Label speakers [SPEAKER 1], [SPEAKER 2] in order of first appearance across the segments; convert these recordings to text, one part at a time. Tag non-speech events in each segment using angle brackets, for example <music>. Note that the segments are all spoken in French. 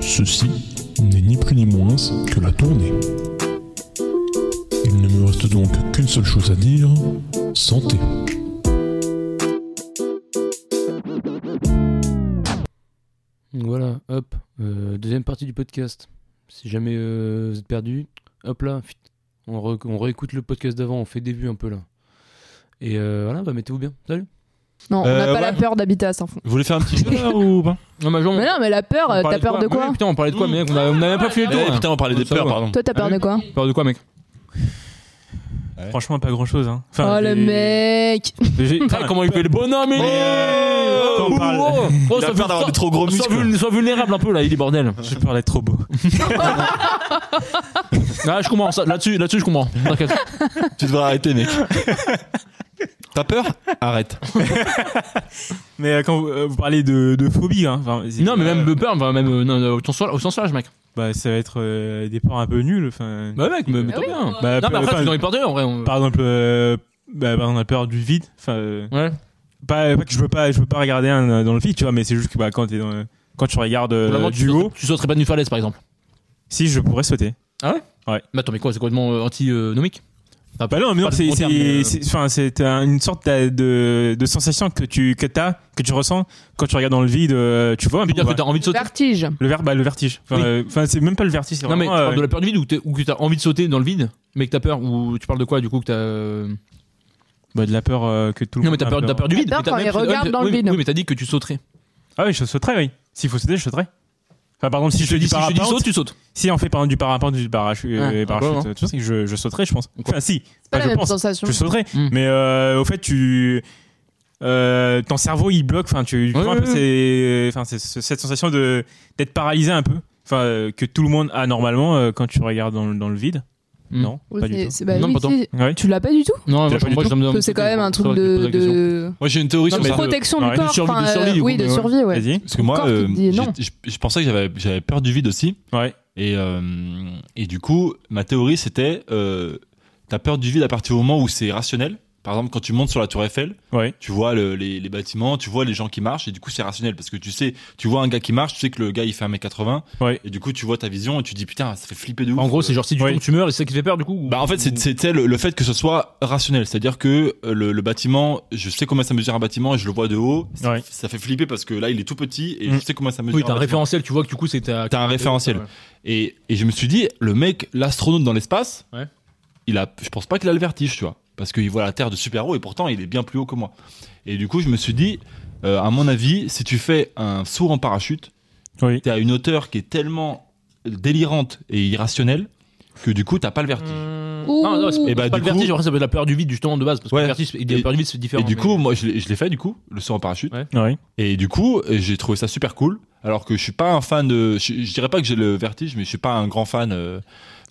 [SPEAKER 1] Ceci n'est ni plus ni moins que la tournée. Il ne me reste donc qu'une seule chose à dire, santé.
[SPEAKER 2] Voilà, hop, euh, deuxième partie du podcast. Si jamais euh, vous êtes perdu, hop là, fit. on, re- on réécoute le podcast d'avant, on fait début un peu là. Et euh, voilà, bah mettez-vous bien. Salut.
[SPEAKER 3] Non, on
[SPEAKER 4] Euh,
[SPEAKER 3] n'a pas
[SPEAKER 4] ouais.
[SPEAKER 3] la peur d'habiter à Saint-Fond.
[SPEAKER 4] Vous voulez faire un petit jeu <laughs> là ou pas
[SPEAKER 2] Non, mais genre, on-
[SPEAKER 3] Mais non, mais la peur,
[SPEAKER 2] on
[SPEAKER 3] euh,
[SPEAKER 2] parlait
[SPEAKER 3] t'as peur de quoi
[SPEAKER 2] Ouais, Putain, on parlait de quoi, mec On a- on n'a même pas fini le tour.
[SPEAKER 4] Eh,
[SPEAKER 2] hein.
[SPEAKER 4] Putain, on parlait des
[SPEAKER 2] Ça
[SPEAKER 4] peurs,
[SPEAKER 2] va.
[SPEAKER 4] pardon.
[SPEAKER 3] Toi, t'as peur de quoi
[SPEAKER 2] Peur de quoi, mec
[SPEAKER 4] Franchement, pas grand chose. Hein. Enfin,
[SPEAKER 3] Oh le
[SPEAKER 4] j'ai-
[SPEAKER 3] mec
[SPEAKER 4] j'ai-
[SPEAKER 2] Putain, comment il fait le bonhomme, il est
[SPEAKER 4] Quand on parle-
[SPEAKER 2] Oh,
[SPEAKER 4] Il a
[SPEAKER 2] ça
[SPEAKER 4] peur d'avoir des trop gros
[SPEAKER 2] Sois,
[SPEAKER 4] muscles.
[SPEAKER 2] vul- sois vulnérable un peu là, il est
[SPEAKER 4] <laughs>
[SPEAKER 2] bordel.
[SPEAKER 4] J'ai peur d'être trop beau.
[SPEAKER 2] Ah, je comprends, ça- là-dessus, là-dessus, je comprends. T'inquiète.
[SPEAKER 4] Tu devrais arrêter,
[SPEAKER 2] <laughs>
[SPEAKER 4] mec.
[SPEAKER 1] T'as peur Arrête.
[SPEAKER 4] Mais euh, quand vous, euh, vous parlez de, de phobie, hein, enfin, c'est-
[SPEAKER 2] Non, mais même de peur, bah, même euh, non, non, au sens au sens large, mec.
[SPEAKER 4] Bah, ça va être euh, des peurs un peu nuls. Enfin,
[SPEAKER 2] Bah, mec, mais mais
[SPEAKER 3] Ah
[SPEAKER 2] tant
[SPEAKER 3] oui.
[SPEAKER 2] bien.
[SPEAKER 4] bah,
[SPEAKER 2] Non, mais
[SPEAKER 4] pe-
[SPEAKER 2] après,
[SPEAKER 4] enfin,
[SPEAKER 2] c'est dans les peurs de en vrai. on-
[SPEAKER 4] par exemple, euh, bah, bah, on a peur du vide. Enfin, euh,
[SPEAKER 2] Ouais.
[SPEAKER 4] pas, pas que je veux pas, je veux pas regarder un euh, dans le vide, tu vois, mais c'est juste que bah, quand, t'es dans, quand tu regardes euh,
[SPEAKER 2] Pour la mort, tu
[SPEAKER 4] du haut,
[SPEAKER 2] sauterais- Tu sauterais pas d'une falaise, par exemple.
[SPEAKER 4] si je pourrais sauter.
[SPEAKER 2] Mais attends, mais quoi C'est complètement euh, antinomique
[SPEAKER 4] Bah non, mais euh,
[SPEAKER 2] Pas
[SPEAKER 4] non,
[SPEAKER 2] de
[SPEAKER 4] c'est
[SPEAKER 2] bon terme,
[SPEAKER 4] c'est-
[SPEAKER 2] mais,
[SPEAKER 4] c'est- enfin, c'est un- une sorte de, de- de sensation que tu que as, que tu ressens quand tu regardes dans le vide. euh, tu vois un
[SPEAKER 2] Tu veux
[SPEAKER 4] peu
[SPEAKER 2] dire
[SPEAKER 4] ou
[SPEAKER 2] que
[SPEAKER 4] pas
[SPEAKER 2] t'as envie de sauter
[SPEAKER 3] Vertige.
[SPEAKER 4] le, ver- bah, le vertige. Enfin,
[SPEAKER 2] Oui.
[SPEAKER 4] euh, enfin, c'est même pas le vertige. c'est
[SPEAKER 2] Non, mais tu
[SPEAKER 4] vraiment,
[SPEAKER 2] parles
[SPEAKER 4] euh,
[SPEAKER 2] de la peur du vide ou, t'es- ou que t'as envie de sauter dans le vide, mais que t'as peur Ou tu parles de quoi du coup que t'as. euh,
[SPEAKER 4] bah, de la peur euh, que tout le
[SPEAKER 2] Non, mais
[SPEAKER 4] monde
[SPEAKER 2] t'as
[SPEAKER 4] a
[SPEAKER 2] peur, t'as peur du vide.
[SPEAKER 3] T'as
[SPEAKER 2] mais
[SPEAKER 3] peur
[SPEAKER 2] même-
[SPEAKER 3] quand on les regarde
[SPEAKER 2] oui,
[SPEAKER 3] dans le
[SPEAKER 2] oui,
[SPEAKER 3] vide.
[SPEAKER 2] Oui, mais t'as dit que tu sauterais.
[SPEAKER 4] Ah oui, je sauterais, oui. S'il faut sauter, je sauterais. Enfin, par exemple, si je,
[SPEAKER 2] Je te
[SPEAKER 4] fais
[SPEAKER 2] dis,
[SPEAKER 4] du
[SPEAKER 2] si je te dis
[SPEAKER 4] parapente,
[SPEAKER 2] saute, tu sautes.
[SPEAKER 4] si on fait par exemple du parapente, du parachute,
[SPEAKER 2] Ah,
[SPEAKER 4] euh,
[SPEAKER 2] ah,
[SPEAKER 4] parachute,
[SPEAKER 2] bon, hein.
[SPEAKER 4] tu vois, c'est que je, je sauterais, je pense.
[SPEAKER 2] Quoi
[SPEAKER 4] Enfin, si,
[SPEAKER 3] C'est pas
[SPEAKER 4] Bah,
[SPEAKER 3] la
[SPEAKER 4] je
[SPEAKER 3] même
[SPEAKER 4] pense.
[SPEAKER 3] sensation.
[SPEAKER 4] je sauterais.
[SPEAKER 2] Mm.
[SPEAKER 4] Mais euh, au fait, tu. euh, ton cerveau il bloque, enfin, tu, tu
[SPEAKER 2] Ouais,
[SPEAKER 4] vois un peu
[SPEAKER 2] ouais, ouais.
[SPEAKER 4] ces- enfin, c'est- c'est- cette sensation de d'être paralysé un peu, enfin, euh, que tout le monde a normalement euh, quand tu regardes dans, le- dans le vide.
[SPEAKER 2] Mm.
[SPEAKER 4] Non,
[SPEAKER 3] Oui,
[SPEAKER 4] pas
[SPEAKER 3] c'est-
[SPEAKER 4] du tout.
[SPEAKER 3] c'est- bah
[SPEAKER 2] Non,
[SPEAKER 3] oui,
[SPEAKER 2] pas tant.
[SPEAKER 3] si.
[SPEAKER 4] Ouais.
[SPEAKER 3] Tu l'as pas du tout
[SPEAKER 2] Non,
[SPEAKER 4] Tu l'as pas du
[SPEAKER 2] moi,
[SPEAKER 4] tout
[SPEAKER 2] ça me donne-
[SPEAKER 3] Parce que c'est quand même un truc
[SPEAKER 2] faudrait que je
[SPEAKER 3] de,
[SPEAKER 2] pose la question.
[SPEAKER 3] de
[SPEAKER 5] Moi j'ai une théorie
[SPEAKER 4] Non,
[SPEAKER 5] sur
[SPEAKER 4] mais
[SPEAKER 5] ça.
[SPEAKER 4] de-
[SPEAKER 3] protection
[SPEAKER 4] Ouais.
[SPEAKER 3] du corps.
[SPEAKER 2] De survie, de
[SPEAKER 3] enfin, euh,
[SPEAKER 2] survie, du
[SPEAKER 3] oui,
[SPEAKER 2] coup,
[SPEAKER 3] de
[SPEAKER 2] mais ouais.
[SPEAKER 3] survie, ouais.
[SPEAKER 4] Vas-y.
[SPEAKER 5] Parce que moi,
[SPEAKER 3] corps qui
[SPEAKER 5] euh,
[SPEAKER 3] te dit
[SPEAKER 5] j'ai-
[SPEAKER 3] non.
[SPEAKER 5] je, je pensais que j'avais j'avais peur du vide aussi.
[SPEAKER 4] Ouais.
[SPEAKER 5] Et, euh, et du coup, ma théorie, c'était euh, t'as peur du vide à partir du moment où c'est rationnel. Par exemple, quand tu montes sur la tour Eiffel,
[SPEAKER 4] Ouais.
[SPEAKER 5] tu vois le- les, les bâtiments, tu vois les gens qui marchent, et du coup, c'est rationnel. Parce que tu sais, tu vois un gars qui marche, tu sais que le gars, il fait 1m80.
[SPEAKER 4] Ouais.
[SPEAKER 5] Et du coup, tu vois ta vision, et tu dis, putain, ça fait flipper de ouf.
[SPEAKER 2] En gros, c'est genre Mmh. si tu
[SPEAKER 4] Oui.
[SPEAKER 2] tombes, tu meurs, et c'est ça qui fait peur du coup ou-
[SPEAKER 5] Bah en fait c'est- c'était le, le fait que ce soit rationnel, c'est-à-dire que euh, le, le bâtiment, je sais combien ça mesure un bâtiment et je le vois de haut, ça,
[SPEAKER 4] Ouais.
[SPEAKER 5] ça fait flipper parce que là il est tout petit et
[SPEAKER 4] Mm.
[SPEAKER 5] je sais combien ça mesure.
[SPEAKER 2] Oui, t'as un
[SPEAKER 5] bâtiment.
[SPEAKER 2] référentiel, tu vois que du coup c'est ta.
[SPEAKER 5] T'as un référentiel. Et, et je me suis dit le mec, l'astronaute dans l'espace,
[SPEAKER 2] Ouais.
[SPEAKER 5] il a, je pense pas qu'il a le vertige, tu vois, parce qu'il voit la Terre de super haut et pourtant il est bien plus haut que moi. Et du coup je me suis dit, euh, à mon avis, si tu fais un saut en parachute,
[SPEAKER 4] Oui.
[SPEAKER 5] t'es à une hauteur qui est tellement délirante et irrationnelle que du coup t'as pas le vertige.
[SPEAKER 2] Mm.
[SPEAKER 3] Ouh.
[SPEAKER 2] Non, non, c'est
[SPEAKER 5] Et
[SPEAKER 2] c'est
[SPEAKER 5] bah,
[SPEAKER 2] pas
[SPEAKER 5] du
[SPEAKER 2] le vertige,
[SPEAKER 5] coup-
[SPEAKER 2] après, ça peut être la peur du vide justement de base, parce que
[SPEAKER 5] Ouais.
[SPEAKER 2] le vertige et la
[SPEAKER 5] Et-
[SPEAKER 2] peur du vide c'est différent.
[SPEAKER 5] Et du
[SPEAKER 2] mais-
[SPEAKER 5] coup, moi, je l'ai je l'ai fait, du coup, le saut en parachute.
[SPEAKER 2] Ouais.
[SPEAKER 4] Ouais.
[SPEAKER 5] Et du coup, euh, j'ai trouvé ça super cool. Alors que je suis pas un fan de. Je, je dirais pas que j'ai le vertige, mais je suis pas un grand fan euh,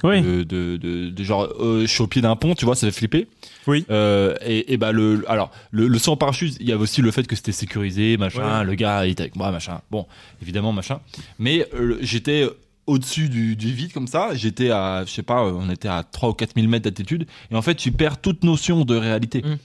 [SPEAKER 4] Oui.
[SPEAKER 5] de, de, de- de genre. euh, je suis au pied d'un pont, tu vois, ça fait flipper.
[SPEAKER 4] Oui.
[SPEAKER 5] Euh, et, et bah, le. Alors, le, le saut en parachute, il y avait aussi le fait que c'était sécurisé, machin.
[SPEAKER 4] Ouais.
[SPEAKER 5] Le gars, il était avec moi, machin. Bon, évidemment, machin. Mais euh, le- j'étais au-dessus du, du vide comme ça. J'étais à, je sais pas, euh, on était à 3 ou 4 000 mètres d'altitude. Et en fait, tu perds toute notion de réalité.
[SPEAKER 2] Mm.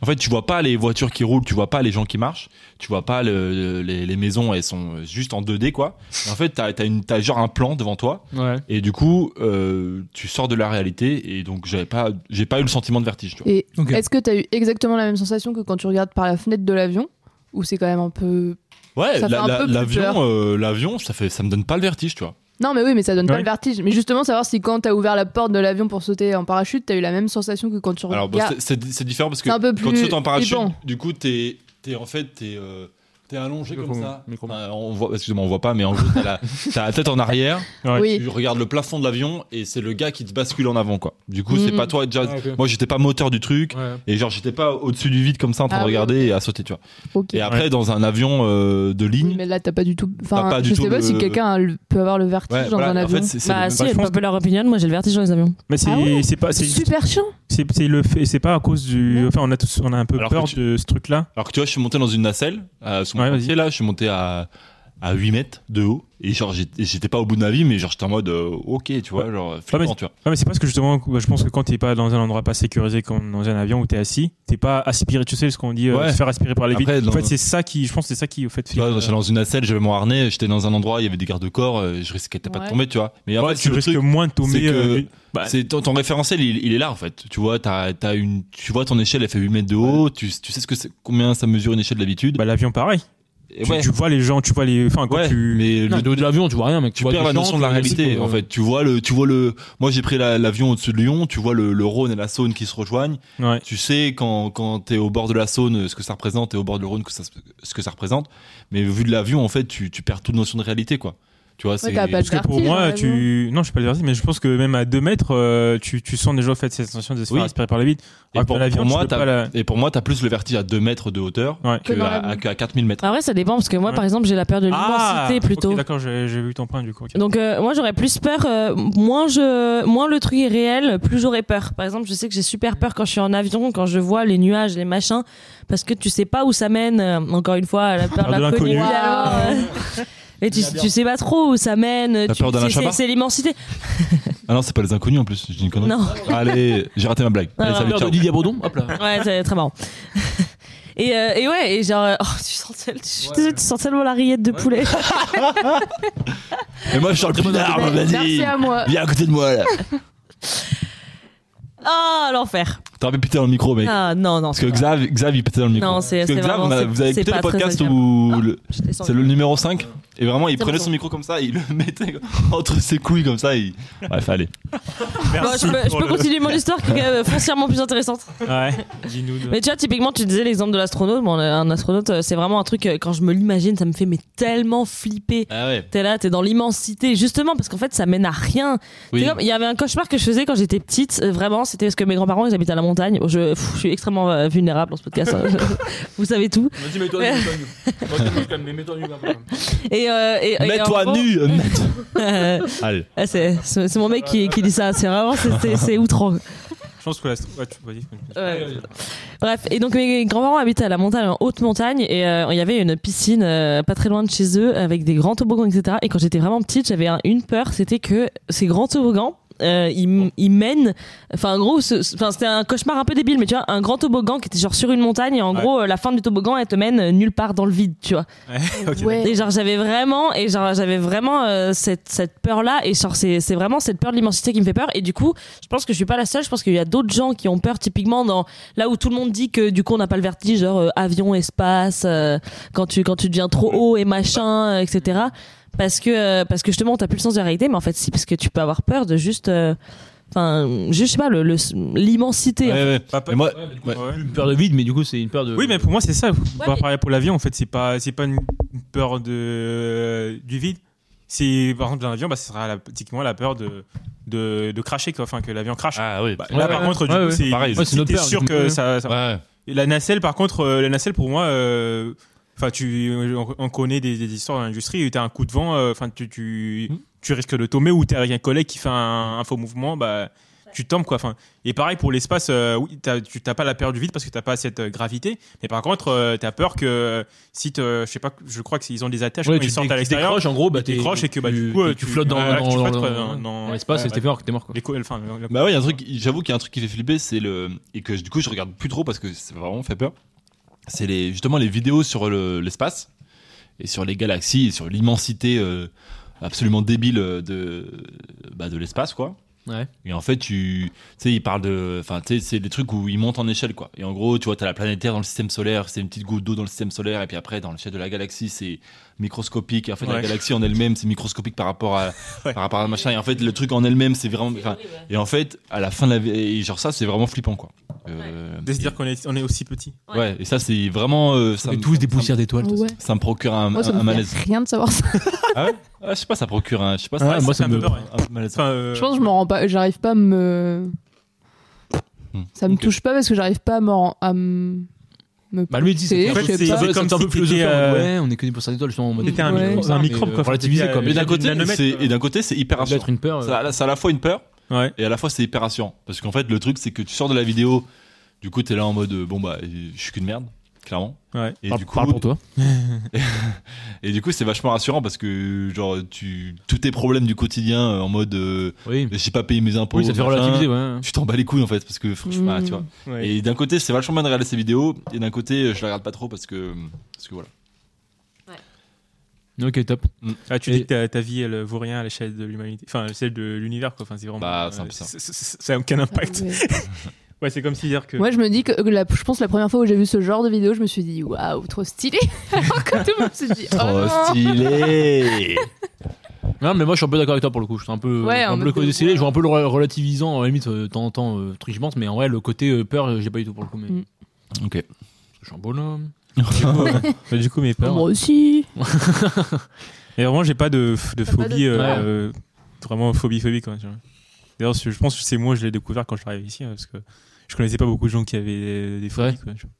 [SPEAKER 5] En fait, tu vois pas les voitures qui roulent, tu vois pas les gens qui marchent, tu vois pas le- le- les, les maisons, elles sont juste en 2D quoi. Et en fait, t'as as une, t'as genre un plan devant toi,
[SPEAKER 2] Ouais.
[SPEAKER 5] et du coup, euh, tu sors de la réalité, et donc j'avais pas, j'ai pas eu le sentiment de vertige. Tu vois.
[SPEAKER 3] Et
[SPEAKER 4] Ok.
[SPEAKER 3] est-ce que t'as eu exactement la même sensation que quand tu regardes par la fenêtre de l'avion Ou c'est quand même un peu.
[SPEAKER 5] Ouais,
[SPEAKER 3] Ça fait
[SPEAKER 5] la-
[SPEAKER 3] un
[SPEAKER 5] la-
[SPEAKER 3] peu plus peur.
[SPEAKER 5] l'avion, euh, l'avion, ça fait, ça me donne pas le vertige, tu vois.
[SPEAKER 3] Non, mais oui, mais ça donne pas
[SPEAKER 4] Ouais.
[SPEAKER 3] le vertige. Mais justement, savoir si quand t'as ouvert la porte de l'avion pour sauter en parachute, t'as eu la même sensation que quand tu
[SPEAKER 5] Alors bah,
[SPEAKER 3] regardes.
[SPEAKER 5] bon, c'est- c'est c'est différent parce que
[SPEAKER 3] C'est un peu
[SPEAKER 5] quand
[SPEAKER 3] plus
[SPEAKER 5] tu sautes en parachute,
[SPEAKER 3] flippant.
[SPEAKER 5] du coup t'es es en fait t'es euh, t'es allongé
[SPEAKER 2] Micro-
[SPEAKER 5] comme ça.
[SPEAKER 2] micro-
[SPEAKER 5] Enfin, on voit, excusez-moi, on voit pas, mais en gros t'as la, <laughs> t'as la tête en arrière,
[SPEAKER 3] oui.
[SPEAKER 5] tu regardes le plafond de l'avion et c'est le gars qui te bascule en avant quoi. Du coup c'est
[SPEAKER 3] Mhm.
[SPEAKER 5] pas toi déjà.
[SPEAKER 2] Ah, ok.
[SPEAKER 5] Moi j'étais pas moteur du truc.
[SPEAKER 2] Ouais.
[SPEAKER 5] Et genre j'étais pas au-dessus du vide comme ça en train
[SPEAKER 3] Ah
[SPEAKER 5] de
[SPEAKER 3] oui,
[SPEAKER 5] regarder
[SPEAKER 3] ok.
[SPEAKER 5] et à sauter tu vois.
[SPEAKER 3] Ok.
[SPEAKER 5] Et après dans un avion euh, de
[SPEAKER 3] Oui,
[SPEAKER 5] ligne.
[SPEAKER 3] mais là, t'as pas du tout. Enfin,
[SPEAKER 5] T'as pas du
[SPEAKER 3] je
[SPEAKER 5] tout
[SPEAKER 3] sais pas
[SPEAKER 5] le-
[SPEAKER 3] si quelqu'un a le- peut avoir le vertige
[SPEAKER 5] Ouais,
[SPEAKER 3] dans
[SPEAKER 5] voilà.
[SPEAKER 3] un
[SPEAKER 5] En
[SPEAKER 3] avion.
[SPEAKER 5] fait, c'est- c'est
[SPEAKER 6] Bah
[SPEAKER 5] le-
[SPEAKER 6] si,
[SPEAKER 4] je
[SPEAKER 6] elle
[SPEAKER 4] pense
[SPEAKER 6] peut leur opinion, moi j'ai le vertige dans les avions.
[SPEAKER 4] Mais c'est
[SPEAKER 3] Ah ouais
[SPEAKER 4] c'est pas
[SPEAKER 3] C'est
[SPEAKER 4] c'est
[SPEAKER 3] super chiant.
[SPEAKER 4] c'est c'est le fait c'est pas à cause du
[SPEAKER 3] Non.
[SPEAKER 4] enfin on a tous on a un peu
[SPEAKER 5] Alors que
[SPEAKER 4] peur
[SPEAKER 5] tu-
[SPEAKER 4] de ce truc là.
[SPEAKER 5] Alors que tu vois je suis monté dans une nacelle. Euh, sur mon
[SPEAKER 4] Ouais,
[SPEAKER 5] chantier, là je suis monté à à 8 mètres de haut. Et genre, j'étais j'étais pas au bout de ma vie, mais genre, j'étais en mode, euh, ok, tu vois,
[SPEAKER 4] Ouais.
[SPEAKER 5] genre, flippant, tu vois.
[SPEAKER 4] Ouais, mais c'est parce que justement, bah, je pense que quand t'es pas dans un endroit pas sécurisé comme dans un avion où t'es assis, t'es pas aspiré, tu sais ce qu'on dit, euh,
[SPEAKER 5] Ouais.
[SPEAKER 4] se faire aspirer par les
[SPEAKER 5] Après,
[SPEAKER 4] vitres. En
[SPEAKER 5] dans-
[SPEAKER 4] fait, c'est ça qui, je pense, que c'est ça qui, au fait, fait.
[SPEAKER 5] Tu vois,
[SPEAKER 4] euh,
[SPEAKER 5] j'étais dans une nacelle, j'avais mon harnais, j'étais dans un endroit, il y avait des gardes-corps, euh, je risquais pas de
[SPEAKER 3] Ouais.
[SPEAKER 5] tomber, tu vois. Mais en
[SPEAKER 4] ouais,
[SPEAKER 5] fait,
[SPEAKER 4] tu
[SPEAKER 5] le
[SPEAKER 4] risques
[SPEAKER 5] truc,
[SPEAKER 4] moins de tomber.
[SPEAKER 5] c'est que-
[SPEAKER 4] euh, bah,
[SPEAKER 5] c'est ton, ton référentiel, il, il est là en fait. Tu vois, t'as, t'as une, tu vois ton échelle, elle fait 8 mètres de haut. Tu, tu sais ce que c'est- combien ça mesure une échelle d'habitude.
[SPEAKER 4] bah, l'avion, pareil.
[SPEAKER 5] Et
[SPEAKER 4] Tu,
[SPEAKER 5] ouais,
[SPEAKER 4] tu vois les gens, tu vois les. Enfin, quand
[SPEAKER 5] ouais,
[SPEAKER 4] tu.
[SPEAKER 5] mais
[SPEAKER 7] Non,
[SPEAKER 5] le-
[SPEAKER 7] de haut de l'avion, tu euh, vois rien, mec.
[SPEAKER 5] tu perds la notion de la réalité en fait. Tu vois le, tu vois le. Moi, j'ai pris la- l'avion au-dessus de Lyon. Tu vois le, le Rhône et la Saône qui se rejoignent.
[SPEAKER 4] Ouais.
[SPEAKER 5] Tu sais quand quand t'es au bord de la Saône, ce que ça représente, et au bord du Rhône, que ça, ce que ça représente. Mais vu de l'avion, en fait, tu, tu perds toute notion de réalité quoi. Tu vois, c'est.
[SPEAKER 3] t'as pas
[SPEAKER 4] Parce que pour
[SPEAKER 3] vertige,
[SPEAKER 4] moi,
[SPEAKER 3] ouais,
[SPEAKER 4] tu. Non, je suis pas le vertige, mais je pense que même à 2 mètres, euh, tu, tu sens déjà au fait cette sensation de se faire
[SPEAKER 5] Oui.
[SPEAKER 4] aspirer par les vitres.
[SPEAKER 5] Et
[SPEAKER 4] Alors que
[SPEAKER 5] pour,
[SPEAKER 4] dans Ah, l'avion,
[SPEAKER 5] pour moi,
[SPEAKER 4] tu peux
[SPEAKER 5] t'as-
[SPEAKER 4] pas la-
[SPEAKER 5] et pour moi, t'as plus le vertige à 2 mètres de hauteur
[SPEAKER 4] Ouais.
[SPEAKER 5] que
[SPEAKER 3] Que dans
[SPEAKER 5] à,
[SPEAKER 3] l'avion.
[SPEAKER 5] à, qu'à 4000 mètres.
[SPEAKER 6] Après, Ah ça dépend parce que moi, par exemple, j'ai la peur de l'immensité
[SPEAKER 4] Ah, ok,
[SPEAKER 6] plutôt.
[SPEAKER 4] D'accord, j'ai j'ai vu ton point du coup. ok.
[SPEAKER 6] Donc euh, moi j'aurais plus peur, euh, moins je, moins le truc est réel, plus j'aurais peur. Par exemple, je sais que j'ai super peur quand je suis en avion, quand je vois les nuages, les machins, parce que tu sais pas où ça mène. euh, encore une fois, la
[SPEAKER 4] Peur
[SPEAKER 6] peur
[SPEAKER 4] de
[SPEAKER 6] Ah, de la
[SPEAKER 4] l'inconnu.
[SPEAKER 6] Et tu, tu sais pas trop où ça mène.
[SPEAKER 5] T'as
[SPEAKER 6] tu-
[SPEAKER 5] peur d'un
[SPEAKER 6] c'est-
[SPEAKER 5] achat
[SPEAKER 6] C'est c'est l'immensité.
[SPEAKER 5] Ah non, c'est pas les inconnus en plus, je dis une connerie.
[SPEAKER 6] Non.
[SPEAKER 5] Allez, j'ai raté ma blague. Allez,
[SPEAKER 6] Ah,
[SPEAKER 5] salut,
[SPEAKER 7] Peur de
[SPEAKER 5] ciao.
[SPEAKER 7] Didier Bourdon, hop là.
[SPEAKER 6] Ouais, c'est très marrant. <laughs> Et, euh, et ouais, et genre, euh, <laughs> oh, tu sens, tel- je suis désolée, tu sens tellement la rillette de poulet. <laughs>
[SPEAKER 5] Et moi, je suis le prix d'arbre,
[SPEAKER 3] Merci
[SPEAKER 5] Ah, vas-y.
[SPEAKER 3] à moi.
[SPEAKER 5] Viens à côté de moi là.
[SPEAKER 6] Ah, l'enfer.
[SPEAKER 5] T'aurais pu péter dans le micro, mec.
[SPEAKER 6] Ah, non, non.
[SPEAKER 5] Parce que Xav, Xav, il pétait dans le micro.
[SPEAKER 6] Non, c'est-
[SPEAKER 5] Parce que
[SPEAKER 6] c'est
[SPEAKER 5] Xav,
[SPEAKER 6] vraiment-
[SPEAKER 5] on a-
[SPEAKER 6] c'est-
[SPEAKER 5] vous avez
[SPEAKER 6] c'est
[SPEAKER 5] écouté
[SPEAKER 6] pas
[SPEAKER 5] le
[SPEAKER 6] très
[SPEAKER 5] podcast
[SPEAKER 6] agréable.
[SPEAKER 5] où le-
[SPEAKER 6] Je t'ai senti.
[SPEAKER 5] c'est le numéro 5 et vraiment, il
[SPEAKER 6] C'est
[SPEAKER 5] prenait
[SPEAKER 6] bon.
[SPEAKER 5] son micro comme ça, il le <laughs> mettait entre ses couilles comme ça. Il... Bref, allez.
[SPEAKER 6] Bon,
[SPEAKER 4] Merci
[SPEAKER 6] bah, je peux, je
[SPEAKER 4] pour
[SPEAKER 6] peux
[SPEAKER 4] le-
[SPEAKER 6] continuer mon histoire qui est quand même foncièrement plus <laughs> intéressante.
[SPEAKER 4] Ouais, dis-nous. de-
[SPEAKER 6] Mais tu vois, typiquement, tu disais l'exemple de l'astronaute. Bon, un astronaute, euh, c'est vraiment un truc, euh, quand je me l'imagine, ça me fait mais tellement flipper.
[SPEAKER 5] Ah ouais,
[SPEAKER 6] T'es là, t'es dans l'immensité, justement, parce qu'en fait, ça mène à rien. C'est comme- Il y avait un cauchemar que je faisais quand j'étais petite, euh, vraiment, c'était parce que mes grands-parents, ils habitent à la montagne. Bon, Je, pff, je suis extrêmement euh, vulnérable dans ce podcast, hein. <laughs> vous savez tout.
[SPEAKER 7] Vas-y, mets-toi
[SPEAKER 6] nu,
[SPEAKER 7] nu. Mets-toi nu,
[SPEAKER 6] Et, euh, et- et en
[SPEAKER 5] Mets-toi
[SPEAKER 6] <laughs> gros,
[SPEAKER 5] nu. <laughs> mets-toi-
[SPEAKER 6] euh,
[SPEAKER 5] Allez.
[SPEAKER 6] ah, c'est c'est- c'est mon mec qui, qui dit ça, c'est vraiment, c'est- c'est c'est outrant.
[SPEAKER 4] Je pense que l'astro. Ouais, tu vas-y.
[SPEAKER 6] Ouais. Bref, et donc mes grands-parents habitaient à la montagne, en haute montagne, et euh, il y avait une piscine euh, pas très loin de chez eux, avec des grands toboggans, etc. Et quand j'étais vraiment petite, j'avais un- une peur, c'était que ces grands toboggans, euh, ils, m- ils mènent, enfin en gros, ce- ce- enfin, c'était un cauchemar un peu débile, mais tu vois, un grand toboggan qui était genre sur une montagne, et en
[SPEAKER 4] Ouais.
[SPEAKER 6] gros, euh, la fin du toboggan, elle te mène euh, nulle part dans le vide, tu vois.
[SPEAKER 4] Ok.
[SPEAKER 3] Ouais.
[SPEAKER 6] Et genre j'avais vraiment et genre j'avais vraiment euh, cette, cette peur là et genre c'est c'est vraiment cette peur de l'immensité qui me fait peur et du coup je pense que je suis pas la seule je pense qu'il y a d'autres gens qui ont peur typiquement dans là où tout le monde dit que du coup on n'a pas le vertige genre euh, avion espace euh, quand tu quand tu deviens trop haut et machin euh, etc parce que euh, parce que justement t'as plus le sens de la réalité mais en fait si parce que tu peux avoir peur de juste euh, enfin juste, je sais pas le- le- l'immensité
[SPEAKER 5] Ouais, ouais.
[SPEAKER 4] Pas- pas-
[SPEAKER 5] Mais moi-
[SPEAKER 4] ouais, du coup,
[SPEAKER 5] ouais.
[SPEAKER 4] ouais.
[SPEAKER 7] Une peur de vide, mais du coup, c'est une peur de.
[SPEAKER 4] Oui, mais pour moi, c'est ça.
[SPEAKER 6] mais-
[SPEAKER 4] Pareil pour l'avion, en fait, c'est pas, c'est pas une peur de, du vide. C'est, par exemple, dans l'avion, bah, ce sera la- typiquement la peur de, de, de cracher, quoi. Enfin, que l'avion crache.
[SPEAKER 5] Ah oui.
[SPEAKER 4] Bah,
[SPEAKER 7] Ouais,
[SPEAKER 4] là, par
[SPEAKER 7] ouais.
[SPEAKER 4] contre, du
[SPEAKER 7] Ouais,
[SPEAKER 4] coup,
[SPEAKER 7] ouais.
[SPEAKER 4] c'est,
[SPEAKER 5] Pareil,
[SPEAKER 7] Ouais, c'est notre
[SPEAKER 4] t'es
[SPEAKER 7] peur,
[SPEAKER 4] sûr
[SPEAKER 7] du
[SPEAKER 4] que
[SPEAKER 7] coup.
[SPEAKER 4] ça, ça-
[SPEAKER 5] Ouais.
[SPEAKER 4] Et la nacelle, par contre, euh, la nacelle, pour moi, euh, enfin, tu, on, on connaît des, des histoires dans l'industrie où t'as un coup de vent, euh, enfin, tu, tu,
[SPEAKER 7] Hmm.
[SPEAKER 4] tu risques de tomber ou t'es avec un collègue qui fait un, un faux mouvement, bah, tu tombes, quoi. Enfin, et pareil pour l'espace, euh, oui, t'as- tu t'as pas la peur du vide parce que t'as pas cette euh, gravité, mais par contre, euh, t'as peur que si te, je sais pas, je crois qu'ils ont des attaches
[SPEAKER 7] Ouais,
[SPEAKER 4] quand
[SPEAKER 7] tu
[SPEAKER 4] ils sortent
[SPEAKER 7] dé-
[SPEAKER 4] à
[SPEAKER 7] tu
[SPEAKER 4] l'extérieur.
[SPEAKER 7] décroches, en gros, bah,
[SPEAKER 4] tu décroches et que bah,
[SPEAKER 7] tu-
[SPEAKER 4] du coup, euh,
[SPEAKER 7] tu flottes dans,
[SPEAKER 4] ouais,
[SPEAKER 7] dans,
[SPEAKER 4] tu
[SPEAKER 7] dans-
[SPEAKER 4] flottes,
[SPEAKER 7] dans-
[SPEAKER 4] quoi,
[SPEAKER 7] dans- dans
[SPEAKER 4] dans-
[SPEAKER 7] l'espace
[SPEAKER 4] ouais,
[SPEAKER 7] et t'es mort, que t'es mort quoi.
[SPEAKER 4] les co- enfin, la-
[SPEAKER 5] Bah ouais, il y a un truc, j'avoue qu'il y a un truc qui fait flipper, c'est le et que du coup je regarde plus trop parce que ça m'a vraiment fait peur. C'est les justement les vidéos sur le- l'espace et sur les galaxies et sur l'immensité euh, absolument débile euh, de bah, de l'espace quoi.
[SPEAKER 7] Ouais.
[SPEAKER 5] Et en fait, tu tu sais, ils parlent de enfin tu sais, c'est des trucs où ils montent en échelle quoi. Et en gros, tu vois, t'as la planète Terre dans le système solaire, c'est une petite goutte d'eau dans le système solaire et puis après dans l'échelle de la galaxie, c'est microscopique. Et en fait, la
[SPEAKER 4] Ouais.
[SPEAKER 5] galaxie en elle-même, c'est microscopique par rapport à
[SPEAKER 4] <laughs> Ouais.
[SPEAKER 5] par rapport à machin et en fait, le truc en elle-même, c'est vraiment enfin, et en fait, à la fin de la vie, et genre ça, c'est vraiment flippant quoi. Euh,
[SPEAKER 4] de se dire qu'on est, on est aussi petit.
[SPEAKER 5] ouais. et ça, c'est vraiment. euh, ça
[SPEAKER 7] On est
[SPEAKER 5] me-
[SPEAKER 7] tous des
[SPEAKER 5] ça me-
[SPEAKER 7] poussières d'étoiles.
[SPEAKER 3] Ouais.
[SPEAKER 5] Ça me procure un,
[SPEAKER 3] Moi, ça
[SPEAKER 5] un- un
[SPEAKER 3] me
[SPEAKER 5] malaise.
[SPEAKER 3] fait rien de savoir ça.
[SPEAKER 5] Ah, je sais pas, ça procure un. Je sais pas,
[SPEAKER 7] Ah,
[SPEAKER 5] ça,
[SPEAKER 7] moi,
[SPEAKER 4] ça me peur,
[SPEAKER 5] un peu malaise.
[SPEAKER 4] Enfin, euh,
[SPEAKER 3] Je pense que je m'en rends pas. J'arrive pas à me.
[SPEAKER 5] Hmm.
[SPEAKER 3] Ça me
[SPEAKER 5] Ok.
[SPEAKER 3] touche pas parce que j'arrive pas à m'en- à me. me
[SPEAKER 7] Bah lui il dit c'est
[SPEAKER 3] projeter,
[SPEAKER 4] en fait,
[SPEAKER 3] je sais pas.
[SPEAKER 4] c'est-
[SPEAKER 7] comme un peu
[SPEAKER 4] si t'étais,
[SPEAKER 7] philosophique. Ouais,
[SPEAKER 4] euh,
[SPEAKER 7] on est connu pour ça d'étoiles, je suis en mode.
[SPEAKER 4] T'étais un,
[SPEAKER 3] Ouais.
[SPEAKER 4] micro- un
[SPEAKER 7] Mais,
[SPEAKER 4] microbe,
[SPEAKER 7] euh,
[SPEAKER 4] quoi.
[SPEAKER 7] relativisé, quoi.
[SPEAKER 5] Mais d'un côté,
[SPEAKER 4] nanomètre,
[SPEAKER 5] c'est-
[SPEAKER 4] quoi.
[SPEAKER 5] et d'un côté, c'est
[SPEAKER 7] Ça
[SPEAKER 5] hyper
[SPEAKER 7] doit
[SPEAKER 5] rassurant.
[SPEAKER 7] être une peur.
[SPEAKER 5] Ça- C'est à la fois une peur
[SPEAKER 4] Ouais.
[SPEAKER 5] et à la fois c'est hyper rassurant parce qu'en fait, le truc, c'est que tu sors de la vidéo, du coup, t'es là en mode euh, bon bah, euh, je suis qu'une merde. clairement.
[SPEAKER 4] Ouais.
[SPEAKER 5] Et
[SPEAKER 2] Parle-
[SPEAKER 5] du coup,
[SPEAKER 2] parle pour toi.
[SPEAKER 5] et du coup, c'est vachement rassurant parce que genre tu tous tes problèmes du quotidien euh, en mode euh,
[SPEAKER 2] Oui.
[SPEAKER 5] j'ai pas payé mes impôts.
[SPEAKER 2] Oui, ça te fait
[SPEAKER 5] machin,
[SPEAKER 2] relativiser, ouais.
[SPEAKER 5] Tu t'en bats les couilles en fait parce que franchement,
[SPEAKER 3] Mm.
[SPEAKER 6] Mmh.
[SPEAKER 5] tu vois.
[SPEAKER 4] Ouais.
[SPEAKER 5] Et d'un côté, c'est vachement bien de regarder ces vidéos et d'un côté, je la regarde pas trop parce que parce que voilà.
[SPEAKER 2] Ok, top.
[SPEAKER 4] Ah, tu
[SPEAKER 2] Et-
[SPEAKER 4] dis que ta, ta vie, elle vaut rien à l'échelle de l'humanité. Enfin, à celle de l'univers, quoi. Enfin, c'est vraiment.
[SPEAKER 5] Bah, c'est un peu
[SPEAKER 4] euh,
[SPEAKER 5] ça.
[SPEAKER 4] c- c- c- Ça n'a
[SPEAKER 3] <laughs>
[SPEAKER 4] aucun impact.
[SPEAKER 3] Ouais.
[SPEAKER 4] Ouais, c'est comme si dire que.
[SPEAKER 3] Moi, je me dis que que la- je pense que la première fois où j'ai vu ce genre de vidéo, je me suis dit waouh, trop stylé. <laughs> Alors que tout le monde se
[SPEAKER 5] <laughs>
[SPEAKER 3] dit oh non.
[SPEAKER 5] stylé.
[SPEAKER 2] Non, mais moi je suis un peu d'accord avec toi pour le coup. Je suis un peu,
[SPEAKER 3] Ouais,
[SPEAKER 2] un
[SPEAKER 3] en
[SPEAKER 2] peu le
[SPEAKER 3] mode
[SPEAKER 2] côté
[SPEAKER 3] de-
[SPEAKER 2] stylé, je vois un peu le re- relativisant, à la limite, euh, de temps en temps, euh, truc, je pense, mais en vrai, le côté euh, peur, euh, j'ai pas du tout pour le coup. Mais...
[SPEAKER 3] Mm.
[SPEAKER 5] Ok.
[SPEAKER 2] Je suis un bonhomme.
[SPEAKER 4] Bah, du coup, mes peurs.
[SPEAKER 3] Moi aussi.
[SPEAKER 4] Et vraiment, j'ai pas de, f- de
[SPEAKER 3] T'as pas de-
[SPEAKER 4] phobie. euh,
[SPEAKER 2] Ouais.
[SPEAKER 4] euh, vraiment phobie, phobie, quoi. tu vois. D'ailleurs, je pense que c'est moi, je l'ai découvert quand je suis arrivé ici, hein, parce que je connaissais pas beaucoup de gens qui avaient des, des phobies,
[SPEAKER 2] Ouais.
[SPEAKER 4] quoi, tu vois.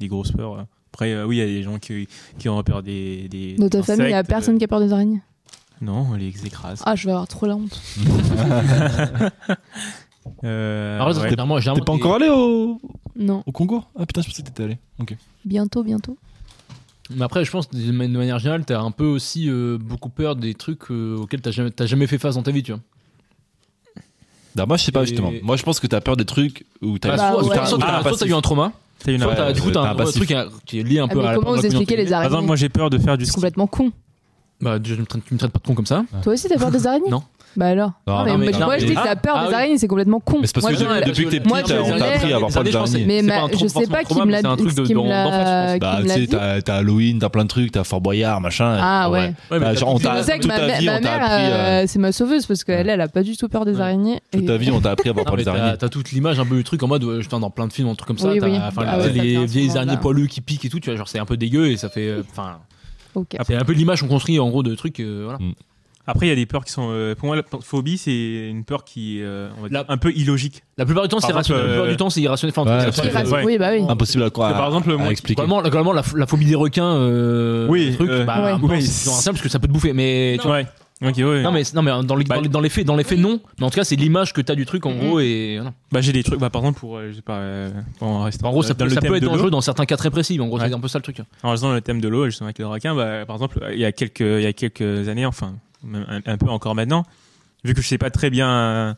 [SPEAKER 4] Des grosses peurs. ouais. Après, euh, oui, il y a des gens qui, qui ont peur des. des
[SPEAKER 3] De ta famille, il y a
[SPEAKER 4] insectes,
[SPEAKER 3] personne
[SPEAKER 4] euh,
[SPEAKER 3] qui a peur des araignées.
[SPEAKER 4] Non, on les écrase.
[SPEAKER 3] Ah, je vais avoir trop la honte.
[SPEAKER 4] Euh,
[SPEAKER 2] Par contre,
[SPEAKER 4] ouais.
[SPEAKER 2] généralement- généralement,
[SPEAKER 5] T'es pas encore allé au,
[SPEAKER 3] Non,
[SPEAKER 5] au Congo Ah putain, je pensais que t'étais allé. Ok.
[SPEAKER 3] bientôt, bientôt.
[SPEAKER 2] Mais après, je pense, de de manière générale, t'as un peu aussi euh, beaucoup peur des trucs euh, auxquels t'as jamais, t'as jamais fait face dans ta vie, tu vois.
[SPEAKER 5] Non, Bah, moi je sais pas
[SPEAKER 2] Et- Ah,
[SPEAKER 5] justement. Moi je pense que t'as peur des trucs où t'as.
[SPEAKER 3] Bah,
[SPEAKER 5] Ah,
[SPEAKER 2] soit
[SPEAKER 3] ouais.
[SPEAKER 2] soit-
[SPEAKER 3] Ou
[SPEAKER 2] soit
[SPEAKER 4] t'as
[SPEAKER 2] t'as
[SPEAKER 4] un
[SPEAKER 2] soit t'as eu un trauma,
[SPEAKER 4] T'as une
[SPEAKER 2] soit
[SPEAKER 5] Ouais,
[SPEAKER 2] t'as- du coup t'as
[SPEAKER 5] t'as
[SPEAKER 2] un,
[SPEAKER 5] un passif.
[SPEAKER 2] truc qui a- qui est lié un
[SPEAKER 3] Ah,
[SPEAKER 2] peu à
[SPEAKER 3] mais
[SPEAKER 2] la
[SPEAKER 3] comment
[SPEAKER 2] peur de
[SPEAKER 3] vous
[SPEAKER 2] la
[SPEAKER 3] expliquez les
[SPEAKER 2] communauté.
[SPEAKER 4] Par exemple,
[SPEAKER 3] araignées
[SPEAKER 4] moi, j'ai peur de faire du
[SPEAKER 3] C'est
[SPEAKER 4] ski.
[SPEAKER 3] complètement con.
[SPEAKER 2] Bah, déjà, je me traite- tu me traites pas de con comme ça.
[SPEAKER 3] Toi aussi, t'as peur des araignées
[SPEAKER 2] Non.
[SPEAKER 3] Bah alors.
[SPEAKER 5] Non,
[SPEAKER 3] Ah, mais
[SPEAKER 2] non, mais-
[SPEAKER 3] moi,
[SPEAKER 2] non,
[SPEAKER 3] je
[SPEAKER 2] mais-
[SPEAKER 3] dis que la peur
[SPEAKER 2] Ah,
[SPEAKER 3] des
[SPEAKER 2] oui.
[SPEAKER 3] araignées, c'est complètement con.
[SPEAKER 5] Mais c'est parce
[SPEAKER 3] Moi,
[SPEAKER 5] que
[SPEAKER 3] je-
[SPEAKER 2] je-
[SPEAKER 5] depuis que t'es
[SPEAKER 3] moi,
[SPEAKER 5] petit,
[SPEAKER 3] je
[SPEAKER 5] on t'a
[SPEAKER 3] l'ai-
[SPEAKER 5] appris à avoir peur
[SPEAKER 2] Désolé,
[SPEAKER 5] des
[SPEAKER 2] je pensais-
[SPEAKER 5] araignées.
[SPEAKER 3] Mais
[SPEAKER 2] C'est
[SPEAKER 3] ma-
[SPEAKER 2] pas un
[SPEAKER 3] je
[SPEAKER 2] trauma,
[SPEAKER 3] sais
[SPEAKER 2] forcément,
[SPEAKER 3] pas qui
[SPEAKER 2] trauma,
[SPEAKER 3] me
[SPEAKER 2] mais c'est
[SPEAKER 3] l'a
[SPEAKER 2] un truc de-
[SPEAKER 3] qui me
[SPEAKER 2] dans-
[SPEAKER 3] l'a-
[SPEAKER 2] d'enfance, je
[SPEAKER 3] qui
[SPEAKER 5] Bah,
[SPEAKER 3] me
[SPEAKER 5] tu
[SPEAKER 3] l'a
[SPEAKER 5] sais,
[SPEAKER 3] dit.
[SPEAKER 5] t'as t'as Halloween, t'as plein de trucs, t'as Fort Boyard, machin.
[SPEAKER 3] Ah, ouais.
[SPEAKER 2] Ouais, mais
[SPEAKER 5] Bah,
[SPEAKER 2] t'as
[SPEAKER 5] genre,
[SPEAKER 2] tout
[SPEAKER 5] on
[SPEAKER 2] dit,
[SPEAKER 5] t'a-
[SPEAKER 3] Je sais que
[SPEAKER 5] toute
[SPEAKER 3] ma,
[SPEAKER 5] ta
[SPEAKER 3] ma-
[SPEAKER 5] vie,
[SPEAKER 3] ma
[SPEAKER 5] on t'a
[SPEAKER 3] mère,
[SPEAKER 5] appris, euh,
[SPEAKER 3] euh, c'est ma sauveuse parce qu'elle, elle, a pas du tout peur des
[SPEAKER 2] Ouais.
[SPEAKER 3] araignées.
[SPEAKER 5] Toute
[SPEAKER 3] et-
[SPEAKER 5] ta vie, on t'a appris à avoir
[SPEAKER 2] Non,
[SPEAKER 5] peur
[SPEAKER 2] mais
[SPEAKER 5] des
[SPEAKER 2] t'as
[SPEAKER 5] araignées.
[SPEAKER 2] t'as toute l'image un peu du truc en mode, euh, je- enfin, dans plein de films, un truc comme ça,
[SPEAKER 3] Oui,
[SPEAKER 2] t'as
[SPEAKER 3] oui.
[SPEAKER 2] enfin,
[SPEAKER 3] Ah
[SPEAKER 2] tu sais,
[SPEAKER 3] ouais, ça fait un
[SPEAKER 2] les
[SPEAKER 3] ce
[SPEAKER 2] vieilles
[SPEAKER 3] moment-là.
[SPEAKER 2] araignées poilues qui piquent et tout, tu vois, genre c'est un peu dégueu et ça fait, euh, enfin,
[SPEAKER 3] Ok.
[SPEAKER 4] Ah,
[SPEAKER 2] c'est un peu l'image qu'on construit en gros de trucs, euh, voilà.
[SPEAKER 4] Après, il y a des peurs qui sont. euh, pour moi, la phobie, c'est une peur qui est euh, on va dire,
[SPEAKER 2] La-
[SPEAKER 4] un peu illogique.
[SPEAKER 2] La plupart du temps, c'est
[SPEAKER 4] Par
[SPEAKER 2] rationnel.
[SPEAKER 4] exemple,
[SPEAKER 2] La plupart
[SPEAKER 4] euh,
[SPEAKER 2] du temps, c'est irrationnel. Enfin, en tout
[SPEAKER 5] ouais,
[SPEAKER 2] cas,
[SPEAKER 5] c'est
[SPEAKER 2] c'est-
[SPEAKER 5] vrai.
[SPEAKER 4] Ouais.
[SPEAKER 3] Oui, bah oui.
[SPEAKER 5] Impossible à
[SPEAKER 4] Parce que, par
[SPEAKER 5] croire,
[SPEAKER 4] exemple,
[SPEAKER 5] à
[SPEAKER 4] <laughs> moi,
[SPEAKER 5] expliquer.
[SPEAKER 2] Globalement, la, globalement, la, la phobie des requins, euh,
[SPEAKER 4] Oui,
[SPEAKER 2] le truc,
[SPEAKER 4] euh,
[SPEAKER 2] bah,
[SPEAKER 3] ouais.
[SPEAKER 2] non,
[SPEAKER 4] Oui,
[SPEAKER 2] c'est
[SPEAKER 4] c'est-
[SPEAKER 2] toujours un simple parce que ça peut te bouffer. Mais tu vois,
[SPEAKER 4] Ouais. Ok, ouais.
[SPEAKER 2] non, mais, non, mais dans, les,
[SPEAKER 4] Bah,
[SPEAKER 2] dans, les, dans les faits, dans les faits, non. Mais en tout cas, c'est l'image que t'as du truc en
[SPEAKER 3] Mhm.
[SPEAKER 2] gros. Et, voilà.
[SPEAKER 4] Bah, j'ai des trucs. Bah, par exemple, pour. euh, je sais pas. euh, en restant.
[SPEAKER 2] En gros,
[SPEAKER 4] euh,
[SPEAKER 2] ça,
[SPEAKER 4] dans
[SPEAKER 2] peut,
[SPEAKER 4] le
[SPEAKER 2] ça
[SPEAKER 4] thème
[SPEAKER 2] peut être
[SPEAKER 4] de l'eau,
[SPEAKER 2] dangereux dans certains cas très précis. En gros,
[SPEAKER 4] Ouais.
[SPEAKER 2] c'est un peu ça le truc.
[SPEAKER 4] En restant dans le thème de l'eau, justement, avec le requin, bah, par exemple, il y a quelques, il y a quelques années, enfin, même un, un peu encore maintenant, vu que je sais pas très bien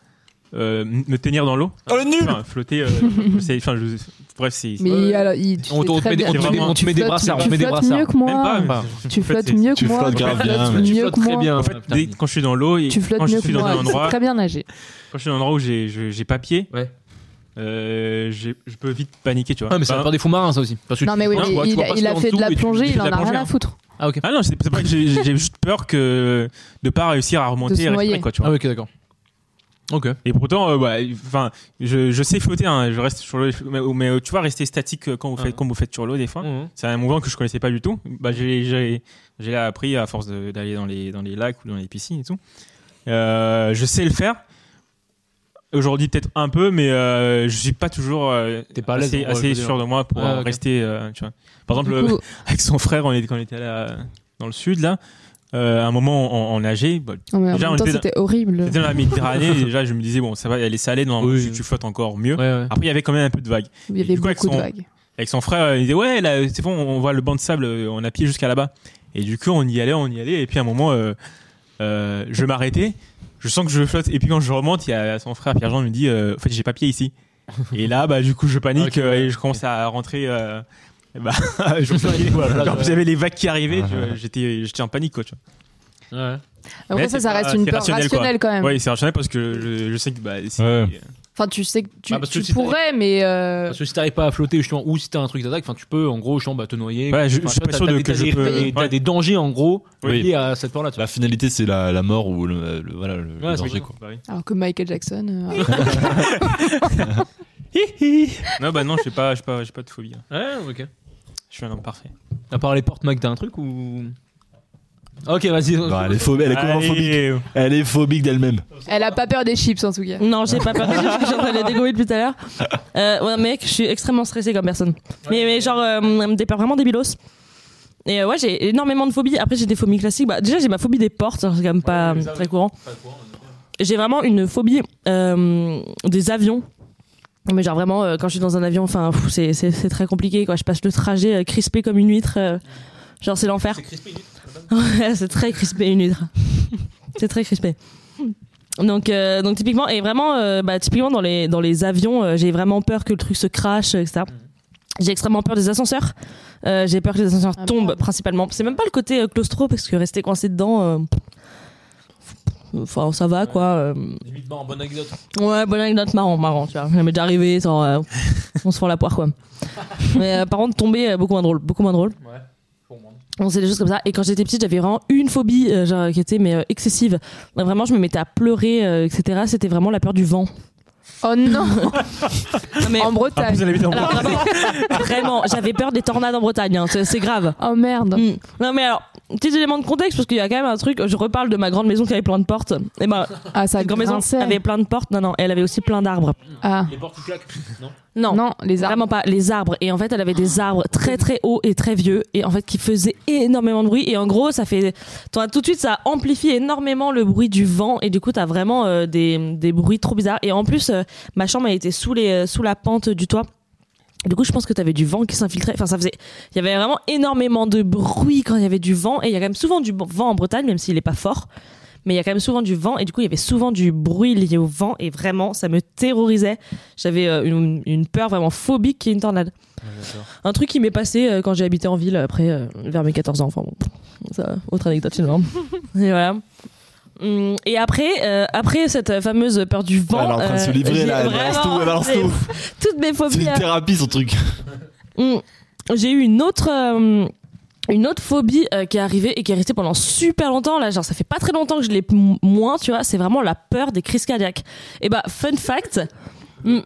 [SPEAKER 4] euh, me tenir dans l'eau,
[SPEAKER 5] Oh le nul
[SPEAKER 4] enfin, flotter, euh, je sais- enfin, je- bref, c'est.
[SPEAKER 3] Mais
[SPEAKER 4] Ouais.
[SPEAKER 3] alors, il, tu
[SPEAKER 2] On
[SPEAKER 3] fais
[SPEAKER 2] te- on te
[SPEAKER 3] très
[SPEAKER 2] met des-
[SPEAKER 3] bien.
[SPEAKER 4] on te met des-
[SPEAKER 2] on te met des
[SPEAKER 3] flottes-
[SPEAKER 2] brassards, on
[SPEAKER 3] Tu
[SPEAKER 2] te met des
[SPEAKER 3] flottes
[SPEAKER 2] brassards.
[SPEAKER 3] mieux que
[SPEAKER 4] Même pas,
[SPEAKER 3] moi.
[SPEAKER 4] mais-
[SPEAKER 3] Bah, Tu
[SPEAKER 4] en fait,
[SPEAKER 3] flottes
[SPEAKER 4] c'est-
[SPEAKER 3] mieux
[SPEAKER 5] tu
[SPEAKER 3] que moi.
[SPEAKER 5] flottes grave bien,
[SPEAKER 3] flottes
[SPEAKER 5] mais-
[SPEAKER 2] Tu
[SPEAKER 3] mieux
[SPEAKER 2] flottes
[SPEAKER 3] que
[SPEAKER 2] très
[SPEAKER 3] moi.
[SPEAKER 2] bien.
[SPEAKER 4] Ah, En fait, dès- quand je suis dans l'eau et
[SPEAKER 3] Tu flottes
[SPEAKER 4] quand je
[SPEAKER 3] mieux
[SPEAKER 4] suis
[SPEAKER 3] que
[SPEAKER 4] dans
[SPEAKER 3] moi.
[SPEAKER 4] un endroit,
[SPEAKER 3] C'est très bien nager.
[SPEAKER 4] quand je suis dans un endroit où j'ai, je- j'ai pas pied,
[SPEAKER 2] Ouais.
[SPEAKER 4] euh, j'ai- je peux vite paniquer, tu vois.
[SPEAKER 2] Ah, mais ça va
[SPEAKER 4] Bah,
[SPEAKER 2] faire des fonds marins, ça aussi. Parce que
[SPEAKER 3] Non, mais oui,
[SPEAKER 2] tu- tu vois-
[SPEAKER 3] mais
[SPEAKER 2] tu vois
[SPEAKER 3] il
[SPEAKER 2] pas
[SPEAKER 3] il a
[SPEAKER 2] ce
[SPEAKER 3] fait
[SPEAKER 2] qu'il
[SPEAKER 3] de
[SPEAKER 2] y a en dessous
[SPEAKER 3] la
[SPEAKER 2] et tu-
[SPEAKER 4] tu
[SPEAKER 3] plongée,
[SPEAKER 4] fais
[SPEAKER 3] il
[SPEAKER 4] de
[SPEAKER 3] en
[SPEAKER 4] la
[SPEAKER 3] a rien
[SPEAKER 4] plongée,
[SPEAKER 3] à
[SPEAKER 4] hein.
[SPEAKER 3] foutre.
[SPEAKER 2] Ah, ok.
[SPEAKER 4] Ah non, c'est c'est pas que j'ai j'ai juste peur que de pas réussir à remonter
[SPEAKER 3] se
[SPEAKER 4] et respirer,
[SPEAKER 3] noyer.
[SPEAKER 4] quoi, tu vois.
[SPEAKER 2] Ah, ok, d'accord. Ok.
[SPEAKER 4] Et pourtant, euh, bah, enfin, je, je sais flotter, hein, je reste sur l'eau, mais, mais, euh, tu vois, rester statique euh, quand vous faites,
[SPEAKER 2] Ah.
[SPEAKER 4] quand vous faites sur l'eau des fois. C'est un mouvement que je connaissais pas du tout. Bah, j'ai, j'ai, j'ai appris à force de- d'aller dans les, dans les lacs ou dans les piscines et tout. Euh, je sais le faire. Aujourd'hui, peut-être un peu, mais euh, je suis pas toujours euh,
[SPEAKER 2] T'es pas à l'aise
[SPEAKER 4] assez,
[SPEAKER 2] pour, euh,
[SPEAKER 4] assez
[SPEAKER 2] le dire.
[SPEAKER 4] sûr de moi pour
[SPEAKER 2] Ah,
[SPEAKER 4] euh,
[SPEAKER 2] ok.
[SPEAKER 4] rester. euh, tu vois. Par exemple,
[SPEAKER 3] Du
[SPEAKER 4] euh,
[SPEAKER 3] coup,
[SPEAKER 4] <laughs> avec son frère, on est, quand on était allé à- dans le sud, là, euh, à un moment, on, on nageait. Bah,
[SPEAKER 3] non, mais en
[SPEAKER 4] Déjà,
[SPEAKER 3] même
[SPEAKER 4] on
[SPEAKER 3] temps,
[SPEAKER 4] était-
[SPEAKER 3] c'était horrible.
[SPEAKER 4] c'était dans la Méditerranée,
[SPEAKER 2] <laughs>
[SPEAKER 4] et déjà, je me disais, bon, ça va, elle est salée, normalement,
[SPEAKER 2] Oui.
[SPEAKER 4] tu, tu flottes encore mieux.
[SPEAKER 2] Ouais, ouais.
[SPEAKER 4] Après, il y avait quand même un peu de vagues.
[SPEAKER 3] Il y avait
[SPEAKER 4] du coup, avec
[SPEAKER 3] beaucoup de
[SPEAKER 4] son-
[SPEAKER 3] vagues.
[SPEAKER 4] Avec son frère, euh, il disait ouais, là, c'est bon, on voit le banc de sable, euh, on a pied jusqu'à là-bas. Et du coup, on y allait, on y allait. Et puis à un moment, euh, euh, je m'arrêtais. Je sens que je flotte. Et puis quand je remonte, il y a son frère Pierre-Jean il me dit, euh, en fait, j'ai pas
[SPEAKER 2] <laughs>
[SPEAKER 4] pied ici. et là, bah du coup, je panique
[SPEAKER 2] Ok.
[SPEAKER 4] euh, et je commence à rentrer. euh, <laughs> et bah, je me suis dit,
[SPEAKER 2] Ouais, voilà,
[SPEAKER 4] genre,
[SPEAKER 2] ouais.
[SPEAKER 4] j'avais les vagues qui arrivaient. je- J'étais, j'étais en panique, quoi. tu vois.
[SPEAKER 2] Ouais.
[SPEAKER 4] Mais
[SPEAKER 3] Après, ça,
[SPEAKER 4] c'est
[SPEAKER 3] ça
[SPEAKER 4] pas-
[SPEAKER 3] reste une
[SPEAKER 4] c'est
[SPEAKER 3] peur
[SPEAKER 4] rationnel, quoi.
[SPEAKER 3] rationnelle quand même.
[SPEAKER 4] Ouais, c'est rationnel parce que je, je sais que bah, c'est-
[SPEAKER 5] Ouais.
[SPEAKER 3] Enfin, tu sais que tu
[SPEAKER 2] Bah, parce que
[SPEAKER 3] tu
[SPEAKER 2] si t'as-
[SPEAKER 3] pourrais, mais. euh,
[SPEAKER 2] Parce que si t'arrives pas à flotter justement, ou si t'as un truc d'attaque, enfin tu peux en gros genre, bah, te noyer.
[SPEAKER 4] Ouais, je-
[SPEAKER 2] Enfin, tu
[SPEAKER 4] je suis
[SPEAKER 2] vois,
[SPEAKER 4] pas
[SPEAKER 2] t'as-
[SPEAKER 4] sûr
[SPEAKER 2] t'as
[SPEAKER 4] de-
[SPEAKER 2] des-
[SPEAKER 4] que
[SPEAKER 2] t'as
[SPEAKER 4] je
[SPEAKER 2] des-
[SPEAKER 4] peux-
[SPEAKER 2] t'as des- T'as
[SPEAKER 4] Ouais.
[SPEAKER 2] des dangers en gros
[SPEAKER 5] Oui.
[SPEAKER 2] liés à cette peur-là. tu vois.
[SPEAKER 5] La finalité, c'est la, la mort ou le, le- voilà, le, le
[SPEAKER 2] Ouais, c'est
[SPEAKER 5] danger,
[SPEAKER 2] bien.
[SPEAKER 5] quoi.
[SPEAKER 4] Bah oui.
[SPEAKER 3] Alors que Michael Jackson. euh,
[SPEAKER 4] non, bah non, je sais pas, j'ai pas, j'ai pas de phobie. hein.
[SPEAKER 2] Ouais, ok.
[SPEAKER 4] Je suis un homme parfait.
[SPEAKER 2] À part les portes, Mac, t'as un truc ou. Ok, vas-y.
[SPEAKER 5] Bah, elle est phobique, elle est comment phobique
[SPEAKER 4] Allez.
[SPEAKER 5] Elle est phobique d'elle-même.
[SPEAKER 3] <laughs> Elle a pas peur des chips en tout cas.
[SPEAKER 6] Non, j'ai pas peur des choses que j'ai en train de dégommer depuis tout à l'heure. Euh, ouais, mec, je suis extrêmement stressée comme personne. Mais, mais genre, euh, des peurs vraiment débilos. Et euh, ouais, j'ai énormément de phobies. Après, j'ai des phobies classiques. Bah, déjà, j'ai ma phobie des portes, hein, c'est quand même pas euh, très courant. J'ai vraiment une phobie euh, des avions. Mais genre vraiment, euh, quand je suis dans un avion, enfin, pff, c'est- c'est c'est très compliqué. Quoi. Je passe le trajet euh, crispé comme une huître. euh, genre, c'est l'enfer. Ouais, c'est très crispé une huître. c'est très crispé. Donc, euh, donc typiquement, et vraiment, euh, bah, typiquement dans les, dans les avions, euh, j'ai vraiment peur que le truc se crache, euh, etc. J'ai extrêmement peur des ascenseurs. Euh, j'ai peur que les ascenseurs
[SPEAKER 3] Ah,
[SPEAKER 6] tombent
[SPEAKER 3] merde.
[SPEAKER 6] principalement. C'est même pas le côté euh, claustro parce que rester coincé dedans, euh, enfin ça va quoi. euh.
[SPEAKER 2] Limite, bon, bonne anecdote.
[SPEAKER 6] Ouais, bonne anecdote marrant, marrant, tu vois. Ça m'est déjà arrivé, sans, euh, on se fend la poire, <laughs> quoi. Mais euh, par contre, tomber, euh, beaucoup moins drôle, beaucoup moins drôle.
[SPEAKER 2] Ouais, pour moi.
[SPEAKER 6] On sait des choses comme ça. Et quand j'étais petite, j'avais vraiment une phobie, euh, genre, qui était mais euh, excessive. Donc, vraiment, je me mettais à pleurer, euh, etc. C'était vraiment la peur du <laughs> vent.
[SPEAKER 3] Oh non,
[SPEAKER 6] Non, mais
[SPEAKER 3] en
[SPEAKER 4] Ah, vous
[SPEAKER 3] Bretagne.
[SPEAKER 4] allez vite en
[SPEAKER 6] alors, vraiment, vraiment, j'avais peur des tornades en Bretagne. hein. C'est c'est grave.
[SPEAKER 3] Oh merde.
[SPEAKER 6] Mm. Non mais alors, petit élément de contexte parce qu'il y a quand même un truc. Je reparle de ma grande maison qui avait plein de portes. Et ben,
[SPEAKER 3] Ah, ça
[SPEAKER 6] cette grande maison
[SPEAKER 3] grinçait.
[SPEAKER 6] avait plein de portes. Non non, elle avait aussi plein d'arbres.
[SPEAKER 3] Ah.
[SPEAKER 2] Les portes qui claquent. Non.
[SPEAKER 6] Non,
[SPEAKER 3] Non, les arbres.
[SPEAKER 6] Vraiment pas, les arbres. Et en fait, elle avait des arbres très très hauts et très vieux, et en fait, qui faisaient énormément de bruit. Et en gros, ça fait. t'en as- Tout de suite, ça amplifie énormément le bruit du vent, et du coup, t'as vraiment euh, des, des bruits trop bizarres. Et en plus, euh, ma chambre, elle était sous, les, euh, sous la pente du toit. Du coup, je pense que t'avais du vent qui s'infiltrait. Enfin, ça faisait. Il y avait vraiment énormément de bruit quand il y avait du vent, et il y a quand même souvent du vent en Bretagne, même s'il est pas fort. Mais il y a quand même souvent du vent, et du coup, il y avait souvent du bruit lié au vent, et vraiment, ça me terrorisait. J'avais euh, une, une peur vraiment phobique qui est une tornade.
[SPEAKER 5] Ah,
[SPEAKER 6] un truc qui m'est passé euh, quand j'ai habité en ville après, euh, vers mes 14 ans. Enfin bon, ça, autre
[SPEAKER 5] <laughs>
[SPEAKER 6] anecdote finalement. et voilà. Hum, Et après, euh, après cette fameuse peur du vent,
[SPEAKER 5] Elle est en train de se
[SPEAKER 6] euh,
[SPEAKER 5] livrer
[SPEAKER 6] j'ai
[SPEAKER 5] là, elle balance
[SPEAKER 6] vraiment-
[SPEAKER 5] tout, elle balance
[SPEAKER 6] j'ai-
[SPEAKER 5] tout.
[SPEAKER 6] Toutes mes
[SPEAKER 5] C'est
[SPEAKER 6] phobies.
[SPEAKER 5] une
[SPEAKER 6] euh,
[SPEAKER 5] thérapie son truc.
[SPEAKER 6] Mm. J'ai eu une autre euh, une autre phobie euh, qui est arrivée et qui est restée pendant super longtemps là genre ça fait pas très longtemps que je l'ai m- moins tu vois c'est vraiment la peur des crises cardiaques et bah fun fact mm,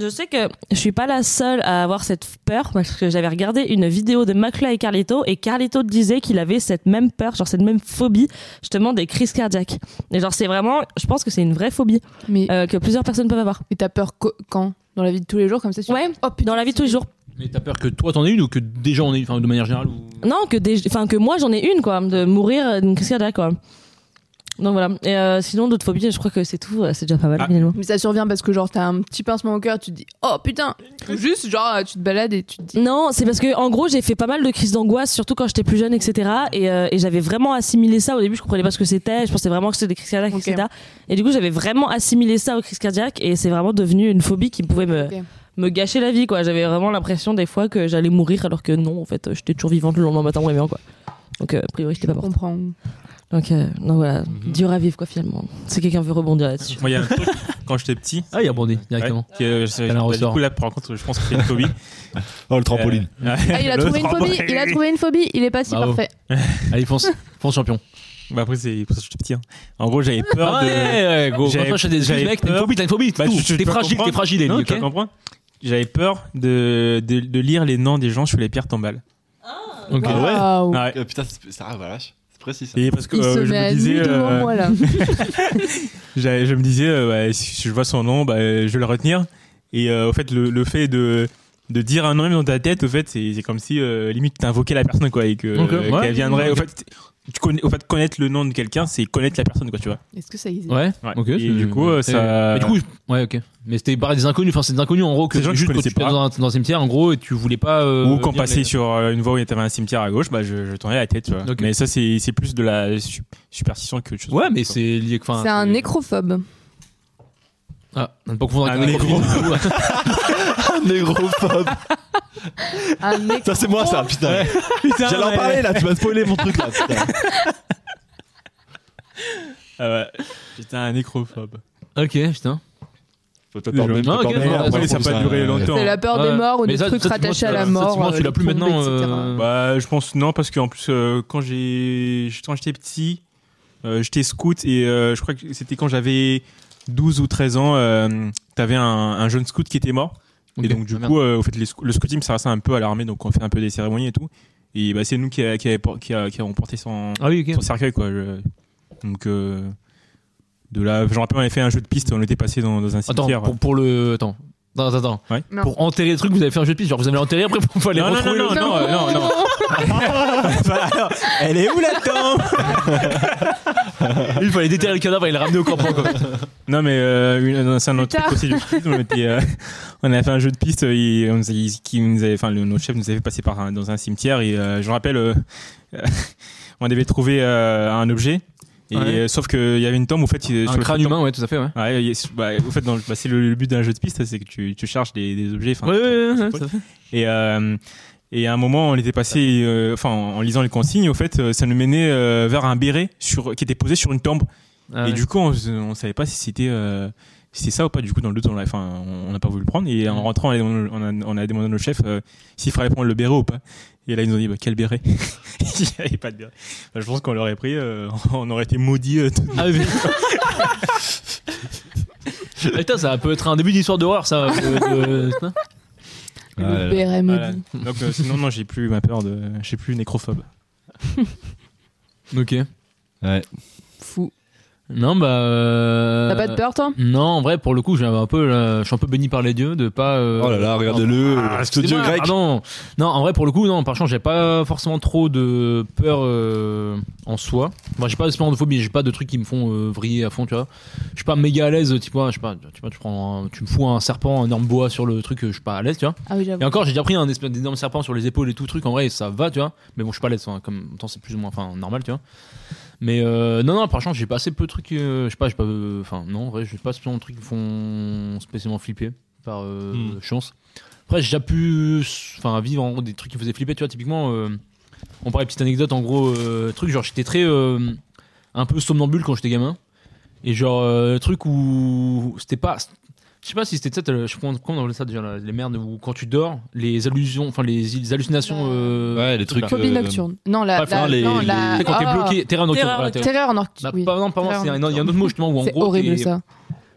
[SPEAKER 6] je sais que je suis pas la seule à avoir cette peur parce que j'avais regardé une vidéo de McFly et Carlito et Carlito disait qu'il avait cette même peur genre cette même phobie justement des crises cardiaques et genre c'est vraiment je pense que c'est une vraie phobie
[SPEAKER 3] Mais
[SPEAKER 6] euh, que plusieurs personnes peuvent avoir
[SPEAKER 3] et t'as peur co- quand Dans la vie de tous les jours, comme ça tu
[SPEAKER 6] ouais
[SPEAKER 3] Oh, putain,
[SPEAKER 6] dans la vie de tous les jours
[SPEAKER 2] Mais t'as peur que toi t'en aies une ou que des gens en aient une, enfin de manière générale ou...
[SPEAKER 6] Non, que, des, enfin, que moi j'en ai une, quoi, de mourir euh, d'une crise cardiaque, quoi. Donc voilà. Et euh, sinon, d'autres phobies, je crois que c'est tout, euh, c'est déjà pas mal,
[SPEAKER 4] Ah.
[SPEAKER 6] finalement.
[SPEAKER 3] Mais ça survient parce que genre t'as un petit pincement au cœur, tu te dis oh putain. Ou juste genre tu te balades et tu te dis
[SPEAKER 6] Non, c'est parce que en gros j'ai fait pas mal de crises d'angoisse, surtout quand j'étais plus jeune, etc. Et, euh, et j'avais vraiment assimilé ça. Au début, je comprenais pas ce que c'était. Je pensais vraiment que c'était des crises cardiaques,
[SPEAKER 3] Ok.
[SPEAKER 6] etc. Et du coup, j'avais vraiment assimilé ça aux crises cardiaques, et c'est vraiment devenu une phobie qui pouvait me
[SPEAKER 3] Ok.
[SPEAKER 6] me gâcher la vie, quoi. J'avais vraiment l'impression des fois que j'allais mourir, alors que non, en fait, euh, j'étais toujours vivante le lendemain matin en réveillant, quoi. Donc euh, a priori, j'étais pas
[SPEAKER 3] je
[SPEAKER 6] morte.
[SPEAKER 3] comprends.
[SPEAKER 6] Donc, euh, donc voilà,
[SPEAKER 5] Mhm.
[SPEAKER 6] dur à vivre, quoi, finalement. Si quelqu'un veut rebondir là-dessus.
[SPEAKER 4] Moi, il y a un truc, quand j'étais petit,
[SPEAKER 2] Ah, il a abondé directement.
[SPEAKER 4] qui, euh, c'est-
[SPEAKER 2] Elle en
[SPEAKER 4] bah, du
[SPEAKER 2] ressort.
[SPEAKER 4] coup, là, par contre, je pense que c'est une phobie.
[SPEAKER 5] Oh, le trampoline.
[SPEAKER 4] Euh,
[SPEAKER 3] <laughs> Ah, il a
[SPEAKER 4] <laughs> le
[SPEAKER 3] trouvé une phobie,
[SPEAKER 4] trampoline.
[SPEAKER 3] il a trouvé une phobie, il est pas si
[SPEAKER 2] Bravo.
[SPEAKER 3] parfait.
[SPEAKER 2] Allez, fonce, fonce champion. Ah,
[SPEAKER 4] Bah, après, c'est pour ça que j'étais petit. hein. En gros, j'avais peur de.
[SPEAKER 2] Ouais, gros.
[SPEAKER 4] J'avais-
[SPEAKER 2] Franchement, j'ai des
[SPEAKER 4] j'avais
[SPEAKER 2] des mecs, t'as une
[SPEAKER 4] peur.
[SPEAKER 2] phobie, t'as une phobie.
[SPEAKER 4] Bah,
[SPEAKER 2] tout.
[SPEAKER 4] je- je
[SPEAKER 2] T'es
[SPEAKER 4] peux
[SPEAKER 2] fragile, t'es
[SPEAKER 4] comprendre.
[SPEAKER 2] fragile, Ellie,
[SPEAKER 4] Non,
[SPEAKER 2] ok
[SPEAKER 4] tu comprends J'avais peur de, de, de lire les noms des gens sur les pierres tombales.
[SPEAKER 2] Ok.
[SPEAKER 5] Ah ouais
[SPEAKER 3] Waouh.
[SPEAKER 4] Ouais.
[SPEAKER 5] Euh, Putain, c'est- ça ah, vache. C'est précis ça. <laughs>
[SPEAKER 4] Et parce que
[SPEAKER 3] Oh. Il
[SPEAKER 4] euh,
[SPEAKER 3] se
[SPEAKER 4] je
[SPEAKER 3] met
[SPEAKER 4] me
[SPEAKER 3] à
[SPEAKER 4] disais,
[SPEAKER 3] nu devant
[SPEAKER 4] euh,
[SPEAKER 3] moi là.
[SPEAKER 4] j'avais- je me disais, euh, ouais, si je vois son nom, bah, euh, je vais le retenir. Et euh, au fait, le, le fait de, de dire un nom même dans ta tête, au fait, c'est c'est comme si euh, limite t'invoquais la personne quoi, et que
[SPEAKER 2] Ok,
[SPEAKER 4] euh,
[SPEAKER 2] ouais.
[SPEAKER 4] qu'elle viendrait. Au fait, tu connais, au fait, connaître le nom de quelqu'un, c'est connaître la personne quoi, tu vois.
[SPEAKER 3] Est-ce que ça existe
[SPEAKER 2] Ouais,
[SPEAKER 4] Ouais.
[SPEAKER 2] ok.
[SPEAKER 4] Et
[SPEAKER 2] c'est-
[SPEAKER 4] du coup, euh,
[SPEAKER 2] c'est-
[SPEAKER 4] ça-
[SPEAKER 2] Mais du coup, je- ouais, ok. Mais c'était par des inconnus, enfin, c'est des inconnus en gros que
[SPEAKER 4] Des gens que je
[SPEAKER 2] juste quand
[SPEAKER 4] connaissais
[SPEAKER 2] tu passes
[SPEAKER 4] pas.
[SPEAKER 2] dans un, dans un cimetière en gros et tu voulais pas. euh,
[SPEAKER 4] Ou quand
[SPEAKER 2] dire
[SPEAKER 4] passait
[SPEAKER 2] les-
[SPEAKER 4] sur euh, une voie où il y avait un cimetière à gauche, bah, je, je tournais la tête. tu vois.
[SPEAKER 2] Ok.
[SPEAKER 4] Mais ça, c'est c'est plus de la su- superstition que autre chose.
[SPEAKER 2] Ouais, mais c'est lié. enfin,
[SPEAKER 3] C'est un nécrophobe.
[SPEAKER 2] Ah, ne pas confondre
[SPEAKER 4] Un
[SPEAKER 2] avec un
[SPEAKER 4] négro.
[SPEAKER 2] nécro.
[SPEAKER 5] Négrophobe.
[SPEAKER 3] Un nécrophobe.
[SPEAKER 5] Ça, c'est moi ça, <laughs> putain.
[SPEAKER 4] Putain,
[SPEAKER 5] J'allais en
[SPEAKER 4] ouais.
[SPEAKER 5] parler là, tu m'as spoilé mon truc <laughs> là. putain.
[SPEAKER 4] Ah ouais. Putain, un nécrophobe.
[SPEAKER 2] <laughs> Ok, putain.
[SPEAKER 5] Faut pas
[SPEAKER 4] Non,
[SPEAKER 5] pardonner, faut
[SPEAKER 2] ok, non,
[SPEAKER 5] pardonner. Après,
[SPEAKER 4] Après,
[SPEAKER 2] ouais,
[SPEAKER 4] ça
[SPEAKER 5] faut
[SPEAKER 4] n'a pas
[SPEAKER 5] ça-
[SPEAKER 4] duré longtemps.
[SPEAKER 3] C'est la peur
[SPEAKER 2] Ouais.
[SPEAKER 3] des morts ou
[SPEAKER 2] Mais
[SPEAKER 3] des
[SPEAKER 2] ça-
[SPEAKER 3] trucs
[SPEAKER 2] ça, tu vois,
[SPEAKER 3] rattachés à
[SPEAKER 2] tu-
[SPEAKER 3] la
[SPEAKER 2] ça, tu
[SPEAKER 3] mort.
[SPEAKER 2] vois, tu
[SPEAKER 3] euh,
[SPEAKER 2] l'as plus
[SPEAKER 3] les tombes,
[SPEAKER 2] maintenant,
[SPEAKER 3] etc.
[SPEAKER 2] euh,
[SPEAKER 4] Bah, je pense non, parce qu'en plus, euh, quand j'ai quand j'étais petit, euh, j'étais scout et euh, je crois que c'était quand j'avais 12 ou 13 ans, euh, t'avais un, un jeune scout qui était mort. Et
[SPEAKER 2] Ok.
[SPEAKER 4] donc, du
[SPEAKER 2] Ah,
[SPEAKER 4] coup, euh, au fait, les sc- le scoutisme, ça restait un peu à l'armée, donc on fait un peu des cérémonies et tout. Et bah, c'est nous qui, a- qui, avait por- qui, a- qui avons porté son,
[SPEAKER 2] Ah oui,
[SPEAKER 4] son
[SPEAKER 2] ok.
[SPEAKER 4] cercueil quoi. je- Donc euh, de là, je me rappelle on avait fait un jeu de piste, on était passé dans, dans un cimetière.
[SPEAKER 2] Attends,
[SPEAKER 4] <laughs>
[SPEAKER 2] pour, pour le. Attends. Attends, attends.
[SPEAKER 4] Ouais.
[SPEAKER 3] Non.
[SPEAKER 2] Pour enterrer le truc, vous avez fait un jeu de piste. Genre, vous avez enterré après pour aller
[SPEAKER 4] Non, non,
[SPEAKER 2] retrouver
[SPEAKER 4] non,
[SPEAKER 2] le-
[SPEAKER 4] non, euh, Bah, non, non. Voilà, alors, elle est où la tombe
[SPEAKER 2] Il fallait déterrer le <laughs> cadavre et le ramener au campement. quoi.
[SPEAKER 4] Non, mais euh, une- non, c'est un autre
[SPEAKER 3] Plus
[SPEAKER 4] truc aussi du schisme, on, était, euh, <laughs> on a fait un jeu de piste. euh, il- on nous a- il- qui nous avait- enfin, le- notre chef nous avait fait passer par un- dans un cimetière. Et euh, je me rappelle, euh, <laughs> on devait trouver euh, un objet. Et,
[SPEAKER 2] Ouais.
[SPEAKER 4] euh, sauf qu'il y avait une tombe, en fait, il- sur
[SPEAKER 2] Un
[SPEAKER 4] le
[SPEAKER 2] crâne
[SPEAKER 4] tombe-
[SPEAKER 2] humain, ouais, tout à fait, ouais.
[SPEAKER 4] Ouais, il y a- bah, au fait, dans le- bah, c'est le, le but d'un jeu de piste, c'est que tu, tu charges des, des objets. enfin,
[SPEAKER 2] Ouais, ouais, ouais, ouais,
[SPEAKER 4] c'est-
[SPEAKER 2] tout à fait.
[SPEAKER 4] Et, euh, et à un moment, on était passé, euh, enfin, en, en lisant les consignes, au fait, euh, ça nous menait euh, vers un béret sur, qui était posé sur une tombe.
[SPEAKER 2] Ah,
[SPEAKER 4] et
[SPEAKER 2] ouais.
[SPEAKER 4] du coup, on, se- on savait pas si c'était euh, si c'était ça ou pas. Du coup, dans le doute, on l'a- enfin, on on n'a pas voulu le prendre. Et en
[SPEAKER 2] Mm.
[SPEAKER 4] rentrant, on a, on a- on a demandé à nos chefs euh, s'il fallait prendre le béret ou pas. Et là, ils nous ont dit, bah, quel béret <laughs> Il n'y avait pas de béret. Bah, je pense qu'on l'aurait pris, euh, <laughs> on aurait été maudits. euh,
[SPEAKER 2] Ah, oui. Ah, <laughs> Putain, ça peut être un début d'histoire d'horreur, ça. de- de-
[SPEAKER 5] Ouais.
[SPEAKER 3] Le béret
[SPEAKER 4] Voilà.
[SPEAKER 3] maudit.
[SPEAKER 4] Donc euh, sinon non j'ai plus ma peur de je suis plus nécrophobe.
[SPEAKER 2] Ok.
[SPEAKER 5] Ouais.
[SPEAKER 3] Fou.
[SPEAKER 2] Non, bah. euh,
[SPEAKER 3] T'as pas de peur, toi
[SPEAKER 2] Non, en vrai, pour le coup, j'avais un peu, là, je suis un peu béni par les dieux de pas. euh,
[SPEAKER 5] Oh là là, regardez-le,
[SPEAKER 2] Ah,
[SPEAKER 5] ce dieu
[SPEAKER 2] excusez-moi,
[SPEAKER 5] grec.
[SPEAKER 2] pardon. Non, en vrai, pour le coup, non, par chance, j'ai pas forcément trop de peur euh, en soi. Moi, j'ai pas de phobie, j'ai pas de trucs qui me font euh, vriller à fond, tu vois. Je suis pas méga à l'aise, tu vois, je sais pas, tu vois, tu prends, un- tu me fous un serpent, un énorme bois sur le truc, euh, je suis pas à l'aise, tu vois.
[SPEAKER 3] Ah oui, j'avoue.
[SPEAKER 2] Et encore, j'ai déjà pris un espèce d'énorme serpent sur les épaules et tout truc. En vrai, ça va, tu vois. Mais bon, je suis pas à l'aise. hein, Comme en même temps, c'est plus ou moins, enfin, normal, tu vois. Mais euh, non, non, par chance, j'ai pas assez peu de trucs. euh, je sais pas, j'ai pas. euh, Enfin, non, en vrai, j'ai pas spécialement de trucs qui font spécialement flipper par euh,
[SPEAKER 5] Hmm.
[SPEAKER 2] chance. Après, j'ai déjà pu, enfin, vivre en gros, des trucs qui me faisaient flipper, tu vois. Typiquement, euh, on parlait petite anecdote. En gros, euh, truc genre, j'étais très euh, un peu somnambule quand j'étais gamin. Et genre, euh, le truc où c'était pas, je sais pas si c'était ça, t'as le- je sais pas comment on appelle ça déjà, là, les merdes où quand tu dors, les allusions, enfin les, les hallucinations. euh,
[SPEAKER 5] Ouais, les trucs.
[SPEAKER 3] Phobie
[SPEAKER 5] euh,
[SPEAKER 3] nocturne. Non, la.
[SPEAKER 2] bref,
[SPEAKER 3] la-
[SPEAKER 5] non, les-
[SPEAKER 3] non,
[SPEAKER 5] les-
[SPEAKER 2] tu
[SPEAKER 3] la-
[SPEAKER 2] sais, quand t'es
[SPEAKER 3] Ah,
[SPEAKER 2] bloqué, terrain nocturne.
[SPEAKER 6] Terrain
[SPEAKER 2] voilà, terrain-
[SPEAKER 3] Terreur
[SPEAKER 2] Bah,
[SPEAKER 3] nocturne. oui.
[SPEAKER 2] pas- non, pardon,
[SPEAKER 3] Terrain
[SPEAKER 2] c'est un- non,
[SPEAKER 3] nocturne.
[SPEAKER 2] il y a un autre mot justement où en
[SPEAKER 3] C'est
[SPEAKER 2] gros.
[SPEAKER 3] horrible
[SPEAKER 2] t'es-
[SPEAKER 3] ça.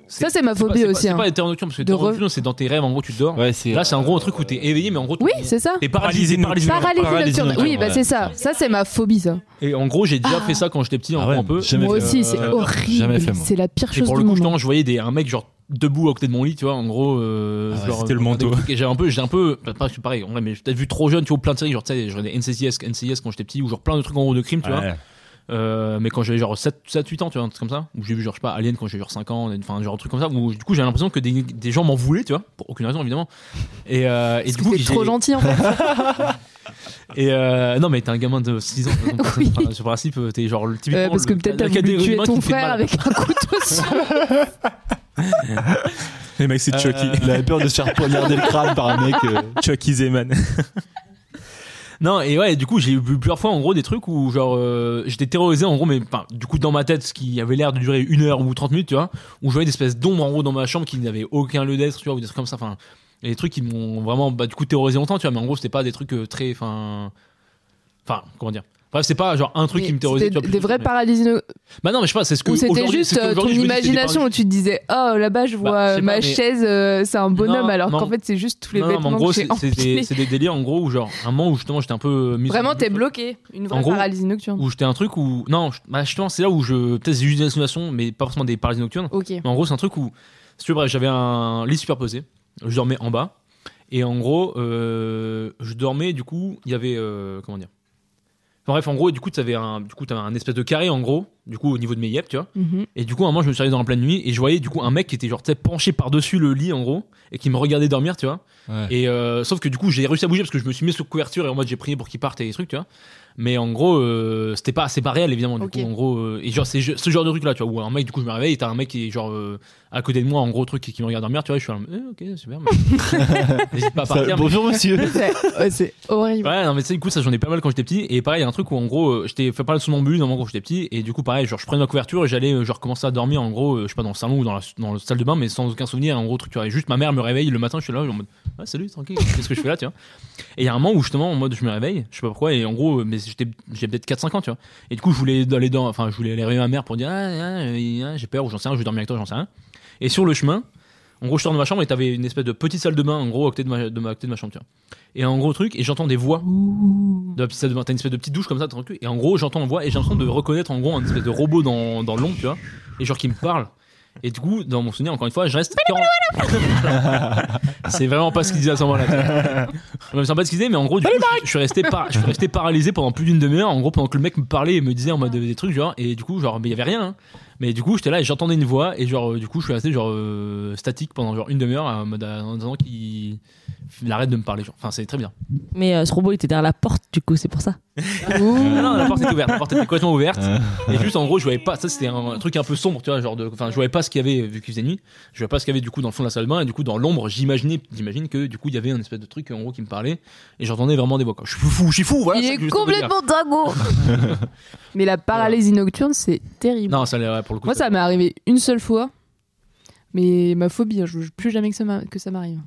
[SPEAKER 2] c'est-
[SPEAKER 3] Ça, c'est ma
[SPEAKER 2] c'est pas-
[SPEAKER 3] phobie
[SPEAKER 2] c'est pas-
[SPEAKER 3] aussi.
[SPEAKER 2] C'est
[SPEAKER 3] hein.
[SPEAKER 2] pas les terrains nocturnes parce que
[SPEAKER 3] De
[SPEAKER 2] terrain
[SPEAKER 3] re-
[SPEAKER 2] nocturne, c'est dans tes rêves, en gros, tu dors.
[SPEAKER 5] Ouais, c'est.
[SPEAKER 2] Là, c'est en gros un truc où t'es éveillé, mais en gros,
[SPEAKER 3] Oui,
[SPEAKER 2] t'es-
[SPEAKER 3] c'est ça.
[SPEAKER 2] t'es paralysé. paralysé.
[SPEAKER 4] Paralysé
[SPEAKER 3] Paralysie
[SPEAKER 5] Paralysie
[SPEAKER 3] nocturne.
[SPEAKER 5] nocturne,
[SPEAKER 3] Oui, bah
[SPEAKER 5] ouais.
[SPEAKER 3] c'est ça. Ça, c'est ma phobie, ça.
[SPEAKER 2] Et en gros, j'ai déjà
[SPEAKER 3] Ah.
[SPEAKER 2] fait ça quand j'étais petit, en
[SPEAKER 5] Ah
[SPEAKER 2] gros,
[SPEAKER 5] ouais,
[SPEAKER 2] un peu.
[SPEAKER 5] jamais
[SPEAKER 3] moi
[SPEAKER 5] fait.
[SPEAKER 3] aussi, c'est
[SPEAKER 5] Euh, Jamais fait,
[SPEAKER 3] horrible.
[SPEAKER 5] moi.
[SPEAKER 3] C'est la pire
[SPEAKER 2] Et
[SPEAKER 3] chose
[SPEAKER 2] pour
[SPEAKER 3] du
[SPEAKER 2] le coup,
[SPEAKER 3] monde.
[SPEAKER 2] justement, je voyais des, un mec genre debout à côté de mon lit, tu vois, en gros. Euh,
[SPEAKER 5] Ah ouais,
[SPEAKER 2] genre,
[SPEAKER 4] c'était le
[SPEAKER 2] euh,
[SPEAKER 4] manteau.
[SPEAKER 2] des trucs. Et j'avais un peu, j'ai un peu, pas- pas- pareil, en vrai, mais j'ai peut-être vu trop jeune, tu vois, plein de séries, genre, tu sais, genre des NCIS, NCIS quand j'étais petit, ou genre plein de trucs en gros de crime, tu vois.
[SPEAKER 5] Ouais.
[SPEAKER 2] Euh, mais quand j'avais genre 7, 7 8 ans, tu vois, un truc comme ça, où j'ai vu genre, je sais pas, Alien quand j'ai genre 5 ans, enfin, genre un truc comme ça, où du coup, j'avais l'impression que des, des gens m'en voulaient, tu vois, pour aucune raison, évidemment. Et, euh, et du coup,
[SPEAKER 3] T'es trop
[SPEAKER 2] j'ai-
[SPEAKER 3] gentil, en fait.
[SPEAKER 2] et euh, non, mais t'es un gamin de 6
[SPEAKER 3] <laughs>
[SPEAKER 2] ans, par exemple,
[SPEAKER 3] Oui.
[SPEAKER 2] enfin, sur principe, euh, t'es genre le typiquement.
[SPEAKER 3] Euh, Parce que
[SPEAKER 2] le-
[SPEAKER 3] peut-être
[SPEAKER 2] la
[SPEAKER 3] t'as voulu
[SPEAKER 2] catégorie
[SPEAKER 3] tuer
[SPEAKER 2] d'humain qui
[SPEAKER 3] ton
[SPEAKER 2] me fait
[SPEAKER 3] frère
[SPEAKER 2] mal.
[SPEAKER 3] avec un couteau sur-
[SPEAKER 4] Les mecs c'est Chucky,
[SPEAKER 2] Euh,
[SPEAKER 5] Il avait peur de se faire poignarder le crâne par un mec. euh,
[SPEAKER 4] Chucky Zeman.
[SPEAKER 2] Non, et ouais, du coup, j'ai vu plusieurs fois en gros des trucs où genre euh, j'étais terrorisé en gros, mais enfin, du coup, dans ma tête, ce qui avait l'air de durer une heure ou 30 minutes, tu vois, où je voyais des espèces d'ombres en gros dans ma chambre qui n'avaient aucun lieu d'être, tu vois, ou des trucs comme ça, enfin, et des trucs qui m'ont vraiment bah, du coup terrorisé longtemps, tu vois, mais en gros, c'était pas des trucs euh, très, enfin, enfin, comment dire. Bref, c'est pas genre un truc qui me terrorisait.
[SPEAKER 3] C'était
[SPEAKER 2] tu vois,
[SPEAKER 3] des
[SPEAKER 2] plus-
[SPEAKER 3] vraies
[SPEAKER 2] mais-
[SPEAKER 3] paralysies. no-
[SPEAKER 2] Bah non, mais je sais pas, c'est ce que.
[SPEAKER 3] Ou c'était
[SPEAKER 2] aujourd'hui-
[SPEAKER 3] juste
[SPEAKER 2] c'est ce que
[SPEAKER 3] euh, ton
[SPEAKER 2] aujourd'hui, je me dis, c'est des
[SPEAKER 3] imagination où tu te disais Oh là-bas, je vois
[SPEAKER 2] Bah, je sais
[SPEAKER 3] euh, ma
[SPEAKER 2] pas, mais-
[SPEAKER 3] chaise, euh, c'est un bonhomme,
[SPEAKER 2] Non,
[SPEAKER 3] alors
[SPEAKER 2] non.
[SPEAKER 3] qu'en fait, c'est juste tous les
[SPEAKER 2] Non, non, mais en
[SPEAKER 3] vêtements
[SPEAKER 2] gros,
[SPEAKER 3] que j'ai
[SPEAKER 2] c'est c'est des,
[SPEAKER 3] empilés.
[SPEAKER 2] c'est des délires en gros où genre un moment où justement j'étais un peu mis.
[SPEAKER 3] Vraiment, t'es bloqué. Une vraie
[SPEAKER 2] En gros,
[SPEAKER 3] paralysie nocturne.
[SPEAKER 2] où j'étais un truc où non je- bah, justement c'est là où je peut-être j'ai eu des hallucinations mais pas forcément des paralysies nocturnes
[SPEAKER 3] Ok.
[SPEAKER 2] mais en gros c'est un truc où si tu veux bref j'avais un lit superposé je dormais en bas et en gros euh, je dormais du coup il y avait euh, comment dire Enfin, bref en gros du coup tu avais un du coup t'avais un espèce de carré en gros du coup au niveau de mes yeux tu vois
[SPEAKER 3] Mhm.
[SPEAKER 2] et du coup, à un moment, je me suis réveillé dans la pleine nuit et je voyais du coup un mec qui était genre tu sais, penché par-dessus le lit en gros et qui me regardait dormir, tu vois.
[SPEAKER 5] Ouais.
[SPEAKER 2] Et euh, sauf que du coup, j'ai réussi à bouger parce que je me suis mis sous couverture et en mode j'ai prié pour qu'il parte et des trucs, tu vois. Mais en gros, euh, c'était pas c'est pas réel évidemment. Du
[SPEAKER 3] Ok.
[SPEAKER 2] coup, en gros, euh, et genre c'est je- ce genre de truc là, tu vois, où un mec du coup je me réveille et t'as un mec qui est genre euh, à côté de moi en gros truc et qui me regarde dormir, tu vois. Je suis là, Eh, ok super.
[SPEAKER 5] <laughs>
[SPEAKER 2] mais- N'hésite pas à
[SPEAKER 5] ça-
[SPEAKER 2] partir. mais-
[SPEAKER 5] Bonjour
[SPEAKER 3] <laughs>
[SPEAKER 5] monsieur. <laughs>
[SPEAKER 3] C'est- ouais, C'est horrible.
[SPEAKER 2] Ouais, non, mais tu sais, du coup, ça, j'en ai pas mal quand j'étais petit. Et pareil, il y a un truc où, en gros, euh, j'étais fait pas mal sous mon but, normalement, quand j'étais petit. Et du coup, pareil, genre, je prenais ma couverture et j'allais, euh, genre, commencer à dormir, en gros, euh, je sais pas, dans le salon ou dans la, dans la salle de bain, mais sans aucun souvenir. En gros, truc, tu vois. Et juste ma mère me réveille le matin, je suis là, en mode, ah, salut, tranquille, qu'est-ce que je fais là, tu vois. Et il y a un moment où, justement, en mode, je me réveille, je sais pas pourquoi, et en gros, euh, mais j'étais, j'ai peut-être 4-5 ans, tu vois. Et du coup, je voulais aller dans, enfin, je voulais aller réveiller ma mère pour dire, ah, ah, euh, ah, j'ai peur, ou j'en sais rien, je vais dormir avec toi, j'en sais rien. Et sur le chemin, en gros, je sors de ma chambre et t'avais une espèce de petite salle de bain, en gros, à côté de ma, de ma, à côté de ma chambre, tu vois. Et un gros truc, et j'entends des voix
[SPEAKER 3] Ouh.
[SPEAKER 2] de la petite salle de bain. T'as une espèce de petite douche comme ça, tranquille. Et en gros, j'entends une voix et j'ai l'impression de reconnaître en gros un espèce de robot dans, dans l'ombre, tu vois. Et genre qui me parle. Et du coup, dans mon souvenir, encore une fois, je reste. 40 c'est vraiment pas ce qu'il disait à ce moment-là. Je sais pas ce qu'il disait, mais en gros, du coup, je, je suis resté par- je suis resté paralysé pendant plus d'une demi-heure. En gros, pendant que le mec me parlait et me disait en mode des trucs, genre, et du coup, genre, mais il y avait rien. hein. Mais du coup, j'étais là et j'entendais une voix, et genre, euh, du coup, je suis resté genre euh, statique pendant genre une demi-heure en mode euh, en disant qu'il il arrête de me parler. Genre. Enfin, c'est très bien.
[SPEAKER 6] Mais euh, ce robot il était derrière la porte, du coup, c'est pour ça.
[SPEAKER 2] Ah non, la porte était ouverte, la porte était complètement ouverte. Et juste en gros, je voyais pas. Ça, c'était un truc un peu sombre, tu vois. Genre de, enfin, je voyais pas ce qu'il y avait vu qu'il faisait nuit. Je voyais pas ce qu'il y avait du coup dans le fond de la salle de bain. Et du coup, dans l'ombre, j'imaginais, j'imagine que du coup, il y avait un espèce de truc en gros qui me parlait. Et j'entendais vraiment des voix. quoi. Je suis fou, je suis fou. Voilà,
[SPEAKER 3] Il
[SPEAKER 2] c'est ça que
[SPEAKER 3] est
[SPEAKER 2] je voulais te dire.
[SPEAKER 3] complètement dingo Mais la paralysie nocturne, c'est terrible.
[SPEAKER 2] Non, ça l'est ouais, pour le coup.
[SPEAKER 3] Moi, ça m'est arrivé une seule fois. Mais ma phobie, hein, je veux plus jamais que ça m'a- que ça m'arrive.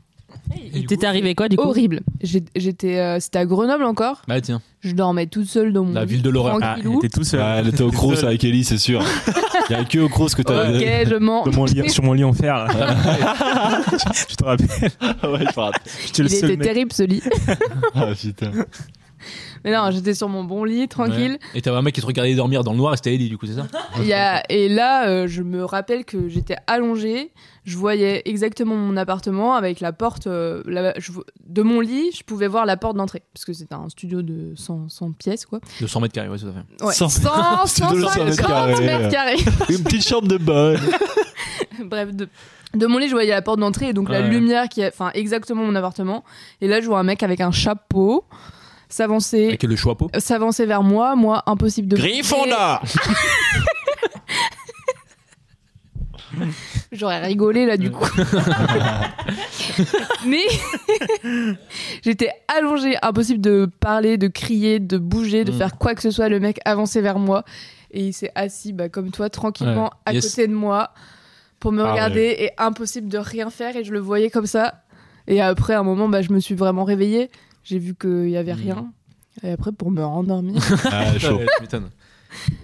[SPEAKER 6] Il t'était arrivé quoi, du coup
[SPEAKER 3] Horrible. J'ai- J'étais, euh, c'était à Grenoble encore.
[SPEAKER 2] Bah tiens,
[SPEAKER 3] Je dormais toute seule dans mon
[SPEAKER 2] la
[SPEAKER 3] lit,
[SPEAKER 2] ville de l'horreur.
[SPEAKER 4] Ah,
[SPEAKER 3] tranquillou.
[SPEAKER 4] t'es tout seul.
[SPEAKER 5] Ah, elle était au cross avec Ellie, c'est sûr. Il y a que au cross que t'as. <laughs>
[SPEAKER 3] ok, je mens.
[SPEAKER 4] Sur mon lit- <laughs> sur mon lit en fer. là. tu te rappelles
[SPEAKER 5] ouais, je me rappelle.
[SPEAKER 4] J'étais le
[SPEAKER 3] Il
[SPEAKER 4] seul
[SPEAKER 3] était
[SPEAKER 4] mec.
[SPEAKER 3] terrible ce lit.
[SPEAKER 5] Ah putain.
[SPEAKER 3] Mais non, j'étais sur mon bon lit, tranquille.
[SPEAKER 2] Ouais. Et t'avais un mec qui te regardait dormir dans le noir et c'était Eddie, du coup, c'est ça
[SPEAKER 3] Il y a- et là, euh, je me rappelle que j'étais allongée, je voyais exactement mon appartement avec la porte euh, là- je vo- de mon lit, je pouvais voir la porte d'entrée parce que c'était un studio de 100, 100 pièces quoi.
[SPEAKER 2] De 100 mètres carrés, ouais, tout à fait.
[SPEAKER 3] Ouais.
[SPEAKER 5] 100
[SPEAKER 3] 100,
[SPEAKER 5] Studio de 100 mètres
[SPEAKER 3] 150
[SPEAKER 5] carrés.
[SPEAKER 3] mètres carrés. <laughs>
[SPEAKER 5] Une petite chambre de bonne.
[SPEAKER 3] Bref, de, de mon lit, je voyais la porte d'entrée et donc la
[SPEAKER 2] Ouais.
[SPEAKER 3] lumière qui est, enfin, exactement mon appartement. Et là, je vois un mec avec un chapeau s'avancer,
[SPEAKER 2] Avec le chapeau.
[SPEAKER 3] euh, s'avancer vers moi. Moi, impossible de. J'aurais rigolé là du coup.
[SPEAKER 6] <laughs>
[SPEAKER 3] Mais <laughs> j'étais allongée, impossible de parler, de crier, de bouger, de
[SPEAKER 2] Mm.
[SPEAKER 3] faire quoi que ce soit. Le mec avançait vers moi et il s'est assis bah, comme toi tranquillement
[SPEAKER 2] Ouais.
[SPEAKER 3] à
[SPEAKER 2] Yes.
[SPEAKER 3] côté de moi pour me
[SPEAKER 5] Ah
[SPEAKER 3] regarder et impossible de rien faire et je le voyais comme ça. Et après un moment, bah, je me suis vraiment réveillée. J'ai vu qu'il y avait
[SPEAKER 2] Mm.
[SPEAKER 3] rien. Et après, pour me rendormir.
[SPEAKER 5] <laughs> Ah, chaud.
[SPEAKER 2] Ouais, tu m'étonnes.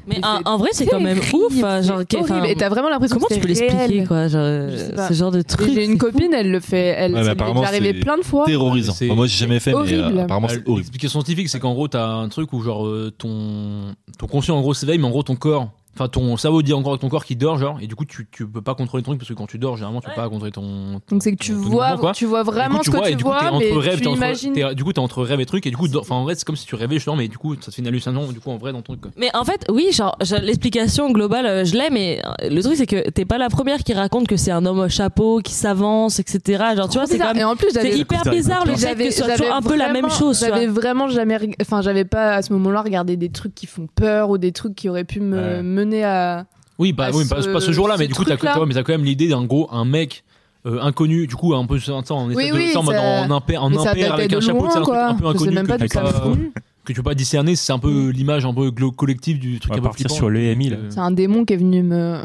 [SPEAKER 6] Mais
[SPEAKER 3] Et
[SPEAKER 6] en,
[SPEAKER 3] c'est
[SPEAKER 6] en vrai, c'est quand
[SPEAKER 3] <laughs>
[SPEAKER 6] même
[SPEAKER 3] Terrible,
[SPEAKER 6] ouf. hein, genre,
[SPEAKER 3] c'est
[SPEAKER 6] que- enfin,
[SPEAKER 3] horrible. Et t'as vraiment l'impression
[SPEAKER 6] comment
[SPEAKER 3] que c'est
[SPEAKER 6] tu peux l'expliquer,
[SPEAKER 3] réel.
[SPEAKER 6] quoi genre, euh,
[SPEAKER 3] Je sais pas.
[SPEAKER 6] Ce genre de
[SPEAKER 3] Et
[SPEAKER 6] truc.
[SPEAKER 3] J'ai une copine, elle le fait. Elle,
[SPEAKER 5] Ouais, mais
[SPEAKER 3] ça lui est
[SPEAKER 5] apparemment,
[SPEAKER 3] déjà arrivé
[SPEAKER 5] c'est-
[SPEAKER 3] plein de fois.
[SPEAKER 5] Terrorisant.
[SPEAKER 2] C'est-
[SPEAKER 5] Bah, moi, j'ai jamais fait, mais
[SPEAKER 3] horrible.
[SPEAKER 5] euh, apparemment, c'est
[SPEAKER 2] Ah, <laughs>
[SPEAKER 5] horrible.
[SPEAKER 2] L'explication scientifique, c'est qu'en gros, t'as un truc où genre euh, ton ton conscient en gros s'éveille, mais en gros ton corps, enfin ton cerveau dit encore avec ton corps qui dort, genre, et du coup tu, tu peux pas contrôler ton truc parce que quand tu dors, généralement tu peux pas contrôler ton. ton-
[SPEAKER 3] Donc c'est que tu
[SPEAKER 2] ton
[SPEAKER 3] vois,
[SPEAKER 2] mouvement, quoi.
[SPEAKER 3] tu vois
[SPEAKER 2] Et du coup,
[SPEAKER 3] vraiment ce
[SPEAKER 2] vois,
[SPEAKER 3] que
[SPEAKER 2] et
[SPEAKER 3] tu
[SPEAKER 2] du coup, t'es
[SPEAKER 3] vois,
[SPEAKER 2] entre
[SPEAKER 3] mais
[SPEAKER 2] rêve,
[SPEAKER 3] tu
[SPEAKER 2] t'es entre-
[SPEAKER 3] imagines.
[SPEAKER 2] t'es- du coup t'es entre rêve et truc, et du coup, dans- enfin en vrai c'est comme si tu rêvais, justement, mais du coup ça te fait une hallucination, du coup en vrai dans ton truc. Quoi.
[SPEAKER 6] Mais en fait, oui, genre, je- l'explication globale, euh, je l'ai, mais euh, le truc, c'est que t'es pas la première qui raconte que c'est un homme au chapeau, qui s'avance, etc. Genre, tu vois, c'est quand
[SPEAKER 3] Et
[SPEAKER 6] même.
[SPEAKER 3] en plus,
[SPEAKER 6] C'est
[SPEAKER 3] j'avais
[SPEAKER 6] hyper
[SPEAKER 4] J'avais-
[SPEAKER 6] bizarre le fait
[SPEAKER 3] j'avais
[SPEAKER 6] que ce soit
[SPEAKER 3] j'avais
[SPEAKER 6] toujours un peu la même
[SPEAKER 3] vraiment-
[SPEAKER 6] chose. tu vois.
[SPEAKER 3] J'avais vraiment jamais, reg- enfin, j'avais pas à ce moment-là regardé des trucs qui font peur ou des trucs qui auraient pu me
[SPEAKER 4] Ouais.
[SPEAKER 3] mener à.
[SPEAKER 2] Oui, bah,
[SPEAKER 3] À
[SPEAKER 2] oui, pas
[SPEAKER 3] ce-
[SPEAKER 2] ce, pas ce jour-là,
[SPEAKER 3] ce
[SPEAKER 2] mais du coup, t'as
[SPEAKER 3] truc-là.
[SPEAKER 2] ouais, mais t'as quand même l'idée d'un gros, un mec euh, inconnu, du coup, un peu tu sais, en espèce
[SPEAKER 3] Oui, oui,
[SPEAKER 2] de en mode
[SPEAKER 3] ça-
[SPEAKER 2] en impair, en
[SPEAKER 3] mais ça
[SPEAKER 2] impair
[SPEAKER 3] datait
[SPEAKER 2] avec
[SPEAKER 3] de
[SPEAKER 2] un chapeau, tu sais,
[SPEAKER 3] loin,
[SPEAKER 2] un truc
[SPEAKER 3] quoi.
[SPEAKER 2] un peu
[SPEAKER 3] Je sais
[SPEAKER 2] inconnu
[SPEAKER 3] même pas
[SPEAKER 2] que,
[SPEAKER 3] d'où
[SPEAKER 2] tu
[SPEAKER 3] ça
[SPEAKER 2] peux pas-
[SPEAKER 3] venait.
[SPEAKER 2] que tu peux pas discerner, c'est un
[SPEAKER 5] Mm.
[SPEAKER 2] peu l'image un peu glo- collective du truc
[SPEAKER 4] On va
[SPEAKER 2] un peu
[SPEAKER 4] partir
[SPEAKER 2] flippant.
[SPEAKER 4] sur l'EMI, là.
[SPEAKER 2] Euh,
[SPEAKER 3] C'est un démon qui est venu me.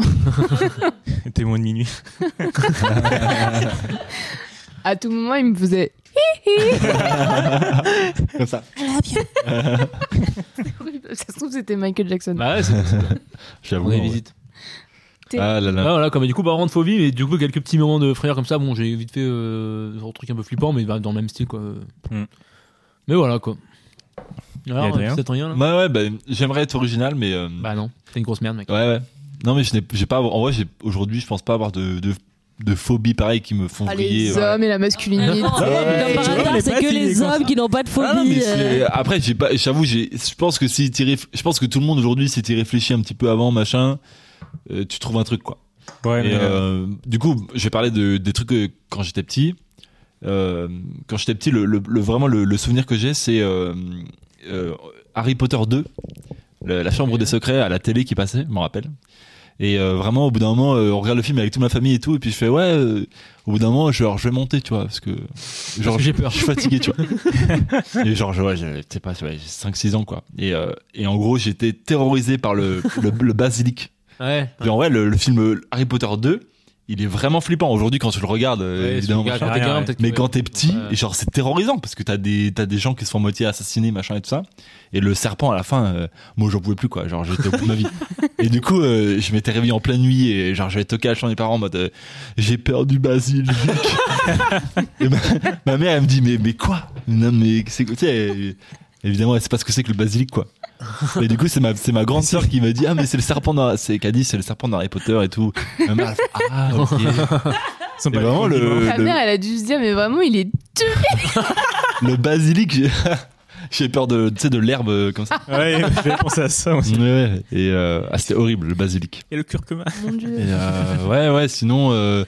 [SPEAKER 3] <laughs>
[SPEAKER 4] Témoin de minuit.
[SPEAKER 3] À tout moment, il me faisait.
[SPEAKER 5] Comme ça.
[SPEAKER 3] Ça se trouve, c'était Michael Jackson.
[SPEAKER 2] Bah ouais, c'est
[SPEAKER 5] <laughs>
[SPEAKER 4] <laughs>
[SPEAKER 5] J'avoue.
[SPEAKER 2] on a
[SPEAKER 5] en
[SPEAKER 2] des
[SPEAKER 5] vrai.
[SPEAKER 2] visites.
[SPEAKER 5] Ah là
[SPEAKER 2] Ah,
[SPEAKER 5] là.
[SPEAKER 2] voilà, comme du coup, bah, rendre phobie, mais du coup, quelques petits moments de frayeur comme ça. Bon, j'ai vite fait euh, un truc un peu flippant, mais bah, dans le même style, quoi.
[SPEAKER 4] Hmm.
[SPEAKER 2] Mais voilà, quoi. Alors,
[SPEAKER 4] Adrien
[SPEAKER 2] tu t'attends rien là
[SPEAKER 5] Ouais, ouais, bah, j'aimerais être original, mais. euh,
[SPEAKER 2] Bah non, t'es une grosse merde, mec.
[SPEAKER 5] Ouais, ouais. Non, mais je n'ai j'ai pas. En vrai, j'ai- aujourd'hui, je pense pas avoir de, de, de phobie pareille qui me font
[SPEAKER 3] Ah,
[SPEAKER 5] vriller.
[SPEAKER 3] les hommes et la masculinité.
[SPEAKER 6] <laughs> Comme par
[SPEAKER 4] Tu vois,
[SPEAKER 6] hasard,
[SPEAKER 4] les
[SPEAKER 6] c'est
[SPEAKER 4] pattes,
[SPEAKER 6] que
[SPEAKER 4] il est
[SPEAKER 6] les
[SPEAKER 4] comme
[SPEAKER 6] hommes qui n'ont pas de
[SPEAKER 5] Ah, non, mais
[SPEAKER 6] phobie.
[SPEAKER 5] c'est-
[SPEAKER 6] euh,
[SPEAKER 5] Après, j'ai pas. J'avoue, j'ai. Je pense que si t'y réf- je pense que tout le monde aujourd'hui, si t'y réfléchis un petit peu avant, machin, euh, tu trouves un truc quoi.
[SPEAKER 4] Ouais,
[SPEAKER 5] Et,
[SPEAKER 4] mais. euh,
[SPEAKER 5] euh, du coup, je vais parler de, des trucs que, quand j'étais petit. Euh, quand j'étais petit, le, le- le- vraiment le, le souvenir que j'ai, c'est euh, euh, Harry Potter 2, le- la chambre des secrets à la télé qui passait, je m'en rappelle. Et euh, vraiment, au bout d'un moment, euh, on regarde le film avec toute ma famille et tout, et puis je fais ouais. euh, au bout d'un moment, genre, je vais monter, tu vois, parce que genre
[SPEAKER 2] Parce que j'ai peur.
[SPEAKER 5] je suis fatigué, tu
[SPEAKER 2] <laughs>
[SPEAKER 5] vois. et genre, je- ouais, je sais pas, ouais, j'ai 5-6 ans, quoi. Et, euh, et en gros, j'étais terrorisé par le, le, le basilic.
[SPEAKER 2] Ouais.
[SPEAKER 5] Puis en vrai, le, le film euh, Harry Potter 2, il est vraiment flippant. Aujourd'hui, quand tu le regardes, euh,
[SPEAKER 2] Ouais,
[SPEAKER 5] évidemment.
[SPEAKER 2] celui-là,
[SPEAKER 5] machin.
[SPEAKER 2] quand t'es
[SPEAKER 4] rien,
[SPEAKER 2] gamin,
[SPEAKER 4] ouais.
[SPEAKER 2] peut-être que-
[SPEAKER 5] Mais quand t'es petit,
[SPEAKER 2] Ouais.
[SPEAKER 5] et genre c'est terrorisant parce que t'as des t'as des gens qui se font moitié assassiner machin et tout ça. Et le serpent à la fin, euh, moi j'en pouvais plus quoi. Genre j'étais au bout de ma vie. Et du coup, euh, je m'étais réveillé en pleine nuit et genre j'avais toqué à la chambre des parents en mode euh, j'ai peur du basilic. et ma, ma mère elle me dit mais mais quoi Non mais c'est tu sais, euh, évidemment elle sait pas ce que c'est que le basilic quoi. Et du coup, c'est ma, c'est ma grande sœur qui m'a dit Ah, mais c'est le serpent d'Harry C'est qui a dit C'est le serpent d'Harry Potter et tout. Ma mère, elle fait, ah, ok.
[SPEAKER 4] C'est
[SPEAKER 5] Et vraiment, le,
[SPEAKER 3] Ta mère,
[SPEAKER 5] le,
[SPEAKER 3] elle a dû se dire, mais vraiment, il est tué.
[SPEAKER 5] le basilic, j'ai- <laughs> j'ai peur de, tu sais, de l'herbe euh, comme ça.
[SPEAKER 4] Ouais, <laughs> j'ai pensé à ça aussi.
[SPEAKER 5] Ouais, ouais. Et euh, ah, c'était horrible, le basilic.
[SPEAKER 4] Et le curcuma.
[SPEAKER 3] Mon
[SPEAKER 2] <laughs>
[SPEAKER 3] dieu.
[SPEAKER 5] Et, euh, ouais, ouais, sinon, euh,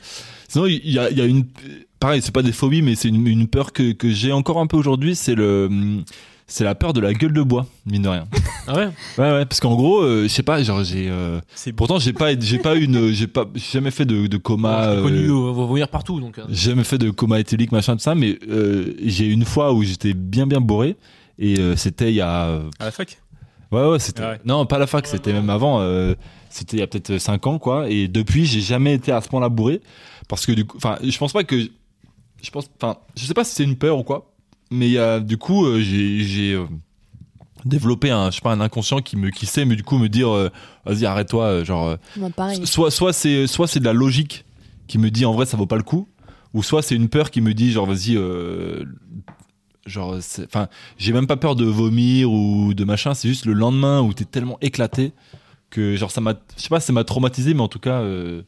[SPEAKER 5] sinon il y a, il y a une. Pareil, c'est pas des phobies, mais c'est une, une peur que, que j'ai encore un peu aujourd'hui, c'est le. C'est la peur de la gueule de bois, mine de <laughs> rien.
[SPEAKER 2] Ah ouais
[SPEAKER 5] Ouais, ouais, parce qu'en gros, euh, je sais pas, genre j'ai. euh,
[SPEAKER 4] C'est beau.
[SPEAKER 5] pourtant, j'ai pas, j'ai pas une, j'ai pas, j'ai jamais fait de, de coma.
[SPEAKER 2] J'ai connu
[SPEAKER 5] euh,
[SPEAKER 2] euh, vomir partout donc. euh.
[SPEAKER 5] j'ai jamais fait de coma éthylique, machin, tout ça, mais euh, j'ai eu une fois où j'étais bien, bien bourré. Et euh, c'était il y a. euh,
[SPEAKER 4] À la fac
[SPEAKER 5] Ouais, ouais, c'était.
[SPEAKER 4] Ah ouais.
[SPEAKER 5] Non, pas à la fac, c'était même avant. euh, c'était il y a peut-être 5 ans, quoi. Et depuis, j'ai jamais été à ce point-là bourré. Parce que du coup. Enfin, je pense pas que. Je pense. Enfin, je sais pas si c'est une peur ou quoi. Mais il y a, du coup, euh, j'ai. j'ai, euh, développé un je sais pas un inconscient qui me qui sait mais du coup me dire euh, vas-y arrête-toi euh, genre euh,
[SPEAKER 3] Bah, pareil.
[SPEAKER 5] soit soit c'est soit c'est de la logique qui me dit en vrai ça vaut pas le coup ou soit c'est une peur qui me dit genre vas-y euh, genre c'est- enfin j'ai même pas peur de vomir ou de machin c'est juste le lendemain où t'es tellement éclaté que genre ça m'a je sais pas ça m'a traumatisé mais en tout cas euh,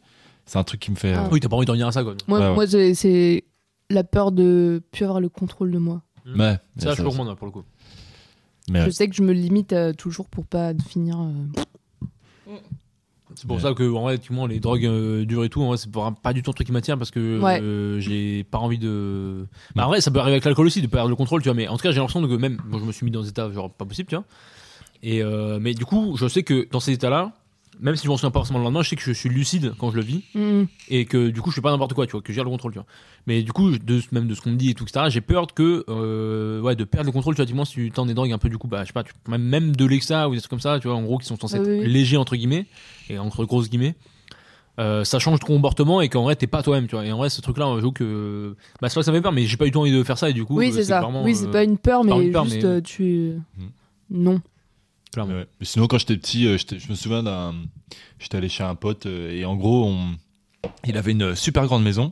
[SPEAKER 5] c'est un truc qui me fait euh,
[SPEAKER 3] Ah.
[SPEAKER 2] Oui, t'as pas envie de revenir à ça quoi.
[SPEAKER 3] Moi,
[SPEAKER 5] Ouais, ouais.
[SPEAKER 3] moi, c'est- c'est la peur de plus avoir le contrôle de moi.
[SPEAKER 5] ouais
[SPEAKER 2] Ça, je
[SPEAKER 5] ça-
[SPEAKER 2] peux comprendre pour le coup.
[SPEAKER 5] Ouais.
[SPEAKER 3] Je sais que je me limite euh, toujours pour pas finir. euh,
[SPEAKER 2] C'est pour
[SPEAKER 5] Ouais.
[SPEAKER 2] ça que, en vrai, effectivement, les drogues euh, dures et tout, en vrai, c'est pas pas du tout un truc qui m'attire parce que
[SPEAKER 3] Ouais.
[SPEAKER 2] euh, j'ai pas envie de. Bah, en vrai, ça peut arriver avec l'alcool aussi, de perdre le contrôle, tu vois. Mais en tout cas, j'ai l'impression que même. Moi, je me suis mis dans des états, genre, pas possible, tu vois. Et, euh, mais du coup, je sais que dans ces états-là, même si je m'en souviens pas forcément le lendemain, je sais que je suis lucide quand je le vis
[SPEAKER 3] mm.
[SPEAKER 2] et que du coup, je suis pas n'importe quoi, tu vois, que j'ai le contrôle, tu vois. Mais du coup, de, même de ce qu'on me dit et tout, etc., j'ai peur que. euh, ouais, de perdre le contrôle, tu vois. Du moins, si tu tends des drogues un peu, du coup, bah, je sais pas, tu- même, même de l'exa ou des trucs comme ça, tu vois, en gros, qui sont censés
[SPEAKER 3] Ah
[SPEAKER 2] être
[SPEAKER 3] oui, oui.
[SPEAKER 2] légers, entre guillemets, et entre grosses guillemets. euh, ça change ton comportement et qu'en vrai t'es pas toi-même tu vois et en vrai ce truc là j'avoue que bah c'est vrai que ça me fait peur mais j'ai pas eu envie de faire ça et du coup
[SPEAKER 3] oui,
[SPEAKER 2] euh,
[SPEAKER 3] c'est ça.
[SPEAKER 2] clairement,
[SPEAKER 3] oui,
[SPEAKER 2] euh,
[SPEAKER 3] c'est pas une peur,
[SPEAKER 2] pas
[SPEAKER 3] mais
[SPEAKER 2] une peur,
[SPEAKER 3] juste
[SPEAKER 2] mais-
[SPEAKER 3] euh, tu.
[SPEAKER 5] Mm.
[SPEAKER 3] Non.
[SPEAKER 2] clairement.
[SPEAKER 5] Ouais. Mais sinon, quand j'étais petit, euh, j'étais- je me souviens d'un. J'étais allé chez un pote euh, et en gros, on- il avait une super grande maison.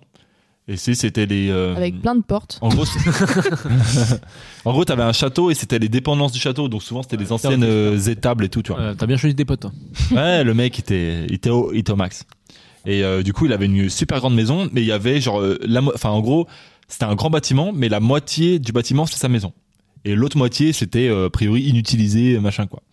[SPEAKER 5] Et c'est- c'était les. euh,
[SPEAKER 3] Avec plein de portes.
[SPEAKER 5] En gros, c'est- <laughs> en gros, t'avais un château et c'était les dépendances du château. Donc souvent, c'était les
[SPEAKER 2] putain,
[SPEAKER 5] anciennes
[SPEAKER 2] ok.
[SPEAKER 5] euh, étables et tout, tu vois.
[SPEAKER 2] Euh, t'as bien choisi tes potes toi.
[SPEAKER 5] Ouais, le mec était, il était, au, il était au max. Et euh, du coup, il avait une super grande maison, mais il y avait genre, euh, la, mo- enfin en gros, c'était un grand bâtiment, mais la moitié du bâtiment c'était sa maison, et l'autre moitié c'était euh, a priori inutilisé, machin quoi.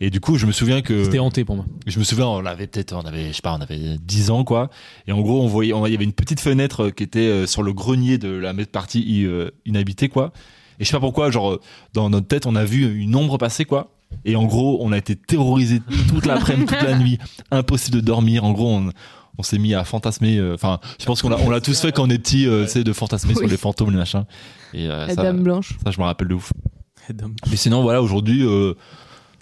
[SPEAKER 5] Et du coup, je me souviens que
[SPEAKER 2] c'était hanté pour moi
[SPEAKER 5] je me souviens, on l'avait peut-être, on avait, je sais pas, on avait 10 ans, quoi. Et en gros, on voyait, on- il y avait une petite fenêtre euh, qui était euh, sur le grenier de la ma- partie euh, inhabitée, quoi. Et je sais pas pourquoi, genre, euh, dans notre tête, on a vu une ombre passer, quoi. Et en gros, on a été terrorisés toute l'après-midi, toute la
[SPEAKER 3] <laughs>
[SPEAKER 5] nuit. Impossible de dormir. En gros, on, on s'est mis à fantasmer. euh, Enfin, je pense qu'on l'a, on l'a tous fait quand on est petit, euh, tu sais, de fantasmer sur
[SPEAKER 3] Oui.
[SPEAKER 5] les fantômes, les machins. Et euh,
[SPEAKER 3] La
[SPEAKER 5] ça,
[SPEAKER 3] dame blanche.
[SPEAKER 5] ça, je me rappelle de ouf.
[SPEAKER 4] Adam.
[SPEAKER 5] Mais sinon, voilà, aujourd'hui, euh,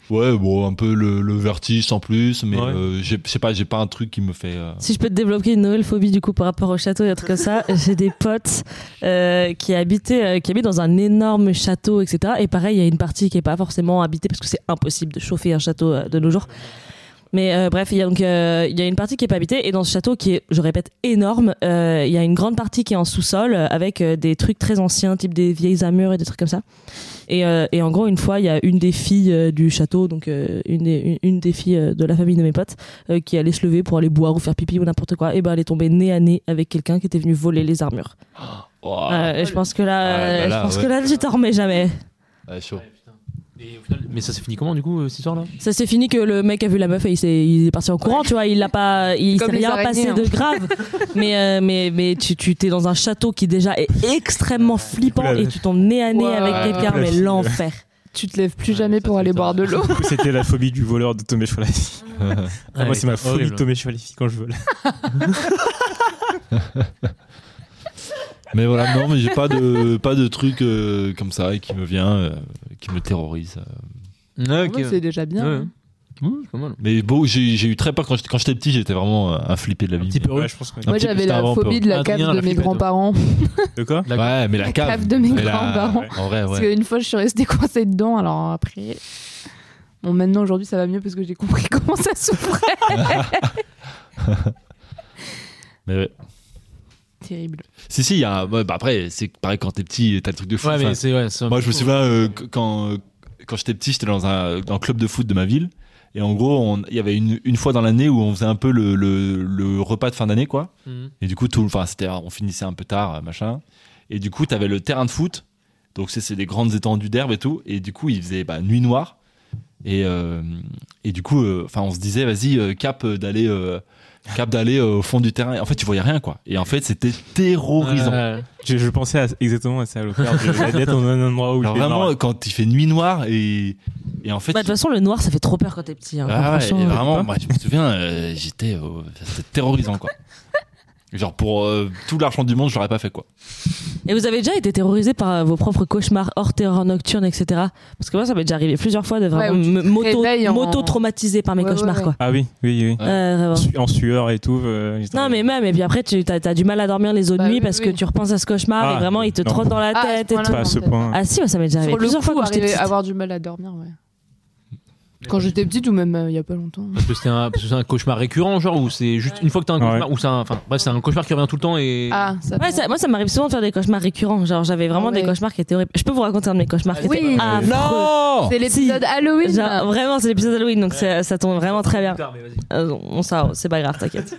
[SPEAKER 5] ouais, bon, un peu le, le vertige sans plus, mais
[SPEAKER 4] Ouais.
[SPEAKER 5] euh, j'ai- je sais pas, j'ai pas un truc qui me fait. euh,
[SPEAKER 6] Si je peux te développer une nouvelle phobie du coup par rapport au château et un truc comme
[SPEAKER 3] <laughs>
[SPEAKER 6] ça, j'ai des potes euh, qui habitaient, euh, qui habitent dans un énorme château, etc. Et pareil, il y a une partie qui est pas forcément habitée parce que c'est impossible de chauffer un château euh, de nos jours. Mais euh, bref, il y a donc euh, il y a une partie qui est pas habitée et dans ce château qui est, je répète, énorme, euh, il y a une grande partie qui est en sous-sol euh, avec euh, des trucs très anciens, type des vieilles armures et des trucs comme ça. Et, euh, et en gros, une fois, il y a une des filles euh, du château, donc euh, une, des, une, une des filles euh, de la famille de mes potes, euh, qui allait se lever pour aller boire ou faire pipi ou n'importe quoi, et ben elle est tombée nez à nez avec quelqu'un qui était venu voler les armures.
[SPEAKER 5] oh,
[SPEAKER 6] Euh, et je pense que
[SPEAKER 5] Ah,
[SPEAKER 6] là,
[SPEAKER 5] bah
[SPEAKER 6] euh,
[SPEAKER 5] là,
[SPEAKER 6] je pense
[SPEAKER 5] ouais.
[SPEAKER 6] que là, tu t'en remets jamais.
[SPEAKER 5] ouais, chaud.
[SPEAKER 2] mais ça s'est fini comment du coup euh, cette histoire là
[SPEAKER 6] Ça s'est fini que le mec a vu la meuf et il, s'est- il est parti en courant, tu vois. Il l'a pas, il s'est
[SPEAKER 3] Comme les
[SPEAKER 6] rien
[SPEAKER 3] araignées,
[SPEAKER 6] passé
[SPEAKER 3] hein.
[SPEAKER 6] de
[SPEAKER 3] <laughs>
[SPEAKER 6] grave. mais euh, mais mais tu tu t'es dans un château qui déjà est extrêmement flippant
[SPEAKER 4] Oula.
[SPEAKER 6] et tu tombes nez à nez
[SPEAKER 3] Ouah.
[SPEAKER 6] avec quelqu'un,
[SPEAKER 4] Oula.
[SPEAKER 6] mais l'enfer.
[SPEAKER 3] Tu te lèves plus jamais pour aller boire de l'eau.
[SPEAKER 4] Du coup, C'était la phobie du voleur de Tomé Chevalier. Ah, moi, c'est ma phobie de
[SPEAKER 2] horrible.
[SPEAKER 4] Tomé Chevalier quand je vole.
[SPEAKER 5] <laughs> mais voilà, non, mais j'ai pas de, pas de truc euh, comme ça qui me vient, euh, qui me terrorise. euh.
[SPEAKER 2] Ouais,
[SPEAKER 3] Ouais,
[SPEAKER 2] ok.
[SPEAKER 3] C'est déjà bien.
[SPEAKER 2] Ouais.
[SPEAKER 3] hein.
[SPEAKER 2] Ouh, c'est pas mal.
[SPEAKER 5] Mais bon, j'ai j'ai eu très peur quand j'étais quand j'étais petit, j'étais vraiment euh, un flippé de la vie.
[SPEAKER 2] petit peu
[SPEAKER 5] mais-
[SPEAKER 4] Ouais, je pense que.
[SPEAKER 5] Un
[SPEAKER 3] Moi,
[SPEAKER 5] petit-
[SPEAKER 3] j'avais
[SPEAKER 5] c'était
[SPEAKER 3] la
[SPEAKER 5] avant,
[SPEAKER 3] phobie de la
[SPEAKER 2] Adrien
[SPEAKER 3] cave de
[SPEAKER 2] l'a
[SPEAKER 3] mes
[SPEAKER 2] flippé, toi.
[SPEAKER 3] grands-parents.
[SPEAKER 4] De quoi
[SPEAKER 2] la-
[SPEAKER 5] Ouais, mais la,
[SPEAKER 3] La
[SPEAKER 5] cave.
[SPEAKER 3] cave de mes
[SPEAKER 5] mais la-
[SPEAKER 3] grands-parents.
[SPEAKER 5] En vrai,
[SPEAKER 3] Parce
[SPEAKER 5] Ah ouais.
[SPEAKER 3] qu'une fois, je suis restée <laughs> coincée dedans. Alors après. Bon, maintenant, aujourd'hui, ça va mieux parce que j'ai compris <laughs> comment ça souffrait.
[SPEAKER 5] Mais ouais.
[SPEAKER 3] Terrible.
[SPEAKER 5] Si, si, il y a, ouais, bah après, c'est pareil quand t'es petit, t'as le truc de fou.
[SPEAKER 2] Ouais,
[SPEAKER 5] enfin,
[SPEAKER 2] mais c'est ouais, c'est un
[SPEAKER 5] Moi,
[SPEAKER 2] peu-
[SPEAKER 5] je me souviens euh, qu- quand euh, quand j'étais petit, j'étais dans un, dans un club de foot de ma ville. Et en gros, on- il y avait une, une fois dans l'année où on faisait un peu le, le, le repas de fin d'année, quoi.
[SPEAKER 2] Mhm.
[SPEAKER 5] Et du coup, tout, enfin, c'était, on finissait un peu tard, euh, machin. Et du coup, t'avais le terrain de foot. Donc, c'est, c'est des grandes étendues d'herbe et tout. Et du coup, il faisait bah, nuit noire. Et, euh, et du coup, euh, enfin, on se disait, vas-y, euh, cap euh, d'aller, euh, cap d'aller euh, au fond du terrain. Et en fait, tu voyais rien, quoi. Et en fait, c'était terrorisant.
[SPEAKER 4] Je, je pensais à- exactement à ça, le <laughs> faire. Je vais être dans un endroit où
[SPEAKER 5] Alors
[SPEAKER 4] je vais
[SPEAKER 5] vraiment,
[SPEAKER 4] marrer.
[SPEAKER 5] quand il fait nuit noire et, et en fait,
[SPEAKER 6] Bah, de toute façon, le noir, ça fait trop peur quand t'es petit. hein.
[SPEAKER 5] Ah ouais,
[SPEAKER 6] Franchement,
[SPEAKER 5] et
[SPEAKER 6] euh,
[SPEAKER 5] vraiment, moi, je me souviens, euh, j'étais, au- c'était terrorisant, <laughs> quoi. Genre pour euh, tout l'argent du monde, je l'aurais pas fait, quoi.
[SPEAKER 6] Et vous avez déjà été terrorisé par euh, vos propres cauchemars hors terreur nocturne, etc. Parce que moi, ça m'est déjà arrivé plusieurs fois de vraiment
[SPEAKER 3] Ouais, où tu
[SPEAKER 6] me-
[SPEAKER 3] te
[SPEAKER 6] moto,
[SPEAKER 3] réveilles en-
[SPEAKER 6] moto traumatisé par mes
[SPEAKER 3] Ouais, ouais,
[SPEAKER 6] cauchemars,
[SPEAKER 3] ouais.
[SPEAKER 6] quoi.
[SPEAKER 4] Ah oui, oui, oui.
[SPEAKER 5] Ouais.
[SPEAKER 6] Euh, vraiment.
[SPEAKER 4] Su- En sueur et tout. euh, j'étais-
[SPEAKER 6] Non, mais même, et puis après, tu as, du mal à dormir les autres
[SPEAKER 3] Bah
[SPEAKER 6] nuits
[SPEAKER 3] oui,
[SPEAKER 6] parce que
[SPEAKER 3] oui.
[SPEAKER 6] tu repenses à ce cauchemar
[SPEAKER 4] Ah,
[SPEAKER 6] et vraiment, il te
[SPEAKER 4] non.
[SPEAKER 6] trotte dans la
[SPEAKER 3] Ah, à ce
[SPEAKER 6] tête et
[SPEAKER 3] point-là,
[SPEAKER 6] tout.
[SPEAKER 4] Pas à ce
[SPEAKER 3] Non,
[SPEAKER 4] point.
[SPEAKER 6] Ah, si, ouais, ça m'est déjà arrivé
[SPEAKER 3] Sur le
[SPEAKER 6] plusieurs fois
[SPEAKER 3] coup,
[SPEAKER 6] quand j'étais
[SPEAKER 3] arriver,
[SPEAKER 6] petite.
[SPEAKER 3] avoir du mal à dormir, ouais. Quand j'étais petite ou même euh, il y a pas longtemps.
[SPEAKER 2] Parce que c'est un, parce que c'est un cauchemar récurrent, genre, ou c'est juste une fois que t'as un
[SPEAKER 4] Ouais.
[SPEAKER 2] cauchemar, ou c'est un, enfin, bref, c'est un cauchemar qui revient tout le temps et.
[SPEAKER 3] Ah, ça.
[SPEAKER 6] Ouais, ça- moi, ça m'arrive souvent de faire des cauchemars récurrents. Genre, j'avais vraiment
[SPEAKER 3] Ah ouais.
[SPEAKER 6] des cauchemars qui étaient horribles. Je peux vous raconter un de mes cauchemars qui
[SPEAKER 3] Oui. Ah,
[SPEAKER 6] était affreux.
[SPEAKER 5] Non
[SPEAKER 3] C'est l'épisode Halloween.
[SPEAKER 6] Genre, vraiment, c'est l'épisode Halloween, donc c'est- ça tombe vraiment très bien.
[SPEAKER 2] Tard, mais vas-y.
[SPEAKER 6] Euh, on ça, c'est pas grave, t'inquiète.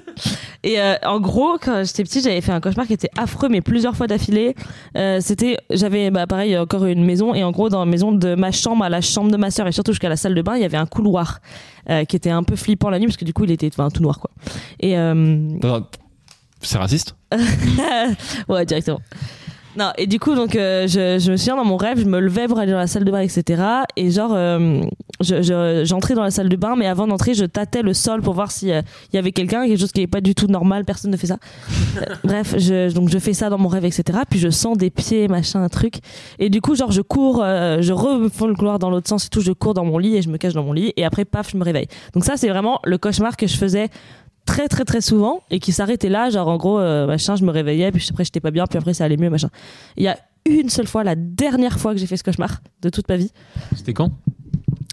[SPEAKER 6] Et euh, en gros, quand j'étais petite, j'avais fait un cauchemar qui était affreux, mais plusieurs fois d'affilée. Euh, c'était, j'avais, bah, pareil, encore une maison, et en gros, dans la maison de ma chambre à la chambre de ma sœur, et surtout jusqu'à la salle de bain, il y avait un couloir euh, qui était un peu flippant la nuit, parce que du coup, il était enfin, tout noir, quoi. Et euh,
[SPEAKER 5] Attends, C'est raciste
[SPEAKER 6] <laughs> ouais, directement. Non, et du coup, donc, euh, je, je me souviens dans mon rêve, je me levais pour aller dans la salle de bain, etc. Et genre, euh, je- je- j'entrais dans la salle de bain, mais avant d'entrer, je tâtais le sol pour voir s'il y avait quelqu'un, quelque chose qui n'est pas du tout normal, personne ne fait ça. Euh, <laughs> Bref, je, donc je fais ça dans mon rêve, etc. Puis je sens des pieds, machin, un truc. Et du coup, genre, je cours, euh, je refais le couloir dans l'autre sens et tout, je cours dans mon lit et je me cache dans mon lit. Et après, paf, je me réveille. Donc ça, c'est vraiment le cauchemar que je faisais très très très souvent et qui s'arrêtait là genre en gros euh, machin je me réveillais puis après j'étais pas bien puis après ça allait mieux machin il y a une seule fois la dernière fois que j'ai fait ce cauchemar de toute ma vie
[SPEAKER 2] C'était quand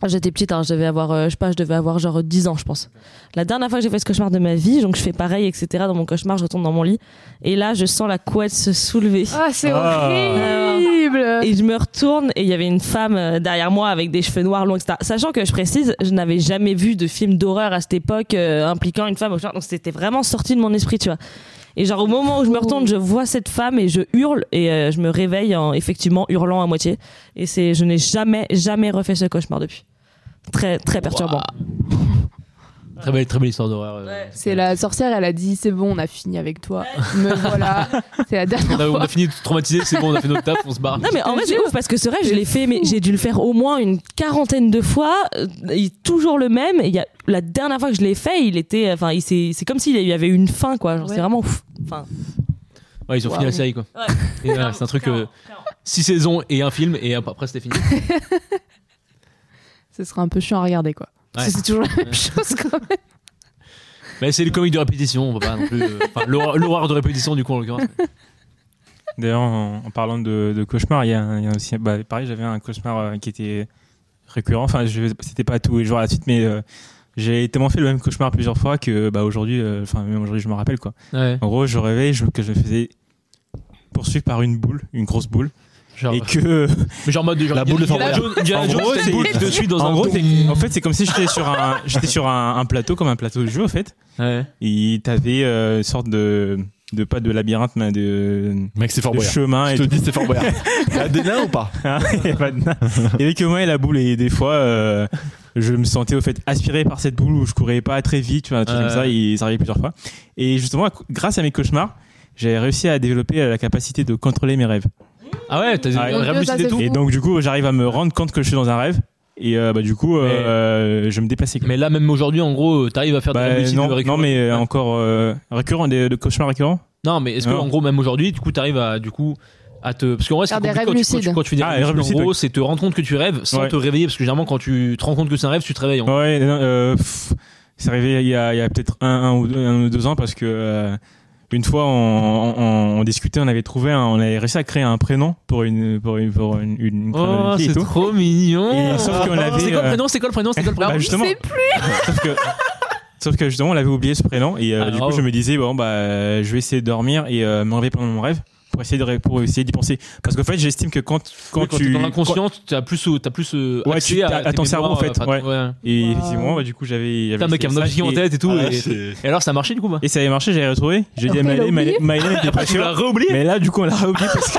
[SPEAKER 6] j'étais petite hein, je devais avoir euh, je sais pas je devais avoir genre 10 ans je pense la dernière fois que j'ai fait ce cauchemar de ma vie donc je fais pareil etc dans mon cauchemar je retourne dans mon lit et là je sens la couette se soulever
[SPEAKER 3] Ah, c'est
[SPEAKER 4] Ah.
[SPEAKER 3] horrible.
[SPEAKER 6] et je me retourne et il y avait une femme euh, derrière moi avec des cheveux noirs longs, etc. Sachant que je précise, je n'avais jamais vu de film d'horreur à cette époque euh, impliquant une femme au genre, donc c'était vraiment sorti de mon esprit, tu vois. Et genre au moment où je me retourne, je vois cette femme et je hurle et euh, je me réveille en effectivement hurlant à moitié. Et c'est, je n'ai jamais, jamais refait ce cauchemar depuis. Très, très perturbant.
[SPEAKER 2] Très belle, très belle histoire d'horreur. euh.
[SPEAKER 6] Ouais.
[SPEAKER 3] C'est la sorcière, elle a dit c'est bon, on a fini avec toi. Me voilà, c'est la dernière
[SPEAKER 2] On a, on
[SPEAKER 3] fois.
[SPEAKER 2] a fini de traumatiser, c'est bon, on a fait notre taf, on se barre.
[SPEAKER 6] <laughs> Non mais en vrai c'est
[SPEAKER 3] jure.
[SPEAKER 6] ouf parce que ce rêve je
[SPEAKER 3] C'est
[SPEAKER 6] l'ai fait mais
[SPEAKER 3] fou.
[SPEAKER 6] j'ai dû le faire au moins une quarantaine de fois euh, il est toujours le même et il y a la dernière fois que je l'ai fait il était enfin il s'est- c'est comme s'il y avait eu une fin quoi genre
[SPEAKER 3] Ouais.
[SPEAKER 6] c'est vraiment ouf enfin
[SPEAKER 2] Ouais, ils ont fini
[SPEAKER 3] Wow.
[SPEAKER 2] la série, quoi.
[SPEAKER 6] Ouais.
[SPEAKER 2] Et, euh, c'est un truc, euh, six saisons et un film, et hop, après c'était fini.
[SPEAKER 3] Ce sera un peu chiant à regarder quoi. Parce que
[SPEAKER 2] Ouais.
[SPEAKER 3] C'est toujours la même chose quand même.
[SPEAKER 2] Mais c'est les comiques de répétition, on va pas non plus. euh, Enfin, l'horreur l'horreur de répétition, du coup, en l'occurrence.
[SPEAKER 4] D'ailleurs, en, en parlant de, de cauchemar, il y, a un- il y a aussi. bah, pareil, j'avais un cauchemar euh, qui était récurrent. Enfin, je- c'était pas tous les jours à la suite, mais euh, j'ai tellement fait le même cauchemar plusieurs fois que bah, aujourd'hui, euh, enfin, même aujourd'hui, je me rappelle quoi.
[SPEAKER 2] Ouais.
[SPEAKER 4] En gros, je réveille je- que je me faisais poursuivre par une boule, une grosse boule,
[SPEAKER 2] Genre, <laughs>
[SPEAKER 4] et que.
[SPEAKER 2] mais genre mode de genre.
[SPEAKER 5] La boule de
[SPEAKER 2] Indiana
[SPEAKER 5] Fort
[SPEAKER 2] Jones- Indiana
[SPEAKER 4] En
[SPEAKER 2] Jones,
[SPEAKER 4] gros,
[SPEAKER 2] c'est
[SPEAKER 4] c'est-
[SPEAKER 2] une boule, je te suis dans
[SPEAKER 4] en
[SPEAKER 2] un
[SPEAKER 4] gros,
[SPEAKER 2] trou.
[SPEAKER 4] c'est- en fait, c'est comme si j'étais sur un, <laughs> j'étais sur un, un plateau, comme un plateau de jeu, en fait.
[SPEAKER 2] Ouais.
[SPEAKER 4] Et t'avais euh, une sorte de, de pas de labyrinthe, mais de,
[SPEAKER 5] Mec, c'est Fort
[SPEAKER 4] de
[SPEAKER 5] Boyard.
[SPEAKER 4] chemin.
[SPEAKER 5] Je
[SPEAKER 4] et
[SPEAKER 5] te dis, c'est Fort Boyard. T'as Ah, des nains
[SPEAKER 4] <laughs>
[SPEAKER 5] ou pas
[SPEAKER 4] Hein, il y a pas de nain. Il y avait que moi et la boule et des fois euh, je me sentais au fait aspiré par cette boule où je courais pas très vite, tu vois, un truc
[SPEAKER 2] Ouais.
[SPEAKER 4] comme ça, et ça arrivait plusieurs fois. Et justement, à- grâce à mes cauchemars, j'avais réussi à développer euh, la capacité de contrôler mes rêves.
[SPEAKER 2] Ah ouais, t'as des
[SPEAKER 4] Ah ouais.
[SPEAKER 2] rêves
[SPEAKER 3] Mon Dieu,
[SPEAKER 2] lucides
[SPEAKER 3] ça,
[SPEAKER 2] et
[SPEAKER 3] c'est
[SPEAKER 2] tout.
[SPEAKER 3] fou.
[SPEAKER 4] Et donc du coup, j'arrive à me rendre compte que je suis dans un rêve et euh, bah du coup, euh,
[SPEAKER 2] Mais-
[SPEAKER 4] euh, je me déplaçais.
[SPEAKER 2] Mais là, même aujourd'hui, en gros, euh, t'arrives à faire
[SPEAKER 4] Bah,
[SPEAKER 2] des rêves lucides
[SPEAKER 4] non,
[SPEAKER 2] récurrents.
[SPEAKER 4] non, mais euh,
[SPEAKER 2] Ouais.
[SPEAKER 4] encore euh, récurrent, des, de cauchemars récurrents.
[SPEAKER 2] Non, mais est-ce que
[SPEAKER 4] Non.
[SPEAKER 2] en gros même aujourd'hui, du coup, t'arrives à du coup à te parce qu'en vrai, c'est
[SPEAKER 3] Faire des
[SPEAKER 2] compliqué
[SPEAKER 3] rêves
[SPEAKER 2] quand, tu- quand tu-
[SPEAKER 3] lucides.
[SPEAKER 2] quand tu fais des
[SPEAKER 4] Ah,
[SPEAKER 2] rêves
[SPEAKER 4] rêves
[SPEAKER 2] lucides, en
[SPEAKER 4] lucides,
[SPEAKER 2] gros, c'est te rendre compte que tu rêves sans
[SPEAKER 4] Ouais.
[SPEAKER 2] te réveiller parce que généralement quand tu te rends compte que c'est un rêve, tu te réveilles. en
[SPEAKER 4] Ouais, non, euh, pff, c'est arrivé il y a, il y a peut-être un, un ou deux, un ou deux ans parce que euh, une fois on, on- on discutait, on avait trouvé, un- on avait réussi à créer un prénom pour une pour une pour une, une- une
[SPEAKER 2] Oh,
[SPEAKER 4] chronologie
[SPEAKER 2] c'est
[SPEAKER 4] et tout.
[SPEAKER 2] trop mignon.
[SPEAKER 4] Et sauf qu'on l'avait,
[SPEAKER 2] C'est quoi le
[SPEAKER 4] euh,
[SPEAKER 2] prénom C'est quoi le prénom C'est quoi le
[SPEAKER 4] <laughs> Bah,
[SPEAKER 2] prénom
[SPEAKER 4] justement.
[SPEAKER 3] C'est
[SPEAKER 4] sauf que sauf que justement on avait oublié ce prénom et euh,
[SPEAKER 2] Ah,
[SPEAKER 4] du
[SPEAKER 2] bravo.
[SPEAKER 4] coup je me disais bon bah euh, je vais essayer de dormir et euh, me réveiller pendant mon rêve. pour essayer de ré- pour essayer d'y penser parce qu'en fait j'estime que quand quand
[SPEAKER 2] Oui, quand
[SPEAKER 4] tu
[SPEAKER 2] t'es dans
[SPEAKER 4] quand-
[SPEAKER 2] l'inconscient, t'as plus, euh, t'as plus euh,
[SPEAKER 4] Ouais,
[SPEAKER 2] accès
[SPEAKER 4] tu-
[SPEAKER 2] à,
[SPEAKER 4] à
[SPEAKER 2] tes
[SPEAKER 4] ton cerveau,
[SPEAKER 2] mémoires, euh,
[SPEAKER 4] en fait,
[SPEAKER 2] enfin,
[SPEAKER 4] ouais. et
[SPEAKER 3] Wow.
[SPEAKER 4] effectivement bah, du coup j'avais j'avais
[SPEAKER 2] Putain, mec,
[SPEAKER 4] fait
[SPEAKER 2] il me
[SPEAKER 4] ça,
[SPEAKER 2] qui en
[SPEAKER 4] et-
[SPEAKER 2] tête et tout.
[SPEAKER 5] <laughs> Ah,
[SPEAKER 2] et-
[SPEAKER 5] c'est-
[SPEAKER 2] Et alors, ça marchait du coup, bah
[SPEAKER 4] et ça avait marché j'avais retrouvé j'ai
[SPEAKER 2] Ah,
[SPEAKER 4] dit à
[SPEAKER 3] Après, il a
[SPEAKER 4] Maëlène Maëlène
[SPEAKER 3] oublié.
[SPEAKER 4] Maëlène n'était pas
[SPEAKER 2] Tu l'as
[SPEAKER 4] sûre
[SPEAKER 2] réoublié
[SPEAKER 4] mais là du coup on l'a oublié parce que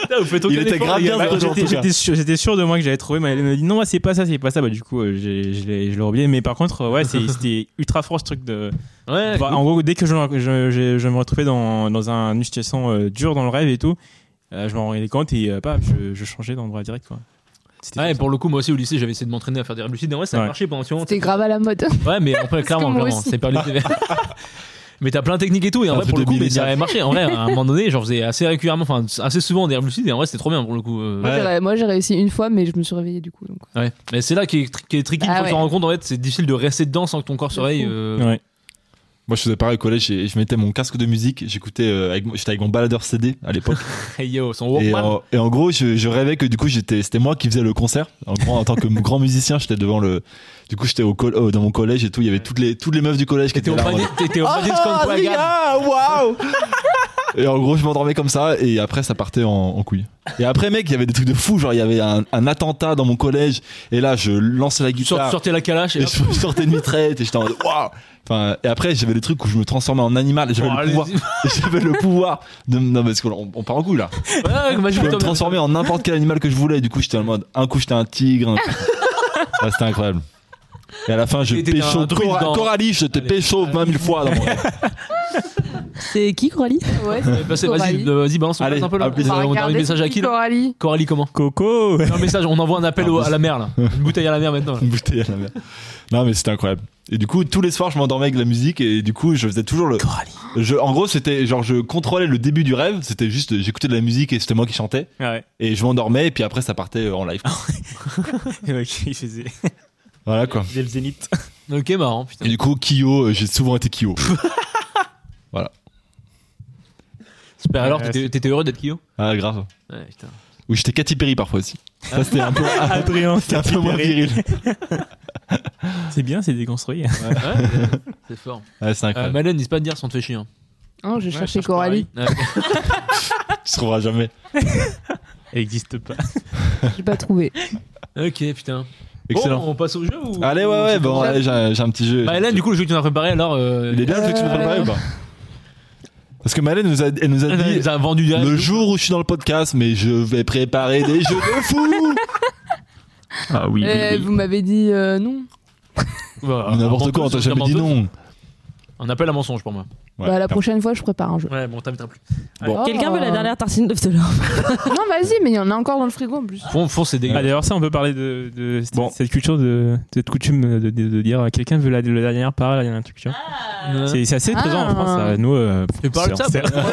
[SPEAKER 2] Putain, vous faites aucun
[SPEAKER 5] <laughs> Il était
[SPEAKER 2] effort,
[SPEAKER 5] grave
[SPEAKER 2] les gars.
[SPEAKER 5] bien,
[SPEAKER 4] bah,
[SPEAKER 5] ce genre, en
[SPEAKER 4] j'étais
[SPEAKER 5] tout cas.
[SPEAKER 4] j'étais sûr, j'étais sûr de moi que j'avais trouvé Maëlène m'a dit non c'est pas ça c'est pas ça bah du coup euh, j'ai- je l'ai je l'ai oublié mais par contre euh, ouais
[SPEAKER 5] <laughs>
[SPEAKER 4] c'est- c'était ultra fort ce truc de
[SPEAKER 2] Ouais,
[SPEAKER 4] Bah, en gros, dès que je, je, je- je me retrouvais dans, dans un- une situation euh, dure dans le rêve et tout, euh, je m'en rendais compte et euh, bah, je, je changeais d'endroit direct. Quoi. C'était
[SPEAKER 2] Ouais,
[SPEAKER 4] comme ça.
[SPEAKER 2] pour le coup, moi aussi au lycée, j'avais essayé de m'entraîner à faire des rêves lucides. Et en vrai, ça a
[SPEAKER 4] Ouais.
[SPEAKER 2] marché pendant un petit moment.
[SPEAKER 3] C'était grave à la mode.
[SPEAKER 2] Ouais, mais en fait, clairement,
[SPEAKER 3] que moi
[SPEAKER 2] clairement,
[SPEAKER 3] aussi.
[SPEAKER 2] c'est pas
[SPEAKER 3] <laughs>
[SPEAKER 2] le Mais t'as plein de techniques et tout, et en
[SPEAKER 5] Un
[SPEAKER 2] vrai,
[SPEAKER 5] truc
[SPEAKER 2] pour le
[SPEAKER 5] de
[SPEAKER 2] coup, mais ça
[SPEAKER 5] millénaire.
[SPEAKER 2] a marché. En vrai, à un moment donné, j'en faisais assez régulièrement, enfin, assez souvent des rêves lucides, et en vrai, c'était trop bien pour le coup. euh.
[SPEAKER 3] Moi,
[SPEAKER 5] Ouais.
[SPEAKER 3] j'ai- Moi, j'ai réussi une fois, mais je me suis réveillée du coup. donc.
[SPEAKER 2] Ouais. Mais c'est là qui est, tri- qui est tricky,
[SPEAKER 3] Bah
[SPEAKER 2] quand tu te
[SPEAKER 3] ouais.
[SPEAKER 2] rends compte, en fait, c'est difficile de rester dedans sans que ton corps se
[SPEAKER 3] De
[SPEAKER 2] réveille.
[SPEAKER 3] fou.
[SPEAKER 2] euh.
[SPEAKER 4] Ouais.
[SPEAKER 5] Moi, je faisais pareil au collège et je mettais mon casque de musique. J'écoutais, euh, avec, j'étais avec mon baladeur CD à l'époque.
[SPEAKER 2] Hey <laughs> yo, son
[SPEAKER 5] et, euh,
[SPEAKER 2] Walkman.
[SPEAKER 5] en, et en gros, je, je rêvais que du coup, j'étais, c'était moi qui faisais le concert. En grand, en tant que grand musicien, j'étais devant le. Du coup, j'étais au col- euh, dans mon collège et tout. Il y avait toutes les toutes les meufs du collège qui
[SPEAKER 2] T'étais
[SPEAKER 5] étaient
[SPEAKER 2] au
[SPEAKER 5] là. en
[SPEAKER 2] panier,
[SPEAKER 5] mode,
[SPEAKER 2] t'étais au panier de
[SPEAKER 3] Oh,
[SPEAKER 2] Skunk Wagon.
[SPEAKER 5] ah, waouh <laughs> Et en gros, je m'endormais comme ça et après, ça partait en, en couille. Et après, mec, il y avait des trucs de fou. Genre, il y avait un, un attentat dans mon collège et là, je lançais la
[SPEAKER 2] Tu sort-
[SPEAKER 5] guitare.
[SPEAKER 2] sortais la calache et
[SPEAKER 5] Et je sortais de mitraillette et j'étais en mode waouh! Enfin, et après, j'avais des trucs où je me transformais en animal. J'avais
[SPEAKER 2] Oh, <laughs>
[SPEAKER 5] le pouvoir.
[SPEAKER 2] allez-y.
[SPEAKER 5] <laughs> J'avais le pouvoir de. Non, parce qu'on on part en couille là.
[SPEAKER 2] Ouais, ouais, bah,
[SPEAKER 5] Je
[SPEAKER 2] je
[SPEAKER 5] pouvais me
[SPEAKER 2] tombe-
[SPEAKER 5] transformer en n'importe quel animal que je voulais. Du coup, j'étais en mode. Un coup, j'étais un tigre.
[SPEAKER 2] <laughs>
[SPEAKER 5] un coup- Ouais, c'était incroyable. Et à la fin, je
[SPEAKER 2] Et t'étais un
[SPEAKER 5] pécho.
[SPEAKER 2] druide
[SPEAKER 5] Cora-
[SPEAKER 2] dans-
[SPEAKER 5] Coralie, je t'ai
[SPEAKER 2] Allez.
[SPEAKER 5] pécho 20 000 fois
[SPEAKER 2] <laughs>
[SPEAKER 5] dans mon rêve.
[SPEAKER 6] C'est qui, Coralie
[SPEAKER 3] Ouais,
[SPEAKER 2] Ouais, bah, c'est-
[SPEAKER 3] Coralie.
[SPEAKER 2] Vas-y, euh, vas-y, balance on
[SPEAKER 5] Allez,
[SPEAKER 2] passe un peu là.
[SPEAKER 5] à plus.
[SPEAKER 2] On a un
[SPEAKER 3] Regardez
[SPEAKER 2] message à qui là
[SPEAKER 3] Coralie.
[SPEAKER 2] Coralie,
[SPEAKER 5] <laughs>
[SPEAKER 2] comment
[SPEAKER 4] Coco
[SPEAKER 2] Un message, on envoie un appel au- à la mer là. Une bouteille à la mer maintenant. là.
[SPEAKER 5] Une bouteille à la mer. Non, mais c'était incroyable. Et du coup, tous les soirs, je m'endormais avec de la musique et du coup, je faisais toujours le. Je, en gros, c'était genre, je contrôlais le début du rêve. C'était juste, j'écoutais de la musique et c'était moi qui chantais.
[SPEAKER 4] <laughs> Ouais,
[SPEAKER 5] Et je m'endormais et puis après ça partait euh, en
[SPEAKER 2] <laughs>
[SPEAKER 5] live.
[SPEAKER 4] Et ouais, il faisait, il
[SPEAKER 5] voilà quoi.
[SPEAKER 4] faisait le zénith.
[SPEAKER 2] Ok, marrant, putain.
[SPEAKER 5] Et du coup, Kyo, euh, j'ai souvent
[SPEAKER 2] <laughs>
[SPEAKER 5] été Kyo.
[SPEAKER 2] Super, alors
[SPEAKER 4] Ouais,
[SPEAKER 2] t'étais t'étais heureux d'être Kyo
[SPEAKER 5] Ah grave.
[SPEAKER 2] Ouais, putain.
[SPEAKER 5] Ou j'étais Katy Perry parfois aussi. Ça
[SPEAKER 2] <laughs>
[SPEAKER 5] c'était un peu,
[SPEAKER 4] <laughs> Adrien,
[SPEAKER 5] c'était un peu moins viril.
[SPEAKER 4] C'est bien, c'est déconstruit.
[SPEAKER 2] Ouais, ouais, <laughs> c'est fort.
[SPEAKER 5] Ouais, c'est
[SPEAKER 2] Euh,
[SPEAKER 5] incroyable.
[SPEAKER 2] Madeleine, n'hésite pas à te dire si on te fait chier. hein. Ah,
[SPEAKER 3] Hein, j'ai
[SPEAKER 4] Ouais,
[SPEAKER 3] cherché
[SPEAKER 4] cherche
[SPEAKER 3] Coralie.
[SPEAKER 2] Ouais.
[SPEAKER 5] Tu trouveras jamais.
[SPEAKER 4] Elle existe pas.
[SPEAKER 3] J'ai pas trouvé.
[SPEAKER 2] ok, putain.
[SPEAKER 5] Excellent.
[SPEAKER 2] Bon, on passe au jeu ou
[SPEAKER 5] Allez, ouais,
[SPEAKER 2] ou-
[SPEAKER 5] ouais, bon,
[SPEAKER 3] ça.
[SPEAKER 5] allez, j'ai j'ai un petit jeu.
[SPEAKER 2] Bah, Hélène, du coup, le jeu que tu nous as préparé, alors. euh, <laughs>
[SPEAKER 5] Il est bien le jeu que tu nous as préparé ou pas Parce que Malène nous a, elle nous a
[SPEAKER 2] Elle
[SPEAKER 5] dit
[SPEAKER 2] nous a vendu direct.
[SPEAKER 5] le jour où je suis dans le podcast, mais je vais préparer des jeux de <laughs> fou
[SPEAKER 4] Ah oui.
[SPEAKER 3] Euh, Vous m'avez dit euh, non.
[SPEAKER 2] Bah,
[SPEAKER 5] Mais N'importe
[SPEAKER 2] avant
[SPEAKER 5] Ah, quoi, on
[SPEAKER 2] tout,
[SPEAKER 5] t'a
[SPEAKER 2] sur
[SPEAKER 5] jamais dit
[SPEAKER 2] Diamant
[SPEAKER 5] non.
[SPEAKER 2] deux, Un appel à mensonge pour moi.
[SPEAKER 5] Ouais,
[SPEAKER 3] bah, la
[SPEAKER 5] putain.
[SPEAKER 3] prochaine fois, je prépare un jeu.
[SPEAKER 2] Ouais, bon, t'inviteras plus.
[SPEAKER 3] Oh.
[SPEAKER 6] Quelqu'un veut la dernière tartine de Ptolomée
[SPEAKER 3] non, vas-y, mais il y en a encore dans le frigo en plus.
[SPEAKER 2] Fon, fon, c'est
[SPEAKER 4] Ah,
[SPEAKER 2] dégueulasse.
[SPEAKER 4] d'ailleurs, ça, on peut parler de, de cette,
[SPEAKER 5] Bon.
[SPEAKER 4] cette culture, de, cette coutume de, de- de dire euh, quelqu'un veut la, la dernière parole, la dernière culture.
[SPEAKER 2] Ouais.
[SPEAKER 4] C'est c'est assez présent en
[SPEAKER 3] Ah.
[SPEAKER 4] France. euh, Nous, euh,
[SPEAKER 2] Euh, Tu parles de ça
[SPEAKER 4] c'est-
[SPEAKER 2] bah,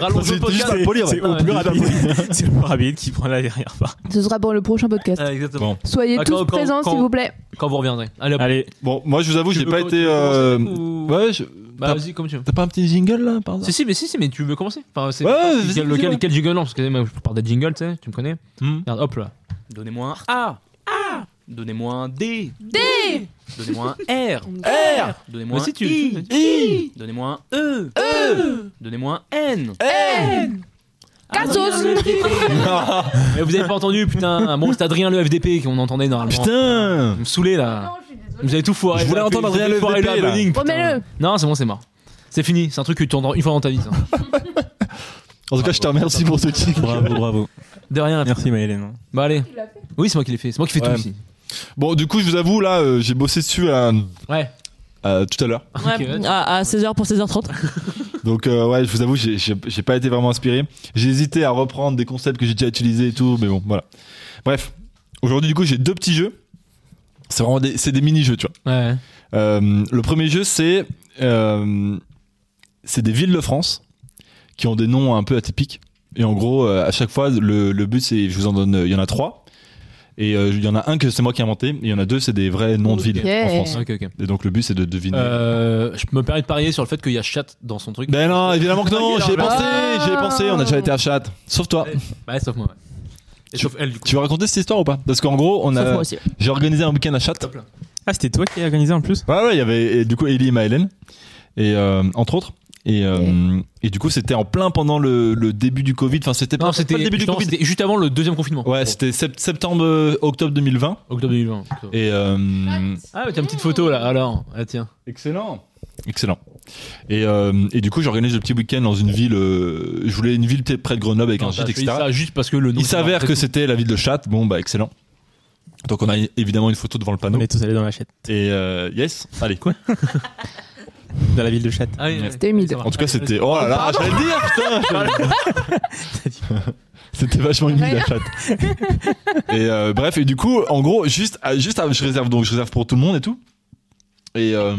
[SPEAKER 2] Rallonge le
[SPEAKER 5] C'était juste
[SPEAKER 2] podcast.
[SPEAKER 5] à polir,
[SPEAKER 4] c'est
[SPEAKER 5] ouais.
[SPEAKER 4] au
[SPEAKER 2] ouais.
[SPEAKER 4] plus rapide. <laughs> C'est le plus rapide qui prend la dernière parole.
[SPEAKER 3] Ce sera pour le prochain podcast.
[SPEAKER 2] Ah, Exactement.
[SPEAKER 5] Bon.
[SPEAKER 3] Soyez
[SPEAKER 2] Ah,
[SPEAKER 3] tous
[SPEAKER 2] quand- quand-
[SPEAKER 3] présents,
[SPEAKER 2] quand-
[SPEAKER 3] s'il vous plaît.
[SPEAKER 2] Quand vous reviendrez. Allez, hop.
[SPEAKER 4] Allez,
[SPEAKER 5] Bon, moi je vous avoue,
[SPEAKER 2] Tu
[SPEAKER 5] j'ai
[SPEAKER 2] veux
[SPEAKER 5] pas
[SPEAKER 2] co-
[SPEAKER 5] été.
[SPEAKER 2] tu veux
[SPEAKER 5] euh,
[SPEAKER 2] commencer, ou-
[SPEAKER 5] Ouais, je-
[SPEAKER 2] Bah, vas-y, comme tu veux.
[SPEAKER 5] t'as pas un petit jingle là, par hasard
[SPEAKER 2] Si, si, mais si, si, mais tu veux commencer Enfin, c'est.
[SPEAKER 5] Ouais, ouais,
[SPEAKER 2] Quel-
[SPEAKER 5] vas-y, vas-y,
[SPEAKER 2] lequel,
[SPEAKER 5] ouais.
[SPEAKER 2] quel jingle non Parce que eh, moi, je parle des jingles, tu sais, tu me connais.
[SPEAKER 5] Hmm.
[SPEAKER 2] Regarde, hop là.
[SPEAKER 7] Donnez-moi un A. Donnez-moi un D. D. Donnez-moi un R.
[SPEAKER 5] R
[SPEAKER 7] Donnez-moi
[SPEAKER 2] Mais
[SPEAKER 4] Bah,
[SPEAKER 2] si,
[SPEAKER 7] un
[SPEAKER 2] tu-
[SPEAKER 7] I.
[SPEAKER 2] tu-
[SPEAKER 5] I
[SPEAKER 7] Donnez-moi un E. Donnez-moi un N.
[SPEAKER 3] Cassos
[SPEAKER 2] Mais vous avez pas entendu, putain. Bon, c'est Adrien le FDP qu'on entendait normalement.
[SPEAKER 5] <laughs> Putain
[SPEAKER 2] Vous me saoulez là. Vous avez tout foiré.
[SPEAKER 5] Je voulais
[SPEAKER 2] Vous avez
[SPEAKER 5] entendre
[SPEAKER 2] foiré
[SPEAKER 5] Adrien
[SPEAKER 2] foiré
[SPEAKER 5] Levé,
[SPEAKER 2] la
[SPEAKER 5] là.
[SPEAKER 2] Bunning, putain.
[SPEAKER 3] Remets-le.
[SPEAKER 2] Non, c'est bon, c'est mort. C'est fini, c'est un truc que tu entends une fois dans ta vie. ça.
[SPEAKER 5] En tout cas, je te remercie pour ce titre.
[SPEAKER 4] bravo, bravo.
[SPEAKER 2] De
[SPEAKER 7] Ah,
[SPEAKER 2] rien.
[SPEAKER 4] Merci, Maëlène.
[SPEAKER 2] Bah allez. Oui, c'est moi qui l'ai fait. C'est moi qui fais
[SPEAKER 5] Ouais.
[SPEAKER 2] tout ici.
[SPEAKER 5] Bon, du coup, je vous avoue, là, euh, j'ai bossé dessus à-
[SPEAKER 2] Ouais.
[SPEAKER 5] à tout à l'heure.
[SPEAKER 2] ouais.
[SPEAKER 6] <laughs> à, à 16h pour 16h30.
[SPEAKER 5] Donc, euh, ouais, je vous avoue, j'ai- j'ai j'ai pas été vraiment inspiré. J'ai hésité à reprendre des concepts que j'ai déjà utilisés et tout, mais bon, voilà. Bref, aujourd'hui, du coup, j'ai deux petits jeux. C'est vraiment des, c'est des mini-jeux, tu vois.
[SPEAKER 2] Ouais.
[SPEAKER 5] Euh, le premier jeu, c'est euh, c'est des villes de France qui ont des noms un peu atypiques. Et en gros, euh, à chaque fois, le, le but, c'est, je vous en donne, euh, il y en a trois. Et euh, il y en a un que c'est moi qui ai inventé, et il y en a deux, c'est des vrais noms de villes en
[SPEAKER 3] Ok.
[SPEAKER 5] France.
[SPEAKER 2] Ok, ok.
[SPEAKER 5] Et donc le but, c'est de deviner.
[SPEAKER 2] Euh, je me permets de parier sur le fait qu'il y a chat dans son truc.
[SPEAKER 5] Ben non, évidemment que non,
[SPEAKER 2] Ok,
[SPEAKER 5] j'y ai
[SPEAKER 2] alors,
[SPEAKER 5] pensé,
[SPEAKER 3] ah.
[SPEAKER 5] j'y ai pensé, on a déjà été à Chat. Sauf toi.
[SPEAKER 2] Ouais, sauf moi. ouais. Et sauf elle, du coup.
[SPEAKER 5] Tu veux raconter cette histoire ou pas Parce qu'en gros, on
[SPEAKER 6] Sauf moi
[SPEAKER 5] a,
[SPEAKER 6] aussi.
[SPEAKER 5] j'ai organisé un week-end à Chat.
[SPEAKER 2] Hop là.
[SPEAKER 4] Ah, c'était toi qui as organisé en plus
[SPEAKER 5] Ouais, ouais, il y avait et du coup Ellie et Maëlène, et euh, entre autres. Et, euh, et du coup, c'était en plein pendant le, le début du Covid. Enfin, c'était
[SPEAKER 2] Non,
[SPEAKER 5] pas, pas
[SPEAKER 2] c'était
[SPEAKER 5] le début du
[SPEAKER 2] justement,
[SPEAKER 5] Covid.
[SPEAKER 2] c'était juste avant le deuxième confinement.
[SPEAKER 5] Ouais, c'était sept- septembre, euh, octobre 2020.
[SPEAKER 2] Octobre 2020.
[SPEAKER 5] Et euh,
[SPEAKER 2] Ah, mais t'as une petite photo là, alors. Ah, tiens.
[SPEAKER 5] excellent, excellent. Et, euh, et du coup, j'organise le petit week-end dans une ville. euh, je voulais une ville t- près de Grenoble avec un
[SPEAKER 2] Non,
[SPEAKER 5] gîte,
[SPEAKER 2] t'as choisi
[SPEAKER 5] etc.
[SPEAKER 2] ça juste parce que le nom.
[SPEAKER 5] Il s'avère que c'était la ville de Chat. Bon, bah excellent. Donc on a évidemment une photo devant le panneau.
[SPEAKER 4] On est tous allés dans la chatte.
[SPEAKER 5] Et euh, yes, allez.
[SPEAKER 4] Quoi Dans la ville de Chat.
[SPEAKER 2] Ah, oui, oui.
[SPEAKER 3] C'était humide.
[SPEAKER 5] En tout cas, c'était. Oh
[SPEAKER 2] Ah,
[SPEAKER 5] là là, j'allais le dire, putain j'allais- C'était vachement humide
[SPEAKER 3] <laughs>
[SPEAKER 5] la chatte. Et euh, bref, et du coup, en gros, juste, à- juste à- je réserve donc je réserve pour tout le monde et tout. Et, euh,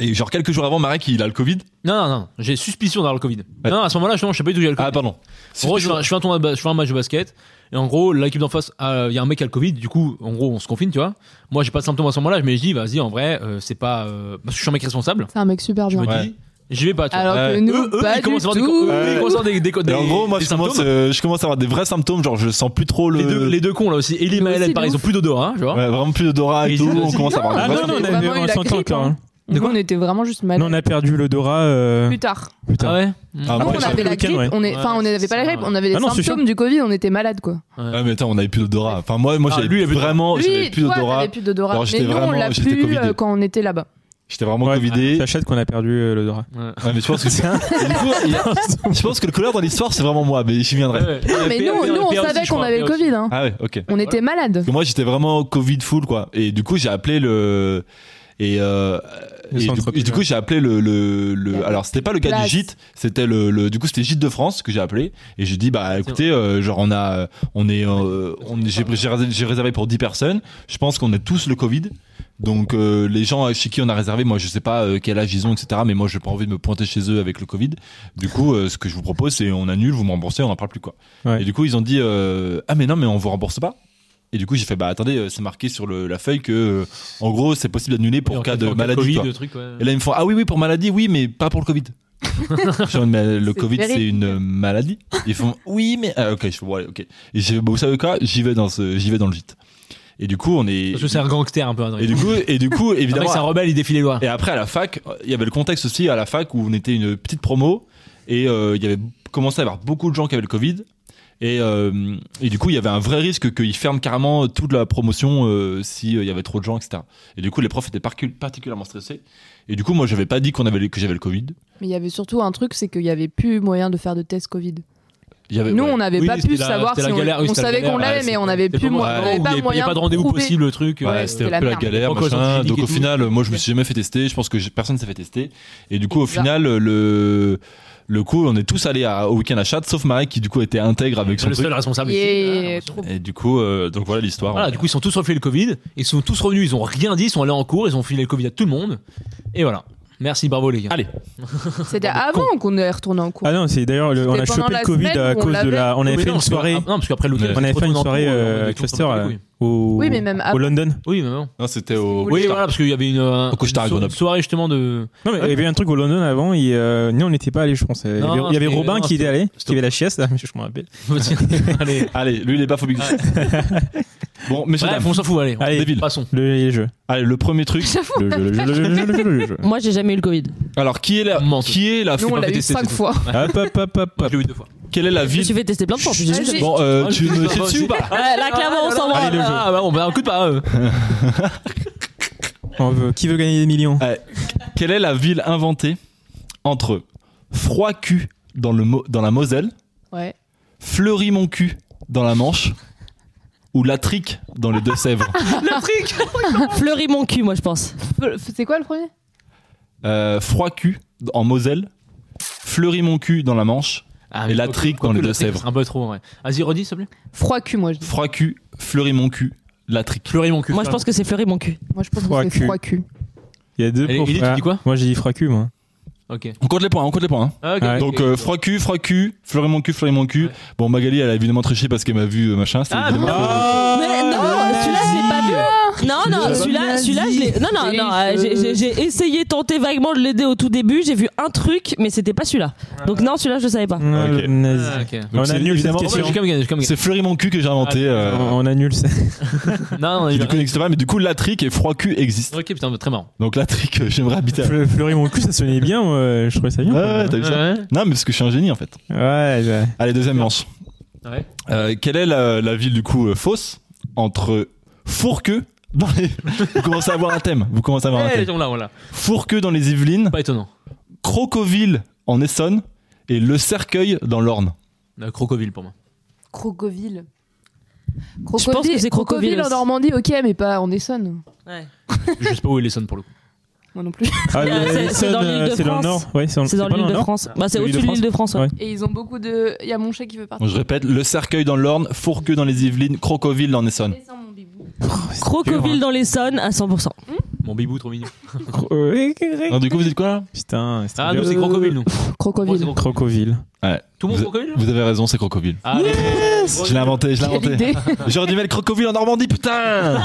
[SPEAKER 5] et genre quelques jours avant, Marek il a le Covid.
[SPEAKER 2] Non, non, non, j'ai suspicion d'avoir le Covid. Non, à ce moment-là, justement, je sais pas du tout, j'ai le Covid.
[SPEAKER 5] Ah pardon.
[SPEAKER 2] en gros, je fais, un,
[SPEAKER 5] Suspicion.
[SPEAKER 2] je fais un tournoi de bas- je fais un match de basket, et en gros, l'équipe d'en face, ah, il y a un mec qui a le Covid, du coup, en gros, on se confine, tu vois. Moi, j'ai pas de symptômes à ce moment-là, mais je dis, vas-y, en vrai, euh, c'est pas. euh, parce que je suis un mec responsable,
[SPEAKER 3] C'est un mec super
[SPEAKER 2] je
[SPEAKER 3] bien.
[SPEAKER 2] me
[SPEAKER 5] Ouais.
[SPEAKER 2] dis, j'y vais pas, tu vois.
[SPEAKER 3] Alors que
[SPEAKER 5] Ouais.
[SPEAKER 3] nous,
[SPEAKER 2] eux, eux,
[SPEAKER 3] pas
[SPEAKER 2] ils commencent à
[SPEAKER 3] du
[SPEAKER 2] avoir des, eux, ils
[SPEAKER 3] tout.
[SPEAKER 2] commencent à avoir des, des,
[SPEAKER 5] Et en
[SPEAKER 2] des-
[SPEAKER 5] gros, moi
[SPEAKER 2] des
[SPEAKER 5] je commence,
[SPEAKER 2] symptômes.
[SPEAKER 5] euh, je commence à avoir des vrais symptômes, genre je sens plus trop le.
[SPEAKER 2] les, deux, hein. les deux cons, là aussi, Ellie et
[SPEAKER 3] Nous
[SPEAKER 2] Maël,
[SPEAKER 3] aussi,
[SPEAKER 2] pareil,
[SPEAKER 3] de
[SPEAKER 2] ils ont plus d'odorat, genre.
[SPEAKER 5] Ouais, vraiment plus d'odorat et,
[SPEAKER 4] Et
[SPEAKER 5] tout.
[SPEAKER 4] ils ont
[SPEAKER 5] On
[SPEAKER 4] dit
[SPEAKER 5] commence à avoir des
[SPEAKER 4] Ah
[SPEAKER 5] vrais
[SPEAKER 4] non, non,
[SPEAKER 5] symptômes.
[SPEAKER 4] on,
[SPEAKER 3] Vraiment,
[SPEAKER 4] a,
[SPEAKER 3] il a
[SPEAKER 4] on s'entend
[SPEAKER 3] grippe,
[SPEAKER 4] encore.
[SPEAKER 3] hein.
[SPEAKER 4] hein.
[SPEAKER 3] Nous,
[SPEAKER 4] quoi
[SPEAKER 3] on était vraiment juste malades.
[SPEAKER 4] Nous, on a perdu l'odorat. euh,
[SPEAKER 3] Plus tard.
[SPEAKER 2] Ah
[SPEAKER 4] Putain.
[SPEAKER 2] ouais
[SPEAKER 5] Ah,
[SPEAKER 3] Ah,
[SPEAKER 5] moi,
[SPEAKER 3] on
[SPEAKER 5] j'ai
[SPEAKER 3] avait la
[SPEAKER 4] le week-end,
[SPEAKER 3] grippe.
[SPEAKER 4] ouais.
[SPEAKER 3] On est... Enfin, on
[SPEAKER 2] Ouais,
[SPEAKER 3] n'avait pas la
[SPEAKER 2] c'est
[SPEAKER 3] grippe.
[SPEAKER 2] ça.
[SPEAKER 3] On avait les
[SPEAKER 4] Ah non, c'est
[SPEAKER 3] symptômes du Covid. On était malades, quoi.
[SPEAKER 5] Ouais, Ah, mais attends, on avait plus d'odorat. Enfin, moi, moi
[SPEAKER 2] Ah,
[SPEAKER 5] j'avais
[SPEAKER 2] lui, il avait-
[SPEAKER 5] vraiment Oh, j'avais
[SPEAKER 3] Oui,
[SPEAKER 5] plus
[SPEAKER 3] toi,
[SPEAKER 5] d'odorat.
[SPEAKER 3] t'avais plus d'odorat.
[SPEAKER 5] Alors,
[SPEAKER 3] Mais
[SPEAKER 5] j'étais
[SPEAKER 3] nous, on
[SPEAKER 5] vraiment-
[SPEAKER 3] l'a
[SPEAKER 5] j'étais
[SPEAKER 3] plus
[SPEAKER 5] covidé.
[SPEAKER 3] euh, quand on était là-bas.
[SPEAKER 5] J'étais vraiment
[SPEAKER 4] Ouais,
[SPEAKER 5] covidé.
[SPEAKER 4] C'est à
[SPEAKER 2] ah,
[SPEAKER 4] Chat qu'on a perdu euh, l'odorat.
[SPEAKER 2] Ouais.
[SPEAKER 5] Ouais, mais
[SPEAKER 2] <laughs>
[SPEAKER 5] je pense que c'est. Du coup, il- je pense que le colère dans l'histoire, c'est vraiment moi, mais j'y viendrai.
[SPEAKER 3] Non, mais nous, nous, on savait qu'on avait le Covid. hein.
[SPEAKER 5] Ah ouais, ok.
[SPEAKER 3] On était malades.
[SPEAKER 5] Parce que moi, j'étais vraiment Covid full, quoi. Et du coup, j'ai appelé le. Et, euh,
[SPEAKER 4] Le
[SPEAKER 5] et du,
[SPEAKER 4] centre
[SPEAKER 5] et du coup, j'ai appelé le. le, le- alors, c'était pas le gars
[SPEAKER 3] Place.
[SPEAKER 5] du gîte, c'était le, le- Du coup, c'était Gîte de France que j'ai appelé. Et j'ai dit, bah écoutez, euh, genre, on a. On est. euh, on, j'ai, j'ai réservé- j'ai réservé pour 10 personnes. Je pense qu'on a tous le Covid. Donc, euh, les gens chez qui on a réservé, moi, je sais pas euh, quel âge ils ont, etc. Mais moi, j'ai pas envie de me pointer chez eux avec le Covid. Du coup, euh, ce que je vous propose, c'est on annule, vous me remboursez, on n'en parle plus, quoi.
[SPEAKER 4] Ouais.
[SPEAKER 5] Et du coup, ils ont dit, euh, ah, mais non, mais on vous rembourse pas. Et du coup, j'ai fait, bah attendez, euh, c'est marqué sur le- la feuille que, euh, en gros, c'est possible d'annuler pour cas de maladie.
[SPEAKER 2] Covid, euh,
[SPEAKER 5] quoi.
[SPEAKER 2] de trucs, ouais.
[SPEAKER 5] Et là, ils me font, ah oui, oui, pour maladie, oui, mais pas pour
[SPEAKER 2] <laughs>
[SPEAKER 5] le Covid. Je fais, mais le
[SPEAKER 3] C'est
[SPEAKER 5] Covid, c'est
[SPEAKER 3] terrible.
[SPEAKER 5] une euh, maladie. Ils font, oui, mais. Ah, ok, je fais, bon, allez, ok. Et j'ai fait, bah, vous savez quoi, j'y vais, dans ce- j'y vais dans le gîte. Et du coup, on est.
[SPEAKER 2] Parce que c'est un gangster un peu, Adrien.
[SPEAKER 5] Et du coup, et du coup
[SPEAKER 2] Évidemment,
[SPEAKER 5] évidemment,
[SPEAKER 2] c'est <laughs> un rebelle, il défie les lois.
[SPEAKER 5] et après, à la fac, euh, il y avait le contexte aussi à la fac où on était une petite promo et euh, il y avait commencé à y avoir beaucoup de gens qui avaient le Covid. Et, euh, et du coup, il y avait un vrai risque qu'ils ferment carrément toute la promotion euh, si euh, il y avait trop de gens, etc. Et du coup, les profs étaient parcu- particulièrement stressés. Et du coup, moi, j'avais pas dit qu'on avait le- que j'avais le Covid.
[SPEAKER 3] Mais il y avait surtout un truc, c'est qu'il n'y avait plus moyen de faire de tests Covid.
[SPEAKER 5] Il y avait-
[SPEAKER 3] Nous,
[SPEAKER 5] ouais.
[SPEAKER 3] on n'avait
[SPEAKER 2] Oui,
[SPEAKER 3] pas
[SPEAKER 2] c'était
[SPEAKER 3] pu
[SPEAKER 2] la-
[SPEAKER 3] savoir
[SPEAKER 2] c'était
[SPEAKER 3] si
[SPEAKER 2] la
[SPEAKER 3] on,
[SPEAKER 2] galère, oui,
[SPEAKER 3] on
[SPEAKER 2] c'était la
[SPEAKER 3] savait qu'on
[SPEAKER 2] galère,
[SPEAKER 3] l'avait,
[SPEAKER 2] ouais,
[SPEAKER 3] mais on
[SPEAKER 2] c'était-
[SPEAKER 3] n'avait
[SPEAKER 2] c'était
[SPEAKER 3] plus
[SPEAKER 2] pas
[SPEAKER 3] mo- on
[SPEAKER 5] moi,
[SPEAKER 3] avait
[SPEAKER 2] il y
[SPEAKER 3] pas
[SPEAKER 2] avait- Il y
[SPEAKER 3] moyen.
[SPEAKER 2] avait pas de rendez-vous
[SPEAKER 3] prouver.
[SPEAKER 2] possible, le truc.
[SPEAKER 5] Ouais,
[SPEAKER 2] euh,
[SPEAKER 3] c'était
[SPEAKER 5] c'était un peu
[SPEAKER 3] la
[SPEAKER 5] la
[SPEAKER 3] merde.
[SPEAKER 5] galère,
[SPEAKER 2] Encore
[SPEAKER 5] machin.
[SPEAKER 2] scientifique
[SPEAKER 5] Donc
[SPEAKER 2] et
[SPEAKER 5] au
[SPEAKER 2] tout.
[SPEAKER 5] final, moi, je me suis jamais fait tester. Je pense que j'ai- personne s'est fait tester. Et du coup, au
[SPEAKER 3] Bizarre.
[SPEAKER 5] final, le le coup, on est tous allés à- au week-end à Chat, sauf Marek qui du coup était intègre avec son
[SPEAKER 2] le
[SPEAKER 5] truc.
[SPEAKER 2] seul responsable.
[SPEAKER 3] Yeah,
[SPEAKER 2] ici. Ah,
[SPEAKER 3] trop
[SPEAKER 5] Et du coup, euh, donc voilà l'histoire.
[SPEAKER 2] Voilà, du coup, ils sont tous refilés le Covid. Ils sont tous revenus, ils ont rien dit, ils sont allés en cours, ils ont filé le Covid à tout le monde. Et voilà. Merci, bravo les gars.
[SPEAKER 5] Allez.
[SPEAKER 3] C'était
[SPEAKER 2] Ah,
[SPEAKER 3] avant qu'on est retourné en cours.
[SPEAKER 4] Ah non, c'est d'ailleurs, le- on
[SPEAKER 3] C'était
[SPEAKER 4] a
[SPEAKER 3] pendant
[SPEAKER 4] chopé
[SPEAKER 3] la
[SPEAKER 4] le Covid
[SPEAKER 3] semaine
[SPEAKER 4] à
[SPEAKER 3] où on
[SPEAKER 4] cause de la. On
[SPEAKER 2] Mais
[SPEAKER 4] avait fait
[SPEAKER 2] non,
[SPEAKER 4] une
[SPEAKER 2] parce que-
[SPEAKER 4] soirée.
[SPEAKER 2] ah, non, parce qu'après l'hôtel,
[SPEAKER 5] On
[SPEAKER 4] On avait fait une soirée
[SPEAKER 2] euh,
[SPEAKER 4] euh,
[SPEAKER 2] avec
[SPEAKER 4] avec Lester là, au.
[SPEAKER 3] Oui, mais même
[SPEAKER 4] Au
[SPEAKER 3] avant.
[SPEAKER 4] London.
[SPEAKER 2] Oui, mais non.
[SPEAKER 5] Non, c'était au.
[SPEAKER 2] Oui, voilà, parce qu'il y avait une, euh,
[SPEAKER 5] Au Costa, à
[SPEAKER 2] une so-
[SPEAKER 5] Grenoble.
[SPEAKER 2] soirée justement de.
[SPEAKER 4] Non, mais il y avait un truc au London avant. Et, euh, nous, on n'était pas allés, je pense. Il y
[SPEAKER 2] Non,
[SPEAKER 4] avait, il y avait
[SPEAKER 2] c'était-
[SPEAKER 4] Robin
[SPEAKER 2] non,
[SPEAKER 4] qui était
[SPEAKER 2] c'était-
[SPEAKER 4] allé,
[SPEAKER 2] c'était-
[SPEAKER 4] qui avait la chiasse, là, <laughs> je me rappelle.
[SPEAKER 2] Allez.
[SPEAKER 5] Allez, lui, il est pas phobique. bon, mais
[SPEAKER 2] Bref, on s'en fout, allez. on-
[SPEAKER 4] Allez.
[SPEAKER 2] débile. Passons.
[SPEAKER 4] Le, les jeux.
[SPEAKER 5] Allez, le premier truc.
[SPEAKER 4] Le jeu, le jeu, le jeu, le <laughs> jeu, le jeu, le jeu.
[SPEAKER 6] Moi, j'ai jamais eu le Covid.
[SPEAKER 5] Alors, qui est la,
[SPEAKER 2] Mente.
[SPEAKER 5] qui est la,
[SPEAKER 3] Nous, on l'a eu
[SPEAKER 2] tester,
[SPEAKER 3] cinq
[SPEAKER 2] Ah, c'est
[SPEAKER 3] fois.
[SPEAKER 4] Hop, hop, hop, hop,
[SPEAKER 2] Moi,
[SPEAKER 4] hop.
[SPEAKER 2] je l'ai eu deux fois.
[SPEAKER 5] quelle est la
[SPEAKER 6] Je me
[SPEAKER 5] ville
[SPEAKER 6] suis fait tester plein de fois. en plus, j'ai jamais-
[SPEAKER 3] Vas-y.
[SPEAKER 5] Bon, euh,
[SPEAKER 2] Ah,
[SPEAKER 5] tu
[SPEAKER 2] je-
[SPEAKER 5] me
[SPEAKER 2] je-
[SPEAKER 5] sais dessus ou pas
[SPEAKER 6] Ouais, là, clairement, on s'en va.
[SPEAKER 2] Ah, ah, bah, on va un coup de pas. euh.
[SPEAKER 4] On veut- Qui veut gagner des millions
[SPEAKER 5] Quelle est la ville inventée entre froid cul dans, le, Mo- dans la Moselle,
[SPEAKER 3] Ouais.
[SPEAKER 5] fleurit mon cul dans la Manche ou la trique dans les Deux-Sèvres
[SPEAKER 6] Fleurit mon cul, moi, je pense.
[SPEAKER 3] C'est quoi le premier
[SPEAKER 5] euh, Froid cul en Moselle, fleurit mon cul dans la Manche,
[SPEAKER 2] Ah,
[SPEAKER 5] Et
[SPEAKER 2] mais
[SPEAKER 5] la
[SPEAKER 2] quoi-
[SPEAKER 5] trique
[SPEAKER 2] quoi
[SPEAKER 5] dans
[SPEAKER 2] que
[SPEAKER 5] les
[SPEAKER 2] la trique,
[SPEAKER 5] Deux-Sèvres.
[SPEAKER 2] c'est Un peu trop, ouais. Vas-y, redis, s'il te plaît.
[SPEAKER 3] Froid cul, moi je dis.
[SPEAKER 5] froid cul, fleurit mon cul, la trique.
[SPEAKER 2] Fleuris mon cul.
[SPEAKER 6] Moi, je pense que c'est fleurit mon cul.
[SPEAKER 3] Moi je pense
[SPEAKER 4] Froid
[SPEAKER 3] que c'est
[SPEAKER 4] cul.
[SPEAKER 3] froid cul.
[SPEAKER 4] Il y a deux
[SPEAKER 2] Allez,
[SPEAKER 4] pour
[SPEAKER 2] Ellie, tu
[SPEAKER 4] Ah,
[SPEAKER 2] dis quoi
[SPEAKER 4] Moi, j'ai dit Fracu, moi.
[SPEAKER 2] Ok.
[SPEAKER 5] On compte les points, on compte les points. hein.
[SPEAKER 2] Ah, ok,
[SPEAKER 4] Ouais.
[SPEAKER 2] ok,
[SPEAKER 5] Donc
[SPEAKER 2] ok.
[SPEAKER 5] euh, froid cul, froid cul, fleurit mon cul, fleurit mon cul.
[SPEAKER 2] Ouais.
[SPEAKER 5] Bon Magali elle a évidemment triché parce qu'elle m'a vu euh, machin. c'était
[SPEAKER 2] Ah,
[SPEAKER 5] évidemment-
[SPEAKER 6] Mais non, celui-là, je l'ai pas vu. Non, non, non, celui-là, celui-là, je l'ai. Non, non,
[SPEAKER 3] Et
[SPEAKER 6] non.
[SPEAKER 3] je-
[SPEAKER 6] euh, j'ai- j'ai- J'ai essayé, tenté vaguement de l'aider au tout début. J'ai vu un truc, mais c'était pas celui-là. Donc non, celui-là, je le savais pas.
[SPEAKER 5] Ok.
[SPEAKER 2] Ah, ok.
[SPEAKER 5] Donc,
[SPEAKER 4] On
[SPEAKER 5] c'est
[SPEAKER 4] annule cette
[SPEAKER 5] évidemment-
[SPEAKER 2] Ouais, j'ai
[SPEAKER 4] question. Ah,
[SPEAKER 2] quand même gagné, j'ai quand même
[SPEAKER 5] C'est Fleury mon cul que j'ai inventé. euh,
[SPEAKER 4] On on annule ça.
[SPEAKER 2] Non, non,
[SPEAKER 5] qui
[SPEAKER 2] il
[SPEAKER 5] du coup n'existe pas, mais du coup la trique et froid cul existent.
[SPEAKER 2] Ok, putain, très marrant.
[SPEAKER 5] Donc la trique, euh, j'aimerais habiter. à-
[SPEAKER 4] Fleu- Fleury mon cul, ça sonnait bien. euh, Je trouvais ça bien.
[SPEAKER 5] Ouais,
[SPEAKER 4] quoi.
[SPEAKER 5] ouais, t'as vu ça Non, mais parce que je suis un génie en fait.
[SPEAKER 4] Ouais, ouais.
[SPEAKER 5] Allez, deuxième manche.
[SPEAKER 2] Ouais.
[SPEAKER 5] Euh, quelle est la, la ville du coup euh, fausse entre Fourqueux dans les... <laughs> Vous commencez à avoir un thème. Vous commencez à avoir un
[SPEAKER 2] Eh,
[SPEAKER 5] thème.
[SPEAKER 2] on l'a, on l'a.
[SPEAKER 5] Fourqueux dans les Yvelines,
[SPEAKER 2] Pas étonnant.
[SPEAKER 5] Crocoville en Essonne et Le Cercueil dans l'Orne.
[SPEAKER 2] La Crocoville pour moi.
[SPEAKER 3] Crocoville.
[SPEAKER 6] pense que c'est Crocoville
[SPEAKER 3] en
[SPEAKER 6] aussi.
[SPEAKER 3] Normandie, ok, mais pas en Essonne.
[SPEAKER 2] Je sais pas où est l'Essonne pour le coup.
[SPEAKER 3] Moi non plus.
[SPEAKER 4] Ah, mais
[SPEAKER 6] c'est-
[SPEAKER 4] Essonne,
[SPEAKER 6] c'est dans l'île
[SPEAKER 4] euh,
[SPEAKER 6] de
[SPEAKER 4] C'est dans le
[SPEAKER 6] France.
[SPEAKER 4] nord. Ouais,
[SPEAKER 6] C'est dans
[SPEAKER 4] pas le
[SPEAKER 6] l'île de
[SPEAKER 4] nord
[SPEAKER 6] France. Bah, c'est
[SPEAKER 4] C'est l'île
[SPEAKER 6] au-dessus
[SPEAKER 4] de
[SPEAKER 6] de l'île de France. ouais.
[SPEAKER 4] Ouais.
[SPEAKER 3] Et ils ont beaucoup de. Il y a mon chat qui veut
[SPEAKER 5] Bon,
[SPEAKER 3] partir.
[SPEAKER 5] je répète, Le Cercueil dans l'Orne, Fourqueux dans les Yvelines, Crocoville dans l'Essonne.
[SPEAKER 3] Descends, mon bibou.
[SPEAKER 6] Crocoville dans l'Essonne à 100%.
[SPEAKER 2] Mon bibou, trop mignon.
[SPEAKER 5] Non, du coup, vous dites quoi là
[SPEAKER 4] Putain, c'est
[SPEAKER 2] Ah,
[SPEAKER 4] bien.
[SPEAKER 2] nous, c'est Crocoville, nous. Moi, c'est
[SPEAKER 3] Crocoville.
[SPEAKER 2] Crocoville.
[SPEAKER 6] <laughs>
[SPEAKER 4] Crocoville. <laughs>
[SPEAKER 2] Tout le monde Crocoville
[SPEAKER 5] Vous avez raison, c'est Crocoville.
[SPEAKER 2] Ah,
[SPEAKER 5] Je l'ai inventé, je l'ai
[SPEAKER 3] Quelle
[SPEAKER 5] inventé.
[SPEAKER 3] idée
[SPEAKER 5] J'aurais dû mettre Crocoville en Normandie, putain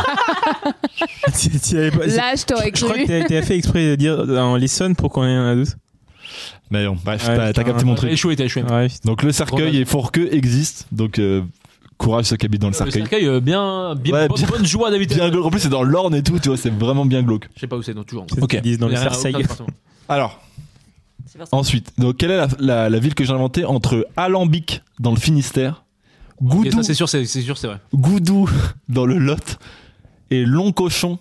[SPEAKER 4] Tu- tu avais pas-
[SPEAKER 3] Là, je t'aurais
[SPEAKER 4] Je crois
[SPEAKER 3] cru.
[SPEAKER 4] que t'as fait exprès de dire en Lisson pour qu'on ait un doute.
[SPEAKER 5] Mais bon, bref,
[SPEAKER 4] Ouais,
[SPEAKER 5] t'as- t'as
[SPEAKER 4] putain.
[SPEAKER 5] capté mon
[SPEAKER 2] t'as
[SPEAKER 5] truc.
[SPEAKER 2] échoué, t'as échoué.
[SPEAKER 4] Ouais,
[SPEAKER 5] Donc le cercueil
[SPEAKER 2] Grenade.
[SPEAKER 5] et Fourqueux existent, donc euh, courage ceux qui habitent dans le
[SPEAKER 2] Le
[SPEAKER 5] cercueil.
[SPEAKER 2] cercueil, euh, bien, bien,
[SPEAKER 5] Ouais,
[SPEAKER 2] bonne-
[SPEAKER 5] bien-
[SPEAKER 2] bonne joie d'habiter.
[SPEAKER 5] Bien glauque. En plus, c'est dans l'Orne et tout, tu vois, c'est vraiment bien glauque.
[SPEAKER 2] Je sais pas où c'est, donc toujours.
[SPEAKER 4] C'est ce qu'ils disent dans le
[SPEAKER 2] Il y a rien-
[SPEAKER 4] Cerceil.
[SPEAKER 2] aucun département.
[SPEAKER 5] Alors, ensuite, donc quelle est la, la- la ville que j'ai inventée entre Alambic dans le Finistère,
[SPEAKER 2] Et
[SPEAKER 5] Goudou,
[SPEAKER 2] ça, c'est sûr, c'est c'est sûr, c'est vrai.
[SPEAKER 5] Goudou <laughs> dans le Lot et Longcochon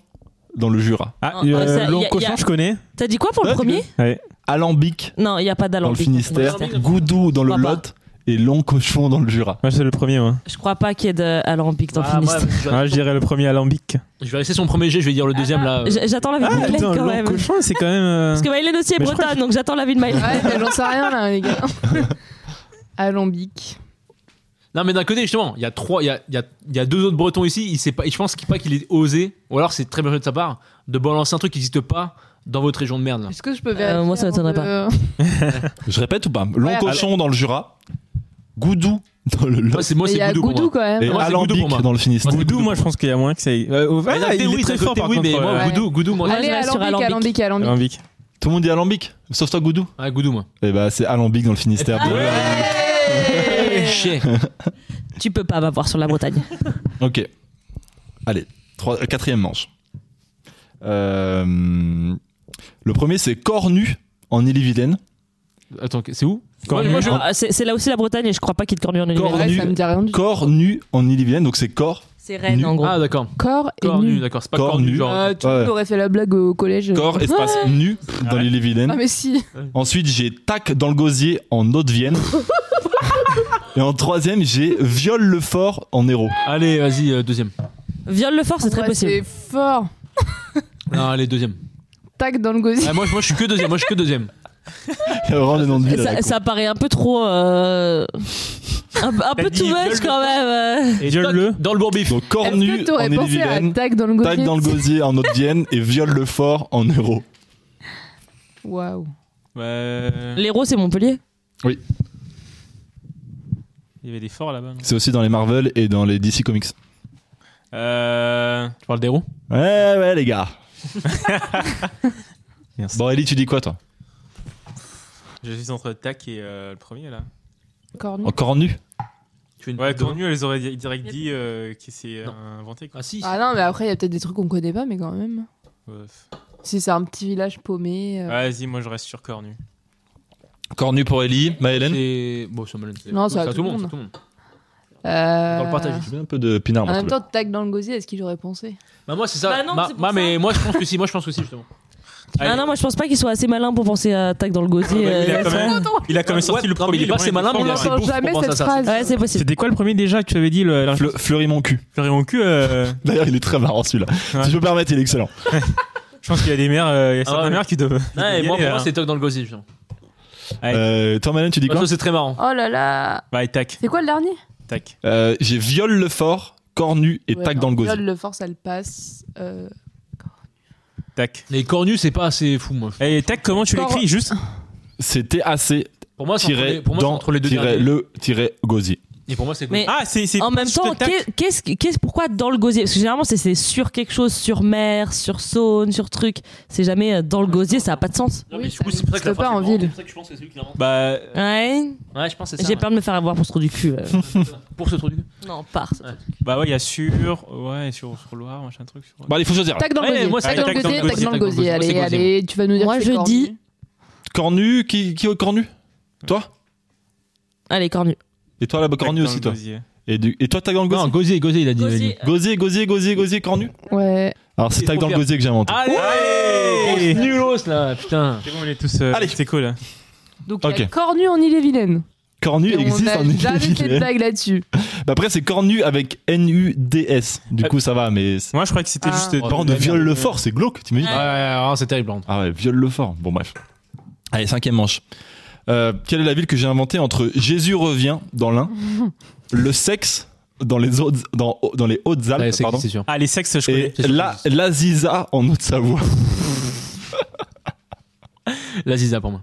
[SPEAKER 5] dans le Jura.
[SPEAKER 4] Ah,
[SPEAKER 6] Ah,
[SPEAKER 4] euh,
[SPEAKER 6] ça, y a-
[SPEAKER 4] Long
[SPEAKER 6] y a-
[SPEAKER 4] Cochon, je connais.
[SPEAKER 6] T'as dit quoi pour le
[SPEAKER 5] Ouais,
[SPEAKER 6] premier
[SPEAKER 4] Ouais.
[SPEAKER 5] Alambic
[SPEAKER 6] Non, il y a pas
[SPEAKER 5] dans le
[SPEAKER 6] d'alambic.
[SPEAKER 5] Finistère,
[SPEAKER 2] Alambic,
[SPEAKER 5] Goudou dans le
[SPEAKER 6] Papa.
[SPEAKER 5] Lot et Longcochon dans le Jura.
[SPEAKER 4] Moi, c'est le premier, moi.
[SPEAKER 6] Je crois pas qu'il y ait d'alambic dans le
[SPEAKER 2] Ah,
[SPEAKER 6] Finistère.
[SPEAKER 2] ouais, je vais-
[SPEAKER 4] Ah, je dirais le premier alambic.
[SPEAKER 2] Je vais laisser son premier jet, je vais dire
[SPEAKER 3] Ah,
[SPEAKER 2] le deuxième là. euh,
[SPEAKER 6] J- J'attends la vie
[SPEAKER 4] Ah,
[SPEAKER 6] de Mylène
[SPEAKER 4] putain,
[SPEAKER 6] quand
[SPEAKER 4] Long
[SPEAKER 6] même.
[SPEAKER 4] Cochon, c'est quand même. euh,
[SPEAKER 6] Parce que Mylène aussi est
[SPEAKER 4] Mais je crois
[SPEAKER 6] bretonne, donc j'attends la vie de Mylène.
[SPEAKER 3] Ouais, mais j'en sais rien là, les gars. Alambic.
[SPEAKER 2] Non, mais d'un côté, justement, il y a trois, il y a, il y a- il y a deux autres Bretons ici. Il sait pas, et je pense qu'il- pas qu'il ait osé, ou alors c'est très bien fait de sa part, de balancer un truc qui n'existe pas dans votre région de merde. là.
[SPEAKER 3] Est-ce que je peux vérifier
[SPEAKER 6] moi, ça
[SPEAKER 3] avant
[SPEAKER 6] m'étonnerait
[SPEAKER 3] de-
[SPEAKER 5] Je répète ou pas Longcochon dans le Jura, Goudou dans le Lot
[SPEAKER 2] Moi, c'est moi,
[SPEAKER 3] Mais Il
[SPEAKER 2] c'est
[SPEAKER 3] y a
[SPEAKER 2] Goudou pour
[SPEAKER 3] Goudou
[SPEAKER 2] moi.
[SPEAKER 3] quand même.
[SPEAKER 2] moi,
[SPEAKER 5] et
[SPEAKER 2] c'est Goudou
[SPEAKER 5] Alambic
[SPEAKER 2] pour moi. Bah,
[SPEAKER 5] dans le Finistère.
[SPEAKER 4] Goudou, moi, je pense qu'il y a moins que ça. euh, oh,
[SPEAKER 2] Mais
[SPEAKER 4] ah,
[SPEAKER 2] d'un
[SPEAKER 4] il
[SPEAKER 2] côté,
[SPEAKER 4] est
[SPEAKER 2] oui,
[SPEAKER 4] très
[SPEAKER 2] d'un
[SPEAKER 4] fort,
[SPEAKER 2] côté,
[SPEAKER 4] par
[SPEAKER 2] oui,
[SPEAKER 4] contre.
[SPEAKER 2] mais moi,
[SPEAKER 4] euh,
[SPEAKER 3] ouais.
[SPEAKER 2] Goudou, Goudou, moi.
[SPEAKER 6] Ouais.
[SPEAKER 3] Allez,
[SPEAKER 6] je reste sur
[SPEAKER 3] alambic, alambic,
[SPEAKER 6] Alambic.
[SPEAKER 3] alambic.
[SPEAKER 4] Alambic.
[SPEAKER 5] Tout le monde dit Alambic, sauf toi Goudou.
[SPEAKER 2] Ah, Goudou, moi.
[SPEAKER 5] Eh bah c'est Alambic dans le Finistère.
[SPEAKER 2] Ah
[SPEAKER 5] Bien joué, Alambic.
[SPEAKER 2] Chier.
[SPEAKER 6] Tu peux pas m'avoir sur la Bretagne.
[SPEAKER 5] Ok. Allez, trois- euh, quatrième manche. Euh, le premier c'est Cornu en Ille-et-Vilaine.
[SPEAKER 2] Attends, c'est où
[SPEAKER 4] Cornu.
[SPEAKER 2] Moi, je-
[SPEAKER 6] Ah, C'est c'est là aussi la Bretagne et je crois pas qu'il y ait de cornu en
[SPEAKER 5] Cornu.
[SPEAKER 6] Ille-et-Vilaine.
[SPEAKER 3] Ouais, ça me dit rien du tout.
[SPEAKER 5] Cornu en Ille-et-Vilaine, donc c'est Cor,
[SPEAKER 6] C'est Rennes
[SPEAKER 5] Nu.
[SPEAKER 6] en gros.
[SPEAKER 2] Ah, d'accord.
[SPEAKER 3] Corps et
[SPEAKER 2] Corps nu,
[SPEAKER 3] nu.
[SPEAKER 2] d'accord. C'est pas
[SPEAKER 5] Corps
[SPEAKER 2] corps nu,
[SPEAKER 5] nu.
[SPEAKER 2] genre.
[SPEAKER 3] Euh, tout le
[SPEAKER 5] Ouais.
[SPEAKER 3] monde aurait fait la blague au collège.
[SPEAKER 5] Cor espace nu dans
[SPEAKER 3] Ah
[SPEAKER 5] l'Ille-et-Vilaine.
[SPEAKER 3] mais si.
[SPEAKER 5] Ensuite j'ai Tac dans le Gosier en
[SPEAKER 3] <laughs>
[SPEAKER 5] Haute-Vienne. Et en troisième j'ai Viol le Fort en Hérault.
[SPEAKER 2] Allez, vas-y, euh, deuxième.
[SPEAKER 6] Viole le fort, c'est très
[SPEAKER 3] Ouais,
[SPEAKER 6] possible.
[SPEAKER 3] C'est fort.
[SPEAKER 2] Non, allez, deuxième.
[SPEAKER 3] Tac dans le gosier.
[SPEAKER 2] Ah, moi, je- moi, je suis que deuxième. Moi, je suis que deuxième.
[SPEAKER 5] Il y a vraiment des noms de villes à la
[SPEAKER 6] Ça,
[SPEAKER 5] con.
[SPEAKER 6] ça paraît un peu trop. euh, Un, un
[SPEAKER 2] T'as
[SPEAKER 6] peu too
[SPEAKER 2] dit viole
[SPEAKER 6] much
[SPEAKER 2] le
[SPEAKER 6] quand même. euh.
[SPEAKER 2] Et
[SPEAKER 4] Viole
[SPEAKER 2] toc,
[SPEAKER 4] le.
[SPEAKER 2] Dans le bourbif.
[SPEAKER 5] Donc
[SPEAKER 3] Est-ce
[SPEAKER 5] Cornu
[SPEAKER 3] que t'aurais
[SPEAKER 5] en
[SPEAKER 3] pensé à
[SPEAKER 5] Ille-et-Vilaine.
[SPEAKER 3] Tac dans le gosier
[SPEAKER 5] Tac dans le gosier en Haute-Vienne et viol le fort en euro.
[SPEAKER 3] Waouh.
[SPEAKER 4] Ouais,
[SPEAKER 6] L'héros, c'est Montpellier.
[SPEAKER 4] Il y avait des forts là-bas. non
[SPEAKER 5] C'est aussi dans les Marvel et dans les DC Comics.
[SPEAKER 4] Euh.
[SPEAKER 2] Tu parles d'héros
[SPEAKER 5] Ouais, ouais, les <laughs> gars.
[SPEAKER 4] Merci.
[SPEAKER 5] Bon, Ellie, tu dis quoi, toi
[SPEAKER 4] Je suis entre Tac et euh, le premier là.
[SPEAKER 3] Corps nu.
[SPEAKER 5] Encore nu
[SPEAKER 2] Tu fais une
[SPEAKER 4] Ouais,
[SPEAKER 2] tête de-
[SPEAKER 4] Cornu, elles auraient di- direct dit euh, que c'est euh,
[SPEAKER 2] Non.
[SPEAKER 4] inventé quoi.
[SPEAKER 2] Ah, si.
[SPEAKER 3] Ah non mais après il y a peut-être des trucs qu'on connaît pas mais quand même.
[SPEAKER 4] Ouais.
[SPEAKER 3] Si c'est un petit village paumé. euh,
[SPEAKER 4] Bah, Ah, Vas-y, moi je reste sur Cornu.
[SPEAKER 5] Cornu pour Ellie, Maëlène
[SPEAKER 2] C'est- Bon, c'est Malène,
[SPEAKER 3] Non,
[SPEAKER 2] c'est à tout le monde. c'est à tout le monde.
[SPEAKER 3] euh,
[SPEAKER 2] Dans le partage.
[SPEAKER 5] Je mets un peu de pinard,
[SPEAKER 3] En
[SPEAKER 5] moi,
[SPEAKER 3] même
[SPEAKER 5] s'il te
[SPEAKER 3] temps Tac dans le gosier est-ce qu'il aurait pensé
[SPEAKER 2] Bah moi c'est ça.
[SPEAKER 6] Bah non,
[SPEAKER 2] Ma-
[SPEAKER 6] c'est pour
[SPEAKER 2] ma-
[SPEAKER 6] ça.
[SPEAKER 2] mais moi je pense que si, moi je pense que si justement.
[SPEAKER 6] Ah non, moi je pense pas qu'ils soient assez malins pour penser à attaque dans le gosier.
[SPEAKER 4] Il
[SPEAKER 6] euh,
[SPEAKER 4] a quand même, il a quand même sorti
[SPEAKER 2] Ouais,
[SPEAKER 4] le
[SPEAKER 2] non, mais
[SPEAKER 4] premier.
[SPEAKER 2] il est pas assez malin, mais
[SPEAKER 3] On
[SPEAKER 2] il a assez
[SPEAKER 4] formidable.
[SPEAKER 3] n'entend
[SPEAKER 2] bouffe pour
[SPEAKER 3] jamais
[SPEAKER 2] penser à
[SPEAKER 3] cette
[SPEAKER 2] ça.
[SPEAKER 3] phrase.
[SPEAKER 6] Ouais, c'est possible.
[SPEAKER 4] C'était quoi le premier déjà que tu avais dit le
[SPEAKER 5] plaît.
[SPEAKER 4] le-
[SPEAKER 5] Fleu- Fleury mon cul.
[SPEAKER 4] Fleury mon cul <laughs> euh,
[SPEAKER 5] D'ailleurs, il est très marrant celui-là. Si je peux me permettre, il est excellent.
[SPEAKER 4] Je pense qu'il y a des mères, euh, il y a certaines
[SPEAKER 2] Ah ouais.
[SPEAKER 4] mères qui doivent.
[SPEAKER 2] Non, et moi
[SPEAKER 4] qui doivent y
[SPEAKER 2] pour moi
[SPEAKER 4] aller, hein.
[SPEAKER 2] c'est toc dans le gosier justement.
[SPEAKER 4] Ouais.
[SPEAKER 5] Euh, toi, Maëlène, tu dis
[SPEAKER 2] Parce
[SPEAKER 5] quoi
[SPEAKER 2] que c'est très marrant.
[SPEAKER 3] Oh là là.
[SPEAKER 4] hein. Bah, et tac,
[SPEAKER 3] C'est quoi le dernier
[SPEAKER 4] tac.
[SPEAKER 5] Euh, J'ai viol le fort, cornu et
[SPEAKER 3] Ouais,
[SPEAKER 5] tac
[SPEAKER 3] non,
[SPEAKER 5] dans le
[SPEAKER 3] Viol
[SPEAKER 5] gosier.
[SPEAKER 3] le force elle passe. euh,
[SPEAKER 4] Tac.
[SPEAKER 2] Les cornus c'est pas assez fou moi.
[SPEAKER 4] Et tac, comment tu
[SPEAKER 3] Cor-
[SPEAKER 4] l'écris juste
[SPEAKER 5] C'était assez
[SPEAKER 2] Pour moi c'est entre,
[SPEAKER 5] tiré
[SPEAKER 2] les- pour moi, c'est
[SPEAKER 5] dans
[SPEAKER 2] entre les deux
[SPEAKER 5] tiré
[SPEAKER 2] derniers.
[SPEAKER 5] le tiré gosier.
[SPEAKER 2] Et pour moi, c'est
[SPEAKER 6] Mais-
[SPEAKER 4] Ah, c'est. c'est
[SPEAKER 6] en
[SPEAKER 4] pas
[SPEAKER 6] même
[SPEAKER 4] ce
[SPEAKER 6] temps,
[SPEAKER 4] spectacle.
[SPEAKER 6] qu'est- qu'est-ce qui- qu'est-ce pourquoi dans le gosier Parce que généralement, c'est- c'est sur quelque chose, sur mer, sur Saône, sur truc. C'est jamais euh, dans le gosier, ça a pas de sens.
[SPEAKER 3] Oui, ça n'existe pas en ville.
[SPEAKER 2] je pense que c'est lui qui l'invente.
[SPEAKER 4] Bah,
[SPEAKER 6] Ouais.
[SPEAKER 2] Ouais, je pense que c'est ça.
[SPEAKER 6] J'ai peur de me faire avoir pour ce trou du cul.
[SPEAKER 2] <laughs>
[SPEAKER 6] euh.
[SPEAKER 2] Pour ce truc.
[SPEAKER 6] non, part.
[SPEAKER 2] Ouais.
[SPEAKER 4] bah ouais, il y a sur. Ouais, sur, sur Loire, machin truc. Sur...
[SPEAKER 5] Bon, allez, faut choisir.
[SPEAKER 3] Tac dans le
[SPEAKER 2] Ouais,
[SPEAKER 3] gosier,
[SPEAKER 2] moi,
[SPEAKER 3] tac
[SPEAKER 4] c'est
[SPEAKER 3] dans le
[SPEAKER 4] tac dans
[SPEAKER 3] gosier,
[SPEAKER 4] le
[SPEAKER 3] tac dans le
[SPEAKER 2] gosier,
[SPEAKER 3] gosier.
[SPEAKER 2] tac dans le
[SPEAKER 3] Allez,
[SPEAKER 2] gosier.
[SPEAKER 3] allez, tu vas nous dire.
[SPEAKER 6] Moi,
[SPEAKER 3] que
[SPEAKER 6] je
[SPEAKER 3] c'est
[SPEAKER 6] dis-
[SPEAKER 3] cornu.
[SPEAKER 5] Cornu, qui, qui Cornu Toi
[SPEAKER 6] Allez, cornu.
[SPEAKER 5] Et toi, la
[SPEAKER 4] Tac
[SPEAKER 5] Cornu
[SPEAKER 4] dans
[SPEAKER 5] aussi,
[SPEAKER 4] le
[SPEAKER 5] toi.
[SPEAKER 4] gosier.
[SPEAKER 5] Et, du- et toi, tag dans le
[SPEAKER 2] Non, Gosier,
[SPEAKER 5] gosier
[SPEAKER 2] Gosier, il a dit.
[SPEAKER 6] Gosier.
[SPEAKER 5] Gosier, gosier, gosier, gosier, Cornu
[SPEAKER 3] Ouais.
[SPEAKER 5] Alors, c'est
[SPEAKER 2] Il
[SPEAKER 5] tag
[SPEAKER 2] faut
[SPEAKER 5] dans le
[SPEAKER 2] faire.
[SPEAKER 5] gosier que j'ai
[SPEAKER 3] Ah,
[SPEAKER 5] inventé.
[SPEAKER 2] Allez
[SPEAKER 4] Allez
[SPEAKER 2] Grosse Nulos là, putain.
[SPEAKER 4] C'est bon, on est tous. euh,
[SPEAKER 5] Allez.
[SPEAKER 4] c'est cool.
[SPEAKER 3] Donc, il y a
[SPEAKER 5] Ok.
[SPEAKER 3] cornu en Ille-et-Vilaine.
[SPEAKER 5] Cornu
[SPEAKER 3] Et on
[SPEAKER 5] existe en
[SPEAKER 3] n'a jamais fait de
[SPEAKER 5] Italie.
[SPEAKER 3] blague là-dessus.
[SPEAKER 5] Après, c'est Cornu avec N-U-D-S.
[SPEAKER 2] Ah,
[SPEAKER 5] Du coup, ça va, mais. c'est-
[SPEAKER 4] Moi, je crois que c'était
[SPEAKER 3] Ah.
[SPEAKER 4] juste.
[SPEAKER 5] Par contre, viole le fort, c'est glauque, t'imagines
[SPEAKER 2] Ouais, ouais, ouais, c'est terrible. hein.
[SPEAKER 5] Ah ouais, viole le fort. Bon, bref. Allez, cinquième manche. Euh, quelle est la ville que j'ai inventée entre Jésus revient
[SPEAKER 2] <laughs>
[SPEAKER 5] dans l'un, le sexe dans les, Hautes- dans, dans les
[SPEAKER 2] Ouais,
[SPEAKER 5] Hautes-Alpes,
[SPEAKER 2] c'est
[SPEAKER 5] pardon,
[SPEAKER 2] c'est sûr.
[SPEAKER 4] Ah, les sexes, je
[SPEAKER 5] et
[SPEAKER 4] connais.
[SPEAKER 5] la, l'Aziza en Haute-Savoie
[SPEAKER 2] La Ziza pour moi.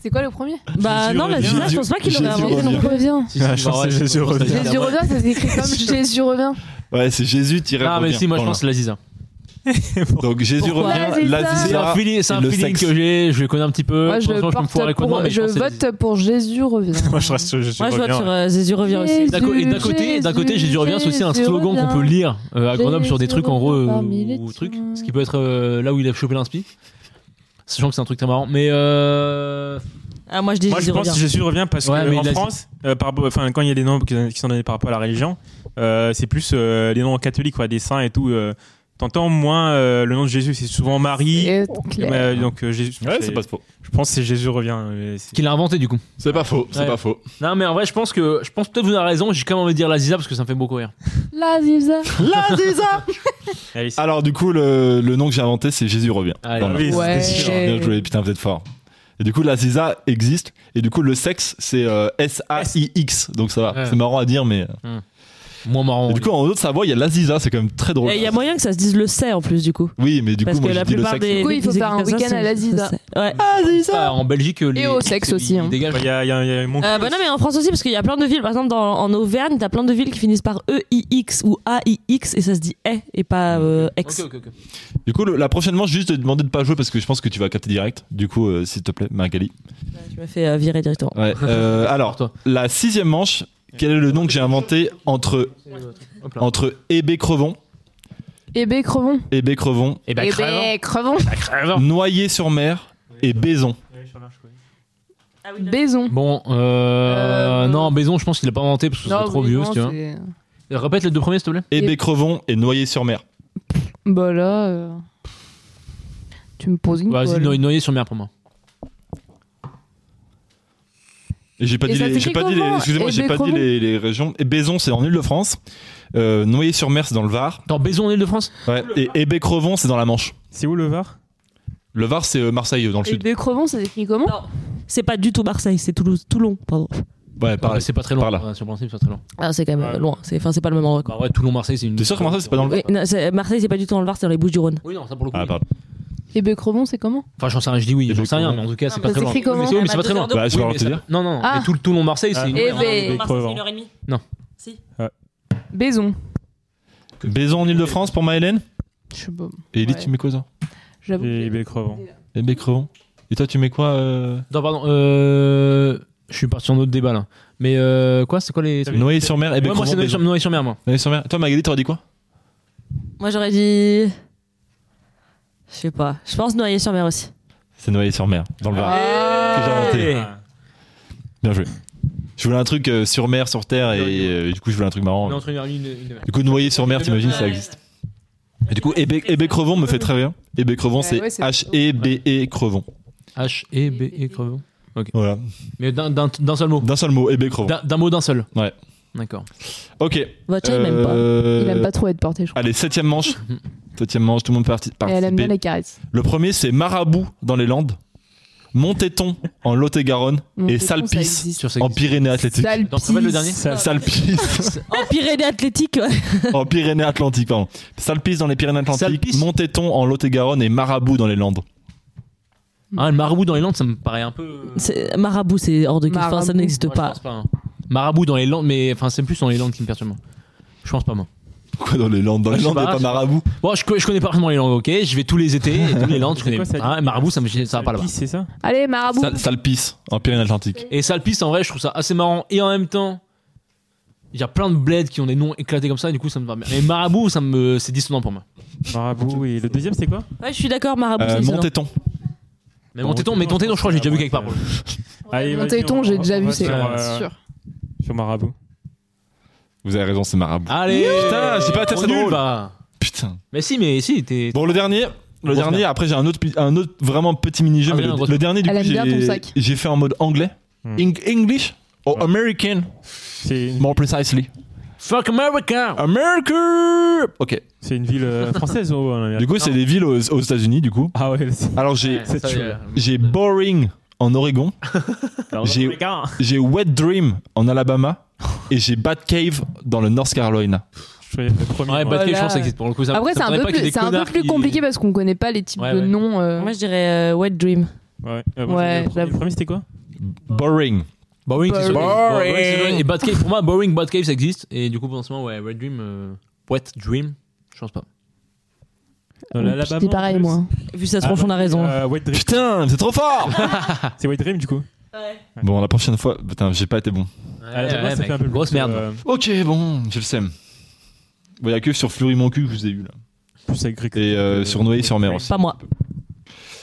[SPEAKER 3] C'est quoi le premier
[SPEAKER 6] Bah
[SPEAKER 5] Jésus
[SPEAKER 6] non, la
[SPEAKER 5] revient.
[SPEAKER 6] Ziza, je pense pas qu'il
[SPEAKER 5] Jésus
[SPEAKER 6] l'aurait inventé
[SPEAKER 5] revient.
[SPEAKER 6] non plus.
[SPEAKER 3] Reviens.
[SPEAKER 2] Si, si,
[SPEAKER 4] Ah, je
[SPEAKER 2] bah,
[SPEAKER 4] pense que
[SPEAKER 2] ouais,
[SPEAKER 4] c'est Jésus
[SPEAKER 2] je pense que c'est la Euh,
[SPEAKER 3] Jésus
[SPEAKER 2] Ziza.
[SPEAKER 3] revient, ça s'écrit
[SPEAKER 2] <laughs>
[SPEAKER 3] comme Jésus revient.
[SPEAKER 5] Ouais, c'est Jésus tiré
[SPEAKER 2] Ah, mais si, moi je pense que c'est la Ziza.
[SPEAKER 5] Donc Jésus
[SPEAKER 6] Pourquoi
[SPEAKER 5] revient,
[SPEAKER 3] L'Aziza
[SPEAKER 2] C'est un
[SPEAKER 5] l'Aziza.
[SPEAKER 2] feeling, c'est
[SPEAKER 5] et
[SPEAKER 2] un
[SPEAKER 5] le
[SPEAKER 2] feeling
[SPEAKER 5] sexe.
[SPEAKER 2] que j'ai, je le connais un petit peu.
[SPEAKER 3] Moi, je,
[SPEAKER 2] Franchement, je me foirais
[SPEAKER 3] porte
[SPEAKER 2] avec le nom,
[SPEAKER 3] pour,
[SPEAKER 2] mais
[SPEAKER 3] je
[SPEAKER 2] pense que c'est la Ziza.
[SPEAKER 3] vote pour
[SPEAKER 2] <laughs>
[SPEAKER 3] Jésus revient.
[SPEAKER 4] <laughs> Moi, je reste. Je, je
[SPEAKER 6] Moi, je vote
[SPEAKER 4] reviens.
[SPEAKER 6] sur euh, Jésus revient aussi.
[SPEAKER 3] Jésus.
[SPEAKER 2] D'un co- et d'un côté, d'un côté, Jésus revient, c'est aussi un
[SPEAKER 3] Jésus
[SPEAKER 2] slogan qu'on peut
[SPEAKER 3] revient.
[SPEAKER 2] lire euh, à Grenoble sur des trucs en gros
[SPEAKER 3] Jésus
[SPEAKER 2] euh,
[SPEAKER 3] revient parmi les
[SPEAKER 2] ou trucs,
[SPEAKER 3] tiens.
[SPEAKER 2] ce qui peut être euh, là où il a chopé l'inspi. Sachant que c'est un truc très marrant, mais euh,
[SPEAKER 6] Ah, moi je dis
[SPEAKER 4] Moi, je
[SPEAKER 6] Jésus
[SPEAKER 4] pense
[SPEAKER 6] revient.
[SPEAKER 4] que Jésus revient parce
[SPEAKER 2] Ouais, mais
[SPEAKER 4] que en
[SPEAKER 2] il a-
[SPEAKER 4] France, euh, par, enfin, quand il y a des noms qui qui sont donnés par rapport à la religion, euh, c'est plus euh, les noms catholiques, quoi, des saints et tout. euh, T'entends moins euh, le nom de Jésus, c'est souvent Marie.
[SPEAKER 3] Et-
[SPEAKER 4] euh, donc euh, Jésus.
[SPEAKER 5] Ouais,
[SPEAKER 4] c'est-
[SPEAKER 5] c'est pas faux.
[SPEAKER 4] Je pense que c'est Jésus revient. euh, c'est-
[SPEAKER 2] qu'il a inventé du coup.
[SPEAKER 5] C'est pas faux, c'est
[SPEAKER 2] Ouais.
[SPEAKER 5] pas faux.
[SPEAKER 2] Non, mais en vrai, je pense que je pense peut-être vous avez raison. J'ai quand même envie de dire la Ziza parce que ça me fait beaucoup rire.
[SPEAKER 3] La Ziza. <laughs>
[SPEAKER 4] Allez, c'est-
[SPEAKER 5] Alors du coup, le, le nom que j'ai inventé, c'est Jésus revient.
[SPEAKER 2] Allez.
[SPEAKER 5] Dans le-
[SPEAKER 4] oui,
[SPEAKER 3] Ouais.
[SPEAKER 4] c'est sûr.
[SPEAKER 5] Bien joué, putain, vous êtes fort. Et du coup, l'Aziza existe. Et du coup, le sexe, c'est euh, S-A-I-X. Donc ça va.
[SPEAKER 2] Ouais.
[SPEAKER 5] C'est marrant à dire, mais.
[SPEAKER 2] Moins marrant.
[SPEAKER 5] Et du coup, en haute Savoie, il y a l'Aziza, c'est quand même très drôle.
[SPEAKER 6] Et Il y a moyen que ça se dise le sait en plus du coup.
[SPEAKER 5] Oui, mais du
[SPEAKER 6] Parce
[SPEAKER 5] coup, moi,
[SPEAKER 6] que
[SPEAKER 5] je
[SPEAKER 6] la
[SPEAKER 5] dis le
[SPEAKER 6] plupart
[SPEAKER 5] sexe.
[SPEAKER 6] des.
[SPEAKER 3] Oui, il faut
[SPEAKER 6] des
[SPEAKER 3] faire un
[SPEAKER 6] églises comme ça,
[SPEAKER 3] week-end à la
[SPEAKER 6] c'est-
[SPEAKER 3] Ziza.
[SPEAKER 6] c'est- <laughs> Ouais.
[SPEAKER 2] Ah, en Belgique, les,
[SPEAKER 3] au sexe aussi, hein.
[SPEAKER 2] Ils dégagent.
[SPEAKER 4] Il y a, il y a- il y a mon
[SPEAKER 6] Euh, bah non mais en France aussi parce qu'il y a plein de villes par exemple dans- en Auvergne t'as plein de villes qui finissent par EIX ou AIX et ça se dit E et pas euh, X
[SPEAKER 2] Ok, ok, ok.
[SPEAKER 5] Du coup, le- la prochaine manche, je vais juste te demander de pas jouer parce que je pense que tu vas capter direct. Du coup, euh, s'il te plaît, Magali.
[SPEAKER 6] je me fais euh, virer directement
[SPEAKER 5] Ouais. <laughs> euh, alors,
[SPEAKER 2] Toi.
[SPEAKER 5] la sixième manche, quel est le nom que j'ai inventé entre,
[SPEAKER 2] Hop là.
[SPEAKER 5] entre Hébé Crevon,
[SPEAKER 3] Et B, Eh ben, crevon.
[SPEAKER 5] Hébé Crevon,
[SPEAKER 2] Et bah,
[SPEAKER 3] Et
[SPEAKER 2] crève, hein.
[SPEAKER 3] B, crevon.
[SPEAKER 2] Bah, crève, hein.
[SPEAKER 5] Noyer-sur-Mer et Baison
[SPEAKER 2] Ah
[SPEAKER 3] Baison.
[SPEAKER 2] Bon, euh,
[SPEAKER 3] Euh,
[SPEAKER 2] non, Baison, je pense qu'il a pas inventé parce que c'est
[SPEAKER 3] Non,
[SPEAKER 2] trop
[SPEAKER 3] oui,
[SPEAKER 2] vieux,
[SPEAKER 3] non,
[SPEAKER 2] si tu vois.
[SPEAKER 3] c'est-
[SPEAKER 2] Répète les deux premiers, s'il te plaît.
[SPEAKER 5] Hébé Crevon et Noyer-sur-Mer.
[SPEAKER 3] Bah là. euh, Tu me poses une
[SPEAKER 2] Vas-y,
[SPEAKER 3] colle.
[SPEAKER 2] noyer, noyer sur mer pour moi.
[SPEAKER 5] Et J'ai pas
[SPEAKER 3] Et
[SPEAKER 5] dit
[SPEAKER 3] ça
[SPEAKER 5] les, j'ai
[SPEAKER 3] s'écrit
[SPEAKER 5] pas dit les-
[SPEAKER 3] comment
[SPEAKER 5] excusez-moi, j'ai
[SPEAKER 3] Hébé
[SPEAKER 5] pas dit
[SPEAKER 3] Crevon
[SPEAKER 5] les, les régions. Et Baison, c'est en Île-de-France. Euh, Noyer-sur-Mer, c'est dans le Var.
[SPEAKER 2] Dans Baison en Ile-de-France
[SPEAKER 5] Ouais. Et Hébé Crevon, c'est dans la Manche.
[SPEAKER 4] C'est où le Var
[SPEAKER 5] Le Var, c'est euh, Marseille, dans le
[SPEAKER 3] Et
[SPEAKER 5] sud.
[SPEAKER 3] B, Eh ben, crevon, ça s'écrit comment
[SPEAKER 6] c'est pas du tout Marseille c'est Toulouse Toulon pardon
[SPEAKER 5] Ouais, pareil.
[SPEAKER 2] C'est pas très loin.
[SPEAKER 5] Par là.
[SPEAKER 2] Ouais, Sur le principe, c'est pas très loin.
[SPEAKER 6] ah c'est quand même euh, loin c'est enfin c'est pas le même endroit quoi.
[SPEAKER 2] Bah ouais, Toulon-Marseille, c'est une.
[SPEAKER 5] T'es sûr que Marseille, c'est pas dans le Var
[SPEAKER 6] Oui, non, c'est- Marseille c'est pas du tout dans le Var c'est dans les Bouches-du-Rhône
[SPEAKER 2] Oui, non, ça pour le coup.
[SPEAKER 5] Ah,
[SPEAKER 2] oui.
[SPEAKER 5] pardon.
[SPEAKER 3] Et B, crevon, c'est comment
[SPEAKER 2] Enfin, j'en sais rien, je dis oui,
[SPEAKER 5] Et
[SPEAKER 2] j'en
[SPEAKER 5] donc,
[SPEAKER 2] sais rien,
[SPEAKER 5] comment
[SPEAKER 2] mais en tout cas, c'est
[SPEAKER 6] Ah,
[SPEAKER 2] pas
[SPEAKER 3] mais
[SPEAKER 2] très
[SPEAKER 3] ça
[SPEAKER 2] loin.
[SPEAKER 3] s'écrit comment
[SPEAKER 2] Oui, mais c'est pas très loin.
[SPEAKER 5] Bah, je vais
[SPEAKER 2] Oui,
[SPEAKER 5] leur
[SPEAKER 2] mais
[SPEAKER 5] te
[SPEAKER 2] ça-
[SPEAKER 5] dire.
[SPEAKER 2] Non, non,
[SPEAKER 3] Ah.
[SPEAKER 2] mais tout le Toulon-Marseille, c'est
[SPEAKER 4] Ah,
[SPEAKER 2] une.
[SPEAKER 4] eh
[SPEAKER 2] heure.
[SPEAKER 4] ben.
[SPEAKER 6] Marseille,
[SPEAKER 4] crevant.
[SPEAKER 6] c'est 1h30
[SPEAKER 2] Non.
[SPEAKER 6] Si.
[SPEAKER 3] Baison.
[SPEAKER 5] Baison en Île-de-France pour Maëlène.
[SPEAKER 3] Je sais pas.
[SPEAKER 5] Et Ellie,
[SPEAKER 3] Ouais.
[SPEAKER 5] tu mets quoi, toi
[SPEAKER 3] J'avoue.
[SPEAKER 4] Et les crevants.
[SPEAKER 5] Hébé Crevon. Et toi, tu mets quoi euh,
[SPEAKER 2] Non, pardon, euh. Je suis parti en autre débat là. Mais euh. Quoi C'est quoi les. Ouais,
[SPEAKER 5] Noyer-sur-Mer, Hébé
[SPEAKER 2] moi, c'est
[SPEAKER 5] Crevon.
[SPEAKER 2] Noyer sur-
[SPEAKER 5] Baison.
[SPEAKER 2] Noyer sur mer, moi.
[SPEAKER 5] Noyer-sur-Mer. Toi, Magali, t'aurais dit quoi
[SPEAKER 6] moi j'aurais dit je sais pas je pense noyer sur mer aussi
[SPEAKER 5] C'est Noyer-sur-Mer, dans le Var.
[SPEAKER 3] Ah.
[SPEAKER 5] Que j'ai inventé.
[SPEAKER 6] Eh,
[SPEAKER 4] Ah,
[SPEAKER 5] Bien joué. Je voulais un truc euh, sur mer, sur terre, et euh, du coup, je voulais un truc marrant.
[SPEAKER 2] Non, entre une heure et une- une-
[SPEAKER 5] Du coup, noyer sur mer, t'imagines, ça
[SPEAKER 6] Ouais.
[SPEAKER 5] existe. Et du coup, Hébé Hébé Crevon me fait très bien. Hébé Crevon, c'est
[SPEAKER 3] ouais, c'est-
[SPEAKER 5] H-E-B-E E Crevon.
[SPEAKER 2] H, E, B, E, crevon.
[SPEAKER 5] Voilà.
[SPEAKER 2] Mais d'un- d'un d'un seul mot.
[SPEAKER 5] D'un seul mot, Hébé Crevon.
[SPEAKER 2] D'un d'un mot, d'un seul.
[SPEAKER 5] Ouais.
[SPEAKER 2] D'accord.
[SPEAKER 5] Ok.
[SPEAKER 6] votre chat il m'aime pas
[SPEAKER 5] Euh,
[SPEAKER 3] Il aime pas trop être porté, je crois.
[SPEAKER 5] Allez,
[SPEAKER 3] <laughs>
[SPEAKER 5] septième manche. septième manche, tout le monde peut parti-
[SPEAKER 3] Et elle aime bien
[SPEAKER 5] participer.
[SPEAKER 3] les caresses.
[SPEAKER 5] Le premier, c'est Marabout dans les Landes, Montéton en Lot-et-Garonne
[SPEAKER 3] Mon
[SPEAKER 5] et
[SPEAKER 3] téton, ça
[SPEAKER 5] Salpice
[SPEAKER 3] existe.
[SPEAKER 2] Sur ces.
[SPEAKER 5] en Pyrénées-Atlantiques.
[SPEAKER 3] Salpice.
[SPEAKER 2] Dans- rappelle le dernier
[SPEAKER 5] Salpice
[SPEAKER 6] en Pyrénées Athlétiques ouais.
[SPEAKER 5] en Pyrénées-Atlantiques, pardon. Salpice dans les Pyrénées-Atlantiques,
[SPEAKER 2] Salpice.
[SPEAKER 5] Montéton en Lot-et-Garonne et Marabout dans les Landes.
[SPEAKER 2] Ah, le marabout dans les Landes, ça me paraît un peu.
[SPEAKER 6] C'est- marabout c'est hors de question enfin, ça
[SPEAKER 3] Marabout.
[SPEAKER 6] n'existe
[SPEAKER 2] Ouais, je
[SPEAKER 6] pas
[SPEAKER 2] pense hein. Marabout dans les Landes, mais enfin, c'est plus dans les Landes qui me perturbe. moi. Je pense pas, moi.
[SPEAKER 5] Pourquoi dans les Landes Dans
[SPEAKER 2] Ah,
[SPEAKER 5] les
[SPEAKER 2] je sais
[SPEAKER 5] Landes, et
[SPEAKER 2] pas,
[SPEAKER 5] pas
[SPEAKER 2] je-
[SPEAKER 5] marabout.
[SPEAKER 2] Bon, je, co- je connais pas vraiment les Landes, ok Je vais tous les étés, et tous les Landes, je
[SPEAKER 4] C'est
[SPEAKER 2] connais
[SPEAKER 4] quoi, ça
[SPEAKER 2] pas. Ah, Marabout, ça, me, ça va pas là-bas.
[SPEAKER 4] Pisse, c'est ça
[SPEAKER 3] Allez, marabout.
[SPEAKER 5] Sal- Salpice, en Pyrénées-Atlantiques.
[SPEAKER 2] Et Salpice, en vrai, je trouve ça assez marrant. Et en même temps, il y a plein de bleds qui ont des noms éclatés comme ça, et du coup, ça me va bien. Mais Marabout, ça me, c'est dissonant pour moi.
[SPEAKER 4] Marabout, et le deuxième, c'est quoi
[SPEAKER 6] Ouais, je suis d'accord, Marabout.
[SPEAKER 5] Euh,
[SPEAKER 6] Ah c'est excellent.
[SPEAKER 5] Montéton.
[SPEAKER 2] Mais
[SPEAKER 4] Bon,
[SPEAKER 2] mon téton, mais ton téton, je crois que j'ai déjà vu quelque part. pour le coup.
[SPEAKER 4] Allez,
[SPEAKER 3] Mon
[SPEAKER 4] vas-y,
[SPEAKER 3] téton,
[SPEAKER 4] on-
[SPEAKER 3] j'ai
[SPEAKER 4] on
[SPEAKER 3] déjà
[SPEAKER 4] va
[SPEAKER 3] vu, c'est
[SPEAKER 4] sur,
[SPEAKER 2] clair,
[SPEAKER 4] euh,
[SPEAKER 3] c'est sûr.
[SPEAKER 4] Sur Marabout.
[SPEAKER 5] Vous avez raison, c'est marabout.
[SPEAKER 2] Allez
[SPEAKER 5] Putain, j'ai pas été
[SPEAKER 2] on
[SPEAKER 5] assez
[SPEAKER 2] nul,
[SPEAKER 5] drôle.
[SPEAKER 2] bah.
[SPEAKER 5] Putain.
[SPEAKER 2] Mais si, mais si, t'es.
[SPEAKER 5] Bon, le dernier. Le
[SPEAKER 2] Grosse
[SPEAKER 5] dernier,
[SPEAKER 2] merde.
[SPEAKER 5] après j'ai un autre, pi- un autre vraiment petit mini-jeu,
[SPEAKER 2] Ah,
[SPEAKER 5] mais
[SPEAKER 2] bien,
[SPEAKER 5] le,
[SPEAKER 2] grosse-
[SPEAKER 5] le dernier du
[SPEAKER 3] Elle
[SPEAKER 5] coup
[SPEAKER 3] aime bien ton
[SPEAKER 5] j'ai-
[SPEAKER 3] sac.
[SPEAKER 5] j'ai fait en mode anglais.
[SPEAKER 4] Hmm.
[SPEAKER 5] Eng- English or
[SPEAKER 4] Ouais.
[SPEAKER 5] American,
[SPEAKER 4] C'est une,
[SPEAKER 5] more precisely.
[SPEAKER 2] Fuck
[SPEAKER 5] Ah,
[SPEAKER 2] America
[SPEAKER 5] America Ok.
[SPEAKER 4] c'est une ville euh, française ou en Amérique
[SPEAKER 5] Du coup, c'est des villes aux, aux États-Unis, du coup.
[SPEAKER 4] Ah ouais, c'est
[SPEAKER 5] Alors j'ai
[SPEAKER 2] Ça,
[SPEAKER 4] c'est
[SPEAKER 2] y est.
[SPEAKER 4] chaud.
[SPEAKER 5] j'ai Boring en Oregon, J'ai-
[SPEAKER 4] Je
[SPEAKER 5] j'ai Wet Dream en Alabama et j'ai Batcave dans le North Carolina.
[SPEAKER 4] trouvais le premier.
[SPEAKER 2] Ouais,
[SPEAKER 4] moi.
[SPEAKER 2] bah, je
[SPEAKER 3] Voilà.
[SPEAKER 2] pense que ça existe pour le coup. Ça,
[SPEAKER 3] Après,
[SPEAKER 2] ça
[SPEAKER 3] c'est un,
[SPEAKER 2] m'étonnerait
[SPEAKER 3] peu
[SPEAKER 2] pas qu'il y
[SPEAKER 3] plus-
[SPEAKER 2] ait des
[SPEAKER 3] c'est un peu
[SPEAKER 2] connards
[SPEAKER 3] plus
[SPEAKER 2] qui-
[SPEAKER 3] compliqué parce qu'on connaît pas les types
[SPEAKER 2] Ouais,
[SPEAKER 3] de
[SPEAKER 2] ouais.
[SPEAKER 3] noms. euh.
[SPEAKER 6] Moi, je dirais euh, Wet Dream.
[SPEAKER 4] Ouais, euh,
[SPEAKER 6] Ouais,
[SPEAKER 4] moi, j'ai- le
[SPEAKER 6] j'avoue.
[SPEAKER 4] premier, c'était quoi
[SPEAKER 5] Boring.
[SPEAKER 2] Boring, c'est sûr.
[SPEAKER 5] Boring.
[SPEAKER 2] Boring, c'est sûr. Et Bad Cave, pour moi, Boring, Bad Cave, ça existe. Et du coup, potentiellement, ouais, Red Dream, euh, Wet Dream, je pense pas.
[SPEAKER 4] Dans
[SPEAKER 3] Oups,
[SPEAKER 4] Euh, l'Alabama,
[SPEAKER 3] C'était
[SPEAKER 4] en
[SPEAKER 3] pareil,
[SPEAKER 4] plus.
[SPEAKER 3] moi.
[SPEAKER 6] Vu ça se
[SPEAKER 4] Ah,
[SPEAKER 6] trouve, on a raison.
[SPEAKER 4] Euh, White Dream.
[SPEAKER 5] Putain, c'est trop fort Ah.
[SPEAKER 4] C'est White Dream, du coup.
[SPEAKER 5] Bon, la prochaine fois, putain, j'ai pas été bon.
[SPEAKER 4] Ah, j'avoue, ça fait un peu
[SPEAKER 2] grosse
[SPEAKER 4] plus,
[SPEAKER 2] merde.
[SPEAKER 4] euh,
[SPEAKER 5] Ok, bon, je le sème. Bon, y a que sur Fleury Mon Cul que je vous ai eu là.
[SPEAKER 4] Plus agricole.
[SPEAKER 5] Et euh, sur Noailly-sur-Mer aussi.
[SPEAKER 6] Pas moi.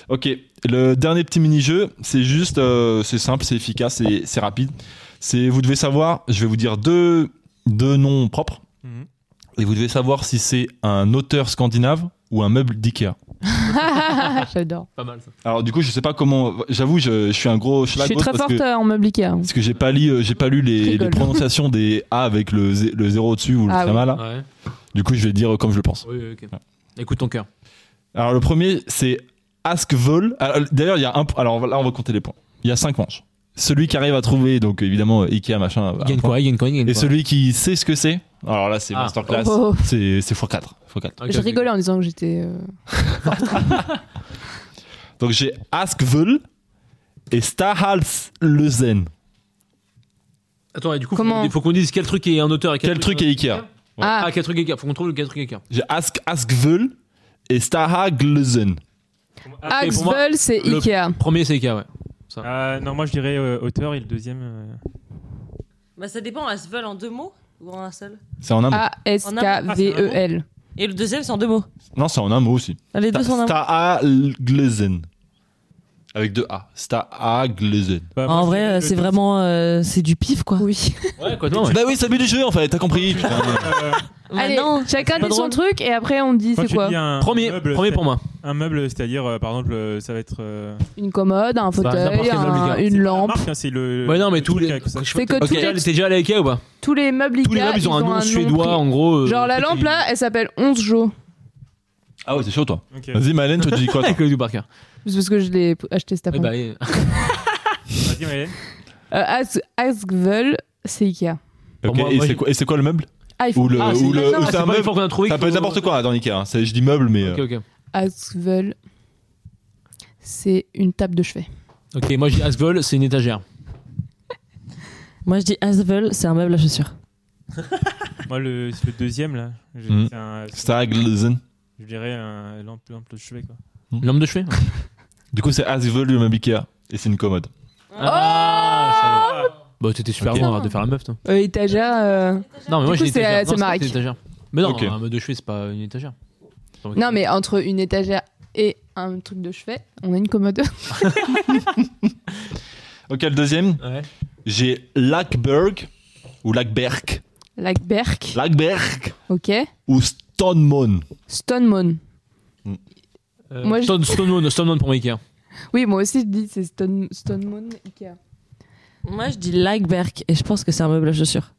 [SPEAKER 5] Ok, le dernier petit mini-jeu, c'est juste, euh, c'est simple, c'est efficace, c'est- c'est rapide. C'est, vous devez savoir, je vais vous dire deux, deux noms propres,
[SPEAKER 4] Mhm.
[SPEAKER 5] et vous devez savoir si c'est un auteur scandinave ou un meuble d'Ikea.
[SPEAKER 3] <laughs> J'adore.
[SPEAKER 2] Pas mal ça.
[SPEAKER 5] Alors du coup, je sais pas comment, j'avoue, je, je suis un gros
[SPEAKER 3] Je suis
[SPEAKER 5] schlagos
[SPEAKER 3] très
[SPEAKER 5] parce
[SPEAKER 3] forte
[SPEAKER 5] que,
[SPEAKER 3] euh, en meuble Ikea.
[SPEAKER 5] parce que j'ai pas lu, euh, j'ai pas lu les,
[SPEAKER 3] Rigole.
[SPEAKER 5] les prononciations des A avec le, zé- le zéro au-dessus ou le
[SPEAKER 3] Ah
[SPEAKER 5] tréma là.
[SPEAKER 2] Ouais.
[SPEAKER 5] Du coup, je vais dire comme je le pense.
[SPEAKER 2] Oui, ok. Écoute ton cœur.
[SPEAKER 5] Alors le premier, c'est Askvol. Alors, D'ailleurs, il y a un. Alors là, on va compter les points. Il y a cinq manches. Celui qui arrive à trouver, donc évidemment euh, Ikea machin. bah,
[SPEAKER 2] Gagne
[SPEAKER 5] un point.
[SPEAKER 2] quoi Gagne quoi Gagne quoi
[SPEAKER 5] Et celui qui sait ce que c'est. Alors là, c'est
[SPEAKER 2] Ah.
[SPEAKER 5] masterclass.
[SPEAKER 3] Oh.
[SPEAKER 5] C'est c'est x4. x4.
[SPEAKER 2] Ok,
[SPEAKER 3] Je
[SPEAKER 2] ok.
[SPEAKER 3] rigolais en disant que j'étais. euh,
[SPEAKER 5] Donc j'ai Askvol et Stahalslösen.
[SPEAKER 2] Attends, et du coup, faut
[SPEAKER 3] Comment
[SPEAKER 2] qu'on- il faut qu'on dise quel truc est un auteur et quel,
[SPEAKER 5] Quel truc est Ikea Ouais.
[SPEAKER 3] Ah,
[SPEAKER 2] Ah, quel truc est Ikea Faut qu'on trouve le quel truc est Ikea.
[SPEAKER 5] J'ai Ask Askvol et Stahalslösen.
[SPEAKER 2] Ah, et pour moi,
[SPEAKER 3] Axvel, c'est
[SPEAKER 2] le-
[SPEAKER 3] Ikea.
[SPEAKER 2] Premier, c'est Ikea, ouais.
[SPEAKER 4] Euh, non, moi je dirais euh, auteur et le deuxième. euh,
[SPEAKER 6] Bah, ça dépend, elles se veulent en deux mots ou en un seul
[SPEAKER 5] C'est en un mot.
[SPEAKER 3] Ah. E A-S-K-V-E-L.
[SPEAKER 6] Et le deuxième, c'est en deux mots. Ah,
[SPEAKER 5] Non, c'est en un mot aussi.
[SPEAKER 6] Les deux sont en un mot.
[SPEAKER 5] Stahalslösen. Avec deux A. Stahalslösen.
[SPEAKER 4] bah, moi,
[SPEAKER 6] En
[SPEAKER 4] je dirais
[SPEAKER 6] vrai,
[SPEAKER 4] le
[SPEAKER 6] c'est
[SPEAKER 4] deux-
[SPEAKER 6] vraiment. euh, c'est du pif, quoi.
[SPEAKER 3] Oui.
[SPEAKER 2] Ouais, quoi, non, ouais.
[SPEAKER 5] Bah oui, c'est le but du jeu en fait, t'as compris. putain.
[SPEAKER 4] Euh,
[SPEAKER 3] Allez,
[SPEAKER 6] Maintenant,
[SPEAKER 3] chacun
[SPEAKER 6] pas
[SPEAKER 3] dit son
[SPEAKER 6] drôle.
[SPEAKER 3] truc et après on dit
[SPEAKER 4] quand
[SPEAKER 3] c'est
[SPEAKER 4] tu
[SPEAKER 3] quoi
[SPEAKER 4] dis un
[SPEAKER 2] Premier,
[SPEAKER 4] meuble,
[SPEAKER 2] premier
[SPEAKER 4] c'est-
[SPEAKER 2] pour moi.
[SPEAKER 4] Un meuble, c'est-à-dire, euh, par exemple, euh, ça va être. euh,
[SPEAKER 3] Une commode, un
[SPEAKER 2] Bah, n'importe quel
[SPEAKER 3] fauteuil, un-
[SPEAKER 2] meuble Ikea.
[SPEAKER 3] une
[SPEAKER 4] c'est pas la
[SPEAKER 3] lampe.
[SPEAKER 4] marque, hein, c'est le.
[SPEAKER 2] Ouais, non, mais
[SPEAKER 4] le
[SPEAKER 2] tous
[SPEAKER 4] truc
[SPEAKER 2] les.
[SPEAKER 4] avec ça.
[SPEAKER 3] C'est que
[SPEAKER 2] Ok,
[SPEAKER 3] tous les-
[SPEAKER 2] t'es déjà allé à Ikea ou pas
[SPEAKER 3] Tous les meubles Ikea.
[SPEAKER 2] Tous les meubles, ils ont un nom suédois, en gros. euh,
[SPEAKER 3] Genre la
[SPEAKER 2] truc
[SPEAKER 3] lampe
[SPEAKER 2] qui-
[SPEAKER 3] là, elle s'appelle 11 Jo.
[SPEAKER 5] Ah ouais, c'est chaud toi.
[SPEAKER 4] Ok.
[SPEAKER 5] Vas-y, Malène, toi tu dis quoi toi
[SPEAKER 2] Avec le du par cœur.
[SPEAKER 3] C'est parce que je l'ai acheté cet
[SPEAKER 2] Ouais,
[SPEAKER 3] après-midi.
[SPEAKER 2] bah, et-
[SPEAKER 4] Vas-y, Maëlle.
[SPEAKER 2] ben.
[SPEAKER 3] Euh, As- Askvel, c'est Ikea.
[SPEAKER 2] moi,
[SPEAKER 5] Ok, et
[SPEAKER 2] moi,
[SPEAKER 5] c'est
[SPEAKER 2] j'ai-
[SPEAKER 5] quoi- et c'est quoi le meuble
[SPEAKER 3] Ah, il
[SPEAKER 5] Ou
[SPEAKER 3] faut
[SPEAKER 5] le.
[SPEAKER 2] Ah, c'est
[SPEAKER 5] ou le-
[SPEAKER 3] maintenant,
[SPEAKER 5] ou
[SPEAKER 2] Ah,
[SPEAKER 5] c'est
[SPEAKER 2] c'est
[SPEAKER 5] un
[SPEAKER 2] pas une
[SPEAKER 5] meuble
[SPEAKER 2] fois qu'on a trouvé.
[SPEAKER 5] Ça peut être n'importe quoi dans Ikea. hein. C'est- Je dis meuble, mais.
[SPEAKER 2] Ok,
[SPEAKER 5] euh,
[SPEAKER 2] ok.
[SPEAKER 3] Askvel, c'est une table de chevet.
[SPEAKER 2] Ok, moi je dis Asvol, c'est une étagère.
[SPEAKER 6] moi je dis Asvel, c'est un meuble à chaussures.
[SPEAKER 4] Moi, le, c'est le deuxième, là. Je,
[SPEAKER 5] Hmm.
[SPEAKER 4] c'est un- c'est-
[SPEAKER 5] Staglesen.
[SPEAKER 4] je dirais un lampe, lampe de chevet, quoi.
[SPEAKER 2] Lampe de chevet
[SPEAKER 5] Du coup, c'est Asvel le meuble Ikea. Et c'est une commode.
[SPEAKER 2] Ah, ça va. Bah, t'étais super
[SPEAKER 5] Ok.
[SPEAKER 2] bon arrête de faire la meuf, toi.
[SPEAKER 3] Euh, étagère. euh,
[SPEAKER 2] Non, mais moi
[SPEAKER 3] coup,
[SPEAKER 2] j'ai une
[SPEAKER 3] c'est, euh,
[SPEAKER 2] étagère. Non,
[SPEAKER 3] c'est ma
[SPEAKER 2] pas
[SPEAKER 3] rack.
[SPEAKER 2] une étagère. Mais non,
[SPEAKER 5] Ok.
[SPEAKER 2] un meuble de chevet, c'est pas une étagère.
[SPEAKER 3] Non, mais entre une étagère et un truc de chevet, on a une commode. <laughs>
[SPEAKER 5] Ok, le deuxième,
[SPEAKER 2] Ouais.
[SPEAKER 5] j'ai Lackberg. Ou Lackberg.
[SPEAKER 3] Lackberg,
[SPEAKER 5] Lackberg.
[SPEAKER 3] ok.
[SPEAKER 5] Ou Stonemon.
[SPEAKER 3] Stonemon.
[SPEAKER 2] Euh,
[SPEAKER 3] Moi, je-
[SPEAKER 2] Stone, Stonemon, Stonemon pour moi, Ikea.
[SPEAKER 3] Oui, moi aussi je dis c'est Stone, Stonemon Ikea.
[SPEAKER 6] Moi je dis Lackberg et je pense que c'est un meuble à chaussures.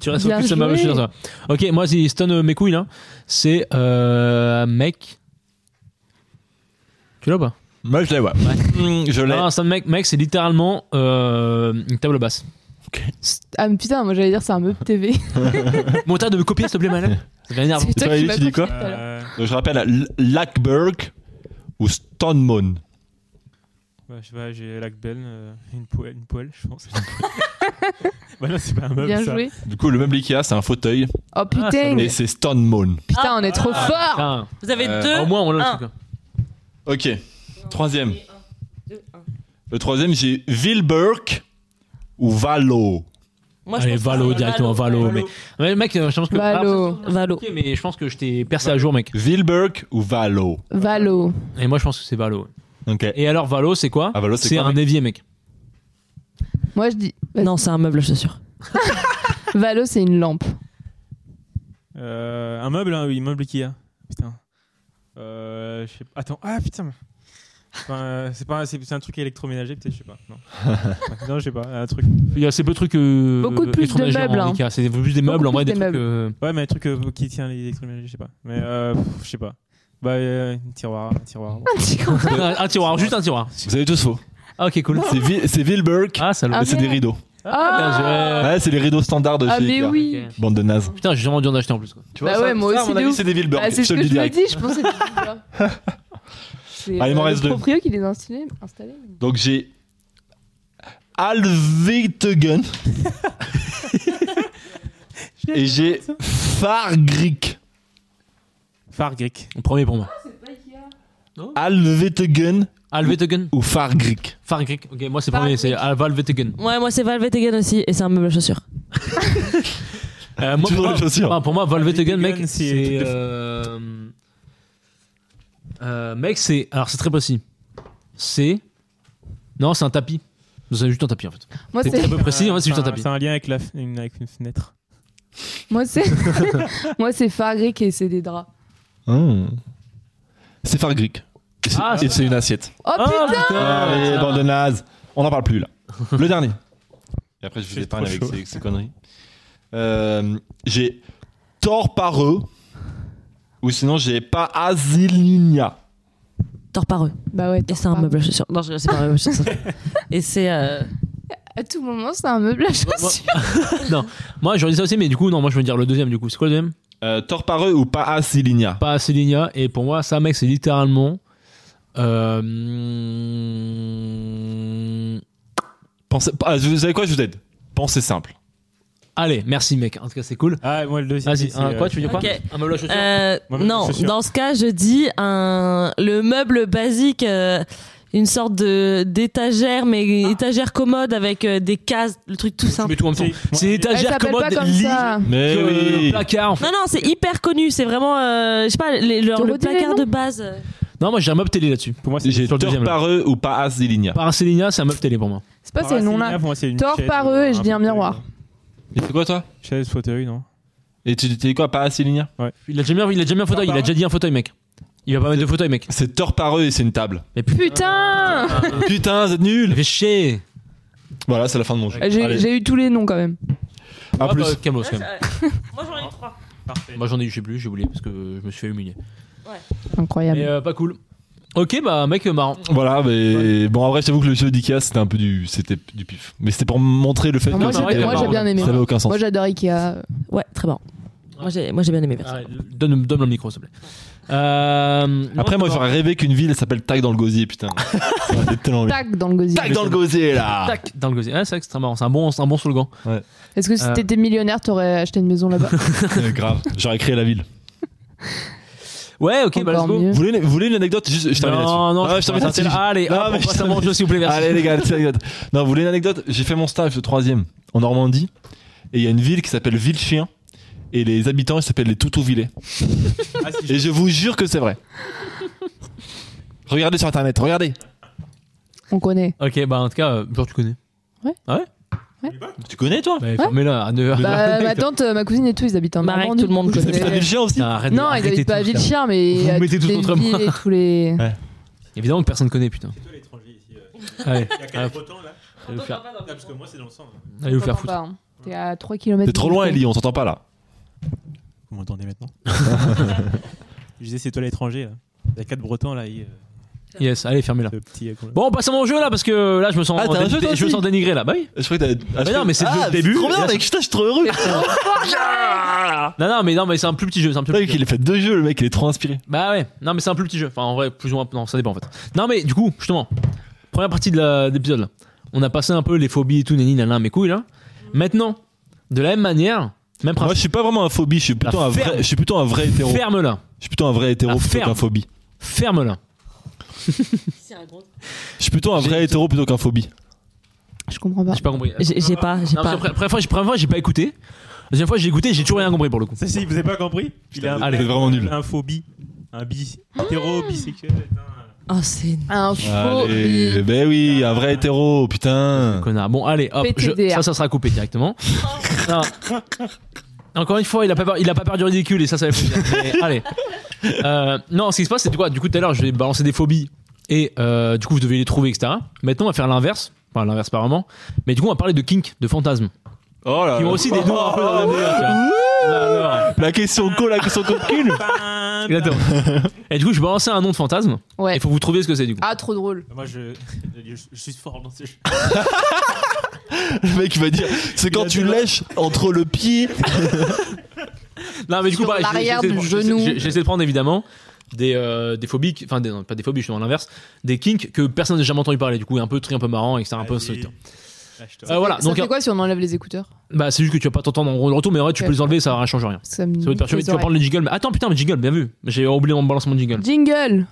[SPEAKER 2] Tu restes
[SPEAKER 3] Bien
[SPEAKER 2] focus sur ma
[SPEAKER 3] joué.
[SPEAKER 2] je suis dans ça. Ok, moi c'est Stone euh, mes couilles là. C'est euh, mec. Tu l'as ou pas
[SPEAKER 5] Moi, je l'ai, ouais. Hmm, Je l'ai.
[SPEAKER 2] Non, Stone mec, mec c'est littéralement euh, une table basse.
[SPEAKER 3] St- Ah mais putain, moi j'allais dire c'est un meuble <laughs> TV.
[SPEAKER 2] Mon tas de me copier s'il te plaît, <laughs> madame. Ça m'énerve.
[SPEAKER 3] C'est toi
[SPEAKER 5] toi,
[SPEAKER 3] qui
[SPEAKER 5] Ellie,
[SPEAKER 3] m'as
[SPEAKER 5] tu dis quoi
[SPEAKER 3] compris tout à l'heure.
[SPEAKER 4] Euh,
[SPEAKER 5] Donc, Je rappelle L- Lackberg ou Stonemon.
[SPEAKER 2] <laughs>
[SPEAKER 4] bah, je sais pas, j'ai Lac Bell, euh, une, poêle, une poêle, je pense. <laughs> Bah non, c'est pas un meuble,
[SPEAKER 3] Bien
[SPEAKER 4] ça.
[SPEAKER 3] joué.
[SPEAKER 5] Du coup, le meuble Ikea, c'est un fauteuil
[SPEAKER 3] Oh putain,
[SPEAKER 5] et c'est Stone Moon.
[SPEAKER 3] putain, on est trop fort.
[SPEAKER 2] Putain.
[SPEAKER 6] Vous avez
[SPEAKER 5] Euh,
[SPEAKER 6] deux.
[SPEAKER 2] Au moins, on l'a
[SPEAKER 6] un.
[SPEAKER 2] le truc. hein.
[SPEAKER 5] Ok. Troisième. Le troisième, j'ai Vilberk ou Valo.
[SPEAKER 6] Moi,
[SPEAKER 2] Allez,
[SPEAKER 6] pense que
[SPEAKER 2] Valo,
[SPEAKER 6] c'est
[SPEAKER 2] directement, Valo, mais- Ouais, mec, euh, je pense que.
[SPEAKER 3] Valo,
[SPEAKER 2] Ah,
[SPEAKER 6] Valo.
[SPEAKER 2] ok, mais je pense que je t'ai percé à jour, mec.
[SPEAKER 5] Vilberk ou Valo.
[SPEAKER 3] Valo.
[SPEAKER 2] Et moi, je pense que c'est Valo. ouais.
[SPEAKER 5] Ok.
[SPEAKER 2] Et alors, Valo, c'est quoi
[SPEAKER 5] Ah, Valo, c'est
[SPEAKER 2] C'est
[SPEAKER 5] quoi,
[SPEAKER 2] un
[SPEAKER 5] mec
[SPEAKER 2] évier, mec.
[SPEAKER 3] Moi je dis. vas-y.
[SPEAKER 6] Euh, Non, c'est un meuble, je suis sûre.
[SPEAKER 3] Valo, c'est une
[SPEAKER 6] <laughs>
[SPEAKER 3] lampe.
[SPEAKER 4] Euh, un meuble, hein, oui, meuble Ikea. Putain. Euh, je sais pas. Attends, ah putain. C'est pas un- C'est pas un- c'est- c'est un truc électroménager, peut-être, je sais pas. Non.
[SPEAKER 2] <laughs>
[SPEAKER 4] non, je sais pas. Un truc.
[SPEAKER 2] Il y a assez peu de trucs. euh,
[SPEAKER 3] Beaucoup de plus de
[SPEAKER 2] électroménagers en
[SPEAKER 3] meubles, hein.
[SPEAKER 2] Ikea. C'est plus des meubles, en vrai,
[SPEAKER 3] Beaucoup
[SPEAKER 2] des
[SPEAKER 3] plus des
[SPEAKER 2] trucs.
[SPEAKER 3] meubles.
[SPEAKER 2] euh,
[SPEAKER 4] Ouais, mais un truc euh, qui tient les électroménagers, je sais pas. Mais euh, pff, je sais pas. Bah, euh, un tiroir, un tiroir.
[SPEAKER 2] <laughs> un un tiroir, juste un tiroir.
[SPEAKER 5] Vous avez tous faux.
[SPEAKER 2] Ah, ok, cool.
[SPEAKER 5] C'est Vi- C'est Vilberk.
[SPEAKER 2] Ah, salaud.
[SPEAKER 3] Ah,
[SPEAKER 5] et c'est des
[SPEAKER 3] merde.
[SPEAKER 5] rideaux.
[SPEAKER 3] Ah.
[SPEAKER 5] Ouais, c'est les rideaux standards de
[SPEAKER 3] Ah
[SPEAKER 5] chez
[SPEAKER 3] mais
[SPEAKER 5] Ikea.
[SPEAKER 3] oui.
[SPEAKER 2] Ok.
[SPEAKER 5] Bande de nazes.
[SPEAKER 2] Putain, j'ai vraiment dû en acheter en plus. quoi.
[SPEAKER 5] Tu vois,
[SPEAKER 3] Bah
[SPEAKER 5] ça,
[SPEAKER 3] ouais, moi
[SPEAKER 5] ça, à
[SPEAKER 3] aussi,
[SPEAKER 5] mon
[SPEAKER 3] de
[SPEAKER 5] avis,
[SPEAKER 3] ouf.
[SPEAKER 5] c'est des Vilberk.
[SPEAKER 3] Bah, c'est
[SPEAKER 5] je
[SPEAKER 3] ce
[SPEAKER 5] te
[SPEAKER 3] que
[SPEAKER 5] le dis
[SPEAKER 3] je me
[SPEAKER 5] direct.
[SPEAKER 3] dis, je pensais que c'était bizarre. C'est
[SPEAKER 5] Allez, il m'en
[SPEAKER 3] euh,
[SPEAKER 5] reste
[SPEAKER 3] le
[SPEAKER 5] deux.
[SPEAKER 3] proprio qui les a installés. installés.
[SPEAKER 5] Donc j'ai <laughs> Alvetegen et j'ai Fargrik.
[SPEAKER 4] Phare grec.
[SPEAKER 2] Premier pour moi.
[SPEAKER 5] Alvetegen
[SPEAKER 2] Alvetegen
[SPEAKER 5] ou Fargrik.
[SPEAKER 2] Fargrik. Ok, moi c'est premier, c'est Alvetegen.
[SPEAKER 6] Ouais, moi, c'est Valvetegen aussi, et c'est un meuble à chaussures.
[SPEAKER 2] Euh, moi,
[SPEAKER 5] Toujours
[SPEAKER 2] pour,
[SPEAKER 5] les chaussures.
[SPEAKER 2] moi- pour moi, Valvetegen, mec,
[SPEAKER 4] Valvetegen, c'est-
[SPEAKER 2] c'est. euh, euh, mec, c'est. Alors, c'est très précis. C'est. Non, c'est un tapis. C'est juste un tapis en fait.
[SPEAKER 3] Moi
[SPEAKER 2] C'est
[SPEAKER 3] Ah, c'est
[SPEAKER 2] très peu précis, en fait, c'est juste un
[SPEAKER 4] un-
[SPEAKER 2] tapis.
[SPEAKER 4] Euh, C'est un lien avec, la, f- une, avec une fenêtre.
[SPEAKER 3] moi c'est moi c'est Fargric et c'est des draps.
[SPEAKER 5] Hmm. C'est Fargrik. Et c'est
[SPEAKER 2] Ah,
[SPEAKER 5] et c'est une assiette.
[SPEAKER 3] Oh
[SPEAKER 2] Ah,
[SPEAKER 3] putain
[SPEAKER 5] Allez, bande de nazes. On n'en parle plus là. Le dernier. Et après, je
[SPEAKER 4] C'est
[SPEAKER 5] vous épargne
[SPEAKER 4] trop
[SPEAKER 5] avec
[SPEAKER 4] chaud.
[SPEAKER 5] ces, ces conneries. Euh, j'ai Torpareux ou sinon j'ai pas Asilinia.
[SPEAKER 6] Tort par eux.
[SPEAKER 3] Bah ouais.
[SPEAKER 6] Et c'est un
[SPEAKER 3] pardon.
[SPEAKER 6] meuble à chaussures. Non, je rigole, c'est pas un meuble à chaussures.
[SPEAKER 2] <laughs>
[SPEAKER 6] Et c'est. euh,
[SPEAKER 3] À tout moment c'est un meuble à chaussures.
[SPEAKER 2] Moi, j'aurais dit ça aussi, mais du coup, non, moi je veux dire le deuxième du coup. C'est quoi le deuxième
[SPEAKER 5] Euh, Torpareux ou pas Asilinia.
[SPEAKER 2] Pas Célinia. Et pour moi, ça, mec, c'est littéralement. euh, hmm,
[SPEAKER 5] Pensez, ah, vous savez quoi, je vous aide. Pensez simple.
[SPEAKER 2] Allez, merci mec. En tout cas, c'est cool.
[SPEAKER 4] Ah, moi, le deuxième.
[SPEAKER 2] Vas-y,
[SPEAKER 4] c'est,
[SPEAKER 2] un-
[SPEAKER 4] euh,
[SPEAKER 2] quoi Tu veux dire quoi
[SPEAKER 6] Ok.
[SPEAKER 2] Un meuble à chaussures
[SPEAKER 6] euh,
[SPEAKER 4] Moi, même,
[SPEAKER 6] non,
[SPEAKER 4] je suis sûr.
[SPEAKER 6] dans ce cas, je dis un, le meuble basique, euh, une sorte de d'étagère, mais
[SPEAKER 2] Ah.
[SPEAKER 6] étagère commode avec euh, des cases, le truc tout
[SPEAKER 2] Tu
[SPEAKER 6] simple.
[SPEAKER 2] mets tout en même temps.
[SPEAKER 4] Si, moi,
[SPEAKER 2] C'est
[SPEAKER 3] Elle
[SPEAKER 2] étagère,
[SPEAKER 3] s'appelle
[SPEAKER 2] commode,
[SPEAKER 3] pas comme
[SPEAKER 2] lit,
[SPEAKER 3] ça.
[SPEAKER 5] Mais
[SPEAKER 2] euh, placard. en fait.
[SPEAKER 6] Non, non, c'est hyper connu, c'est vraiment, euh, je sais pas, les- leur-
[SPEAKER 3] Tu
[SPEAKER 6] le
[SPEAKER 3] redis les
[SPEAKER 6] placard
[SPEAKER 3] noms
[SPEAKER 6] de base. euh,
[SPEAKER 2] Non, moi j'ai un meuble télé là-dessus.
[SPEAKER 4] Pour moi, c'est
[SPEAKER 5] J'ai
[SPEAKER 2] sur le deuxième, là.
[SPEAKER 5] Torpareux ou pas Asilinia.
[SPEAKER 2] Paracélinia, c'est un meuble télé pour moi.
[SPEAKER 3] C'est pas ces
[SPEAKER 4] Ah,
[SPEAKER 3] noms là.
[SPEAKER 4] pour moi, c'est une
[SPEAKER 3] Tort
[SPEAKER 4] chaise euh,
[SPEAKER 3] par
[SPEAKER 4] ou
[SPEAKER 3] eux, et je dis un
[SPEAKER 4] fauteuil,
[SPEAKER 3] miroir.
[SPEAKER 4] non.
[SPEAKER 5] Et c'est quoi toi
[SPEAKER 4] euh, Chaise, fauteuil, non
[SPEAKER 5] Et tu t'es quoi, pas Asilinia
[SPEAKER 2] Il a déjà mis, il a déjà mis un fauteuil, il a déjà dit un fauteuil, mec. Il va pas mettre de fauteuil, mec.
[SPEAKER 5] C'est Torpareux et c'est une table.
[SPEAKER 2] Mais putain,
[SPEAKER 3] Putain
[SPEAKER 5] Putain, c'est
[SPEAKER 2] il
[SPEAKER 5] nul
[SPEAKER 2] fait chier.
[SPEAKER 5] Voilà, c'est la fin de mon jeu.
[SPEAKER 3] J'ai
[SPEAKER 5] Allez,
[SPEAKER 3] j'ai eu tous les noms quand même.
[SPEAKER 5] à
[SPEAKER 2] Ah,
[SPEAKER 5] plus.
[SPEAKER 2] bah, Camus, quand même.
[SPEAKER 6] Moi j'en ai trois.
[SPEAKER 4] Parfait.
[SPEAKER 2] Moi j'en ai eu, je sais plus, j'ai oublié parce que je me suis fait humilier.
[SPEAKER 3] Ah Incroyable.
[SPEAKER 2] Mais euh, pas cool. Ok, bah mec, euh, marrant.
[SPEAKER 5] Voilà, mais bon, en vrai, j'avoue que le jeu d'Ikea, c'était un peu du, c'était du pif. Mais c'était pour montrer le fait
[SPEAKER 3] Moi,
[SPEAKER 5] que
[SPEAKER 3] j'ai-
[SPEAKER 5] c'était-
[SPEAKER 2] moi, j'ai
[SPEAKER 3] bien aimé.
[SPEAKER 5] Ça n'avait aucun sens.
[SPEAKER 3] Moi j'adore Ikea.
[SPEAKER 6] Ouais, très bon. Moi j'ai moi, j'ai bien aimé. perso.
[SPEAKER 2] Ah, donne, donne le micro, s'il te plaît. Euh,
[SPEAKER 5] Après, moi, j'aurais rêvé qu'une ville s'appelle Tag dans le gosier, putain. Ça aurait été tellement bien.
[SPEAKER 3] Tac dans le gosier.
[SPEAKER 5] Tag dans le gosier, là
[SPEAKER 2] Tac dans le gosier. Ah, c'est vrai que c'est très marrant. C'est un bon, c'est un bon slogan.
[SPEAKER 3] Est-ce que si
[SPEAKER 2] Euh.
[SPEAKER 3] t'étais millionnaire t'aurais acheté une
[SPEAKER 2] <laughs>
[SPEAKER 3] maison là-bas
[SPEAKER 5] Euh, <laughs> Grave, j'aurais créé la ville.
[SPEAKER 2] Ouais, ok, bah let's
[SPEAKER 3] Encore
[SPEAKER 2] go.
[SPEAKER 3] mieux.
[SPEAKER 5] Vous voulez, vous voulez une anecdote Juste, je termine là-dessus.
[SPEAKER 2] non, non,
[SPEAKER 5] Ah ouais, je termine là-dessus.
[SPEAKER 2] Allez,
[SPEAKER 5] Non,
[SPEAKER 2] hop,
[SPEAKER 5] mais
[SPEAKER 2] on
[SPEAKER 5] je
[SPEAKER 2] passe à
[SPEAKER 5] termine.
[SPEAKER 2] mon jeu, s'il vous plaît, merci.
[SPEAKER 5] Allez les gars, petite anecdote. Non, vous voulez une anecdote J'ai fait mon stage le troisième en Normandie et il y a une ville qui s'appelle Villechien et les habitants ils s'appellent les Toutouvillais.
[SPEAKER 4] Ah, si,
[SPEAKER 5] Et je vous jure que c'est vrai. Regardez sur internet, regardez.
[SPEAKER 3] On connaît.
[SPEAKER 2] Ok, bah en tout cas, euh, genre tu connais.
[SPEAKER 5] Tu connais toi
[SPEAKER 2] Bah, mais là, à <laughs> 9
[SPEAKER 3] Bah, ma tante, euh, ma cousine et tout, ils habitent en
[SPEAKER 6] Bah,
[SPEAKER 3] Normandie.
[SPEAKER 6] tout le monde
[SPEAKER 3] du coup,
[SPEAKER 6] connaît.
[SPEAKER 3] je connais.
[SPEAKER 5] Villechien
[SPEAKER 4] Ah,
[SPEAKER 5] aussi
[SPEAKER 2] Arrête,
[SPEAKER 3] Non, ils
[SPEAKER 2] arrêtez
[SPEAKER 3] habitent pas à
[SPEAKER 2] tout, putain.
[SPEAKER 3] Villepien, mais
[SPEAKER 2] Vous
[SPEAKER 3] il y a
[SPEAKER 2] mettez
[SPEAKER 3] toutes
[SPEAKER 2] tous
[SPEAKER 3] les
[SPEAKER 2] contre
[SPEAKER 3] villes
[SPEAKER 2] moi.
[SPEAKER 3] et tous les.
[SPEAKER 2] Évidemment que personne connaît, putain.
[SPEAKER 4] c'est toi l'étranger ici. euh.
[SPEAKER 2] Allez,
[SPEAKER 4] Il y a
[SPEAKER 2] allez,
[SPEAKER 4] quel breton là
[SPEAKER 2] allez vous faire,
[SPEAKER 4] Ah, Parce que moi, c'est dans le sang. là.
[SPEAKER 2] allez vous faire
[SPEAKER 3] T'entends
[SPEAKER 2] foutre.
[SPEAKER 3] pas, hein. T'es à 3 km.
[SPEAKER 5] T'es trop loin Ellie, on t'entend pas là.
[SPEAKER 4] Vous m'entendez maintenant Je disais, c'est toi l'étranger là. Il y a quatre bretons là. il, euh,
[SPEAKER 2] Yes, allez, fermez-la.
[SPEAKER 4] le petit, euh, qu'on-
[SPEAKER 2] Bon, on passe à mon jeu là, parce que là, je me sens,
[SPEAKER 5] Ah, t'as un
[SPEAKER 2] dé-
[SPEAKER 5] jeu, toi
[SPEAKER 2] je me
[SPEAKER 5] aussi
[SPEAKER 2] sens dénigré là. Bah oui.
[SPEAKER 5] Je crois que t'as- ah, je
[SPEAKER 2] Mais non,
[SPEAKER 5] crois-
[SPEAKER 2] mais c'est le
[SPEAKER 5] Ah,
[SPEAKER 2] jeu de début.
[SPEAKER 5] Trop bien
[SPEAKER 2] Et là,
[SPEAKER 5] mec, putain, je suis
[SPEAKER 2] <laughs>
[SPEAKER 5] trop heureux.
[SPEAKER 2] Non, non, mais non, mais c'est un plus petit jeu. C'est un plus
[SPEAKER 5] Le
[SPEAKER 2] petit
[SPEAKER 5] mec il
[SPEAKER 2] jeu.
[SPEAKER 5] a fait deux jeux, le mec il est trop inspiré.
[SPEAKER 2] Bah ouais, non, mais c'est un plus petit jeu. Enfin, en vrai, plus ou moins, non, ça dépend en fait. Non, mais du coup, justement, première partie de la- de l'épisode là. on a passé un peu les phobies et tout, nani, nana, mes couilles là. Maintenant, de la même manière, même
[SPEAKER 5] Moi,
[SPEAKER 2] principe,
[SPEAKER 5] je suis pas vraiment un phobie, je suis plutôt, un
[SPEAKER 2] ferme.
[SPEAKER 5] vrai, je suis plutôt un vrai hétéro.
[SPEAKER 2] ferme-la,
[SPEAKER 5] Je suis plutôt un vrai hétéro
[SPEAKER 2] La
[SPEAKER 5] plutôt
[SPEAKER 2] ferme.
[SPEAKER 5] qu'un phobie.
[SPEAKER 2] ferme-la.
[SPEAKER 5] Je suis plutôt un vrai hétéro plutôt qu'un phobie.
[SPEAKER 3] Je comprends pas.
[SPEAKER 2] J'ai pas compris.
[SPEAKER 6] J'ai j'ai pas, j'ai
[SPEAKER 2] Non, parce
[SPEAKER 6] pas.
[SPEAKER 2] que la première fois, j'ai- première fois, j'ai pas écouté. La deuxième fois, j'ai écouté, j'ai toujours rien compris pour le coup.
[SPEAKER 4] Ça, si vous avez pas compris Il est un,
[SPEAKER 5] Allez, vraiment nul.
[SPEAKER 4] un phobie, un bi,
[SPEAKER 3] Ah.
[SPEAKER 4] hétéro, bisexuel. un-
[SPEAKER 6] Oh, c'est.
[SPEAKER 2] Ah,
[SPEAKER 3] Un faux.
[SPEAKER 5] Allez, ben oui, un vrai hétéro, putain.
[SPEAKER 2] Connard. Bon, allez, hop, je-
[SPEAKER 3] PTDR.
[SPEAKER 2] ça, ça sera coupé directement. Non. Encore une fois, il a pas peur, il a pas peur du ridicule et ça, ça va plaisir. Mais, allez. Euh, non, ce qui se passe, c'est quoi Du coup, tout à l'heure, je vais balancer des phobies et euh, du coup, vous devez les trouver, etc. Maintenant, on va faire l'inverse. Enfin, l'inverse, pas vraiment. Mais du coup, on va parler de kink, de fantasme.
[SPEAKER 5] Oh là
[SPEAKER 2] Qui ont
[SPEAKER 5] là.
[SPEAKER 2] aussi des noms un peu dans la délire, tu vois. Alors,
[SPEAKER 5] La question co, la question co de cul.
[SPEAKER 2] exactement. Et du coup, je vais balancer un nom de fantasme.
[SPEAKER 3] Ouais.
[SPEAKER 2] Il faut vous trouver ce que c'est, du coup.
[SPEAKER 3] Ah, trop drôle.
[SPEAKER 4] Moi, je, je suis fort dans ces jeux.
[SPEAKER 5] Le mec, il va dire c'est quand
[SPEAKER 4] a
[SPEAKER 5] tu
[SPEAKER 4] dit-
[SPEAKER 5] lèches entre le pied.
[SPEAKER 2] Non, mais du coup,
[SPEAKER 3] Sur
[SPEAKER 2] pareil, j'ai-
[SPEAKER 3] l'arrière
[SPEAKER 2] j'essaie de-
[SPEAKER 3] du
[SPEAKER 2] j'essaie-
[SPEAKER 3] genou.
[SPEAKER 2] j'ai- J'essaie de prendre évidemment des, euh, des phobies, qui- enfin des- non, pas des phobies, justement l'inverse, des kinks que personne n'a jamais entendu parler. Du coup, un peu tri, un peu marrant,
[SPEAKER 5] Ah,
[SPEAKER 2] etc. Un
[SPEAKER 7] Ah,
[SPEAKER 2] peu insolite. Euh, voilà,
[SPEAKER 3] ça
[SPEAKER 2] donc
[SPEAKER 3] fait quoi si on enlève les écouteurs
[SPEAKER 2] bah, c'est juste que tu vas pas t'entendre en gros de retour, mais en vrai, tu peux
[SPEAKER 3] Ouais.
[SPEAKER 2] les enlever, ça ne change rien.
[SPEAKER 3] Parce que ça me
[SPEAKER 2] Ça va te
[SPEAKER 3] nique
[SPEAKER 2] faire chier, mais
[SPEAKER 3] les
[SPEAKER 2] tu vas
[SPEAKER 3] oreilles.
[SPEAKER 2] prendre les jingles. Mais attends, putain, mais jingle, bien vu. J'ai oublié mon balancement de jingle.
[SPEAKER 3] Jingle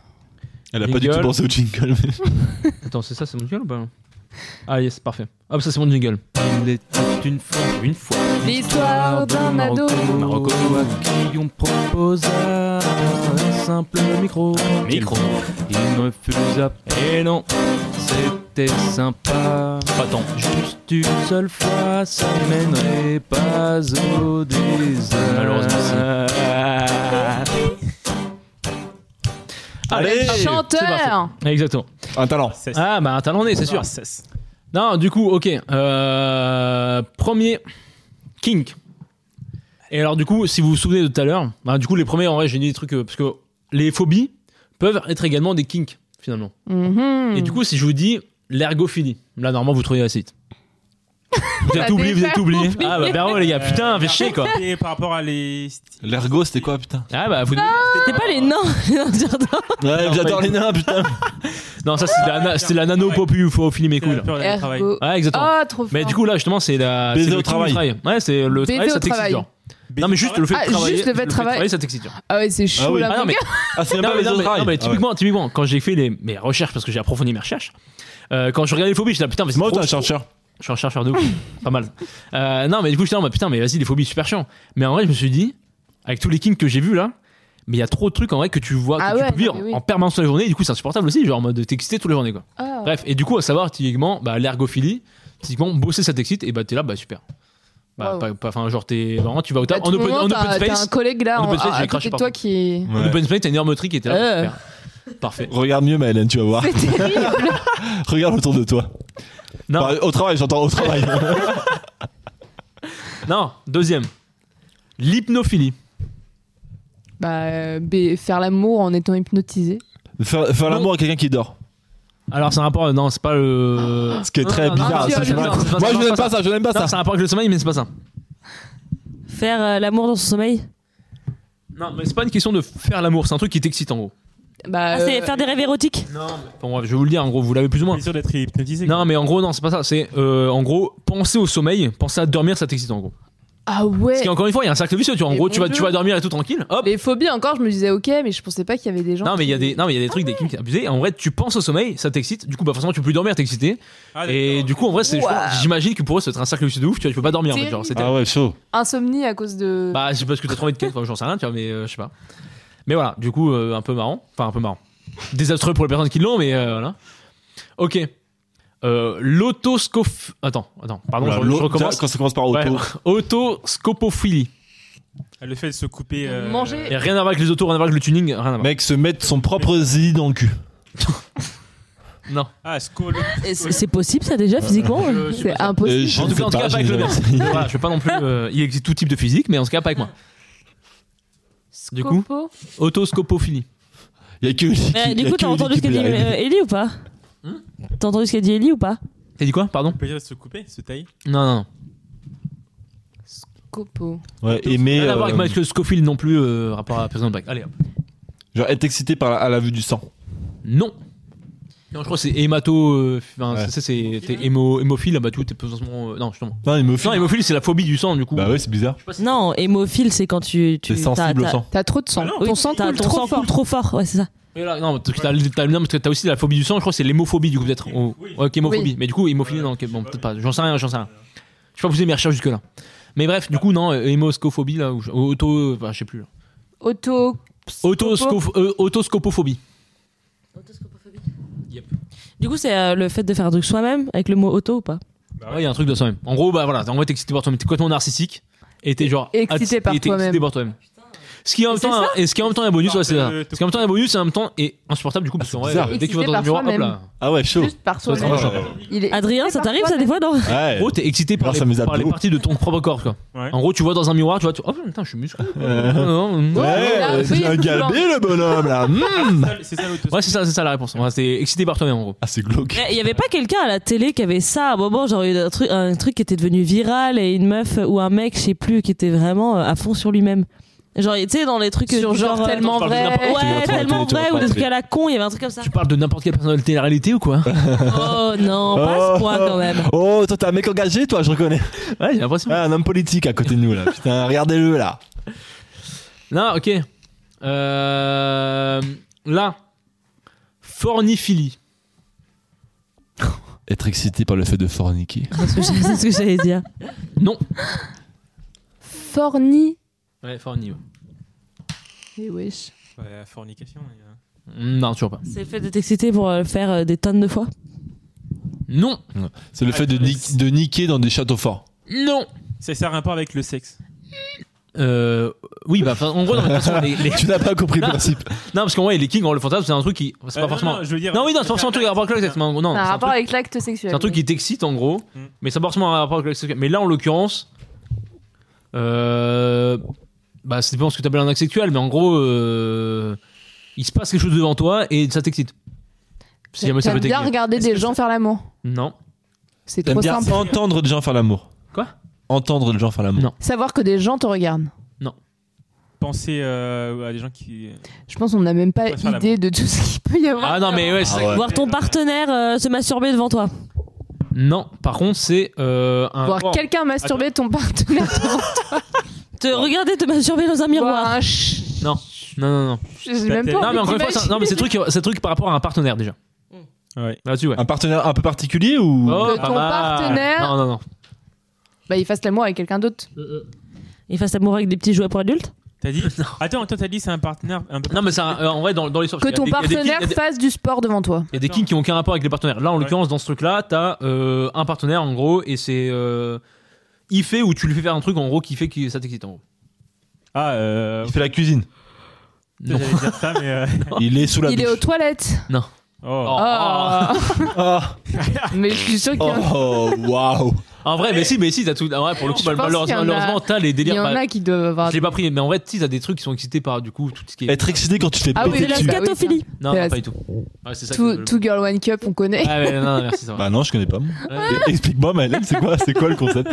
[SPEAKER 5] Elle a pas du tout
[SPEAKER 2] Jingle.
[SPEAKER 5] pensé au jingle.
[SPEAKER 2] Attends, c'est ça, c'est mon jingle ou pas Ah, yes, parfait. Hop, ça, c'est mon jingle.
[SPEAKER 7] Il était une fois, une fois.
[SPEAKER 2] Ah,
[SPEAKER 3] L'histoire d'un ado.
[SPEAKER 7] Marocco à qui on proposa un simple micro. Micro. Il me fusa. Et non, c'était sympa.
[SPEAKER 5] Pas tant.
[SPEAKER 7] Juste une seule fois, ça mènerait pas au désert.
[SPEAKER 2] Malheureusement,
[SPEAKER 5] Allez,
[SPEAKER 2] hop, Eh, c'est parti.
[SPEAKER 3] Chanteur
[SPEAKER 2] Exactement.
[SPEAKER 5] Un talent.
[SPEAKER 2] Ah, bah, un talent né, c'est sûr. Non, du coup, ok. Euh, premier, kink. Et alors, du coup, si vous vous souvenez de tout à l'heure, bah, du coup, les premiers, en vrai, j'ai dit des trucs. euh, parce que les phobies peuvent être également des kinks, finalement.
[SPEAKER 3] Mhm.
[SPEAKER 2] Et du coup, si je vous dis l'ergophilie, là, normalement, vous trouvez la
[SPEAKER 3] <laughs>
[SPEAKER 2] site. Vous avez
[SPEAKER 3] T'as
[SPEAKER 2] tout oublié, vous avez
[SPEAKER 3] déjà
[SPEAKER 2] tout oublié.
[SPEAKER 3] oublié.
[SPEAKER 2] Ah, bah, bravo,
[SPEAKER 3] euh,
[SPEAKER 2] les gars, putain, fait chier, quoi.
[SPEAKER 4] Et par rapport à les. Ah.
[SPEAKER 5] L'ergo, c'était quoi, putain
[SPEAKER 2] Ah, bah, vous.
[SPEAKER 6] T'es pas les nains, <laughs> les nains du jardin.
[SPEAKER 5] Ouais, j'adore les nains, putain.
[SPEAKER 2] Non, ça, c'est de la, na- c'est de la nano popu, faut filer mes couilles. là.
[SPEAKER 4] peur d'aller au travail.
[SPEAKER 3] Ergo.
[SPEAKER 2] Ouais, exactement.
[SPEAKER 3] Oh, trop fort.
[SPEAKER 2] Ah, Mais du coup, là, justement, c'est la.
[SPEAKER 5] Baiser
[SPEAKER 2] c'est le
[SPEAKER 5] au
[SPEAKER 2] kink
[SPEAKER 5] travail.
[SPEAKER 2] du Ouais, c'est le
[SPEAKER 3] Baiser
[SPEAKER 2] travail,
[SPEAKER 3] au
[SPEAKER 2] ça t'excite.
[SPEAKER 3] travail.
[SPEAKER 2] genre. Non, mais juste le fait
[SPEAKER 3] Ah,
[SPEAKER 2] de
[SPEAKER 3] juste
[SPEAKER 2] travailler.
[SPEAKER 3] le fait de travailler.
[SPEAKER 2] ça t'excite. genre.
[SPEAKER 3] Ah ouais, c'est chaud
[SPEAKER 5] Ah oui.
[SPEAKER 3] là.
[SPEAKER 2] Ah, non, mais
[SPEAKER 5] Ah, c'est
[SPEAKER 2] Non,
[SPEAKER 5] même
[SPEAKER 2] mais, non, mais-
[SPEAKER 5] pas
[SPEAKER 2] non, mais
[SPEAKER 5] les autres
[SPEAKER 2] typiquement, typiquement, quand j'ai fait les, mes recherches, parce que j'ai approfondi mes recherches, euh, quand je regardais les phobies, j'étais là, putain, mais c'est
[SPEAKER 5] Moi,
[SPEAKER 2] trop-
[SPEAKER 5] t'es un chercheur.
[SPEAKER 2] Je suis un chercheur de ouf. pas mal. Euh, non, mais du coup, j'étais en mode, putain, mais vas-y, les phobies, super chiant. Mais en vrai, je me suis dit, avec tous les kinks que j'ai vus là, mais il y a trop de trucs en vrai que tu vois, que
[SPEAKER 3] Ah
[SPEAKER 2] tu
[SPEAKER 3] ouais,
[SPEAKER 2] peux vivre
[SPEAKER 3] mais oui.
[SPEAKER 2] en permanence toute la journée, et du coup, c'est insupportable aussi, genre en mode, t'es excité toute la journée, quoi.
[SPEAKER 3] Ah.
[SPEAKER 2] Bref, et du coup, à savoir, typiquement, bah, l'ergophilie, typiquement, bosser, ça t'excite, et bah, t'es là, bah, super. Bah,
[SPEAKER 3] Wow.
[SPEAKER 2] pas, pas- enfin, genre, t'es vraiment, tu vas au
[SPEAKER 3] Bah,
[SPEAKER 2] taf,
[SPEAKER 3] tout
[SPEAKER 2] en
[SPEAKER 3] le
[SPEAKER 2] open,
[SPEAKER 3] moment,
[SPEAKER 2] en open
[SPEAKER 3] t'as- T'as un
[SPEAKER 2] space.
[SPEAKER 3] collègue là
[SPEAKER 2] En
[SPEAKER 3] en,
[SPEAKER 2] open space,
[SPEAKER 3] à
[SPEAKER 2] j'ai
[SPEAKER 3] à
[SPEAKER 2] craché
[SPEAKER 3] côté de
[SPEAKER 2] par
[SPEAKER 3] toi
[SPEAKER 2] contre.
[SPEAKER 3] qui est.
[SPEAKER 2] En
[SPEAKER 5] Ouais.
[SPEAKER 2] open space, t'as une énorme trick, et t'es là,
[SPEAKER 3] Euh.
[SPEAKER 2] super. Parfait.
[SPEAKER 5] Regarde mieux, Maëlène, tu vas voir.
[SPEAKER 3] C'est terrible.
[SPEAKER 5] <laughs> Regarde autour de toi.
[SPEAKER 2] Non.
[SPEAKER 5] Enfin, au travail, j'entends au travail.
[SPEAKER 2] Non, deuxième. L'hypnophilie.
[SPEAKER 3] bah, euh, B- faire l'amour en étant hypnotisé.
[SPEAKER 5] <laughs> faire faire l'amour à quelqu'un qui dort.
[SPEAKER 2] Alors, c'est un rapport. Non, c'est pas le. Ah,
[SPEAKER 5] Ce qui est très
[SPEAKER 2] Non, non, non,
[SPEAKER 5] bizarre.
[SPEAKER 3] non,
[SPEAKER 5] ça,
[SPEAKER 3] non,
[SPEAKER 5] je
[SPEAKER 3] non,
[SPEAKER 5] m'arrête.
[SPEAKER 2] non, non,
[SPEAKER 5] Moi, je
[SPEAKER 2] non,
[SPEAKER 5] n'aime
[SPEAKER 2] non,
[SPEAKER 5] pas ça, je n'aime pas
[SPEAKER 2] Non,
[SPEAKER 5] ça.
[SPEAKER 2] c'est un rapport avec le sommeil, mais c'est pas ça.
[SPEAKER 6] Faire euh, l'amour dans son sommeil.
[SPEAKER 2] Non, mais c'est pas une question de faire l'amour, c'est un truc qui t'excite en gros.
[SPEAKER 3] Bah,
[SPEAKER 6] Ah, c'est
[SPEAKER 3] euh,
[SPEAKER 6] faire des rêves érotiques.
[SPEAKER 2] Non, bon, bref, je vais vous le dire en gros, vous l'avez plus ou moins.
[SPEAKER 4] T'es sûr d'être hypnotisé
[SPEAKER 2] Non, mais en gros, non, c'est pas ça. C'est euh, en gros, penser au sommeil, penser à dormir, ça t'excite en gros.
[SPEAKER 3] Ah ouais.
[SPEAKER 2] Parce qu'encore une fois, il y a un cercle vicieux, tu vois. En
[SPEAKER 3] Mais
[SPEAKER 2] gros, tu vas,
[SPEAKER 3] bonjour.
[SPEAKER 2] tu vas dormir et tout tranquille, hop.
[SPEAKER 3] Les phobies encore, je me disais ok, mais je pensais pas qu'il y avait des gens.
[SPEAKER 2] Non, mais il y a
[SPEAKER 3] qui-
[SPEAKER 2] des, non, mais il y a des trucs, des kinks abusés. En vrai, tu penses au sommeil, ça t'excite. Du coup, bah, forcément, tu peux plus dormir, t'es excité.
[SPEAKER 4] Ah,
[SPEAKER 2] Et du coup, en vrai, c'est, je
[SPEAKER 3] Wow.
[SPEAKER 2] pense- j'imagine que pour eux, c'est un cercle vicieux de ouf, tu vois, tu peux pas dormir. En fait, genre, c'est terrible.
[SPEAKER 5] Ah ouais, chaud.
[SPEAKER 3] Insomnie à cause de.
[SPEAKER 2] Bah, c'est parce que t'as trop envie de quelque, j'en sais rien, tu vois, mais euh, je sais pas. Mais voilà, du coup, euh, un peu marrant. Enfin, un peu marrant. Désastreux pour les personnes qui l'ont, mais euh, voilà. Ok. Euh, L'autoscof. Attends, attends, pardon, je, je recommence.
[SPEAKER 5] Quand ça commence par
[SPEAKER 2] Ouais.
[SPEAKER 5] auto.
[SPEAKER 2] Autoscopophilie.
[SPEAKER 4] Ah, Le fait de se couper. euh,
[SPEAKER 3] Manger.
[SPEAKER 2] Et rien à voir avec les autos, rien à voir avec le tuning, rien à voir.
[SPEAKER 5] Mec, se mettre son propre zizi dans le cul.
[SPEAKER 2] Non.
[SPEAKER 4] Ah, scol.
[SPEAKER 6] Et C'est c'est possible ça déjà physiquement
[SPEAKER 3] C'est impossible.
[SPEAKER 5] Euh, je
[SPEAKER 2] En tout
[SPEAKER 5] sais
[SPEAKER 2] cas, en tout cas, pas avec
[SPEAKER 5] je
[SPEAKER 2] le
[SPEAKER 5] sais
[SPEAKER 2] mec.
[SPEAKER 5] <laughs>
[SPEAKER 2] Voilà, je fais pas non plus. euh, il existe tout type de physique, mais en tout cas, pas avec moi. Euh, du coup
[SPEAKER 3] Scopo.
[SPEAKER 2] Autoscopophilie.
[SPEAKER 5] Il y a que Oli qui-
[SPEAKER 6] Euh,
[SPEAKER 5] il y
[SPEAKER 6] du
[SPEAKER 5] a
[SPEAKER 6] coup,
[SPEAKER 5] que
[SPEAKER 6] t'as
[SPEAKER 5] Oli
[SPEAKER 6] entendu
[SPEAKER 5] qui
[SPEAKER 6] ce qu'a
[SPEAKER 5] peut
[SPEAKER 6] dit
[SPEAKER 5] y arriver.
[SPEAKER 6] euh, Ellie ou pas
[SPEAKER 2] Hmm
[SPEAKER 6] T'as entendu ce qu'a dit Ellie ou pas
[SPEAKER 2] T'as dit quoi Pardon
[SPEAKER 4] Le plaisir de se couper, se tailler.
[SPEAKER 2] Non, non, non.
[SPEAKER 3] Scopo.
[SPEAKER 5] Ouais, aimer.
[SPEAKER 2] Rien à voir
[SPEAKER 5] euh,
[SPEAKER 2] avec Michael Scofield non plus, euh, rapport à Prison Break. Allez, hop.
[SPEAKER 5] Genre être excité par la- à la vue du sang.
[SPEAKER 2] Non. Non, je crois que c'est hémato. euh, Enfin,
[SPEAKER 5] Ouais.
[SPEAKER 2] c'est- ça, c'est. T'es hémo- hémophile, ah bah, tu t'es potentiellement. euh, non, justement.
[SPEAKER 5] Non, il me
[SPEAKER 2] Non,
[SPEAKER 5] fait.
[SPEAKER 2] hémophile, c'est la phobie du sang, du coup.
[SPEAKER 5] Bah ouais, c'est bizarre.
[SPEAKER 6] Non, hémophile, c'est quand tu. tu
[SPEAKER 5] T'es sensible au
[SPEAKER 6] t'as-
[SPEAKER 5] sang.
[SPEAKER 3] T'as trop de sang.
[SPEAKER 4] Ah non,
[SPEAKER 6] Bah Oui,
[SPEAKER 3] ton sang
[SPEAKER 6] t'as-
[SPEAKER 3] coule
[SPEAKER 6] ton
[SPEAKER 3] trop
[SPEAKER 6] sang
[SPEAKER 3] fort.
[SPEAKER 6] coule trop fort, ouais, c'est ça.
[SPEAKER 2] Mais là, non, parce que t'as, t'as- non, parce que t'as aussi la phobie du sang, je crois que c'est l'hémophobie, du coup, peut-être. ou- ouais, qu'hémophobie.
[SPEAKER 3] Oui.
[SPEAKER 2] Mais du coup, hémophilie, non, ok, bon, peut-être pas. J'en sais rien, j'en sais rien. Je sais pas pousser mes recherches jusque-là. Mais bref, du coup, non, euh, hémoscophobie, là, ou je- auto. Enfin, je sais plus. là.
[SPEAKER 3] Auto.
[SPEAKER 2] Autoscoph- euh, autoscopophobie.
[SPEAKER 6] Du coup, c'est euh, le fait de faire un truc soi-même avec le mot auto ou pas
[SPEAKER 2] Bah ouais, il y a un truc de ça même. En gros, bah voilà, en vrai, t'es excité par toi-même, t'es complètement narcissique et t'es genre.
[SPEAKER 3] Excité
[SPEAKER 2] atti-
[SPEAKER 3] par
[SPEAKER 2] et t'es
[SPEAKER 3] toi-même.
[SPEAKER 2] excité par toi-même. Ce qui en même
[SPEAKER 3] c'est
[SPEAKER 2] temps, un- et ce qui en même temps est un bonus, ouais, c'est ça.
[SPEAKER 4] Euh,
[SPEAKER 2] Ce qui en même temps est un bonus, et en même temps est insupportable du coup, parce qu'en vrai,
[SPEAKER 5] Ah, bizarre.
[SPEAKER 2] dès que tu vas
[SPEAKER 3] Excité
[SPEAKER 2] dans un
[SPEAKER 3] par
[SPEAKER 2] miroir, hop
[SPEAKER 3] toi-même.
[SPEAKER 2] là.
[SPEAKER 5] Ah ouais, chaud.
[SPEAKER 3] Juste par
[SPEAKER 2] Ça, c'est
[SPEAKER 3] soi-même.
[SPEAKER 2] méchant.
[SPEAKER 3] Il est-
[SPEAKER 6] Adrien, ça
[SPEAKER 3] par
[SPEAKER 6] t'arrive ça
[SPEAKER 3] toi-même.
[SPEAKER 6] des fois, non
[SPEAKER 2] En
[SPEAKER 5] Ouais.
[SPEAKER 2] gros, t'es excité par,
[SPEAKER 5] Grâce
[SPEAKER 2] les,
[SPEAKER 5] à mes
[SPEAKER 2] par les
[SPEAKER 5] abdos.
[SPEAKER 2] parties de ton propre corps, quoi.
[SPEAKER 4] Ouais.
[SPEAKER 2] En gros, tu vois dans un miroir, tu vois, tu... oh putain, je suis musclé.
[SPEAKER 5] <laughs>
[SPEAKER 2] Non, non, non.
[SPEAKER 5] Ouais,
[SPEAKER 3] là, oui,
[SPEAKER 5] c'est un
[SPEAKER 3] effectivement.
[SPEAKER 5] galbé le bonhomme là. Hmm.
[SPEAKER 4] c'est ça- C'est ça l'auto.
[SPEAKER 2] Ouais, c'est ça, c'est ça la réponse. Ouais, c'est excité par toi-même en gros.
[SPEAKER 5] Ah, c'est glauque.
[SPEAKER 6] Il y avait pas quelqu'un à la télé qui avait ça à un moment, genre il y a eu un truc, un truc qui était devenu viral et une meuf ou un mec, je sais plus, qui était vraiment euh, à fond sur lui-même. Genre, tu sais, dans les trucs.
[SPEAKER 3] Sur
[SPEAKER 6] du
[SPEAKER 3] genre
[SPEAKER 6] euh,
[SPEAKER 3] tellement
[SPEAKER 2] parles de
[SPEAKER 3] vrai.
[SPEAKER 2] n'importe-
[SPEAKER 5] Tu vas
[SPEAKER 6] Ouais,
[SPEAKER 5] te
[SPEAKER 6] tellement
[SPEAKER 5] rater, tu vas
[SPEAKER 6] vrai,
[SPEAKER 5] te
[SPEAKER 6] ou des
[SPEAKER 5] rater.
[SPEAKER 6] trucs à la con, il y avait un truc comme ça.
[SPEAKER 2] Tu parles de n'importe quelle personnalité de la réalité ou quoi
[SPEAKER 6] Oh non, pas à ce point quand même.
[SPEAKER 5] Oh, toi, t'es un mec engagé, toi, je reconnais.
[SPEAKER 2] Ouais, j'ai l'impression.
[SPEAKER 5] Ah, un homme politique à côté de nous là. Putain, regardez-le là.
[SPEAKER 2] Non, ok. Euh... Là, forniphilie.
[SPEAKER 5] Être excité par le fait de forniquer.
[SPEAKER 6] C'est ce que j'allais- c'est ce que j'allais dire.
[SPEAKER 3] Forni.
[SPEAKER 2] Ouais, forni. ouais.
[SPEAKER 3] Et wesh.
[SPEAKER 4] Ouais, fornication. euh, il y a-
[SPEAKER 2] Non, toujours pas.
[SPEAKER 6] C'est le fait de t'exciter pour euh, le faire euh, des tonnes de fois.
[SPEAKER 2] Non,
[SPEAKER 5] C'est le fait de, ni- de niquer dans des châteaux forts.
[SPEAKER 2] non.
[SPEAKER 4] C'est ça un rapport avec le sexe.
[SPEAKER 2] Euh, oui, bah, enfin, en gros, non, mais de toute façon, les, les-
[SPEAKER 5] Tu n'as pas compris le
[SPEAKER 2] Non.
[SPEAKER 5] principe.
[SPEAKER 2] non, parce qu'en vrai, les kings, en vrai, le fantasme, c'est un truc qui. C'est pas
[SPEAKER 4] Euh, non,
[SPEAKER 2] forcément.
[SPEAKER 4] Non, je veux dire.
[SPEAKER 2] Non, oui, non, c'est pas forcément un truc à rapport avec le sexe, mais en gros, non,
[SPEAKER 3] Un
[SPEAKER 2] c'est un
[SPEAKER 3] rapport
[SPEAKER 2] truc-
[SPEAKER 3] avec l'acte sexuel.
[SPEAKER 2] c'est un truc
[SPEAKER 3] oui.
[SPEAKER 2] qui t'excite en gros,
[SPEAKER 4] Mm.
[SPEAKER 2] mais c'est pas forcément un rapport avec le sexe. Mais là, en l'occurrence, euh, bah, ça dépend ce que t'appelles un acte sexuel, mais en gros, euh, il se passe quelque chose devant toi et ça t'excite. Si jamais ça peut
[SPEAKER 3] T'aimes bien
[SPEAKER 2] t'exciter.
[SPEAKER 3] regarder des gens faire l'amour.
[SPEAKER 2] Non.
[SPEAKER 3] C'est
[SPEAKER 5] T'aimes
[SPEAKER 3] trop
[SPEAKER 5] bien
[SPEAKER 3] simple.
[SPEAKER 5] entendre des gens faire l'amour.
[SPEAKER 2] Quoi
[SPEAKER 5] Entendre des gens faire l'amour.
[SPEAKER 2] Non.
[SPEAKER 3] Savoir que des gens te regardent.
[SPEAKER 4] Penser euh, à des gens qui.
[SPEAKER 3] Je pense qu'on n'a même pas
[SPEAKER 4] Ouais, faire
[SPEAKER 3] idée de tout ce qu'il peut y avoir.
[SPEAKER 2] Ah non, mais ouais, c'est ça.
[SPEAKER 5] Ah ouais.
[SPEAKER 6] Voir ton partenaire euh, se masturber devant toi.
[SPEAKER 2] Non, par contre, c'est euh, un.
[SPEAKER 3] Voir
[SPEAKER 2] rapport-
[SPEAKER 3] quelqu'un masturber ton partenaire.
[SPEAKER 2] <laughs>
[SPEAKER 6] Te regarder te masturber dans un
[SPEAKER 3] Voir
[SPEAKER 6] miroir.
[SPEAKER 3] un ch-
[SPEAKER 2] Non, non, non, non.
[SPEAKER 3] Ah, Je sais même pas.
[SPEAKER 2] Non, mais encore une fois, c'est
[SPEAKER 3] t'imagines.
[SPEAKER 2] un- non, mais c'est truc, c'est truc par rapport à un partenaire déjà.
[SPEAKER 4] Mmh. Ouais. Mmh.
[SPEAKER 2] Là-dessus, ouais.
[SPEAKER 5] Un partenaire un peu particulier ou
[SPEAKER 2] Oh,
[SPEAKER 3] Que
[SPEAKER 2] pas
[SPEAKER 3] ton
[SPEAKER 2] mal.
[SPEAKER 3] partenaire-
[SPEAKER 2] Non, non, non.
[SPEAKER 3] Bah, il fasse l'amour avec quelqu'un d'autre.
[SPEAKER 6] Et face à l'amour avec des petits jouets pour adultes.
[SPEAKER 2] <laughs>
[SPEAKER 4] T'as dit Attends, toi, t'as dit c'est un partenaire. Un peu...
[SPEAKER 2] Non, mais c'est un- euh, en vrai dans, dans les sources.
[SPEAKER 3] Que
[SPEAKER 2] il y a
[SPEAKER 3] ton
[SPEAKER 2] des- il y a des
[SPEAKER 3] partenaire
[SPEAKER 2] kinks- il y a des-
[SPEAKER 3] fasse du sport devant toi.
[SPEAKER 2] Il y a des kinks qui ont aucun rapport avec les partenaires. Là, en
[SPEAKER 4] Ouais.
[SPEAKER 2] l'occurrence, dans ce truc-là, t'as euh, un partenaire en gros et c'est. euh, il fait ou tu lui fais faire un truc en gros qui fait que ça t'excite en gros.
[SPEAKER 4] Ah, euh.
[SPEAKER 5] il fait la cuisine.
[SPEAKER 2] Non.
[SPEAKER 4] J'allais dire ça, mais.
[SPEAKER 2] <laughs>
[SPEAKER 4] euh,
[SPEAKER 5] Il est sous la
[SPEAKER 3] Il est aux
[SPEAKER 5] douche.
[SPEAKER 3] toilettes.
[SPEAKER 4] Oh.
[SPEAKER 3] Ah.
[SPEAKER 2] Oh.
[SPEAKER 5] Ah.
[SPEAKER 3] <laughs> Mais je suis sûr qu'il y, en-
[SPEAKER 5] Oh, waouh.
[SPEAKER 2] En vrai, mais si, mais si, t'as tout. En vrai, pour le coup,
[SPEAKER 3] Je pense qu'il y
[SPEAKER 2] malheureusement,
[SPEAKER 3] en a-
[SPEAKER 2] malheureusement, t'as les
[SPEAKER 3] il
[SPEAKER 2] délires.
[SPEAKER 3] y en
[SPEAKER 2] bah,
[SPEAKER 3] a qui doivent avoir.
[SPEAKER 2] je l'ai pas pris, mais en vrai, si, t'as des trucs qui sont excités par du coup tout ce qui est.
[SPEAKER 5] Être excité quand tu te fais
[SPEAKER 3] Ah oui,
[SPEAKER 5] péter
[SPEAKER 6] C'est la
[SPEAKER 5] dessus.
[SPEAKER 3] là, bah oui,
[SPEAKER 6] scatophilie.
[SPEAKER 2] Non,
[SPEAKER 3] c'est
[SPEAKER 2] non,
[SPEAKER 3] la-
[SPEAKER 2] pas du tout. Ouais, c'est ça que-
[SPEAKER 3] Two, Two Girl One Cup, on connaît.
[SPEAKER 2] Ah, ouais, non, non, merci, ça
[SPEAKER 4] <laughs>
[SPEAKER 2] va.
[SPEAKER 5] Bah non, je connais pas. moi.
[SPEAKER 2] Ouais.
[SPEAKER 5] Et- Explique-moi, Maëlène, c'est quoi, c'est quoi le concept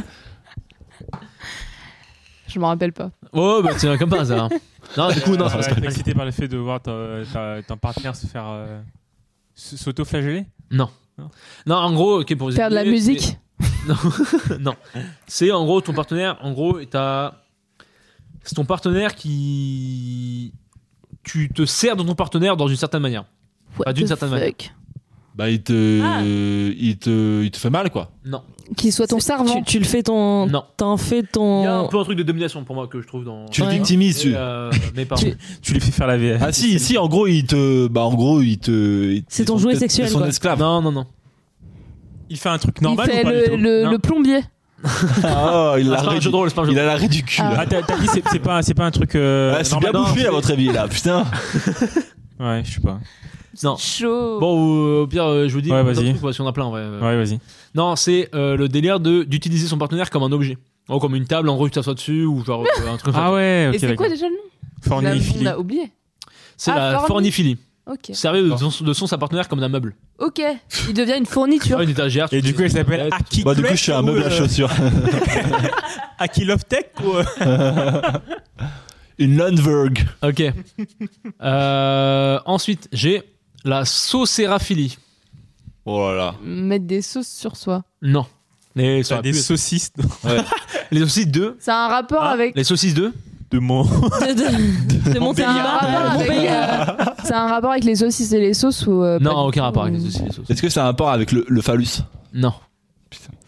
[SPEAKER 3] Je me rappelle pas.
[SPEAKER 2] Oh, bah tiens, comme par hasard. Non, du coup, non, c'est
[SPEAKER 4] Ah, Ouais,
[SPEAKER 2] parce que-
[SPEAKER 4] t'es excité par le fait de voir ta- ta- ton partenaire se faire. euh, s- S'auto-flageller
[SPEAKER 2] Non, en gros, ok, pour vous
[SPEAKER 3] Faire de la
[SPEAKER 2] expliquer,
[SPEAKER 3] musique.
[SPEAKER 2] c'est- Non, c'est en gros ton partenaire. En gros, t'as. C'est ton partenaire qui. Tu te sers de ton partenaire dans une certaine manière.
[SPEAKER 3] What
[SPEAKER 2] d'une
[SPEAKER 3] the
[SPEAKER 2] certaine manière.
[SPEAKER 3] fuck.
[SPEAKER 5] Bah il te,
[SPEAKER 6] Ah.
[SPEAKER 5] il te, il te fait mal quoi.
[SPEAKER 2] Non,
[SPEAKER 3] Qu'il soit ton servant.
[SPEAKER 6] Tu, tu le fais ton.
[SPEAKER 2] non.
[SPEAKER 6] T'en fais
[SPEAKER 2] Il y a un
[SPEAKER 6] ton.
[SPEAKER 2] peu un truc de domination pour moi que je trouve dans.
[SPEAKER 5] Tu
[SPEAKER 6] Ouais.
[SPEAKER 5] le victimises.
[SPEAKER 2] Mais,
[SPEAKER 5] Tu...
[SPEAKER 2] euh, mais pardon.
[SPEAKER 6] Tu-
[SPEAKER 4] Tu lui fais faire la VF.
[SPEAKER 5] Ah si, si, en gros il te, bah en gros il te. il-
[SPEAKER 6] C'est
[SPEAKER 5] ils
[SPEAKER 6] ton
[SPEAKER 5] sont
[SPEAKER 6] jouet
[SPEAKER 5] peut-être-
[SPEAKER 6] sexuel,
[SPEAKER 5] ils sont
[SPEAKER 6] quoi.
[SPEAKER 5] esclaves.
[SPEAKER 2] Non, non, non.
[SPEAKER 4] Il fait un truc normal
[SPEAKER 3] il fait
[SPEAKER 4] ou pas du
[SPEAKER 3] le,
[SPEAKER 4] tout
[SPEAKER 3] le-
[SPEAKER 2] Non.
[SPEAKER 3] le plombier.
[SPEAKER 5] Ah, il
[SPEAKER 2] Ah,
[SPEAKER 5] a
[SPEAKER 2] c'est pas un jeu de rôle, c'est pas un jeu de
[SPEAKER 5] il a la raie du cul.
[SPEAKER 3] Ah.
[SPEAKER 5] là.
[SPEAKER 4] Ah, t'as t'as dit c'est c'est pas, c'est pas un truc. euh,
[SPEAKER 5] Ah, c'est bien
[SPEAKER 4] normal
[SPEAKER 5] bouffé à votre avis là, putain.
[SPEAKER 4] Ouais, je sais pas.
[SPEAKER 2] Non.
[SPEAKER 3] Chaud.
[SPEAKER 2] Bon, ou, au pire, euh, je vous dis,
[SPEAKER 4] Ouais,
[SPEAKER 2] on a
[SPEAKER 4] vas-y.
[SPEAKER 2] d'autres trucs, parce qu'on a plein, ouais. euh.
[SPEAKER 4] Ouais, vas-y.
[SPEAKER 2] Non, c'est euh, le délire de d'utiliser son partenaire comme un objet. Oh, comme une table, en gros, tu t'assois dessus, ou genre euh, un
[SPEAKER 4] <laughs>
[SPEAKER 2] truc comme ça.
[SPEAKER 4] <laughs> Ah ouais,
[SPEAKER 3] Et
[SPEAKER 4] ok,
[SPEAKER 3] c'est quoi
[SPEAKER 4] d'accord.
[SPEAKER 3] déjà le nom
[SPEAKER 4] Forniphilie.
[SPEAKER 3] On a oublié.
[SPEAKER 2] C'est
[SPEAKER 3] Ah,
[SPEAKER 2] la
[SPEAKER 3] forni-
[SPEAKER 2] forniphilie.
[SPEAKER 3] Ok.
[SPEAKER 2] Servir de son, de son sa partenaire comme d'un meuble.
[SPEAKER 3] Ok. Il devient une fourniture.
[SPEAKER 2] Ouais, une étagère. tu
[SPEAKER 4] Et du
[SPEAKER 2] fais-
[SPEAKER 4] coup, elle s'appelle
[SPEAKER 2] Ouais,
[SPEAKER 4] Aki.
[SPEAKER 5] Bah du coup je suis un meuble à
[SPEAKER 4] euh,
[SPEAKER 5] chaussures.
[SPEAKER 4] Aki Love Tech ou. <laughs> euh,
[SPEAKER 5] Une Lundberg.
[SPEAKER 3] <laughs>
[SPEAKER 2] Ok. Euh, ensuite, j'ai la saucéraphilie.
[SPEAKER 5] Oh là là.
[SPEAKER 3] Mettre des sauces sur soi.
[SPEAKER 2] Non. Les, ça
[SPEAKER 4] T'as
[SPEAKER 2] aurait
[SPEAKER 4] des
[SPEAKER 2] pu être-
[SPEAKER 4] saucisses
[SPEAKER 2] les saucisses 2
[SPEAKER 3] Ça a un rapport
[SPEAKER 4] Ah,
[SPEAKER 3] avec.
[SPEAKER 2] Les saucisses 2
[SPEAKER 4] de <laughs> mon.
[SPEAKER 6] de, de,
[SPEAKER 3] Ça
[SPEAKER 6] de
[SPEAKER 3] a un
[SPEAKER 6] Montélimar
[SPEAKER 3] rapport
[SPEAKER 6] à
[SPEAKER 3] avec,
[SPEAKER 6] Montpellier.
[SPEAKER 3] euh, ça a un rapport avec les saucisses et les sauces ou. euh, pas
[SPEAKER 2] Non,
[SPEAKER 3] du
[SPEAKER 2] aucun
[SPEAKER 3] tout,
[SPEAKER 2] rapport avec
[SPEAKER 3] ou-
[SPEAKER 2] les saucisses. les sauces.
[SPEAKER 5] Est-ce que ça a un rapport avec le, le phallus
[SPEAKER 2] Non.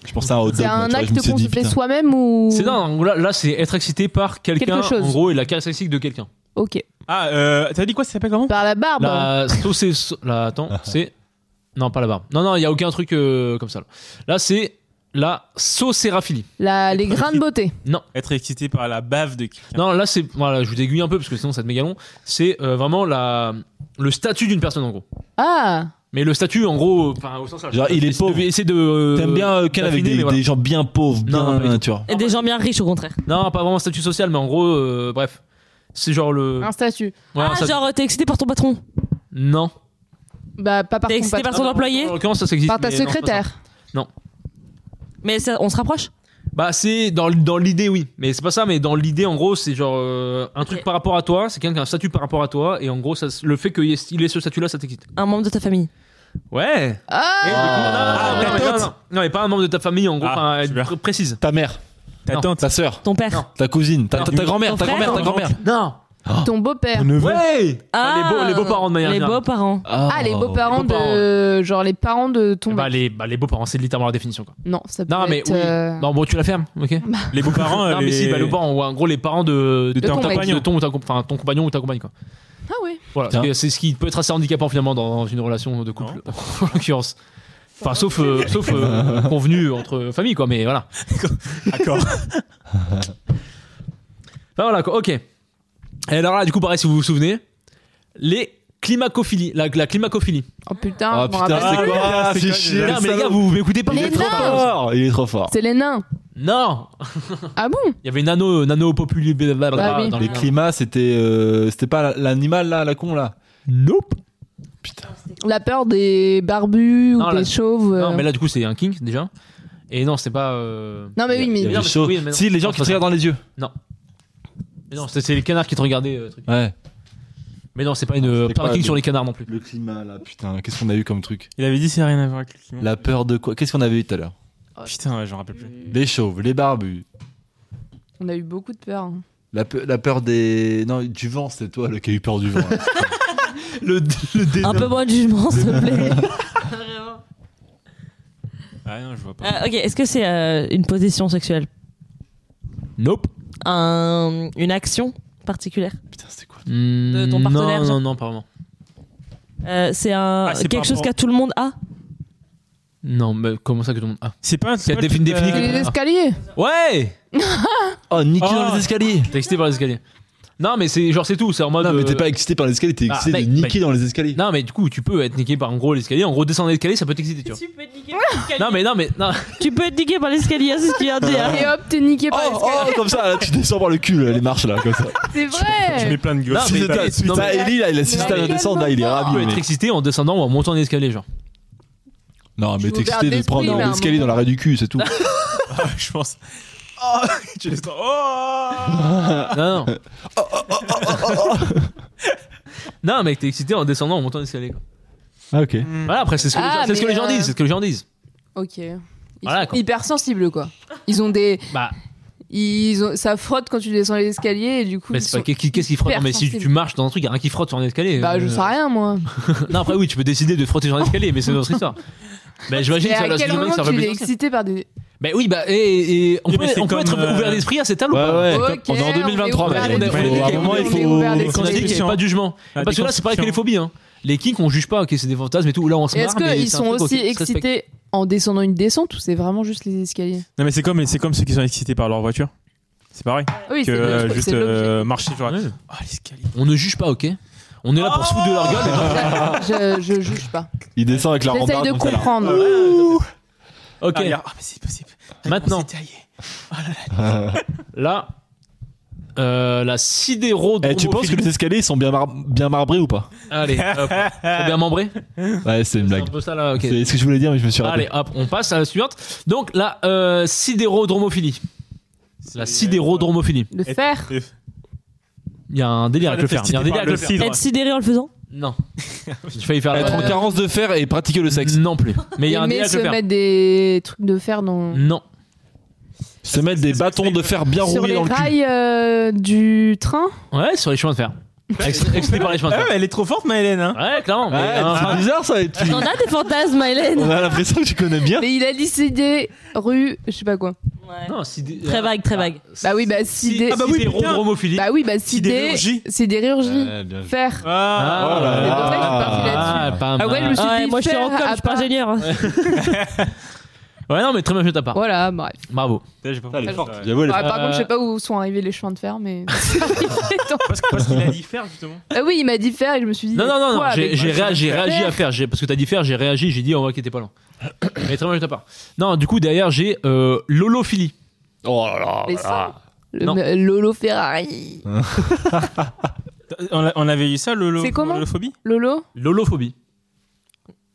[SPEAKER 5] Je pensais à un hot dog.
[SPEAKER 3] C'est
[SPEAKER 5] moi,
[SPEAKER 3] un
[SPEAKER 5] tu vois, je me
[SPEAKER 3] acte
[SPEAKER 5] suis
[SPEAKER 3] qu'on
[SPEAKER 5] dit,
[SPEAKER 3] se fait
[SPEAKER 5] putain.
[SPEAKER 3] soi-même ou.
[SPEAKER 2] C'est non, en gros, là, là, c'est être excité par quelqu'un,
[SPEAKER 3] Quelque chose.
[SPEAKER 2] en gros, et la caractéristique de quelqu'un.
[SPEAKER 3] Ok.
[SPEAKER 4] Ah, euh, t'as dit quoi Ça s'appelle comment
[SPEAKER 3] Par la barbe.
[SPEAKER 2] La saucisse. Là, attends,
[SPEAKER 4] Ah
[SPEAKER 2] c'est. Non, pas la barbe. Non, non, il n'y a aucun truc euh, comme ça. Là, Là, c'est la saucéraphilie.
[SPEAKER 3] La- les grains de beauté.
[SPEAKER 4] Être excité par la bave de quelqu'un.
[SPEAKER 2] Non, là, c'est. Voilà, je vous aiguille un peu, parce que sinon, ça te méga long. C'est euh, vraiment la... le statut d'une personne, en gros.
[SPEAKER 3] Ah
[SPEAKER 2] Mais le statut, en gros, enfin, au sens large.
[SPEAKER 5] Genre, il est
[SPEAKER 2] Essayer de-
[SPEAKER 5] pauvre.
[SPEAKER 2] essayer de. euh,
[SPEAKER 5] T'aimes bien euh, Ken avec
[SPEAKER 2] d'affiner,
[SPEAKER 5] des,
[SPEAKER 2] mais voilà.
[SPEAKER 5] des gens bien pauvres, bien.
[SPEAKER 2] Non, non, pas du tout.
[SPEAKER 5] tu vois.
[SPEAKER 6] Et des gens bien riches, au contraire.
[SPEAKER 2] Non, pas vraiment statut social, mais en gros, euh, bref. C'est genre le.
[SPEAKER 3] Un statut.
[SPEAKER 2] Ouais, un
[SPEAKER 6] ah,
[SPEAKER 2] statut-
[SPEAKER 6] genre, t'es excité par ton patron.
[SPEAKER 2] Non.
[SPEAKER 3] Bah, pas par
[SPEAKER 6] T'es
[SPEAKER 3] ton
[SPEAKER 6] excité
[SPEAKER 3] patron.
[SPEAKER 6] par son employé.
[SPEAKER 2] En l'occurrence, ça, ça existe.
[SPEAKER 3] Par ta
[SPEAKER 2] mais non, c'est pas ça.
[SPEAKER 3] secrétaire.
[SPEAKER 6] Mais ça- on se rapproche.
[SPEAKER 2] Bah c'est dans, l- dans l'idée oui, mais c'est pas ça, mais dans l'idée en gros c'est genre euh, un truc
[SPEAKER 6] Ok.
[SPEAKER 2] par rapport à toi, c'est quelqu'un qui a un statut par rapport à toi, et en gros ça, s- le fait qu'il ait, il ait ce statut là ça t'excite.
[SPEAKER 6] Un membre de ta famille.
[SPEAKER 2] Ouais
[SPEAKER 3] Ah
[SPEAKER 2] non, non, non,
[SPEAKER 4] ta
[SPEAKER 2] mais non,
[SPEAKER 4] tante.
[SPEAKER 2] non, non, mais pas un membre de ta famille en gros,
[SPEAKER 4] Ah,
[SPEAKER 2] enfin, être
[SPEAKER 4] super.
[SPEAKER 2] pr- précise.
[SPEAKER 5] Ta mère,
[SPEAKER 4] Ta
[SPEAKER 2] Non.
[SPEAKER 4] tante.
[SPEAKER 5] ta sœur,
[SPEAKER 6] Ton père.
[SPEAKER 2] Non.
[SPEAKER 5] ta cousine,
[SPEAKER 2] Ah,
[SPEAKER 5] ta, ta- ta grand-mère,
[SPEAKER 6] Ton
[SPEAKER 5] ta
[SPEAKER 6] frère,
[SPEAKER 5] grand-mère, ta
[SPEAKER 6] ton
[SPEAKER 5] grand-mère.
[SPEAKER 2] Non
[SPEAKER 3] Ton beau-père.
[SPEAKER 4] Ton neveu.
[SPEAKER 2] Ouais
[SPEAKER 6] Ah,
[SPEAKER 2] Enfin, les, beaux, les beaux-parents de manière
[SPEAKER 6] Les
[SPEAKER 2] générale.
[SPEAKER 6] beaux-parents.
[SPEAKER 3] Ah, les beaux-parents
[SPEAKER 2] les beaux-parents.
[SPEAKER 3] de. Genre les parents de ton.
[SPEAKER 2] bah,
[SPEAKER 3] mec.
[SPEAKER 2] les, bah, les beaux-parents, c'est littéralement la définition quoi.
[SPEAKER 3] Non, ça peut
[SPEAKER 2] Non, mais
[SPEAKER 3] être.
[SPEAKER 2] oui.
[SPEAKER 3] euh,
[SPEAKER 2] Non bon tu la fermes,
[SPEAKER 3] <laughs>
[SPEAKER 2] ok
[SPEAKER 4] Les beaux-parents.
[SPEAKER 2] Non mais
[SPEAKER 4] les-
[SPEAKER 2] si, bah, les beaux-parents, ou en gros les parents de,
[SPEAKER 4] De
[SPEAKER 3] ton mec.
[SPEAKER 2] de ton, ou ta comp- enfin, ton compagnon ou ta compagne quoi.
[SPEAKER 3] Ah oui.
[SPEAKER 2] Voilà,
[SPEAKER 5] Tiens.
[SPEAKER 2] parce que c'est ce qui peut être assez handicapant finalement dans une relation de couple, <laughs> en l'occurrence. Enfin, sauf, euh,
[SPEAKER 3] <laughs>
[SPEAKER 2] sauf euh, convenu entre familles, quoi, mais voilà.
[SPEAKER 4] D'accord.
[SPEAKER 2] Enfin, voilà, quoi, ok. Et alors là, du coup, pareil, si vous vous souvenez, les climacophilies, la, la climacophilie.
[SPEAKER 3] Oh putain,
[SPEAKER 5] Ah
[SPEAKER 3] je me
[SPEAKER 5] putain,
[SPEAKER 3] rappelle
[SPEAKER 5] c'est
[SPEAKER 3] plus.
[SPEAKER 5] quoi
[SPEAKER 4] c'est
[SPEAKER 5] C'est
[SPEAKER 4] quoi,
[SPEAKER 5] chier.
[SPEAKER 2] Non, mais les
[SPEAKER 5] le
[SPEAKER 2] gars,
[SPEAKER 5] salaud.
[SPEAKER 2] vous m'écoutez pas
[SPEAKER 5] Il
[SPEAKER 3] Mais
[SPEAKER 5] est trop
[SPEAKER 3] non.
[SPEAKER 5] fort, il est trop fort.
[SPEAKER 3] C'est les nains.
[SPEAKER 2] Non
[SPEAKER 3] Ah bon
[SPEAKER 2] Il y avait nano, nano populi, blablabla,
[SPEAKER 3] Bah oui.
[SPEAKER 2] dans
[SPEAKER 5] Les
[SPEAKER 2] les
[SPEAKER 5] climats, c'était euh, c'était pas l'animal là, la con là.
[SPEAKER 2] Nope
[SPEAKER 5] Putain.
[SPEAKER 3] La peur des barbus
[SPEAKER 2] Non,
[SPEAKER 3] ou des
[SPEAKER 2] là-
[SPEAKER 3] chauves. euh.
[SPEAKER 2] Non, mais là, du coup, c'est un kink, déjà. Et non, c'est pas. euh,
[SPEAKER 3] Non, mais oui,
[SPEAKER 5] Il y
[SPEAKER 3] mais.
[SPEAKER 5] avait
[SPEAKER 2] Non, mais-
[SPEAKER 5] chaud.
[SPEAKER 2] oui, mais non.
[SPEAKER 5] Si les gens qui te regardent dans les yeux.
[SPEAKER 2] mais non, c'est c'est les canards qui te regardaient. euh, truc.
[SPEAKER 5] Ouais.
[SPEAKER 2] Mais non, c'est pas une.
[SPEAKER 5] C'était
[SPEAKER 2] Pas un
[SPEAKER 5] quoi,
[SPEAKER 2] kink
[SPEAKER 5] le-
[SPEAKER 2] sur les canards non plus.
[SPEAKER 5] Le climat là, putain, qu'est-ce qu'on a eu comme truc
[SPEAKER 4] <laughs> Il avait dit c'est rien à voir avec le climat.
[SPEAKER 5] La peur de quoi Qu'est-ce qu'on avait eu tout à l'heure
[SPEAKER 4] Putain, ouais, j'en rappelle plus.
[SPEAKER 3] Euh.
[SPEAKER 5] Les chauves, les barbus,
[SPEAKER 3] On a eu beaucoup de peur. hein.
[SPEAKER 5] la, pe- la peur des. Non, du vent, c'est toi le qui a eu peur du vent. là.
[SPEAKER 2] Le, le
[SPEAKER 6] Un peu moins de jugement, s'il te plaît.
[SPEAKER 4] Ah non, je vois pas.
[SPEAKER 6] Euh, ok, est-ce que c'est euh, une position sexuelle
[SPEAKER 2] Nope.
[SPEAKER 6] Un- Une action particulière
[SPEAKER 5] <laughs> putain, c'était quoi
[SPEAKER 2] De
[SPEAKER 6] ton partenaire,
[SPEAKER 2] Mm, Non,
[SPEAKER 6] genre
[SPEAKER 2] non, non, pas vraiment.
[SPEAKER 6] Euh, C'est un...
[SPEAKER 4] Ah, c'est par
[SPEAKER 6] quelque chose
[SPEAKER 4] rapport-
[SPEAKER 6] qu'à tout le monde a
[SPEAKER 2] Non, mais comment ça que tout le monde. Ah.
[SPEAKER 4] C'est pas un
[SPEAKER 2] Qui a
[SPEAKER 4] c'est pas le
[SPEAKER 2] défini-
[SPEAKER 4] truc,
[SPEAKER 2] défini
[SPEAKER 4] euh,
[SPEAKER 2] que-
[SPEAKER 3] Les escaliers
[SPEAKER 2] Ouais
[SPEAKER 5] Oh, niqué dans
[SPEAKER 4] Oh.
[SPEAKER 5] les escaliers
[SPEAKER 2] T'es excité par les escaliers. Non, mais c'est genre, c'est tout, c'est en mode.
[SPEAKER 5] Non, mais t'es
[SPEAKER 2] euh,
[SPEAKER 5] pas excité par les escaliers, t'es
[SPEAKER 2] Ah,
[SPEAKER 5] excité
[SPEAKER 2] mec,
[SPEAKER 5] de niquer dans les escaliers.
[SPEAKER 2] Non, mais du coup, tu peux être niqué par en gros l'escalier. En gros, descendre l'escalier, ça peut t'exciter, tu vois.
[SPEAKER 6] peux être niqué par l'escalier.
[SPEAKER 2] Non, mais non, mais. Non.
[SPEAKER 6] Tu peux être niqué par l'escalier, c'est ce qu'il vient de dire.
[SPEAKER 2] Ah.
[SPEAKER 3] <laughs> Et hop, t'es niqué par
[SPEAKER 5] Oh,
[SPEAKER 3] l'escalier.
[SPEAKER 5] oh, comme ça, là, tu descends par le cul, là, les marches là, comme ça.
[SPEAKER 2] oh.
[SPEAKER 3] C'est
[SPEAKER 4] Je mets
[SPEAKER 3] vrai
[SPEAKER 4] plein de gueules.
[SPEAKER 2] Non, mais-
[SPEAKER 4] Putain,
[SPEAKER 2] mais-
[SPEAKER 4] suite.
[SPEAKER 2] non,
[SPEAKER 5] Là,
[SPEAKER 2] mais-
[SPEAKER 5] Ellie, là, il assiste
[SPEAKER 3] Mais
[SPEAKER 5] à la
[SPEAKER 3] elle est
[SPEAKER 5] descendre, là, il est
[SPEAKER 3] tellement
[SPEAKER 2] tu
[SPEAKER 5] ravi.
[SPEAKER 2] peux être
[SPEAKER 5] Ah, mais-
[SPEAKER 2] excité en descendant ou en montant l'escalier, genre.
[SPEAKER 3] Je
[SPEAKER 5] Non, mais
[SPEAKER 3] vous
[SPEAKER 5] t'es
[SPEAKER 3] perds
[SPEAKER 5] excité de
[SPEAKER 3] d'esprit,
[SPEAKER 5] prendre
[SPEAKER 3] mais à un
[SPEAKER 5] l'escalier dans
[SPEAKER 3] moment-
[SPEAKER 5] l'arrêt du cul, c'est tout.
[SPEAKER 4] Ah, je pense. Oh, <laughs> tu les sens. Oh
[SPEAKER 2] Non, non.
[SPEAKER 5] <laughs> Oh,
[SPEAKER 2] non, mec, t'es excité en descendant ou en montant l'escalier, quoi.
[SPEAKER 5] Ah, ok.
[SPEAKER 4] Mmh.
[SPEAKER 2] Voilà, après, c'est ce que, les
[SPEAKER 3] Ah,
[SPEAKER 2] gens- c'est ce que
[SPEAKER 3] mais
[SPEAKER 2] les gens
[SPEAKER 3] euh,
[SPEAKER 2] disent, c'est ce que les gens disent.
[SPEAKER 3] Ok. Ils
[SPEAKER 2] Voilà,
[SPEAKER 3] sont
[SPEAKER 2] quoi.
[SPEAKER 3] hyper sensibles quoi. Ils ont des.
[SPEAKER 2] Bah,
[SPEAKER 3] Ils ont... Ça frotte quand tu descends les escaliers et du coup.
[SPEAKER 2] mais
[SPEAKER 3] ils
[SPEAKER 2] c'est pas.
[SPEAKER 3] sont-
[SPEAKER 2] qu'est- Qu'est-ce qui frotte
[SPEAKER 3] hyper
[SPEAKER 2] Non, Mais si tu
[SPEAKER 3] sensibles.
[SPEAKER 2] marches dans un truc, y a rien qui frotte sur un escalier.
[SPEAKER 3] Bah, je
[SPEAKER 2] euh,
[SPEAKER 3] sais rien moi.
[SPEAKER 2] Non, après, oui, tu peux décider de frotter sur l'escalier, mais c'est notre histoire. Mais j'imagine
[SPEAKER 3] Mais
[SPEAKER 2] que ça
[SPEAKER 3] à
[SPEAKER 2] va se
[SPEAKER 3] quel
[SPEAKER 2] dire, mec,
[SPEAKER 3] moment
[SPEAKER 2] ça fait
[SPEAKER 3] tu es
[SPEAKER 2] plaisir.
[SPEAKER 3] excité par des.
[SPEAKER 2] Mais oui, bah, et, et on,
[SPEAKER 4] Oui,
[SPEAKER 2] peut,
[SPEAKER 4] mais c'est
[SPEAKER 2] on peut
[SPEAKER 4] comme,
[SPEAKER 2] être
[SPEAKER 4] euh,
[SPEAKER 2] ouvert d'esprit à cette table
[SPEAKER 5] Ouais,
[SPEAKER 2] ou pas
[SPEAKER 5] ouais.
[SPEAKER 3] Ok,
[SPEAKER 5] on est en
[SPEAKER 3] on est
[SPEAKER 5] 2023,
[SPEAKER 3] ouvert
[SPEAKER 5] mais
[SPEAKER 2] d'esprit.
[SPEAKER 5] faut- à un moment, il
[SPEAKER 3] On est ouvert
[SPEAKER 5] faut.
[SPEAKER 3] d'esprit.
[SPEAKER 2] Quand on dit qu'il n'y avait pas de jugement.
[SPEAKER 4] Ah,
[SPEAKER 2] Parce que là, c'est pareil que les
[SPEAKER 4] déconstruction.
[SPEAKER 2] phobies. Hein. Les kinks, on juge pas, ok, c'est des fantasmes et tout. Là, on se
[SPEAKER 3] Et
[SPEAKER 2] marre.
[SPEAKER 3] Est-ce
[SPEAKER 2] mais
[SPEAKER 3] qu'ils
[SPEAKER 2] c'est un
[SPEAKER 3] sont
[SPEAKER 2] truc, ok,
[SPEAKER 3] aussi
[SPEAKER 2] qui se respecte.
[SPEAKER 3] excités en descendant une descente ou c'est vraiment juste les escaliers
[SPEAKER 4] Non, mais c'est comme, c'est comme ceux qui sont excités par leur voiture. C'est pareil.
[SPEAKER 3] Oui,
[SPEAKER 4] que
[SPEAKER 3] c'est
[SPEAKER 4] euh,
[SPEAKER 3] le-
[SPEAKER 4] juste
[SPEAKER 3] c'est l'objet.
[SPEAKER 4] euh, marcher sur la.
[SPEAKER 2] Ouais.
[SPEAKER 4] Ah, l'escalier. Ah,
[SPEAKER 2] On ne juge pas, ok. On est là pour se foutre de
[SPEAKER 4] Oh,
[SPEAKER 2] leur gueule. euh,
[SPEAKER 3] Je, je juge pas.
[SPEAKER 5] Il descend avec la
[SPEAKER 3] J'essaye
[SPEAKER 5] rambarde.
[SPEAKER 3] de
[SPEAKER 5] comme ça, là.
[SPEAKER 3] comprendre.
[SPEAKER 2] Ok,
[SPEAKER 4] Ah, il y a- ah, mais c'est possible.
[SPEAKER 2] maintenant,
[SPEAKER 4] C'est taillé.
[SPEAKER 2] là, euh, la sidéro.
[SPEAKER 5] <laughs> Eh, tu penses que les escaliers sont bien, mar- bien marbrés ou pas
[SPEAKER 2] Allez, hop. Faut bien membré
[SPEAKER 5] Ouais, c'est une
[SPEAKER 2] C'est un
[SPEAKER 5] blague.
[SPEAKER 2] peu ça, là, ok.
[SPEAKER 5] C'est ce que je voulais dire, mais je me suis
[SPEAKER 2] Allez,
[SPEAKER 5] rappelé.
[SPEAKER 2] hop, on passe à la suivante. Donc, la euh, sidérodromophilie. La sidérodromophilie.
[SPEAKER 3] Le
[SPEAKER 4] Et-
[SPEAKER 3] fer
[SPEAKER 4] Et-
[SPEAKER 2] Il y a un délire
[SPEAKER 4] Ah,
[SPEAKER 2] avec
[SPEAKER 4] le
[SPEAKER 2] le fer. Il y a un
[SPEAKER 4] excité
[SPEAKER 2] délire
[SPEAKER 4] par
[SPEAKER 2] avec le
[SPEAKER 4] le
[SPEAKER 2] fer.
[SPEAKER 4] cidre.
[SPEAKER 6] Être sidéré en le faisant
[SPEAKER 2] Non. Il fallait faire la
[SPEAKER 5] Être en
[SPEAKER 3] Ouais.
[SPEAKER 5] carence de fer et pratiquer le sexe.
[SPEAKER 2] Non plus. Mais il y a un
[SPEAKER 3] Aimer
[SPEAKER 2] délire à
[SPEAKER 3] se
[SPEAKER 2] le faire.
[SPEAKER 3] mettre des trucs de fer dans.
[SPEAKER 2] Non.
[SPEAKER 5] Se mettre des bâtons de fer bien
[SPEAKER 3] Sur
[SPEAKER 5] rouillés
[SPEAKER 3] les
[SPEAKER 5] dans le cul.
[SPEAKER 3] rails euh, du train
[SPEAKER 2] Ouais, sur les chemins de fer. Ex- Excité par les chemins de fer.
[SPEAKER 4] elle est trop forte, ma Hélène. Hein.
[SPEAKER 2] Ouais, clairement. mais,
[SPEAKER 5] Ouais,
[SPEAKER 2] hein,
[SPEAKER 5] c'est bizarre ça. être fille.
[SPEAKER 6] T'en as des fantasmes, Hélène
[SPEAKER 5] On a l'impression que tu connais bien.
[SPEAKER 3] Mais il a dit CD, rue, je sais pas quoi.
[SPEAKER 2] non, si des-
[SPEAKER 6] Très vague, très vague.
[SPEAKER 3] Bah oui, bah CD.
[SPEAKER 4] Ah bah oui,
[SPEAKER 2] des
[SPEAKER 4] putain.
[SPEAKER 2] romophilies.
[SPEAKER 3] Bah oui, bah CD.
[SPEAKER 4] Sidérurgie.
[SPEAKER 3] Sidérurgie.
[SPEAKER 5] Ouais, bien joué.
[SPEAKER 3] Fer.
[SPEAKER 4] Ah,
[SPEAKER 5] oh là
[SPEAKER 3] C'est pour ça que je
[SPEAKER 5] là.
[SPEAKER 3] parti là-dessus.
[SPEAKER 2] Ah, pas
[SPEAKER 3] Ah ouais,
[SPEAKER 2] mal.
[SPEAKER 3] je me suis
[SPEAKER 6] Ouais,
[SPEAKER 3] dit,
[SPEAKER 6] moi je suis
[SPEAKER 3] fer
[SPEAKER 6] en com,
[SPEAKER 3] à
[SPEAKER 6] je suis pas
[SPEAKER 3] part-
[SPEAKER 6] ingénieur.
[SPEAKER 2] Ouais, non, mais très bien joué de ta part.
[SPEAKER 3] Voilà, bref.
[SPEAKER 2] Bravo.
[SPEAKER 4] Putain, j'ai pas
[SPEAKER 5] Elle est
[SPEAKER 4] compris.
[SPEAKER 5] forte.
[SPEAKER 4] Ouais.
[SPEAKER 5] J'avoue, elle est
[SPEAKER 3] Ah,
[SPEAKER 5] forte.
[SPEAKER 3] par contre, je sais pas où sont arrivés les chemins de fer, mais. <laughs>
[SPEAKER 4] Parce que- parce qu'il a dit faire, justement.
[SPEAKER 3] ah oui, il m'a dit fer et je me suis dit.
[SPEAKER 2] Non, non, non, non,
[SPEAKER 3] quoi
[SPEAKER 2] j'ai
[SPEAKER 3] avec-
[SPEAKER 2] j'ai réagi, j'ai réagi
[SPEAKER 3] Fer.
[SPEAKER 2] à faire. j'ai- Parce que t'as dit faire, j'ai réagi, j'ai dit on voit qu'il était pas loin. <coughs> Mais très bien joué de ta part. Non, du coup, derrière, j'ai euh, Lolophilie.
[SPEAKER 5] Oh là là.
[SPEAKER 3] Les
[SPEAKER 5] là.
[SPEAKER 3] Le-
[SPEAKER 2] Non.
[SPEAKER 3] Lolo Ferrari.
[SPEAKER 4] Euh, On l'a- On avait eu ça, le, le,
[SPEAKER 3] C'est comment
[SPEAKER 4] l'holophobie
[SPEAKER 3] Lolo
[SPEAKER 2] Lolophobie.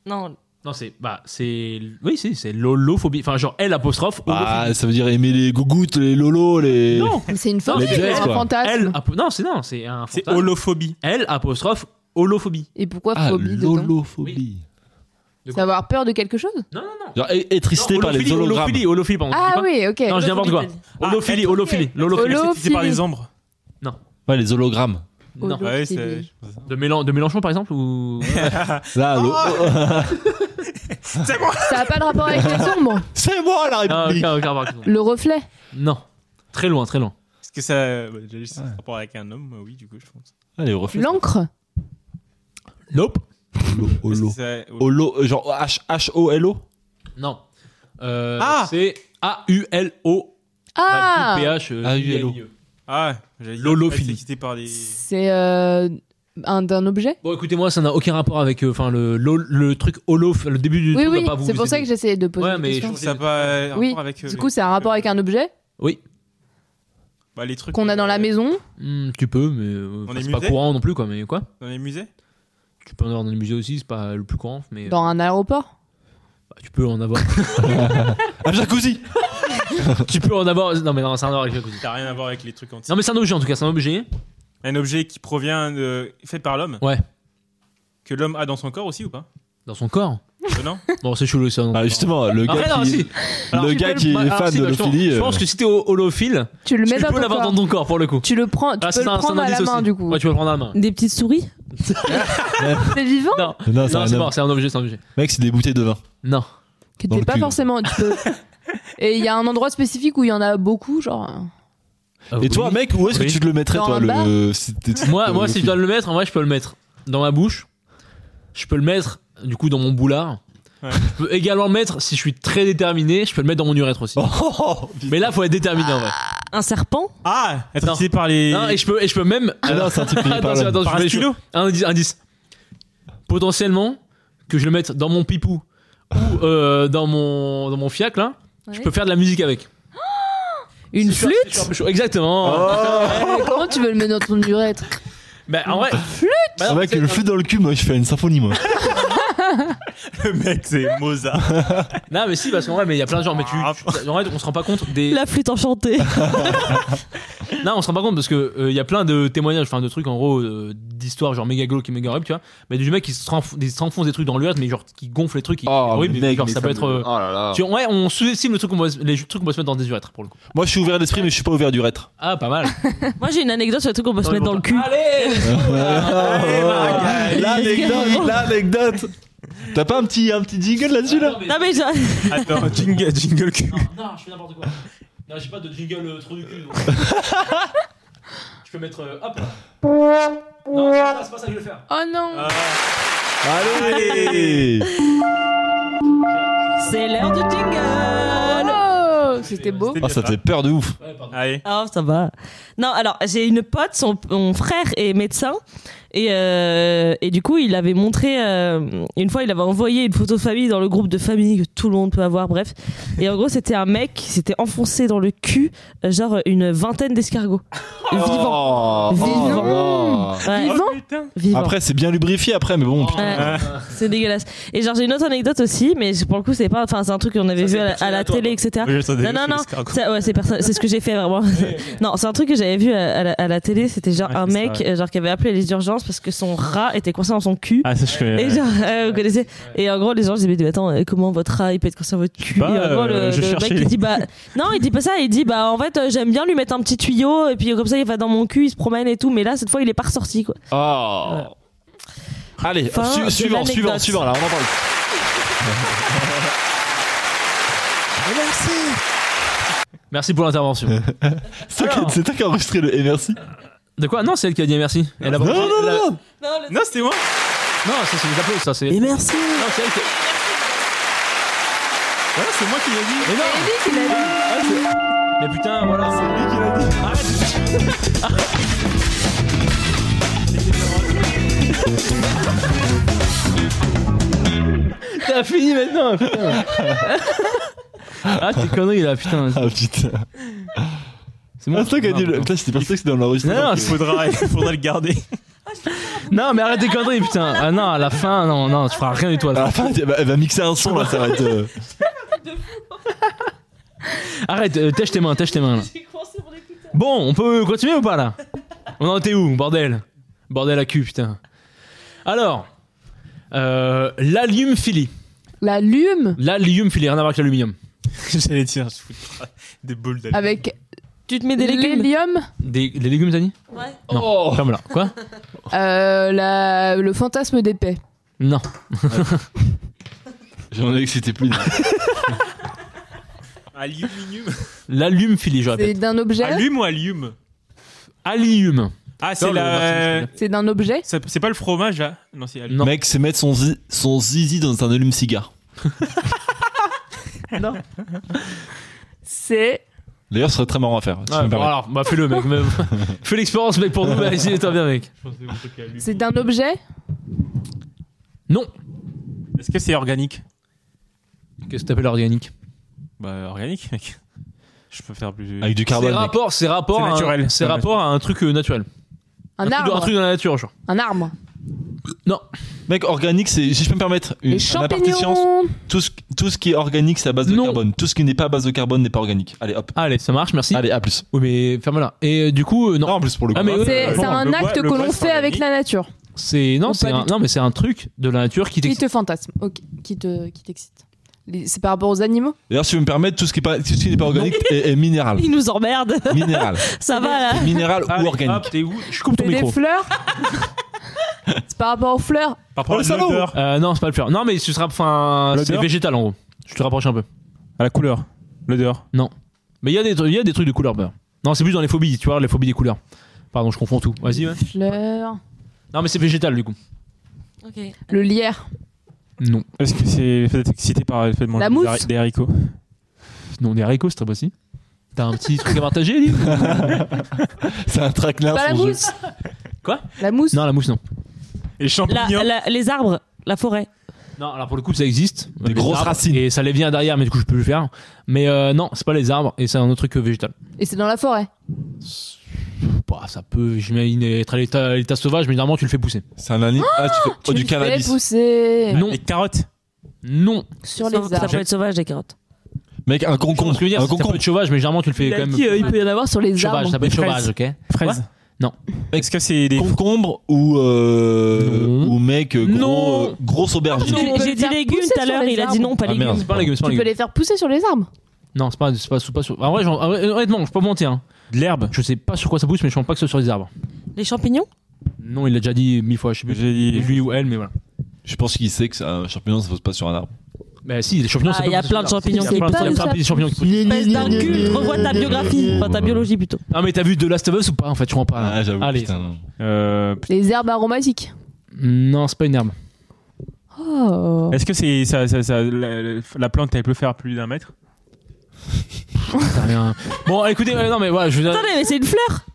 [SPEAKER 6] Non,
[SPEAKER 2] Non, c'est. Bah, c'est. Oui, si, c'est lolophobie. Enfin, genre L apostrophe.
[SPEAKER 5] Bah, ça veut dire aimer les gougouttes, les lolos,
[SPEAKER 2] holophilie.
[SPEAKER 5] les.
[SPEAKER 2] non
[SPEAKER 3] Mais C'est une phobie,
[SPEAKER 5] les
[SPEAKER 3] Ah, c'est
[SPEAKER 5] Jets,
[SPEAKER 3] un
[SPEAKER 5] quoi.
[SPEAKER 2] L
[SPEAKER 3] fantasme.
[SPEAKER 2] apo- Non, c'est non, c'est un.
[SPEAKER 4] C'est
[SPEAKER 2] fantasme.
[SPEAKER 4] holophobie.
[SPEAKER 2] L apostrophe holophobie.
[SPEAKER 3] Et pourquoi
[SPEAKER 5] Ah,
[SPEAKER 3] phobie dedans
[SPEAKER 5] l'holophobie.
[SPEAKER 2] De quoi
[SPEAKER 3] Savoir peur de quelque chose
[SPEAKER 2] Non, non, non.
[SPEAKER 5] Genre, é- étristé
[SPEAKER 2] Non,
[SPEAKER 5] par les
[SPEAKER 2] holophilie,
[SPEAKER 5] hologrammes.
[SPEAKER 2] Holophilie, holophilie, pardon. tu dis
[SPEAKER 3] Ah
[SPEAKER 2] pas
[SPEAKER 3] oui, Ah, ok.
[SPEAKER 2] Non, je dis n'importe quoi. Holophilie, holophilie, holophilie.
[SPEAKER 3] Holo-
[SPEAKER 4] C'est par les ombres.
[SPEAKER 5] Ouais, les hologrammes.
[SPEAKER 2] Non.
[SPEAKER 3] Holo-
[SPEAKER 4] Ouais, c'est.
[SPEAKER 3] Holophilie.
[SPEAKER 2] De, Mélan- de Mélenchon, par exemple,
[SPEAKER 5] <laughs>
[SPEAKER 2] ou.
[SPEAKER 5] Là, l'ho-
[SPEAKER 3] Ah.
[SPEAKER 4] C'est moi
[SPEAKER 3] Ça n'a pas de rapport avec les ombres
[SPEAKER 5] <laughs> C'est moi la
[SPEAKER 2] Ah, ok,
[SPEAKER 5] République.
[SPEAKER 2] ok, par
[SPEAKER 5] <laughs>
[SPEAKER 2] exemple.
[SPEAKER 3] Le reflet
[SPEAKER 2] Non. Très loin, très loin.
[SPEAKER 4] Est-ce que ça. bah, J'ai juste un rapport avec un homme, euh, oui, du coup, je pense.
[SPEAKER 5] Allez, refais.
[SPEAKER 3] L'encre
[SPEAKER 2] Nope.
[SPEAKER 4] Est-ce que
[SPEAKER 5] Holo.
[SPEAKER 4] ça-
[SPEAKER 5] Holo, genre H- H-O-L-O
[SPEAKER 2] Non. Euh,
[SPEAKER 4] Ah
[SPEAKER 2] C'est A-U-L-O.
[SPEAKER 3] Ah
[SPEAKER 2] P-H. euh,
[SPEAKER 5] A-U-L-O.
[SPEAKER 2] I-L-I-E.
[SPEAKER 4] Ah, j'allais dire,
[SPEAKER 2] L'holophilie.
[SPEAKER 4] c'est excité par les.
[SPEAKER 3] C'est euh, un d'un objet
[SPEAKER 2] Bon, écoutez-moi, ça n'a aucun rapport avec euh, enfin le, le, le truc holo, le début du
[SPEAKER 3] Oui,
[SPEAKER 2] truc va
[SPEAKER 3] oui,
[SPEAKER 2] pas vous
[SPEAKER 3] c'est pour
[SPEAKER 2] aider.
[SPEAKER 3] ça que j'essayais de poser
[SPEAKER 2] Ouais,
[SPEAKER 3] la
[SPEAKER 2] mais je
[SPEAKER 3] question.
[SPEAKER 2] trouve
[SPEAKER 4] Ça a pas euh, rapport
[SPEAKER 3] Oui,
[SPEAKER 4] avec. euh,
[SPEAKER 3] Du
[SPEAKER 4] les-
[SPEAKER 3] coup, c'est un rapport avec un objet
[SPEAKER 2] Oui,
[SPEAKER 4] Bah, les trucs.
[SPEAKER 3] qu'on a dans la
[SPEAKER 4] euh,
[SPEAKER 3] maison.
[SPEAKER 2] Hmm, tu peux, mais euh, enfin,
[SPEAKER 4] est
[SPEAKER 2] c'est pas
[SPEAKER 4] musée
[SPEAKER 2] courant non plus, quoi. Mais quoi
[SPEAKER 4] Dans les musées
[SPEAKER 2] Tu peux en avoir dans les musées aussi, c'est pas le plus courant, mais euh,
[SPEAKER 3] Dans un aéroport
[SPEAKER 2] bah, tu peux en avoir. <laughs>
[SPEAKER 5] Un jacuzzi
[SPEAKER 2] tu peux en avoir. Non, mais non, c'est un ordre avec le jacuzzi.
[SPEAKER 4] T'as rien à voir avec les trucs antiques.
[SPEAKER 2] Non, mais c'est un objet en tout cas, c'est un objet.
[SPEAKER 4] Un objet qui provient de. fait par l'homme
[SPEAKER 2] Ouais.
[SPEAKER 4] Que l'homme a dans son corps aussi ou pas
[SPEAKER 2] Dans son corps.
[SPEAKER 4] Euh, Non
[SPEAKER 2] Bon, c'est chelou ça. non.
[SPEAKER 5] Bah, justement, le
[SPEAKER 2] Ah, ouais,
[SPEAKER 5] gars
[SPEAKER 2] non,
[SPEAKER 5] qui.
[SPEAKER 2] si. Alors,
[SPEAKER 5] le
[SPEAKER 2] tu
[SPEAKER 5] gars
[SPEAKER 2] peux
[SPEAKER 5] qui est
[SPEAKER 2] ah,
[SPEAKER 5] fan
[SPEAKER 2] si,
[SPEAKER 5] de
[SPEAKER 2] bah, justement,
[SPEAKER 5] l'ophilie,
[SPEAKER 2] Je pense
[SPEAKER 5] euh,
[SPEAKER 2] que si t'es ho- holophile,
[SPEAKER 3] Tu le
[SPEAKER 2] tu
[SPEAKER 3] mets dans
[SPEAKER 2] peux
[SPEAKER 3] ton
[SPEAKER 2] l'avoir
[SPEAKER 3] corps.
[SPEAKER 2] dans ton corps pour le coup.
[SPEAKER 3] Tu le prends, tu
[SPEAKER 2] Ah,
[SPEAKER 3] peux
[SPEAKER 2] c'est
[SPEAKER 3] le
[SPEAKER 2] un- c'est un
[SPEAKER 3] prendre à la
[SPEAKER 2] indice
[SPEAKER 3] main
[SPEAKER 2] aussi.
[SPEAKER 3] du coup.
[SPEAKER 2] Ouais, tu peux le prendre à la main.
[SPEAKER 6] des petites souris
[SPEAKER 3] C'est vivant
[SPEAKER 2] Non,
[SPEAKER 5] Non, Ah, c'est
[SPEAKER 2] non,
[SPEAKER 5] un
[SPEAKER 2] c'est
[SPEAKER 5] homme.
[SPEAKER 2] mort, c'est un objet, c'est un objet.
[SPEAKER 5] Mec, c'est des bouteilles de vin.
[SPEAKER 2] Non.
[SPEAKER 3] que
[SPEAKER 5] Dans
[SPEAKER 3] t'es
[SPEAKER 5] le
[SPEAKER 3] pas
[SPEAKER 5] cul.
[SPEAKER 3] forcément. tu peux- Et il y a un endroit spécifique où il y en a beaucoup, genre. euh,
[SPEAKER 5] Et toi, Euh, mec, où est-ce que
[SPEAKER 2] Oui.
[SPEAKER 5] tu te le mettrais,
[SPEAKER 3] Dans
[SPEAKER 5] toi,
[SPEAKER 3] un
[SPEAKER 5] le. si t'es-
[SPEAKER 2] Moi,
[SPEAKER 5] le-
[SPEAKER 2] moi
[SPEAKER 5] le
[SPEAKER 2] si je
[SPEAKER 5] film
[SPEAKER 2] dois le mettre, en vrai, je peux le mettre dans ma bouche. Je peux le mettre, du coup, dans mon boulard.
[SPEAKER 4] Ouais.
[SPEAKER 2] Je peux également le mettre, si je suis très déterminé, je peux le mettre dans mon urètre aussi.
[SPEAKER 5] Oh, oh, oh, putain.
[SPEAKER 2] Mais là, faut être déterminé en vrai.
[SPEAKER 6] Un serpent
[SPEAKER 4] <laughs> Ah Être
[SPEAKER 2] Non.
[SPEAKER 4] excité par les.
[SPEAKER 2] Non, et je peux, et je peux même.
[SPEAKER 5] Ah non, c'est un type
[SPEAKER 2] <laughs>
[SPEAKER 5] qui est pas
[SPEAKER 2] attention,
[SPEAKER 5] là.
[SPEAKER 2] attention,
[SPEAKER 4] par
[SPEAKER 2] je
[SPEAKER 4] un
[SPEAKER 2] vais- je-
[SPEAKER 4] stylo
[SPEAKER 2] indice, indice. Potentiellement, que je le mette dans mon pipou ou euh, dans, mon, dans mon fiac, là, je
[SPEAKER 3] Ouais.
[SPEAKER 2] peux faire de la musique avec.
[SPEAKER 6] Une
[SPEAKER 2] C'est sûr,
[SPEAKER 6] flûte
[SPEAKER 2] c'est sûr, c'est sûr. Exactement.
[SPEAKER 5] Oh.
[SPEAKER 3] Eh, <laughs> Comment tu veux le mettre dans ton urètre
[SPEAKER 2] Bah, en vrai.
[SPEAKER 3] flûte
[SPEAKER 2] Bah,
[SPEAKER 5] Ah,
[SPEAKER 2] non,
[SPEAKER 5] mec,
[SPEAKER 2] c'est-
[SPEAKER 5] le flux dans le cul, moi, je fais une symphonie, moi.
[SPEAKER 4] Le mec, c'est Mozart.
[SPEAKER 2] non, mais si, parce qu'en vrai, mais il y a plein de gens. Mais tu,
[SPEAKER 5] Ah.
[SPEAKER 2] tu- en vrai, on se rend pas compte des.
[SPEAKER 6] La flûte <laughs> enchantée.
[SPEAKER 2] Non, on se rend pas compte parce que euh, il y a plein de témoignages, enfin de trucs en gros euh, d'histoires genre méga glauques et méga horribles, tu vois. Mais du mec qui se renf- des- s'enfonce des trucs dans l'urètre, mais genre qui gonfle les trucs, qui
[SPEAKER 5] Oh,
[SPEAKER 2] horrible,
[SPEAKER 5] mec,
[SPEAKER 2] genre
[SPEAKER 5] mais
[SPEAKER 2] ça peut
[SPEAKER 5] me-
[SPEAKER 2] être. euh,
[SPEAKER 5] Oh là là.
[SPEAKER 2] tu- ouais, on sous-estime le truc qu'on va se- les trucs qu'on peut se mettre dans des urètres pour le coup.
[SPEAKER 5] <laughs> Moi, je suis ouvert d'esprit, mais je suis pas
[SPEAKER 3] <laughs>
[SPEAKER 5] ouvert d'urètre.
[SPEAKER 2] Ah, pas mal.
[SPEAKER 6] Moi j'ai une anecdote sur le truc qu'on peut se mettre dans le cul.
[SPEAKER 2] Allez
[SPEAKER 5] <laughs> L'anecdote, l'anecdote. T'as pas un petit, un petit jingle là-dessus, là
[SPEAKER 6] Non mais j'ai-
[SPEAKER 4] Attends, <laughs> jingle, jingle cul.
[SPEAKER 2] Non, je fais n'importe quoi. Non, j'ai pas de jingle euh, trop du cul.
[SPEAKER 6] <laughs>
[SPEAKER 2] donc. je peux mettre. euh, hop là. Non, c'est pas- c'est pas ça que je vais faire.
[SPEAKER 3] Oh
[SPEAKER 4] Ah,
[SPEAKER 3] non
[SPEAKER 5] <laughs> Allez
[SPEAKER 6] <laughs> c'est l'heure du jingle.
[SPEAKER 3] Oh, C'était beau
[SPEAKER 5] Ah, ça fait peur de ouf.
[SPEAKER 2] Ouais, pardon.
[SPEAKER 4] Allez.
[SPEAKER 6] Ah ça va. Non alors j'ai une pote, son, mon frère est médecin et, euh, et du coup il avait montré euh, une fois il avait envoyé une photo de famille dans le groupe de famille que tout le monde peut avoir <laughs> bref et en gros c'était un mec qui s'était enfoncé dans le cul euh, genre une vingtaine d'escargots vivants.
[SPEAKER 5] Oh,
[SPEAKER 6] Vivant.
[SPEAKER 5] oh là là.
[SPEAKER 6] Ouais,
[SPEAKER 3] Vivant
[SPEAKER 4] Oh, putain.
[SPEAKER 6] vivants.
[SPEAKER 5] Après, c'est bien lubrifié après, mais bon. putain.
[SPEAKER 6] Ouais,
[SPEAKER 2] Oh,
[SPEAKER 6] c'est dégueulasse. Et genre j'ai une autre anecdote aussi, mais c'est- pour le coup c'est pas, enfin c'est un truc qu'on
[SPEAKER 4] Ça,
[SPEAKER 6] avait vu
[SPEAKER 4] c'est
[SPEAKER 6] à, la- à la
[SPEAKER 4] personnel à toi,
[SPEAKER 6] télé, etc. Non non non, Ça, ouais c'est perso- c'est <laughs> ce que j'ai fait vraiment. non c'est un truc que j'avais vu à, à la, à la télé, c'était genre
[SPEAKER 4] Ouais,
[SPEAKER 6] un
[SPEAKER 4] c'est
[SPEAKER 6] mec
[SPEAKER 4] ça,
[SPEAKER 6] euh, genre qui avait appelé les urgences expérience parce que son rat était coincé dans son cul.
[SPEAKER 8] Ah, ça, je connais.
[SPEAKER 6] Et
[SPEAKER 8] ouais.
[SPEAKER 6] genre, <laughs> euh, vous connaissez Et en gros, les gens disaient, mais attends, euh, comment votre rat, il peut être coincé dans votre cul
[SPEAKER 8] Bah,
[SPEAKER 6] Et en gros, le,
[SPEAKER 8] euh, je
[SPEAKER 6] le mec,
[SPEAKER 8] cherchais.
[SPEAKER 6] il dit, bah, non, il dit pas ça, il dit, bah, en fait, euh, j'aime bien lui mettre un petit tuyau, et puis euh, comme ça, il va dans mon cul, il se promène et tout, mais là, cette fois, il est pas ressorti, quoi.
[SPEAKER 5] Oh. Allez,
[SPEAKER 6] Fin
[SPEAKER 5] su-
[SPEAKER 6] de
[SPEAKER 5] suivant,
[SPEAKER 6] l'anecdote.
[SPEAKER 5] suivant, suivant, là, on en parle.
[SPEAKER 2] Merci pour l'intervention.
[SPEAKER 5] C'est toi qui- C'est toi qui as enregistré le et merci.
[SPEAKER 2] De quoi Non, c'est elle qui a dit merci. Elle a
[SPEAKER 5] Non, non,
[SPEAKER 2] elle a-
[SPEAKER 5] non, non.
[SPEAKER 6] Non, le...
[SPEAKER 4] Non, c'était moi.
[SPEAKER 2] Non, ça, c'est les applaudissements. Ça, c'est...
[SPEAKER 6] Et merci
[SPEAKER 2] Non, c'est elle qui-
[SPEAKER 4] Voilà, c'est moi qui l'ai dit.
[SPEAKER 2] Mais non
[SPEAKER 3] qui l'a dit.
[SPEAKER 2] Mais putain, voilà. Ah,
[SPEAKER 5] <laughs>
[SPEAKER 2] C'est lui qui l'a dit. Arrête T'as fini maintenant, putain. <laughs> Ah, tes conneries là, putain.
[SPEAKER 5] Ah putain.
[SPEAKER 2] C'est bon.
[SPEAKER 5] Ah, c'est toi qui as dit le. Putain, j'étais persuadé que c'était dans l'enregistrement.
[SPEAKER 2] Non, non,
[SPEAKER 4] Il faudra, <laughs> il faudra le garder.
[SPEAKER 2] Non, mais arrête tes conneries, putain. Ah non, à la fin, non, non, tu feras rien du tout. à
[SPEAKER 5] À
[SPEAKER 2] la
[SPEAKER 5] la
[SPEAKER 2] fin.
[SPEAKER 5] fin, Ah, elle va- elle va mixer un son là, ça va être. euh,
[SPEAKER 2] Arrête, euh, tâche tes mains, tâche tes mains. là. Bon, on peut continuer ou pas là On en était où, bordel Bordel à cul, putain. Alors, euh, l'alliumphilie.
[SPEAKER 3] La lume
[SPEAKER 2] L'alliumphilie, rien à voir avec l'aluminium.
[SPEAKER 4] J'allais dire, je foutrais des boules d'alu.
[SPEAKER 3] avec
[SPEAKER 6] Tu te mets des légumes
[SPEAKER 3] l'hélium,
[SPEAKER 2] Des, les légumes, t'as dit
[SPEAKER 6] Ouais.
[SPEAKER 2] Non. Ferme-la. Quoi
[SPEAKER 3] euh, la- le fantasme des paix.
[SPEAKER 2] Non.
[SPEAKER 5] J'en ai que c'était <laughs> plus.
[SPEAKER 4] Aluminium.
[SPEAKER 2] L'allumphilie, je répète.
[SPEAKER 3] C'est d'un objet
[SPEAKER 4] Allume ou allume
[SPEAKER 2] Allium.
[SPEAKER 4] Ah, c'est
[SPEAKER 2] Non, le
[SPEAKER 4] la.
[SPEAKER 2] Martin,
[SPEAKER 3] C'est d'un objet
[SPEAKER 4] C'est c'est pas le fromage là Non, c'est allume.
[SPEAKER 2] Non.
[SPEAKER 5] Mec, c'est mettre son, zi- son zizi dans un allume cigare.
[SPEAKER 3] C'est
[SPEAKER 5] D'ailleurs, ce serait très marrant à faire. si
[SPEAKER 2] Ouais,
[SPEAKER 5] tu me
[SPEAKER 2] bon,
[SPEAKER 5] permets.
[SPEAKER 2] alors, bah fais-le, mec. mais- <laughs> Fais l'expérience, mec, pour nous. Bah, essayez, toi, bien, mec.
[SPEAKER 3] c'est d'un objet
[SPEAKER 2] Non.
[SPEAKER 4] Est-ce que c'est organique
[SPEAKER 2] Qu'est-ce que t'appelles organique
[SPEAKER 4] Bah, organique, mec. <laughs> Je peux faire plus.
[SPEAKER 5] Avec du
[SPEAKER 2] C'est
[SPEAKER 5] carbone. mec.
[SPEAKER 2] rapport, c'est rapport,
[SPEAKER 4] C'est
[SPEAKER 2] à un-
[SPEAKER 4] naturel.
[SPEAKER 2] C'est rapport à un truc euh, naturel.
[SPEAKER 3] un
[SPEAKER 2] truc, dans- un
[SPEAKER 3] arbre,
[SPEAKER 2] truc dans la nature, genre.
[SPEAKER 3] un arbre,
[SPEAKER 5] Mec, organique, c'est, si je peux me permettre, une,
[SPEAKER 3] les
[SPEAKER 5] un aparté de science.
[SPEAKER 3] champignons,
[SPEAKER 5] Tout ce, tout ce qui est organique, c'est à base de
[SPEAKER 2] Non.
[SPEAKER 5] carbone. Tout ce qui n'est pas à base de carbone n'est pas organique. Allez, hop.
[SPEAKER 2] Allez, ça marche, merci.
[SPEAKER 5] Allez, à plus.
[SPEAKER 2] Oui, mais ferme-la. Et euh, du coup, euh, non,
[SPEAKER 5] Non, en plus pour le
[SPEAKER 2] Ah,
[SPEAKER 5] coup.
[SPEAKER 2] mais oui.
[SPEAKER 3] c'est
[SPEAKER 4] Euh,
[SPEAKER 3] c'est
[SPEAKER 4] bon,
[SPEAKER 3] un
[SPEAKER 4] le bois-
[SPEAKER 3] acte
[SPEAKER 4] le
[SPEAKER 3] que
[SPEAKER 4] bois,
[SPEAKER 3] l'on
[SPEAKER 4] c'est
[SPEAKER 3] fait avec
[SPEAKER 4] organique.
[SPEAKER 3] la nature,
[SPEAKER 2] c'est non,
[SPEAKER 3] Ou
[SPEAKER 2] c'est
[SPEAKER 3] pas
[SPEAKER 2] un,
[SPEAKER 3] du tout.
[SPEAKER 2] non, mais c'est un truc de la nature qui
[SPEAKER 3] qui
[SPEAKER 2] t'excite.
[SPEAKER 3] te fantasme, ok, qui te qui t'excite. Les- C'est par rapport aux animaux
[SPEAKER 5] D'ailleurs, si vous me permettez, tout ce qui est pas- tout ce qui n'est pas, organique est, est
[SPEAKER 6] <laughs>
[SPEAKER 5] minéral.
[SPEAKER 6] Il nous emmerde
[SPEAKER 5] minéral.
[SPEAKER 6] Ça va, là
[SPEAKER 5] Minéral
[SPEAKER 2] Allez,
[SPEAKER 5] ou organique.
[SPEAKER 2] hop, t'es où Je coupe ton
[SPEAKER 3] C'est des
[SPEAKER 2] micro.
[SPEAKER 3] fleurs <laughs> C'est par rapport aux fleurs
[SPEAKER 4] Par rapport
[SPEAKER 5] Oh, le
[SPEAKER 4] à
[SPEAKER 5] salaud
[SPEAKER 4] l'odeur.
[SPEAKER 2] Euh, non, c'est pas le fleur. Non, mais ce sera enfin c'est
[SPEAKER 4] L'odeur
[SPEAKER 2] végétal en gros. Je te rapproche un peu.
[SPEAKER 4] À la couleur. L'odeur.
[SPEAKER 2] Mais il y a des trucs- il y a des trucs de couleur. bah. Non, c'est plus dans les phobies, tu vois, les phobies des couleurs. Pardon, je confonds tout. Vas-y. ouais.
[SPEAKER 3] Fleurs,
[SPEAKER 2] Non, mais c'est végétal du coup.
[SPEAKER 3] le lierre,
[SPEAKER 2] Non,
[SPEAKER 4] Est-ce que c'est peut-être excité par le fait de manger
[SPEAKER 3] La
[SPEAKER 4] des
[SPEAKER 3] mousse
[SPEAKER 4] hari- des haricots
[SPEAKER 2] non, des haricots, c'est très possible. T'as un petit truc à partager, Ellie
[SPEAKER 5] C'est un traquenard.
[SPEAKER 3] pas la
[SPEAKER 5] son jeu.
[SPEAKER 3] mousse
[SPEAKER 2] Quoi
[SPEAKER 3] La mousse
[SPEAKER 2] Non, la mousse non.
[SPEAKER 4] Les
[SPEAKER 6] La-
[SPEAKER 4] champignons.
[SPEAKER 6] la- Les arbres, la forêt.
[SPEAKER 2] Non, alors pour le coup, ça existe.
[SPEAKER 5] Des
[SPEAKER 2] Les
[SPEAKER 5] grosses
[SPEAKER 2] arbres,
[SPEAKER 5] racines.
[SPEAKER 2] Et ça les vient derrière, mais du coup, je peux le faire. Mais euh, non, c'est pas les arbres, et c'est un autre truc euh, végétal.
[SPEAKER 3] Et c'est dans la forêt
[SPEAKER 2] Bah, ça peut, j'imagine, être à l'état, à l'état sauvage, mais normalement, tu le fais pousser.
[SPEAKER 5] C'est un aliment. Ah, tu fais oh,
[SPEAKER 3] Tu
[SPEAKER 5] du
[SPEAKER 3] le fais
[SPEAKER 5] cannabis.
[SPEAKER 3] pousser
[SPEAKER 2] Non,
[SPEAKER 4] Ah, Les carottes.
[SPEAKER 2] non.
[SPEAKER 3] sur
[SPEAKER 6] Ça-
[SPEAKER 3] les
[SPEAKER 6] Ça
[SPEAKER 3] arbres.
[SPEAKER 6] peut être sauvage, les carottes.
[SPEAKER 5] Mec, un concombre.
[SPEAKER 2] Ce que je veux dire,
[SPEAKER 5] un
[SPEAKER 2] c'est que ça peut
[SPEAKER 5] concombre.
[SPEAKER 2] être sauvage, mais généralement, tu le fais
[SPEAKER 3] Il
[SPEAKER 2] quand
[SPEAKER 3] a
[SPEAKER 2] même.
[SPEAKER 3] dit, euh, il peut y en avoir sur les
[SPEAKER 2] Sauvage,
[SPEAKER 3] arbres.
[SPEAKER 2] ça peut être
[SPEAKER 4] Des
[SPEAKER 2] sauvage,
[SPEAKER 4] fraises.
[SPEAKER 2] ok.
[SPEAKER 4] Fraises.
[SPEAKER 5] Mec,
[SPEAKER 4] Est-ce que c'est des.
[SPEAKER 5] concombre ou, euh,
[SPEAKER 2] Non.
[SPEAKER 5] ou mec, euh, gros,
[SPEAKER 2] Non.
[SPEAKER 5] euh, grosse aubergine.
[SPEAKER 3] Non.
[SPEAKER 6] J'ai dit
[SPEAKER 3] Faire
[SPEAKER 6] légumes
[SPEAKER 3] pousser
[SPEAKER 6] tout à
[SPEAKER 3] sur
[SPEAKER 6] l'heure,
[SPEAKER 3] les
[SPEAKER 6] il a dit non, pas
[SPEAKER 5] Ah,
[SPEAKER 6] légumes.
[SPEAKER 5] merde.
[SPEAKER 2] C'est pas un légume, c'est pas un
[SPEAKER 3] Tu peux
[SPEAKER 2] légume.
[SPEAKER 3] les faire pousser sur les arbres
[SPEAKER 2] Non, c'est pas, c'est pas, c'est pas sur. En vrai, genre, en vrai, honnêtement, je peux pas mentir. hein.
[SPEAKER 4] De l'herbe
[SPEAKER 2] Je sais pas sur quoi ça pousse, mais je pense pas que ce soit sur les arbres.
[SPEAKER 6] Les champignons
[SPEAKER 2] Non, il l'a déjà dit mille fois, je sais plus.
[SPEAKER 4] J'ai dit.
[SPEAKER 2] Lui ou elle, mais voilà.
[SPEAKER 5] Je pense qu'il sait que c'est un champignon, ça ne pose pas sur un arbre.
[SPEAKER 2] Bah, si, les champignons,
[SPEAKER 6] Ah,
[SPEAKER 2] ça peut
[SPEAKER 6] il y a
[SPEAKER 2] pousser sur
[SPEAKER 6] plein de
[SPEAKER 2] les arbres.
[SPEAKER 6] champignons
[SPEAKER 2] Si,
[SPEAKER 6] qui
[SPEAKER 2] Il y a plein de-
[SPEAKER 6] poussent.
[SPEAKER 2] plein de champignons qui poussent.
[SPEAKER 6] Espèce d'un cul, revois ta biographie, enfin ta biologie plutôt.
[SPEAKER 2] Ah, mais t'as vu The Last of Us ou pas En fait, je comprends pas. là.
[SPEAKER 5] Ah, j'avoue.
[SPEAKER 2] Allez.
[SPEAKER 5] putain.
[SPEAKER 4] Euh,
[SPEAKER 3] Les herbes aromatiques.
[SPEAKER 2] Non, c'est pas une herbe.
[SPEAKER 3] Oh.
[SPEAKER 4] Est-ce que c'est ça, ça- ça- la, la plante elle peut faire plus d'un mètre
[SPEAKER 2] T'as rien. Bon, écoutez, euh, non, mais voilà, je veux dire-
[SPEAKER 6] Attendez, mais c'est une fleur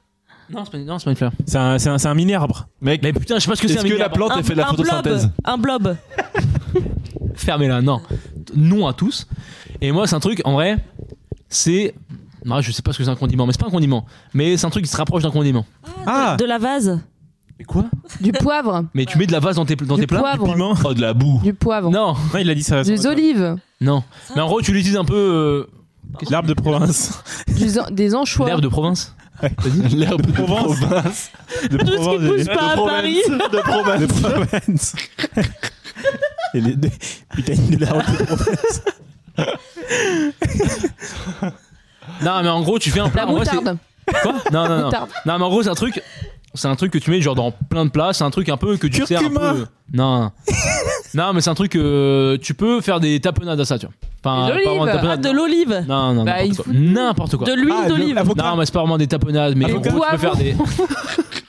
[SPEAKER 2] Non, c'est pas, non, c'est pas une fleur.
[SPEAKER 4] C'est un, c'est un, c'est un mini-arbre.
[SPEAKER 5] Mec,
[SPEAKER 2] Mais putain, je sais pas ce que c'est
[SPEAKER 5] est-ce
[SPEAKER 2] un
[SPEAKER 5] que la
[SPEAKER 2] milliard.
[SPEAKER 5] plante,
[SPEAKER 6] un,
[SPEAKER 5] elle fait de la
[SPEAKER 6] un
[SPEAKER 5] photosynthèse
[SPEAKER 6] blob Un blob
[SPEAKER 2] fermez-la, non. Non à tous. Et moi, c'est un truc, en vrai, c'est. Non, je sais pas ce que c'est un condiment, mais c'est pas un condiment. Mais c'est un truc qui se rapproche d'un condiment.
[SPEAKER 4] Ah,
[SPEAKER 6] De la vase
[SPEAKER 2] Mais quoi
[SPEAKER 3] <laughs> Du poivre.
[SPEAKER 2] Mais tu mets de la vase dans tes, dans
[SPEAKER 3] du
[SPEAKER 2] tes plats
[SPEAKER 3] poivre.
[SPEAKER 4] piment.
[SPEAKER 5] Oh, de la boue.
[SPEAKER 3] Du poivre.
[SPEAKER 2] Non,
[SPEAKER 4] Non, il a dit ça.
[SPEAKER 3] Des olives.
[SPEAKER 2] non. Mais en gros, tu l'utilises un peu. euh,
[SPEAKER 4] <laughs> L'arbre de province.
[SPEAKER 3] Du- des
[SPEAKER 2] l'herbe
[SPEAKER 3] anchois.
[SPEAKER 2] de province.
[SPEAKER 5] <laughs> L'herbe de
[SPEAKER 4] Provence.
[SPEAKER 5] province.
[SPEAKER 4] De
[SPEAKER 6] Tout
[SPEAKER 2] Oh,
[SPEAKER 6] ce qui pousse pas à Paris.
[SPEAKER 5] De province.
[SPEAKER 8] De
[SPEAKER 2] <laughs>
[SPEAKER 8] province. Et les deux- Putain, il est là, de province.
[SPEAKER 2] Non, mais en gros, tu fais un
[SPEAKER 3] La
[SPEAKER 2] plat. en vrai, Ah, c'est-
[SPEAKER 3] moutarde.
[SPEAKER 2] Quoi Non, non, non.
[SPEAKER 3] Moutarde.
[SPEAKER 2] Non, mais en gros, c'est un truc. C'est un truc que tu mets genre dans plein de plats. C'est un truc un peu que tu sers un
[SPEAKER 8] Curcuma.
[SPEAKER 2] peu. Non. non, mais c'est un truc. euh, tu peux faire des tapenades à ça, tu vois. Enfin,
[SPEAKER 3] De
[SPEAKER 2] pas vraiment des
[SPEAKER 3] l'olive.
[SPEAKER 6] Ah,
[SPEAKER 2] tapenades.
[SPEAKER 6] de l'olive.
[SPEAKER 2] Non, non,
[SPEAKER 3] Bah,
[SPEAKER 2] n'importe
[SPEAKER 3] il
[SPEAKER 2] quoi.
[SPEAKER 3] faut-
[SPEAKER 2] N'importe quoi.
[SPEAKER 6] De l'huile
[SPEAKER 8] Ah, de-
[SPEAKER 6] d'olive.
[SPEAKER 8] l'avocat.
[SPEAKER 2] Non, mais c'est pas vraiment des tapenades, mais
[SPEAKER 3] Des
[SPEAKER 2] en gros, tu peux faire des, des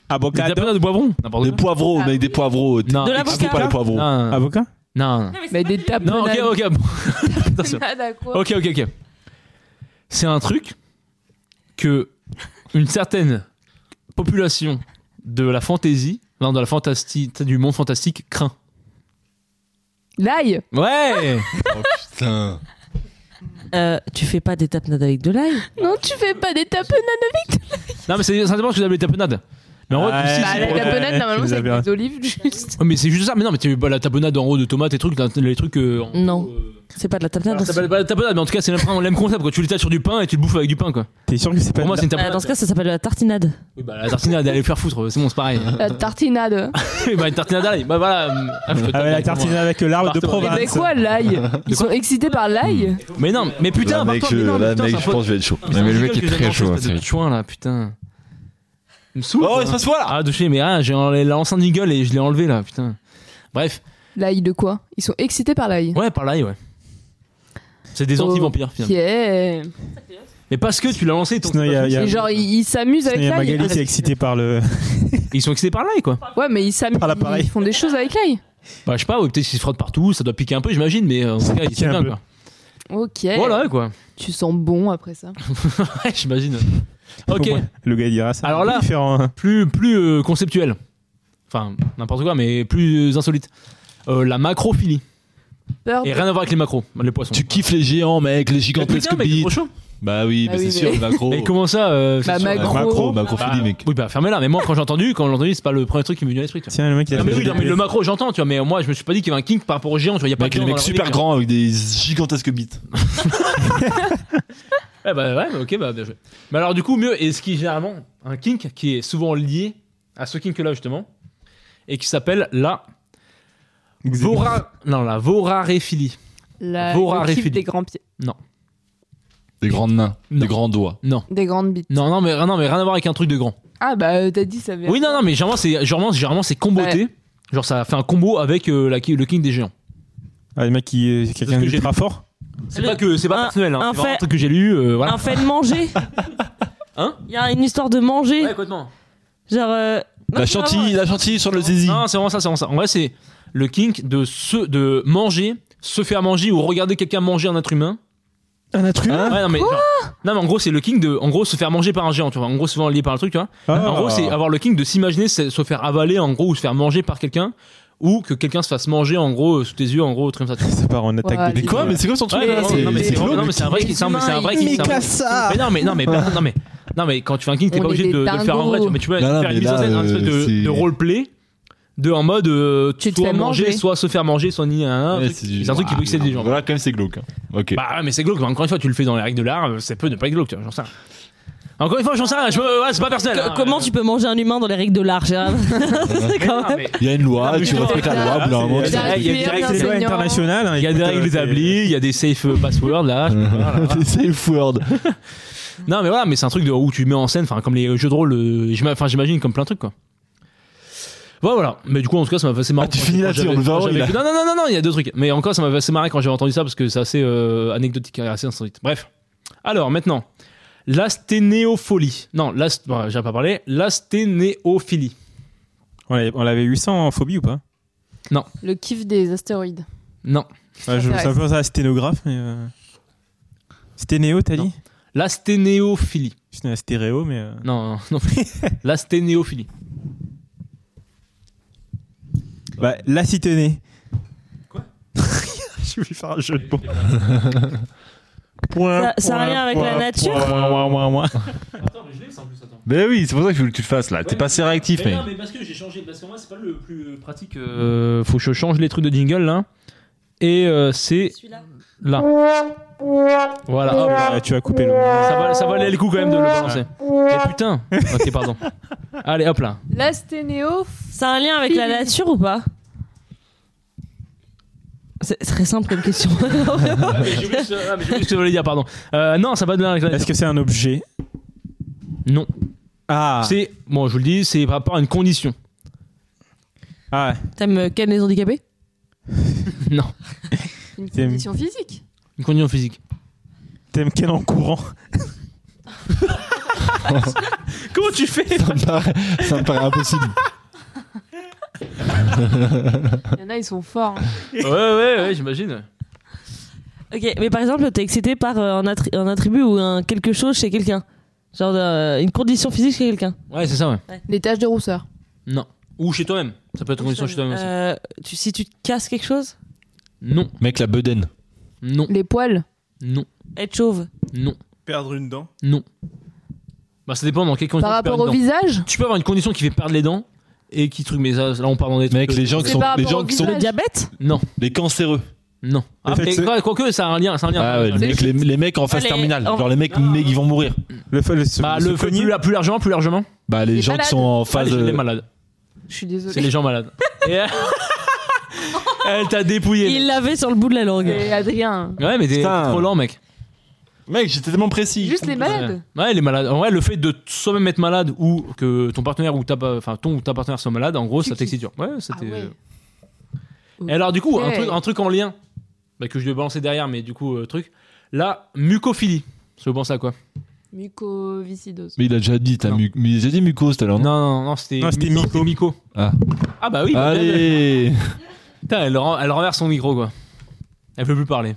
[SPEAKER 8] Avocat.
[SPEAKER 2] tapenades de poivrons. N'importe
[SPEAKER 5] Des
[SPEAKER 2] quoi.
[SPEAKER 5] poivrons, mec, des poivrons.
[SPEAKER 2] Non.
[SPEAKER 6] De
[SPEAKER 5] Existe
[SPEAKER 6] l'avocat.
[SPEAKER 5] pas les poivrons.
[SPEAKER 2] Non, non,
[SPEAKER 8] Avocat
[SPEAKER 4] Ah,
[SPEAKER 2] non, non.
[SPEAKER 3] Mais des tapes.
[SPEAKER 2] Non, ok, ok. bon. <laughs> Attention.
[SPEAKER 3] D'accord.
[SPEAKER 2] Ok, ok, ok. C'est un truc que une certaine population de la fantaisie, non, de la fantastique, du monde fantastique craint.
[SPEAKER 3] L'ail.
[SPEAKER 2] Ouais
[SPEAKER 5] Oh putain.
[SPEAKER 6] Euh, tu fais pas des tapenades avec de l'ail
[SPEAKER 3] Non, tu fais pas des tapenades.
[SPEAKER 2] Non, mais c'est ça dépend ce que vous appelez tapenade. Mais en gros,
[SPEAKER 4] Ouais.
[SPEAKER 2] si,
[SPEAKER 4] Bah,
[SPEAKER 2] si,
[SPEAKER 3] Bah, la
[SPEAKER 2] c'est-
[SPEAKER 4] ouais,
[SPEAKER 3] tapenade,
[SPEAKER 4] tu
[SPEAKER 3] normalement,
[SPEAKER 4] nous
[SPEAKER 3] c'est
[SPEAKER 4] avais
[SPEAKER 3] avec des olives juste.
[SPEAKER 2] Ouais, mais c'est juste ça. Mais non, mais t'as eu bah, la tapenade en gros de tomates et trucs, les trucs. euh, en-
[SPEAKER 6] Non.
[SPEAKER 2] euh,
[SPEAKER 6] C'est pas de la tapenade.
[SPEAKER 2] alors, ça s'appelle pas la tapenade, mais en tout cas, c'est le même concept. Quoi. Tu l'étales sur du pain et tu le bouffes avec du pain, quoi.
[SPEAKER 8] T'es sûr que c'est pas.
[SPEAKER 2] Pour moi,
[SPEAKER 8] de
[SPEAKER 2] c'est une
[SPEAKER 6] Ah,
[SPEAKER 2] tapenade.
[SPEAKER 6] dans ce cas, ça s'appelle de la tartinade.
[SPEAKER 2] Oui, bah, la tartinade, allez le faire foutre, c'est bon, c'est pareil. <laughs>
[SPEAKER 3] La tartinade.
[SPEAKER 2] Oui, bah, une tartinade, allez, bah voilà. Ah, je te
[SPEAKER 8] la- Ah ouais, la
[SPEAKER 2] tape,
[SPEAKER 8] tartine avec l'arbre de
[SPEAKER 2] Partout.
[SPEAKER 3] Et
[SPEAKER 8] province.
[SPEAKER 3] ben quoi, l'ail Ils sont excités par l'ail
[SPEAKER 2] Mais non, mais putain,
[SPEAKER 5] Là,
[SPEAKER 2] par
[SPEAKER 5] mec,
[SPEAKER 2] contre,
[SPEAKER 5] je,
[SPEAKER 2] mais non, mais
[SPEAKER 5] là,
[SPEAKER 2] putain,
[SPEAKER 5] mec,
[SPEAKER 2] c'est un
[SPEAKER 5] je
[SPEAKER 2] pote-
[SPEAKER 5] pense que je vais être chaud.
[SPEAKER 2] c'est
[SPEAKER 9] Non, mais
[SPEAKER 2] un
[SPEAKER 9] le mec
[SPEAKER 2] gueule
[SPEAKER 9] est
[SPEAKER 2] que
[SPEAKER 9] très
[SPEAKER 2] j'attends,
[SPEAKER 9] chaud,
[SPEAKER 2] espèce
[SPEAKER 9] hein,
[SPEAKER 2] de
[SPEAKER 9] c'est-
[SPEAKER 2] chouin, là, putain. Il me saoule.
[SPEAKER 5] Oh,
[SPEAKER 2] quoi.
[SPEAKER 5] il se passe quoi là
[SPEAKER 2] Ah, de chez, mais rien, j'ai enlevé l'enceinte du gueule et je l'ai enlevé, là, putain. Bref,
[SPEAKER 3] L'ail de quoi Ils sont excités par l'ail.
[SPEAKER 2] ouais, par là, ouais. C'est des
[SPEAKER 3] Oh.
[SPEAKER 2] anti-vampires, finalement.
[SPEAKER 3] Yeah.
[SPEAKER 2] Mais parce que tu l'as lancé, ton-
[SPEAKER 8] Sinon, il y a- il y a-
[SPEAKER 3] Et genre, ils ils s'amusent avec
[SPEAKER 8] Il y a
[SPEAKER 3] l'ail.
[SPEAKER 8] Magali qui est excitée par le. <laughs>
[SPEAKER 2] ils sont excités par là, quoi.
[SPEAKER 3] Ouais, mais ils s'amusent.
[SPEAKER 8] Par l'appareil.
[SPEAKER 3] Ils font des choses avec l'ail.
[SPEAKER 2] Bah, je sais pas, ouais, peut-être qu'ils se frottent partout, ça doit piquer un peu, j'imagine, mais euh, en tout cas, ils
[SPEAKER 8] piquer
[SPEAKER 2] sont
[SPEAKER 8] un
[SPEAKER 2] bien,
[SPEAKER 8] peu.
[SPEAKER 2] quoi.
[SPEAKER 3] Ok.
[SPEAKER 2] Voilà, quoi. <laughs>
[SPEAKER 3] Tu sens bon après ça.
[SPEAKER 2] Ouais, j'imagine. Ok,
[SPEAKER 8] Le gars il dira ça.
[SPEAKER 2] Alors là-
[SPEAKER 8] Différent. hein.
[SPEAKER 2] plus, plus euh, conceptuel. Enfin, n'importe quoi, mais plus insolite. Euh, la macrophilie.
[SPEAKER 3] Peur
[SPEAKER 2] Et
[SPEAKER 3] de-
[SPEAKER 2] rien à voir avec les macros, les poissons.
[SPEAKER 5] Tu kiffes les géants, mec, les
[SPEAKER 2] Mais putain,
[SPEAKER 5] gigantesques
[SPEAKER 2] mec, c'est
[SPEAKER 5] bites.
[SPEAKER 2] trop chaud.
[SPEAKER 5] Bah oui,
[SPEAKER 3] Ah
[SPEAKER 5] mais
[SPEAKER 3] oui,
[SPEAKER 5] c'est sûr,
[SPEAKER 3] mais-
[SPEAKER 5] les macros.
[SPEAKER 2] Mais comment ça euh, c'est
[SPEAKER 3] Bah,
[SPEAKER 2] sûr,
[SPEAKER 3] ma-
[SPEAKER 2] ouais.
[SPEAKER 3] Macro.
[SPEAKER 5] Macro, macrophilie,
[SPEAKER 2] Bah,
[SPEAKER 5] mec.
[SPEAKER 2] Oui, bah fermez-la. Mais moi, quand j'ai entendu, quand j'ai entendu, c'est pas le premier truc qui m'est venu à l'esprit. tu vois.
[SPEAKER 8] Tiens, le mec il a
[SPEAKER 2] Non, mais oui,
[SPEAKER 8] fait
[SPEAKER 2] non, mais le macro, j'entends, tu vois. Mais moi, je me suis pas dit qu'il y avait un kink par rapport aux géants. Tu vois, y a pas
[SPEAKER 5] Mec,
[SPEAKER 2] de géants
[SPEAKER 5] les mecs
[SPEAKER 2] dans la
[SPEAKER 5] super
[SPEAKER 2] vie,
[SPEAKER 5] grands avec des gigantesques bites.
[SPEAKER 2] Ouais, bah ouais, bah, ok, bah bien joué. Mais alors, du coup, mieux, et ce qui est généralement un kink qui est souvent lié à ce kink-là, justement, et qui s'appelle la. Vora... Non, la voraréphilie.
[SPEAKER 3] La
[SPEAKER 2] Vorare
[SPEAKER 3] le kiff
[SPEAKER 2] Philippe.
[SPEAKER 3] des grands pieds,
[SPEAKER 5] Des grandes mains,
[SPEAKER 2] Non.
[SPEAKER 5] des grands doigts.
[SPEAKER 2] Non.
[SPEAKER 3] des grandes bites.
[SPEAKER 2] Non, non, mais, non, mais rien à voir avec un truc de grand.
[SPEAKER 3] Ah bah euh, t'as dit ça. avait-
[SPEAKER 2] Oui, non, non, mais généralement, c'est généralement, c'est- généralement, c'est comboté. Genre, ça fait un combo avec euh, la, le king des géants.
[SPEAKER 8] Ah, le mec qui est quelqu'un
[SPEAKER 2] que j'ai
[SPEAKER 8] d'ultra fort.
[SPEAKER 2] C'est
[SPEAKER 6] Le-
[SPEAKER 2] pas que c'est pas
[SPEAKER 6] un-
[SPEAKER 2] personnel, hein,
[SPEAKER 6] un
[SPEAKER 2] c'est vraiment
[SPEAKER 6] fait-
[SPEAKER 2] un truc que j'ai lu. euh, voilà.
[SPEAKER 6] Un fait de manger.
[SPEAKER 2] <laughs> Hein
[SPEAKER 6] Il y a une histoire de manger.
[SPEAKER 2] Ouais, complètement.
[SPEAKER 6] Genre. euh, non,
[SPEAKER 5] La
[SPEAKER 6] c'est vraiment-
[SPEAKER 5] chantilly, la chantilly sur le zizi.
[SPEAKER 2] Non, c'est vraiment ça, c'est vraiment ça. En vrai, c'est le kink de se, de manger, se faire manger ou regarder quelqu'un manger un être humain.
[SPEAKER 8] Un intrus
[SPEAKER 2] ouais, non, mais, genre- non, mais en gros, c'est le kink de, en gros, se faire manger par un géant, tu vois. En gros, souvent lié par le truc, tu vois.
[SPEAKER 4] Ah.
[SPEAKER 8] Ah,
[SPEAKER 2] En gros, c'est avoir le kink de s'imaginer se se faire avaler, en gros, ou se faire manger par quelqu'un, ou que quelqu'un se fasse manger, en gros, euh, sous tes yeux, en gros, truc comme ça. tu vois.
[SPEAKER 8] Ça part en attaque
[SPEAKER 3] Ouais,
[SPEAKER 8] de
[SPEAKER 5] Mais
[SPEAKER 3] les-
[SPEAKER 5] quoi Mais c'est quoi son truc
[SPEAKER 2] Ouais,
[SPEAKER 5] là
[SPEAKER 2] non,
[SPEAKER 5] C'est-
[SPEAKER 2] non, mais c'est
[SPEAKER 5] c'est glauque.
[SPEAKER 2] vraiment- non, mais c'est un vrai kink. Non, mais c'est un vrai kink. c'est un vrai- Mais non, mais non, mais personne- non mais non mais quand tu fais un kink, t'es
[SPEAKER 3] Ah. On
[SPEAKER 2] pas
[SPEAKER 3] est
[SPEAKER 2] obligé
[SPEAKER 3] des
[SPEAKER 2] de, de le faire en vrai. tu vois. Mais tu peux
[SPEAKER 5] Non, non,
[SPEAKER 2] faire
[SPEAKER 5] mais
[SPEAKER 2] une mise en
[SPEAKER 5] là,
[SPEAKER 2] scène, un espèce
[SPEAKER 5] euh,
[SPEAKER 2] de,
[SPEAKER 5] c'est-
[SPEAKER 2] de roleplay, de en mode euh,
[SPEAKER 3] Tu te
[SPEAKER 2] soit
[SPEAKER 3] fais manger.
[SPEAKER 2] soit se faire manger, soit ni un- un.
[SPEAKER 5] Ouais,
[SPEAKER 2] truc.
[SPEAKER 5] C'est du- Ah,
[SPEAKER 2] C'est un truc qui peut exciter des gens.
[SPEAKER 5] Voilà, quand même, c'est glauque. hein. Ok.
[SPEAKER 2] Bah ouais, mais c'est glauque. Encore une fois, tu le fais dans les règles de l'art, euh, ça peut ne pas être glauque. tu vois, J'en sais. rien. Encore une fois, j'en sais rien. je me- ouais, c'est pas personnel.
[SPEAKER 6] Que-
[SPEAKER 2] hein.
[SPEAKER 6] comment tu peux manger un humain dans les règles de
[SPEAKER 2] <laughs>
[SPEAKER 6] l'art, Gérard C'est
[SPEAKER 2] Mais non,
[SPEAKER 6] quand même.
[SPEAKER 2] mais
[SPEAKER 5] Il y a une loi,
[SPEAKER 2] mais
[SPEAKER 5] tu
[SPEAKER 2] je-
[SPEAKER 5] respectes la loi, au bout d'un moment,
[SPEAKER 8] c'est-
[SPEAKER 2] il y
[SPEAKER 5] tu-
[SPEAKER 2] a- il y a-
[SPEAKER 8] C'est loi
[SPEAKER 3] Enseignant.
[SPEAKER 8] internationale. hein,
[SPEAKER 2] Il y a des
[SPEAKER 8] écoute, euh,
[SPEAKER 2] règles
[SPEAKER 8] c'est-
[SPEAKER 2] établies, il y a des safe euh, passwords là. je sais pas, voilà,
[SPEAKER 5] <laughs>
[SPEAKER 2] voilà.
[SPEAKER 5] C'est safe word.
[SPEAKER 2] Non mais voilà, mais c'est un truc de, où tu mets en scène, enfin comme les jeux de rôle, euh, j'ima- enfin j'imagine comme plein de trucs quoi. Voilà, voilà. Mais du coup, en tout cas, ça m'a fait assez marrant.
[SPEAKER 5] Ah, tu
[SPEAKER 2] quand-
[SPEAKER 5] finis
[SPEAKER 2] quand
[SPEAKER 5] là-dessus,
[SPEAKER 2] j'avais-
[SPEAKER 5] on le verra,
[SPEAKER 2] quand j'avais-
[SPEAKER 5] il a-
[SPEAKER 2] Non, non, non, non, non, il y a deux trucs. Mais encore, ça m'a fait assez marré quand j'ai entendu ça parce que c'est assez euh, anecdotique et assez insolite. Bref. Alors, maintenant, l'asténéophilie. Non, l'ast... bon, j'ai pas parlé. L'asténéophilie.
[SPEAKER 8] On l'avait- on l'avait 800 en phobie ou pas
[SPEAKER 3] Le kiff des astéroïdes.
[SPEAKER 2] Non.
[SPEAKER 8] Ouais, Ah, Je me
[SPEAKER 3] m'intéresse.
[SPEAKER 8] souviens pas à sténographe, mais. euh, Sténéo, t'as dit
[SPEAKER 2] Non. L'asténéophilie.
[SPEAKER 8] Je suis un stéréo, mais. euh,
[SPEAKER 2] Non, non, non. <laughs> l'asténéophilie.
[SPEAKER 8] Bah, la citonnée. Quoi <laughs> Je vais faire un jeu de mots. Point,
[SPEAKER 6] Ça- ça
[SPEAKER 8] point,
[SPEAKER 6] a rien avec la
[SPEAKER 8] point,
[SPEAKER 6] nature
[SPEAKER 8] point, point, point, point.
[SPEAKER 5] Mais oui, c'est pour ça qu'il faut que tu le fasses là. T'es pas assez réactif, mec.
[SPEAKER 2] mais parce que j'ai changé. Parce que moi, c'est pas le plus pratique. euh. faut que je change les trucs de jingle là. Et hein. euh, c'est
[SPEAKER 6] Celui-là.
[SPEAKER 2] là. Voilà. hop.
[SPEAKER 4] Ah, tu as coupé le.
[SPEAKER 2] ça, valait, ça valait le coup quand même de le balancer. Mais putain Ok, pardon. Allez, hop là.
[SPEAKER 3] L'asténéo.
[SPEAKER 6] Ça a un lien avec la nature ou pas C'est c'est très simple
[SPEAKER 2] <laughs>
[SPEAKER 6] comme question.
[SPEAKER 2] Ah, mais j'ai oublié ce ah, mais <laughs> j'ai oublié ce que je voulais dire, pardon. Euh, non, ça va de lien avec la
[SPEAKER 4] Est-ce que c'est un objet
[SPEAKER 2] Non.
[SPEAKER 4] Ah.
[SPEAKER 2] C'est, bon, je vous le dis, c'est par rapport à une condition.
[SPEAKER 4] Ah.
[SPEAKER 6] T'aimes euh, Ken les handicapés
[SPEAKER 2] Non.
[SPEAKER 3] Une
[SPEAKER 4] T'aimes-
[SPEAKER 3] condition physique.
[SPEAKER 2] Une condition physique.
[SPEAKER 4] T'aimes quel en courant
[SPEAKER 2] Comment tu fais
[SPEAKER 5] Ça me paraît, ça me paraît impossible.
[SPEAKER 3] Il y en a, ils sont forts.
[SPEAKER 2] <laughs>
[SPEAKER 3] hein.
[SPEAKER 2] Ouais, ouais, ouais, j'imagine.
[SPEAKER 6] Ok, mais par exemple, t'es excité par euh, un, attri- un attribut ou un quelque chose chez quelqu'un Genre euh, une condition physique chez quelqu'un
[SPEAKER 2] Ouais, c'est ça, ouais.
[SPEAKER 3] Les taches de rousseur.
[SPEAKER 2] Non. Ou chez toi-même. Ça peut être une condition chez toi-même aussi.
[SPEAKER 6] Euh, tu, Si tu te casses quelque chose
[SPEAKER 2] Non,
[SPEAKER 5] Mec, la bedaine.
[SPEAKER 2] non,
[SPEAKER 3] Les poils.
[SPEAKER 2] non,
[SPEAKER 6] Être chauve
[SPEAKER 2] non,
[SPEAKER 10] Perdre une dent.
[SPEAKER 2] non. Bah, ça dépend dans quelle condition
[SPEAKER 3] Par
[SPEAKER 2] tu perds
[SPEAKER 3] rapport
[SPEAKER 2] une
[SPEAKER 3] au
[SPEAKER 2] dent.
[SPEAKER 3] visage.
[SPEAKER 2] Tu peux avoir une condition qui fait perdre les dents et qui truc, mais ça, là on part dans des trucs.
[SPEAKER 5] Mec, les gens qui
[SPEAKER 3] C'est
[SPEAKER 5] sont,
[SPEAKER 3] par
[SPEAKER 5] les
[SPEAKER 3] rapport au
[SPEAKER 5] gens qui
[SPEAKER 2] Ah,
[SPEAKER 5] sont,
[SPEAKER 6] Le
[SPEAKER 3] visage.
[SPEAKER 6] diabète
[SPEAKER 2] Non,
[SPEAKER 5] les cancéreux.
[SPEAKER 2] non.
[SPEAKER 4] Le
[SPEAKER 2] Ah,
[SPEAKER 4] fait que
[SPEAKER 2] mais
[SPEAKER 4] c'est-
[SPEAKER 2] quoi- quoique, ça a un lien. Ça a un lien.
[SPEAKER 5] Ah ouais, les, mecs- les- les mecs en phase
[SPEAKER 6] les-
[SPEAKER 5] terminale.
[SPEAKER 6] en-
[SPEAKER 5] Genre les mecs, mais ils vont mourir.
[SPEAKER 4] Le, fa- le, ce-
[SPEAKER 2] Bah,
[SPEAKER 4] ce
[SPEAKER 2] le
[SPEAKER 4] poignet
[SPEAKER 2] plus, plus largement, plus largement.
[SPEAKER 5] Bah, les
[SPEAKER 3] Les
[SPEAKER 5] gens
[SPEAKER 3] malades.
[SPEAKER 5] qui sont en
[SPEAKER 2] Ah,
[SPEAKER 5] phase.
[SPEAKER 2] les- les
[SPEAKER 5] euh,
[SPEAKER 2] malades.
[SPEAKER 3] Je suis
[SPEAKER 2] C'est
[SPEAKER 3] désolée. <laughs>
[SPEAKER 2] les gens
[SPEAKER 5] <laughs>
[SPEAKER 2] malades. Et- <laughs> Elle t'a dépouillé.
[SPEAKER 6] Il l'avait sur le bout de la langue.
[SPEAKER 3] Et Adrien.
[SPEAKER 2] Ouais, mais t'es
[SPEAKER 5] Putain.
[SPEAKER 2] trop lent, mec.
[SPEAKER 5] Mec, j'étais tellement précis.
[SPEAKER 3] Juste les malades.
[SPEAKER 2] Ouais, les malades. En vrai, le fait de t- soi-même être malade ou que ton partenaire ou ta, pa- enfin, ton ou ta partenaire soit malade, en gros,
[SPEAKER 3] Tu
[SPEAKER 2] ça
[SPEAKER 3] kiffes.
[SPEAKER 2] t'excite. dur. Ouais, ça
[SPEAKER 3] Ah
[SPEAKER 2] t'est-
[SPEAKER 3] ouais.
[SPEAKER 2] Et alors, du coup, un,
[SPEAKER 3] Ok.
[SPEAKER 2] truc, un truc en lien, bah, que je vais balancer derrière, mais du coup, euh, truc. La mucophilie. Ça vous pense à quoi
[SPEAKER 3] Mucoviscidose.
[SPEAKER 5] Mais il a déjà dit, t'as
[SPEAKER 2] Non.
[SPEAKER 5] mu- mais il a déjà dit mucose tout à l'heure,
[SPEAKER 2] Non,
[SPEAKER 5] non
[SPEAKER 2] non, non, c'était
[SPEAKER 4] Non, c'était Miko.
[SPEAKER 2] Miko.
[SPEAKER 5] Ah.
[SPEAKER 2] Ah bah oui. bah, elle-
[SPEAKER 5] Allez
[SPEAKER 2] Putain, elle, ren- elle renverse son micro, quoi. Elle peut plus parler.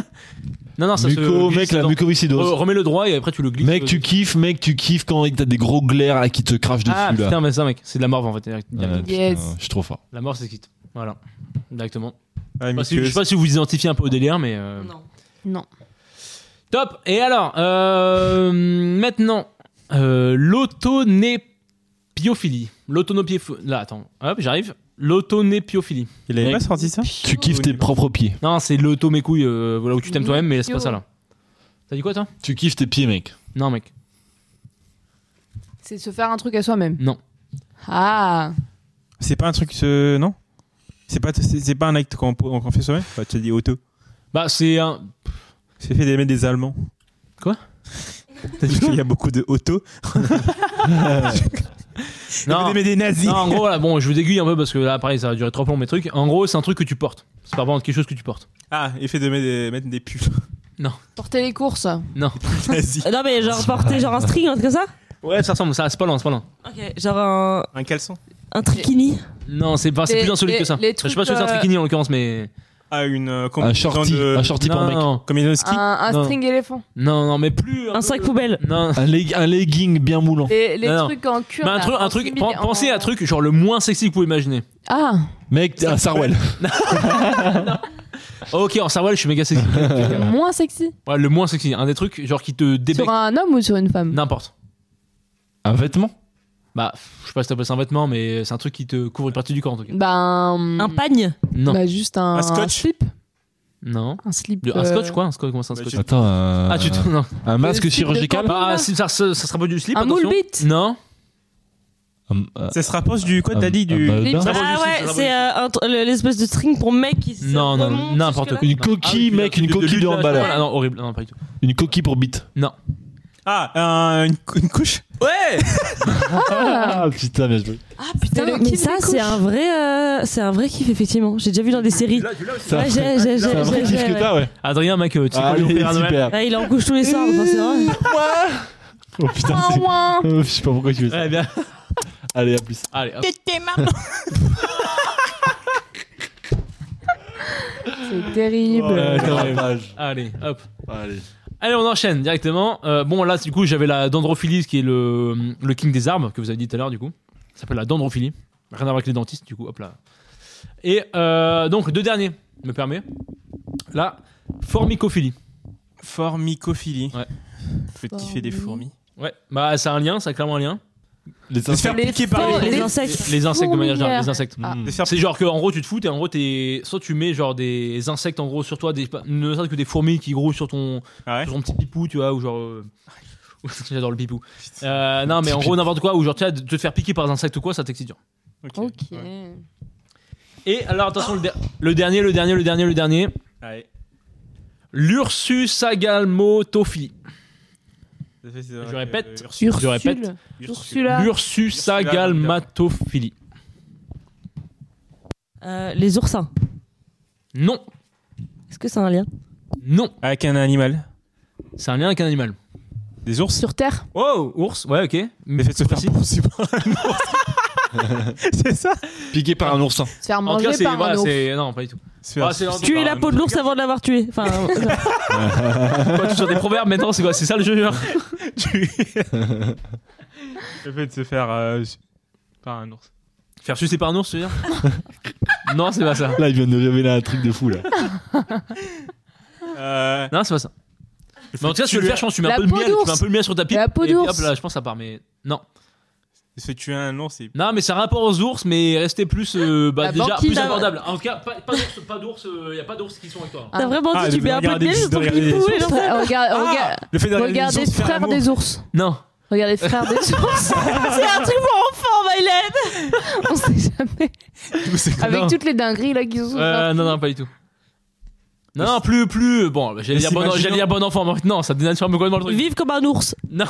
[SPEAKER 2] <laughs> non, non, ça
[SPEAKER 5] Muco,
[SPEAKER 2] se.
[SPEAKER 5] mec, la
[SPEAKER 2] dans-
[SPEAKER 5] mucoviscidose.
[SPEAKER 2] Re- remets le droit et après tu le glisses.
[SPEAKER 5] Mec, tu kiffes, mec, tu kiffes quand t'as des gros glaires là, qui te crachent dessus
[SPEAKER 2] Ah
[SPEAKER 5] là.
[SPEAKER 2] putain, mais ça, mec, c'est de la morve en fait.
[SPEAKER 5] Ouais, putain,
[SPEAKER 3] Yes.
[SPEAKER 5] je suis trop fort.
[SPEAKER 2] La morve, c'est quitte. Voilà. Directement.
[SPEAKER 4] Ah,
[SPEAKER 2] Je sais pas si-
[SPEAKER 4] Mickey,
[SPEAKER 2] je sais pas si vous vous identifiez un peu au délire, mais. euh,
[SPEAKER 6] Non.
[SPEAKER 3] Non.
[SPEAKER 2] Top Et alors, euh, maintenant, euh, l'autonépiophilie. L'autonopiophilie. Là, attends, hop, j'arrive. L'autonépiophilie.
[SPEAKER 4] Il avait
[SPEAKER 2] Mec.
[SPEAKER 4] pas sorti ça
[SPEAKER 5] Tu kiffes tes propres pieds.
[SPEAKER 2] Non, c'est l'auto mes couilles, euh, voilà, où tu t'aimes toi-même, mais laisse pas ça là. T'as dit quoi toi
[SPEAKER 5] Tu kiffes tes pieds, mec.
[SPEAKER 2] Non, mec.
[SPEAKER 3] C'est se faire un truc à soi-même.
[SPEAKER 2] Non.
[SPEAKER 3] Ah.
[SPEAKER 4] C'est pas un truc. ce- Non C'est pas, c'est c'est pas un acte qu'on qu'on fait soi-même Bah, Tu as dit auto.
[SPEAKER 2] Bah, c'est un.
[SPEAKER 4] C'est fait des mecs des <laughs> Allemands.
[SPEAKER 2] Quoi
[SPEAKER 4] T'as dit qu'il y a beaucoup de <laughs> auto. <laughs>
[SPEAKER 2] Non.
[SPEAKER 4] Des mecs des nazis.
[SPEAKER 2] Non, en gros, là, bon, je vous aiguille un peu parce que là, pareil, ça va durer trop long mes trucs. En gros, c'est un truc que tu portes. C'est par rapport à quelque chose que tu portes.
[SPEAKER 4] Ah, effet de mettre des, mettre des pulls <laughs>
[SPEAKER 3] Porter les courses.
[SPEAKER 2] Non.
[SPEAKER 4] nazis.
[SPEAKER 6] Euh, Non, mais genre porter genre un string, un truc comme ça
[SPEAKER 2] Ouais, ça ressemble, ça, c'est pas loin, c'est pas loin.
[SPEAKER 6] Ok, genre un,
[SPEAKER 4] Un caleçon
[SPEAKER 6] un trikini.
[SPEAKER 2] Non, c'est pas, c'est
[SPEAKER 3] Les-
[SPEAKER 2] plus insolite
[SPEAKER 3] les-
[SPEAKER 2] que ça.
[SPEAKER 3] les
[SPEAKER 2] je sais pas si
[SPEAKER 3] trucs,
[SPEAKER 2] c'est un
[SPEAKER 3] euh,
[SPEAKER 2] trikini en l'occurrence, mais.
[SPEAKER 4] Ah, une euh,
[SPEAKER 5] Un
[SPEAKER 4] combinaison
[SPEAKER 5] shorty,
[SPEAKER 4] de-
[SPEAKER 5] un shorty pour
[SPEAKER 2] non,
[SPEAKER 5] mec.
[SPEAKER 2] non,
[SPEAKER 4] Combinaison de ski.
[SPEAKER 3] Un, un
[SPEAKER 2] Non.
[SPEAKER 3] string éléphant.
[SPEAKER 2] non, non, mais plus.
[SPEAKER 6] Un
[SPEAKER 2] peu-
[SPEAKER 6] sac poubelle.
[SPEAKER 2] Non.
[SPEAKER 5] Un, leg- un legging bien moulant.
[SPEAKER 3] Les, les
[SPEAKER 2] Non, non.
[SPEAKER 3] trucs en cuir.
[SPEAKER 2] Mais un
[SPEAKER 3] là,
[SPEAKER 2] truc,
[SPEAKER 3] en
[SPEAKER 2] un truc,
[SPEAKER 3] simili-
[SPEAKER 2] pen- pensez
[SPEAKER 3] en-
[SPEAKER 2] à un truc genre le moins sexy que vous pouvez imaginer.
[SPEAKER 3] Ah.
[SPEAKER 5] Mec, t'es un sarouel.
[SPEAKER 2] Ok, en sarouel, je suis méga sexy. ouais,
[SPEAKER 3] Moins sexy.
[SPEAKER 2] le moins sexy, un Euh, des trucs genre qui te débecte.
[SPEAKER 3] Sur un homme ou sur une femme
[SPEAKER 2] N'importe.
[SPEAKER 5] Un vêtement
[SPEAKER 2] Bah, je sais pas si t'appelles ça un vêtement, mais c'est un truc qui te couvre une partie du corps en tout cas.
[SPEAKER 3] Ben.
[SPEAKER 6] Un pagne.
[SPEAKER 2] Non.
[SPEAKER 3] Bah, juste un,
[SPEAKER 4] Un scotch.
[SPEAKER 3] un slip.
[SPEAKER 2] Non.
[SPEAKER 3] Un slip.
[SPEAKER 2] Le- un scotch
[SPEAKER 3] euh,
[SPEAKER 2] quoi Un scotch Comment ça un
[SPEAKER 4] Bah,
[SPEAKER 2] scotch
[SPEAKER 4] tu-
[SPEAKER 5] Attends, un,
[SPEAKER 2] Ah, tu te. Non.
[SPEAKER 5] un masque
[SPEAKER 3] Le slip de
[SPEAKER 5] chirurgical
[SPEAKER 3] campagne.
[SPEAKER 2] Ah, si, ça, ça, ça sera pas du slip.
[SPEAKER 3] Un
[SPEAKER 2] attention. Mm.
[SPEAKER 3] moule bite.
[SPEAKER 2] Non.
[SPEAKER 5] Un- un-
[SPEAKER 4] Ça se rapproche du. Quoi,
[SPEAKER 5] un-
[SPEAKER 4] t'as dit du.
[SPEAKER 5] Hum, euh, un
[SPEAKER 6] Les-
[SPEAKER 2] Ça,
[SPEAKER 5] baudin
[SPEAKER 6] ah
[SPEAKER 2] c'est
[SPEAKER 6] ouais,
[SPEAKER 2] juste-
[SPEAKER 6] c'est euh, un tr- le- l'espèce de string pour mec qui se
[SPEAKER 2] Non, non,
[SPEAKER 6] remonte
[SPEAKER 2] n'importe
[SPEAKER 6] jusque-là.
[SPEAKER 2] quoi.
[SPEAKER 5] Une coquille,
[SPEAKER 2] Ah oui,
[SPEAKER 5] mec, une
[SPEAKER 2] de- de-
[SPEAKER 5] coquille de
[SPEAKER 2] lutte,
[SPEAKER 5] handballeur.
[SPEAKER 2] Ah, Non, horrible. Non, pas du tout.
[SPEAKER 5] Une coquille pour bite.
[SPEAKER 4] Ah, un- une, cou- une couche
[SPEAKER 2] Ouais
[SPEAKER 5] Ah, putain, bien joué.
[SPEAKER 6] Ah putain,
[SPEAKER 3] C'est le
[SPEAKER 6] mais
[SPEAKER 3] kiff
[SPEAKER 6] ça
[SPEAKER 3] des
[SPEAKER 6] c'est un vrai, euh, c'est un vrai kiff effectivement. J'ai déjà vu dans des séries.
[SPEAKER 5] C'est un
[SPEAKER 6] Ouais, j'ai, j'ai, j'ai,
[SPEAKER 5] c'est un vrai
[SPEAKER 6] j'ai-
[SPEAKER 5] kiff que
[SPEAKER 6] j'ai-
[SPEAKER 5] t'as, ouais.
[SPEAKER 2] Adrien, mec, euh, tu sais quoi lui
[SPEAKER 5] Allez,
[SPEAKER 2] offrir à Noël
[SPEAKER 5] Ah, super.
[SPEAKER 6] Ouais, il est en couche tous les soirs. enfin, c'est <laughs> vrai.
[SPEAKER 5] Oh putain,
[SPEAKER 3] ouin,
[SPEAKER 5] c'est.
[SPEAKER 3] Ah,
[SPEAKER 5] Oh,
[SPEAKER 3] ouin.
[SPEAKER 5] Je sais pas pourquoi tu fais ça.
[SPEAKER 2] Ouais, bien.
[SPEAKER 5] Allez, à plus.
[SPEAKER 2] Allez, hop.
[SPEAKER 3] C'est terrible.
[SPEAKER 2] Ouais, quand même.
[SPEAKER 5] dommage.
[SPEAKER 2] Allez, hop.
[SPEAKER 5] Allez.
[SPEAKER 2] Allez, on enchaîne directement. Euh, bon, là, du coup, j'avais la dendrophilie, ce qui est le, le king des arbres, que vous avez dit tout à l'heure, du coup. Ça s'appelle la dendrophilie. Rien à voir avec les dentistes, du coup, hop là. Et euh, donc, deux derniers, me permet. La formicophilie.
[SPEAKER 4] Formicophilie.
[SPEAKER 2] Ouais.
[SPEAKER 4] Faut kiffer des fourmis.
[SPEAKER 2] Ouais, bah, ça a un lien, ça a clairement un lien.
[SPEAKER 5] Les
[SPEAKER 4] De se faire
[SPEAKER 6] Les
[SPEAKER 4] piquer par
[SPEAKER 6] faux-
[SPEAKER 4] les
[SPEAKER 6] Oh, les
[SPEAKER 4] fourmis.
[SPEAKER 6] insectes.
[SPEAKER 2] Les insectes de manière générale,
[SPEAKER 6] Fourmilières.
[SPEAKER 2] les insectes.
[SPEAKER 6] Ah.
[SPEAKER 4] De se faire
[SPEAKER 2] C'est genre que en gros tu te fous et en gros t'es soit tu mets genre des insectes en gros sur toi des ne serait-ce que des fourmis qui grouillent sur ton
[SPEAKER 4] Ah ouais
[SPEAKER 2] sur ton petit pipou tu vois ou genre euh, <laughs> j'adore le pipou Euh, non mais en gros n'importe quoi ou genre tu vois, de te faire piquer par des insectes ou quoi ça t'excite dur.
[SPEAKER 3] Ok.
[SPEAKER 2] et alors attention le, der- le dernier le dernier le dernier le dernier
[SPEAKER 4] Allez.
[SPEAKER 2] l'Ursus agalmotophi
[SPEAKER 4] Je
[SPEAKER 2] répète.
[SPEAKER 6] Ursule.
[SPEAKER 2] Je répète.
[SPEAKER 3] Ah.
[SPEAKER 6] Ursula.
[SPEAKER 2] l'Ursus agalmatophilie
[SPEAKER 6] Euh, les oursins.
[SPEAKER 2] non
[SPEAKER 6] Est-ce que c'est un lien
[SPEAKER 2] non
[SPEAKER 4] Avec un animal.
[SPEAKER 2] c'est un lien avec un animal
[SPEAKER 4] Des ours.
[SPEAKER 3] Sur Terre.
[SPEAKER 2] oh ours ouais ok mais
[SPEAKER 4] fait de se faire
[SPEAKER 2] précis.
[SPEAKER 4] pousser par un ours. C'est ça
[SPEAKER 9] Piqué par un
[SPEAKER 5] Hum.
[SPEAKER 9] oursin.
[SPEAKER 3] Se faire
[SPEAKER 2] en tout
[SPEAKER 3] manger
[SPEAKER 2] cas c'est
[SPEAKER 3] par
[SPEAKER 2] voilà,
[SPEAKER 3] un ours.
[SPEAKER 2] c'est- non pas du tout
[SPEAKER 4] C'est
[SPEAKER 2] Ah, c'est
[SPEAKER 4] un-
[SPEAKER 6] Tuer la peau de l'ours avant de l'avoir tué. <laughs> Enfin, euh,
[SPEAKER 2] Quoi, tu sors des proverbes maintenant, c'est quoi C'est ça le jeu genre
[SPEAKER 4] Tu- Le fait de se faire euh, su- par un
[SPEAKER 2] <laughs>
[SPEAKER 4] ours.
[SPEAKER 2] Faire sucer par un ours, tu veux dire <laughs> Non, c'est pas ça.
[SPEAKER 9] Là, il vient de révéler un truc de fou, là.
[SPEAKER 4] Euh,
[SPEAKER 2] Non, c'est pas ça. Mais en tout cas, si tu veux le faire, je pense que tu mets un
[SPEAKER 3] La
[SPEAKER 2] peu de
[SPEAKER 3] peau
[SPEAKER 2] miel, tu
[SPEAKER 3] d'ours.
[SPEAKER 2] mets un peu de miel sur ta pipe.
[SPEAKER 3] La peau
[SPEAKER 2] et puis,
[SPEAKER 3] d'ours.
[SPEAKER 2] Hop là, je pense que ça part, mais. Non.
[SPEAKER 4] Se tuer un ours, et
[SPEAKER 2] Non, mais c'est un rapport aux ours, mais rester plus. euh, bah,
[SPEAKER 3] La
[SPEAKER 2] déjà,
[SPEAKER 3] banquine,
[SPEAKER 2] plus
[SPEAKER 6] là.
[SPEAKER 2] abordable. En tout cas, pas, pas d'ours, pas d'ours, il y a pas d'ours qui sont avec toi.
[SPEAKER 6] T'as vraiment dit,
[SPEAKER 4] Ah,
[SPEAKER 6] tu
[SPEAKER 4] de
[SPEAKER 6] mets un peu de
[SPEAKER 4] regarder
[SPEAKER 6] miel
[SPEAKER 4] des-
[SPEAKER 6] sur ton
[SPEAKER 4] de regarder des
[SPEAKER 6] pipou et
[SPEAKER 4] ours.
[SPEAKER 3] Regarde,
[SPEAKER 6] l'enfant-
[SPEAKER 2] Ah,
[SPEAKER 3] regarde- regarde-
[SPEAKER 4] le fait d'aller
[SPEAKER 3] regardez frères des ours.
[SPEAKER 2] <laughs> Non.
[SPEAKER 3] Regardez frères des ours.
[SPEAKER 6] C'est un truc pour enfants, Mylène
[SPEAKER 3] On sait jamais. Avec
[SPEAKER 2] Non.
[SPEAKER 3] toutes les hein. dingueries là qu'ils ont.
[SPEAKER 2] Euh, non, non, pas du tout. Non, non, plus, plus. Bon, bah, j'allais
[SPEAKER 4] Mais
[SPEAKER 2] dire, bon,
[SPEAKER 4] s'imaginons-
[SPEAKER 2] j'allais dire bon enfant, mais non, ça dénature complètement le truc.
[SPEAKER 6] Vive comme un ours.
[SPEAKER 2] Non,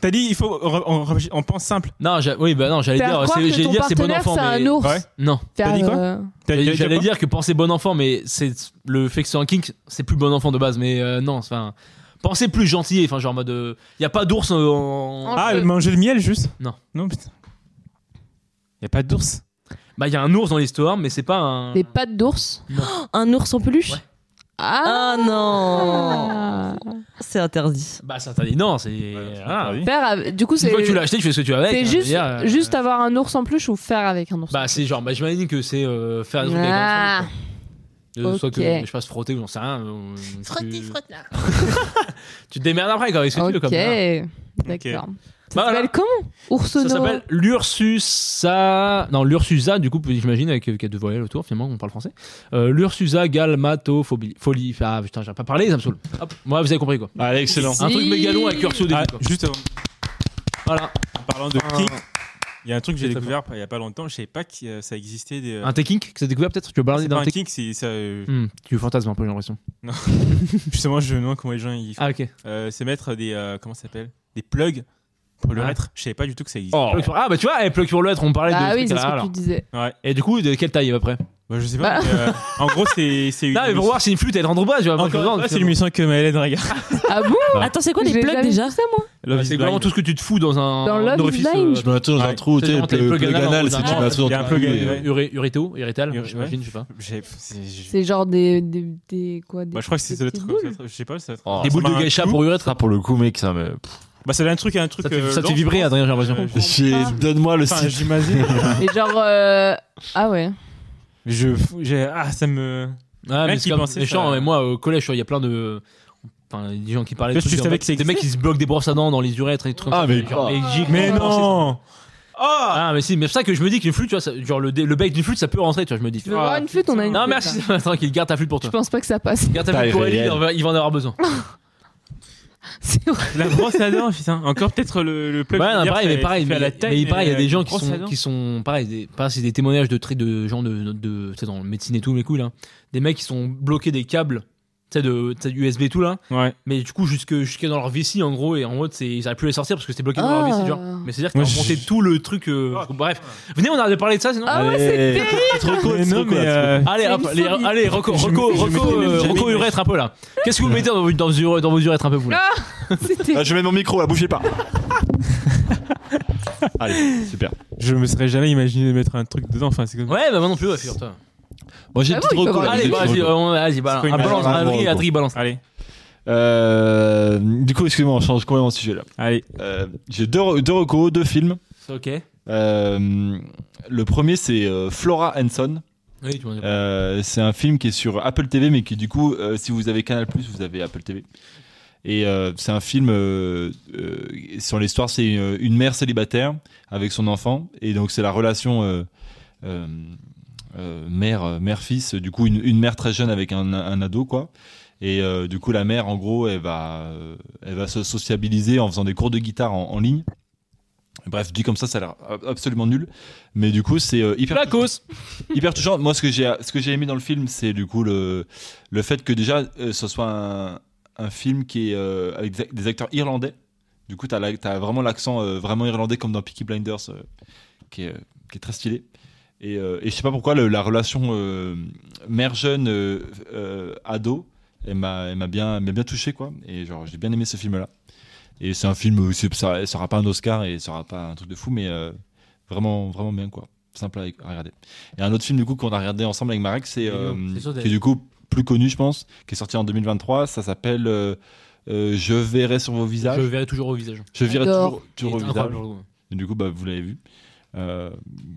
[SPEAKER 4] T'as dit, il faut. On, on- on pense simple.
[SPEAKER 2] non, j'a- oui, bah non, j'allais
[SPEAKER 3] Faire
[SPEAKER 2] dire,
[SPEAKER 3] croire
[SPEAKER 2] c'est-
[SPEAKER 3] que
[SPEAKER 2] j'allais
[SPEAKER 3] ton
[SPEAKER 2] dire c'est bon
[SPEAKER 3] partenaire
[SPEAKER 2] enfant,
[SPEAKER 3] c'est un
[SPEAKER 2] mais.
[SPEAKER 3] ours.
[SPEAKER 4] Ouais.
[SPEAKER 2] Non.
[SPEAKER 3] Faire,
[SPEAKER 4] dit quoi
[SPEAKER 3] euh,
[SPEAKER 4] T'as t'as dit quoi
[SPEAKER 2] J'allais dire que penser bon enfant, mais c'est le fait que c'est un kink, c'est plus bon enfant de base. Mais euh, non, c'est- enfin, pensez plus gentil. Enfin, genre en mode, il y a pas d'ours en.
[SPEAKER 3] En-
[SPEAKER 4] Ah,
[SPEAKER 3] Euh,
[SPEAKER 4] manger le miel juste
[SPEAKER 2] Non.
[SPEAKER 4] Non, putain. Y a pas d'ours.
[SPEAKER 2] Bah, il y a un ours dans l'histoire, mais c'est pas un.
[SPEAKER 3] Des pattes d'ours.
[SPEAKER 6] Un ours en peluche
[SPEAKER 2] Ouais.
[SPEAKER 3] Ah.
[SPEAKER 6] Ah non C'est interdit.
[SPEAKER 2] Bah, ça t'a dit non, c'est. Ah.
[SPEAKER 4] interdit.
[SPEAKER 3] Faire avec- du coup
[SPEAKER 2] Une
[SPEAKER 3] c'est
[SPEAKER 2] fois que tu l'as acheté, tu fais ce que tu veux avec.
[SPEAKER 3] c'est
[SPEAKER 2] hein, je veux
[SPEAKER 3] juste
[SPEAKER 2] dire, euh,
[SPEAKER 3] juste avoir un ours en peluche ou faire avec un ours.
[SPEAKER 2] Bah, c'est genre, bah, j'imagine que c'est euh, faire des trucs avec
[SPEAKER 3] Ah.
[SPEAKER 2] un ours, quoi. Euh, Soit
[SPEAKER 3] Ok.
[SPEAKER 2] que, je sais pas, se frotter ou j'en sais rien. euh, tu...
[SPEAKER 6] frotte là.
[SPEAKER 2] tu te démerdes après, quoi, avec ce que tu veux,
[SPEAKER 3] Ok.
[SPEAKER 2] comme ça. hein.
[SPEAKER 3] D'accord.
[SPEAKER 2] Bah,
[SPEAKER 3] Ça s'appelle comment
[SPEAKER 2] Ça
[SPEAKER 3] Oursono.
[SPEAKER 2] s'appelle l'Ursusa. Non, l'Ursusa, du coup, j'imagine, avec, avec deux voyelles autour, finalement, on parle français. Euh, L'Ursusa galmatophobie. Folie. Ah putain, j'ai pas parlé, ça me saoule. Hop, moi, vous avez compris quoi.
[SPEAKER 5] Ah,
[SPEAKER 9] Allez, excellent.
[SPEAKER 2] Un truc
[SPEAKER 3] Si.
[SPEAKER 2] mégalon avec Ursula au début.
[SPEAKER 4] Ah,
[SPEAKER 2] quoi. Ah.
[SPEAKER 4] juste en
[SPEAKER 2] Voilà.
[SPEAKER 4] en parlant de kink, il y a un truc que j'ai
[SPEAKER 2] C'est très
[SPEAKER 4] découvert il y a pas longtemps, je savais pas que euh, ça existait. Des...
[SPEAKER 2] Un tekink que t'as découvert peut-être Tu veux parler
[SPEAKER 4] c'est pas
[SPEAKER 2] d'un
[SPEAKER 4] un
[SPEAKER 2] tekink
[SPEAKER 4] kink, c'est ça. euh, <laughs>
[SPEAKER 2] Hmm, Tu fantasmes un peu, j'ai l'impression.
[SPEAKER 4] Justement, je me demande comment les gens ils font.
[SPEAKER 2] Ah, ok.
[SPEAKER 4] Euh, c'est mettre des. euh, comment ça s'appelle Des plugs pour le
[SPEAKER 2] Ah.
[SPEAKER 4] reître. Je savais pas du tout que ça existait.
[SPEAKER 2] Oh. Plug for- Ah, bah tu vois, eh, plug for l'autre, on parlait
[SPEAKER 3] Ah
[SPEAKER 2] de.
[SPEAKER 3] oui,
[SPEAKER 2] trucs
[SPEAKER 3] c'est
[SPEAKER 2] là,
[SPEAKER 3] ce que
[SPEAKER 2] alors.
[SPEAKER 3] tu disais.
[SPEAKER 2] Et du coup, de quelle taille à peu près
[SPEAKER 4] Bah, je sais
[SPEAKER 3] Bah.
[SPEAKER 4] pas. mais, euh, en gros, c'est c'est une.
[SPEAKER 2] Non, mais pour
[SPEAKER 4] émission-
[SPEAKER 2] voir si une flûte elle rentre ou pas, tu vois. pas
[SPEAKER 4] Encore
[SPEAKER 2] comme
[SPEAKER 4] une
[SPEAKER 2] ça,
[SPEAKER 4] fois, c'est l'émission que Mélène regarde.
[SPEAKER 3] Ah bon <laughs>
[SPEAKER 6] Attends, c'est quoi
[SPEAKER 3] J'ai
[SPEAKER 6] les plugs
[SPEAKER 3] jamais
[SPEAKER 6] déjà
[SPEAKER 3] vu ça, moi.
[SPEAKER 2] Bah, C'est vraiment tout ce que tu te fous dans un.
[SPEAKER 3] Dans Love is
[SPEAKER 2] orifice,
[SPEAKER 3] Blind.
[SPEAKER 2] euh,
[SPEAKER 9] Je me mets toujours dans
[SPEAKER 4] Ouais.
[SPEAKER 9] un trou, tu
[SPEAKER 2] C'est
[SPEAKER 9] sais,
[SPEAKER 2] genre tes
[SPEAKER 9] le
[SPEAKER 2] plugs
[SPEAKER 9] plug
[SPEAKER 2] anal,
[SPEAKER 9] anal,
[SPEAKER 2] dans
[SPEAKER 9] c'est
[SPEAKER 2] un
[SPEAKER 9] tu
[SPEAKER 2] an,
[SPEAKER 9] mets toujours
[SPEAKER 4] il y a
[SPEAKER 9] dans
[SPEAKER 4] un plug
[SPEAKER 9] trou,
[SPEAKER 4] anal,
[SPEAKER 9] et-
[SPEAKER 4] ouais.
[SPEAKER 2] Uré- Uréto, urétal,
[SPEAKER 4] Uré-
[SPEAKER 2] j'imagine, je sais pas.
[SPEAKER 4] J'ai- c'est- j'ai-
[SPEAKER 3] C'est genre des des, des quoi des
[SPEAKER 4] Bah, je crois que c'est
[SPEAKER 3] des
[SPEAKER 4] ça doit
[SPEAKER 3] petites
[SPEAKER 4] être-
[SPEAKER 3] boules.
[SPEAKER 4] ça doit être- Je sais pas, ça doit être-
[SPEAKER 9] Oh,
[SPEAKER 2] Des
[SPEAKER 4] ça
[SPEAKER 2] boules
[SPEAKER 4] m'a
[SPEAKER 2] de
[SPEAKER 4] un
[SPEAKER 2] gacha
[SPEAKER 4] coup.
[SPEAKER 2] pour urètre.
[SPEAKER 9] Ça, pour le coup, mec, ça me.
[SPEAKER 4] Bah, ça doit être un truc, un truc.
[SPEAKER 2] Ça te fait-
[SPEAKER 4] euh,
[SPEAKER 2] ça te fait
[SPEAKER 4] lent.
[SPEAKER 2] vibrer, Adrien, j'ai l'impression.
[SPEAKER 4] Euh,
[SPEAKER 9] <laughs> J'ai-
[SPEAKER 3] pas.
[SPEAKER 9] Donne-moi le
[SPEAKER 4] Enfin,
[SPEAKER 9] site. <laughs>
[SPEAKER 4] j'imagine.
[SPEAKER 3] Et genre euh, ah ouais.
[SPEAKER 4] Je, j'ai, ah, ça me.
[SPEAKER 2] Ah,
[SPEAKER 4] Mec
[SPEAKER 2] mais c'est
[SPEAKER 4] qui
[SPEAKER 2] comme
[SPEAKER 4] pensait
[SPEAKER 2] les
[SPEAKER 4] ça.
[SPEAKER 2] gens, mais moi au collège, il y a plein de. Enfin, des gens qui parlaient de
[SPEAKER 4] Parce que
[SPEAKER 2] trucs,
[SPEAKER 4] tu savais
[SPEAKER 2] en
[SPEAKER 4] que
[SPEAKER 2] fait,
[SPEAKER 4] ça
[SPEAKER 2] Des mecs qui se bloquent des brosses à dents dans les urètres et des trucs
[SPEAKER 9] Ah,
[SPEAKER 2] comme ça.
[SPEAKER 9] mais-
[SPEAKER 2] Genre,
[SPEAKER 9] oh.
[SPEAKER 2] j'ai-
[SPEAKER 4] Mais non Oh,
[SPEAKER 2] Ah, mais si, mais c'est pour ça que je me dis qu'une flûte, tu vois, ça- genre le, dé- le bec d'une flûte, ça peut rentrer, tu vois, je me dis.
[SPEAKER 3] Tu veux voir une flûte On a une.
[SPEAKER 2] Non,
[SPEAKER 3] flûte,
[SPEAKER 2] merci, <laughs>
[SPEAKER 3] là.
[SPEAKER 2] tranquille, garde ta flûte pour
[SPEAKER 3] Je
[SPEAKER 2] toi.
[SPEAKER 3] pense pas que ça passe. <laughs>
[SPEAKER 2] Garde ta
[SPEAKER 9] Taille
[SPEAKER 2] flûte pour Ellie,
[SPEAKER 9] réelle.
[SPEAKER 2] il va- il va en avoir besoin.
[SPEAKER 3] C'est vrai.
[SPEAKER 4] La brosse à dents, putain. Encore peut-être le, le plug.
[SPEAKER 2] Ouais, Bah, non,
[SPEAKER 4] hier,
[SPEAKER 2] pareil,
[SPEAKER 4] ça-
[SPEAKER 2] mais pareil,
[SPEAKER 4] ça fait à la
[SPEAKER 2] mais,
[SPEAKER 4] taille,
[SPEAKER 2] mais
[SPEAKER 4] mais
[SPEAKER 2] pareil, il y a des
[SPEAKER 4] une
[SPEAKER 2] gens qui
[SPEAKER 4] brosse à
[SPEAKER 2] sont,
[SPEAKER 4] dents.
[SPEAKER 2] qui sont, pareil, des, pareil, c'est des témoignages de traits de gens de, de, de- tu sais, dans le médecine et tout, les couilles, là. Des mecs qui sont bloqués des câbles, tu sais, de, tu sais, USB et tout, là.
[SPEAKER 4] Ouais.
[SPEAKER 2] Mais du coup, jusque, jusque dans leur vessie, en gros, et en mode, c'est, ils n'arrivent plus à les sortir parce que c'était bloqué dans leur
[SPEAKER 3] Ah.
[SPEAKER 2] vessie, genre. Mais c'est-à-dire qu'ils
[SPEAKER 4] Moi,
[SPEAKER 2] ont monté
[SPEAKER 4] je-
[SPEAKER 2] tout le truc. euh, bref, venez, on arrête de parler de ça, sinon.
[SPEAKER 3] Ah ouais, c'est terrible.
[SPEAKER 9] Trop cool,
[SPEAKER 4] Mais non,
[SPEAKER 9] trop cool, trop
[SPEAKER 4] mais.
[SPEAKER 9] cool.
[SPEAKER 4] euh,
[SPEAKER 2] Allez,
[SPEAKER 3] C'est
[SPEAKER 2] hop,
[SPEAKER 3] une
[SPEAKER 2] les,
[SPEAKER 3] folie.
[SPEAKER 2] allez, reco,
[SPEAKER 4] Je
[SPEAKER 2] reco,
[SPEAKER 4] me- je mettais
[SPEAKER 2] reco,
[SPEAKER 4] même
[SPEAKER 2] euh,
[SPEAKER 4] jamais
[SPEAKER 2] reco
[SPEAKER 4] mes-
[SPEAKER 2] urètre un peu là. Qu'est-ce que vous mettez dans, vos- dans, vos ure- dans vos urètres un peu vous là
[SPEAKER 3] C'était.
[SPEAKER 9] Ah, Je mets mon micro, là, bougez
[SPEAKER 4] <laughs>
[SPEAKER 9] pas. Allez, super.
[SPEAKER 4] Je me serais jamais imaginé de mettre un truc dedans. Enfin, c'est comme.
[SPEAKER 2] Ouais, bah moi non plus, ouais, figure-toi.
[SPEAKER 9] Moi, j'ai
[SPEAKER 3] Ah
[SPEAKER 9] une
[SPEAKER 3] oui,
[SPEAKER 9] petite
[SPEAKER 3] il faut
[SPEAKER 9] recours.
[SPEAKER 3] avoir
[SPEAKER 9] là,
[SPEAKER 3] des
[SPEAKER 2] Allez, bah,
[SPEAKER 9] j'ai une petite
[SPEAKER 2] vas-y,
[SPEAKER 9] recours.
[SPEAKER 2] on- vas-y, balance.
[SPEAKER 4] C'est quoi une
[SPEAKER 2] balance,
[SPEAKER 9] balance,
[SPEAKER 2] Adri,
[SPEAKER 9] balance,
[SPEAKER 2] Adri, balance.
[SPEAKER 4] Allez,
[SPEAKER 9] Euh, Du coup, excusez-moi, on change complètement de sujet là.
[SPEAKER 4] allez.
[SPEAKER 9] Euh, J'ai deux, deux recours, deux films.
[SPEAKER 2] Ok.
[SPEAKER 9] Euh, le premier, c'est euh, Flora Hanson.
[SPEAKER 2] Oui, tu m'en dis pas.
[SPEAKER 5] euh,
[SPEAKER 9] Euh, c'est un film qui est sur Apple TV, mais qui, du coup, euh, si vous avez Canal, vous avez Apple TV.
[SPEAKER 5] Et euh, c'est un film euh, euh, sur l'histoire, c'est une, une mère célibataire avec son enfant. Et donc, c'est la relation euh, euh, euh, mère, mère-fils. Du coup, une, une mère très jeune avec un, un ado, quoi. Et euh, du coup, la mère, en gros, elle va, euh, elle va se sociabiliser en faisant des cours de guitare en, en ligne. Bref, dit comme ça, ça a l'air ab- absolument nul. Mais du coup, c'est euh, hyper.
[SPEAKER 2] La cause
[SPEAKER 5] hyper touchant. Moi, ce que j'ai, ce que j'ai aimé dans le film, c'est du coup le, le fait que déjà, euh, ce soit un, un film qui est euh, avec des- des acteurs irlandais. Du coup, t'as, la- t'as vraiment l'accent euh, vraiment irlandais comme dans Peaky Blinders, euh, qui, est, euh, qui est très stylé. Et, euh, et je sais pas pourquoi le- la relation euh, mère jeune euh, euh, ado, elle m'a, elle m'a bien, elle m'a bien touché quoi. Et genre, j'ai bien aimé ce film là. Et c'est un film où c'est- ça, ça aura pas un Oscar et ça aura pas un truc de fou, mais euh, vraiment, vraiment bien quoi. Simple à, à regarder. Et un autre film du coup qu'on a regardé ensemble avec Marek, c'est euh,
[SPEAKER 2] C'est sûr,
[SPEAKER 5] qui est du coup plus connu, je pense, qui est sorti en 2023. Ça s'appelle euh, euh, Je verrai sur vos visages.
[SPEAKER 2] Je verrai toujours au visage.
[SPEAKER 5] Je, verrai
[SPEAKER 3] J'adore.
[SPEAKER 5] toujours, toujours
[SPEAKER 2] Il est
[SPEAKER 5] vos visages.
[SPEAKER 2] incroyable, le logo.
[SPEAKER 5] Et du coup, bah, vous l'avez vu. Euh,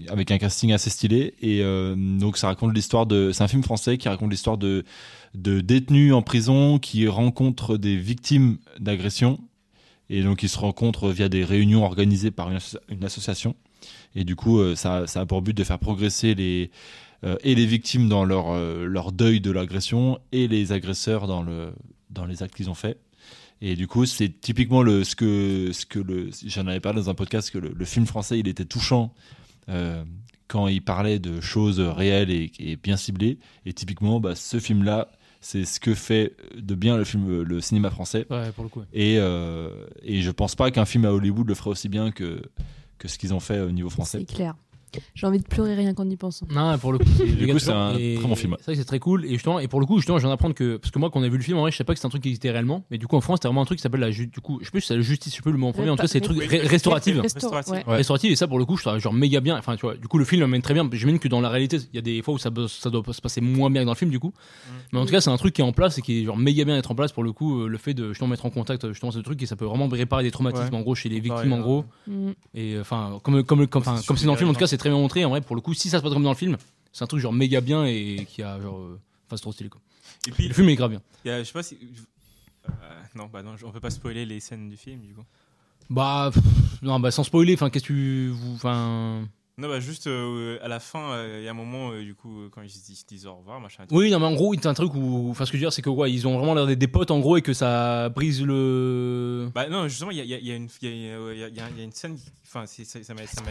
[SPEAKER 5] avec un casting assez stylé et euh, donc ça raconte l'histoire de c'est un film français qui raconte l'histoire de de détenus en prison qui rencontrent des victimes d'agression et donc ils se rencontrent via des réunions organisées par une, asso- une association et du coup euh, ça, ça a pour but de faire progresser les euh, et les victimes dans leur euh, leur deuil de l'agression et les agresseurs dans le dans les actes qu'ils ont faits et du coup, c'est typiquement le, ce que, ce que le, j'en avais parlé dans un podcast que le, le film français, il était touchant euh, quand il parlait de choses réelles et, et bien ciblées. Et typiquement, bah, ce film-là, c'est ce que fait de bien le film, le cinéma français.
[SPEAKER 2] Ouais, pour le coup. ouais.
[SPEAKER 5] Et, euh, et je pense pas qu'un film à Hollywood le ferait aussi bien que, que ce qu'ils ont fait au niveau français.
[SPEAKER 3] C'est clair. J'ai envie de pleurer rien qu'en y pensant.
[SPEAKER 2] Non, pour le coup, c'est le
[SPEAKER 5] coup,
[SPEAKER 2] gars
[SPEAKER 5] c'est un
[SPEAKER 2] et-
[SPEAKER 5] très bon film.
[SPEAKER 2] C'est vrai que c'est très cool. Et justement, et pour le coup, justement, je viens d'apprendre que. Parce que moi, quand on a vu le film, en vrai, je savais pas que c'était un truc qui existait réellement. Mais du coup, en France, c'était vraiment un truc qui s'appelle la. ju- Du coup, je sais plus si c'est la justice, je sais plus le mot en premier. En tout cas, c'est des trucs
[SPEAKER 4] Oui.
[SPEAKER 2] ré- restauratifs.
[SPEAKER 4] Restaurative.
[SPEAKER 3] ouais.
[SPEAKER 2] Ouais. Restaurative, et ça pour le coup je trouve genre méga bien enfin tu vois du coup le film l'emmène très bien j'imagine que dans la réalité il y a des fois où ça, peut- ça doit se passer moins bien que dans le film du coup mais en tout cas c'est un truc qui est en place et qui est genre méga bien être en place pour le coup euh, le fait de justement mettre en contact euh, justement ce truc et ça peut vraiment réparer des traumatismes
[SPEAKER 4] Ouais.
[SPEAKER 2] en gros chez les
[SPEAKER 4] Pareil,
[SPEAKER 2] victimes en
[SPEAKER 4] euh,
[SPEAKER 2] gros
[SPEAKER 3] Mm.
[SPEAKER 2] et euh, enfin comme comme comme enfin,
[SPEAKER 4] C'est
[SPEAKER 2] comme c'est dans le
[SPEAKER 4] super
[SPEAKER 2] film en tout cas
[SPEAKER 4] bien.
[SPEAKER 2] c'est très bien montré en vrai pour le coup si ça se passe comme dans le film c'est un truc genre méga bien et qui a genre euh, enfin c'est trop stylé quoi
[SPEAKER 4] Et puis,
[SPEAKER 2] le film est grave bien
[SPEAKER 4] il y a- je sais pas si. Euh, non, bah non, on peut pas spoiler les scènes du film, du coup.
[SPEAKER 2] bah pff, non bah sans spoiler enfin qu'est-ce que tu vous- enfin
[SPEAKER 4] Non, bah juste euh, à la fin, euh, il y a un moment, euh, du coup, euh, quand ils se disent, ils disent au revoir, machin.
[SPEAKER 2] Oui, non, mais en gros, c'est un truc où. Enfin, ce que je veux dire, c'est que ouais, ils ont vraiment l'air d'être des potes en gros et que ça brise le.
[SPEAKER 4] Bah non, justement, il y a, il y a- il y a une- il y a- il y a- il y a- il y a une scène. qui- Enfin, c'est- ça ça m'a. ça m'a-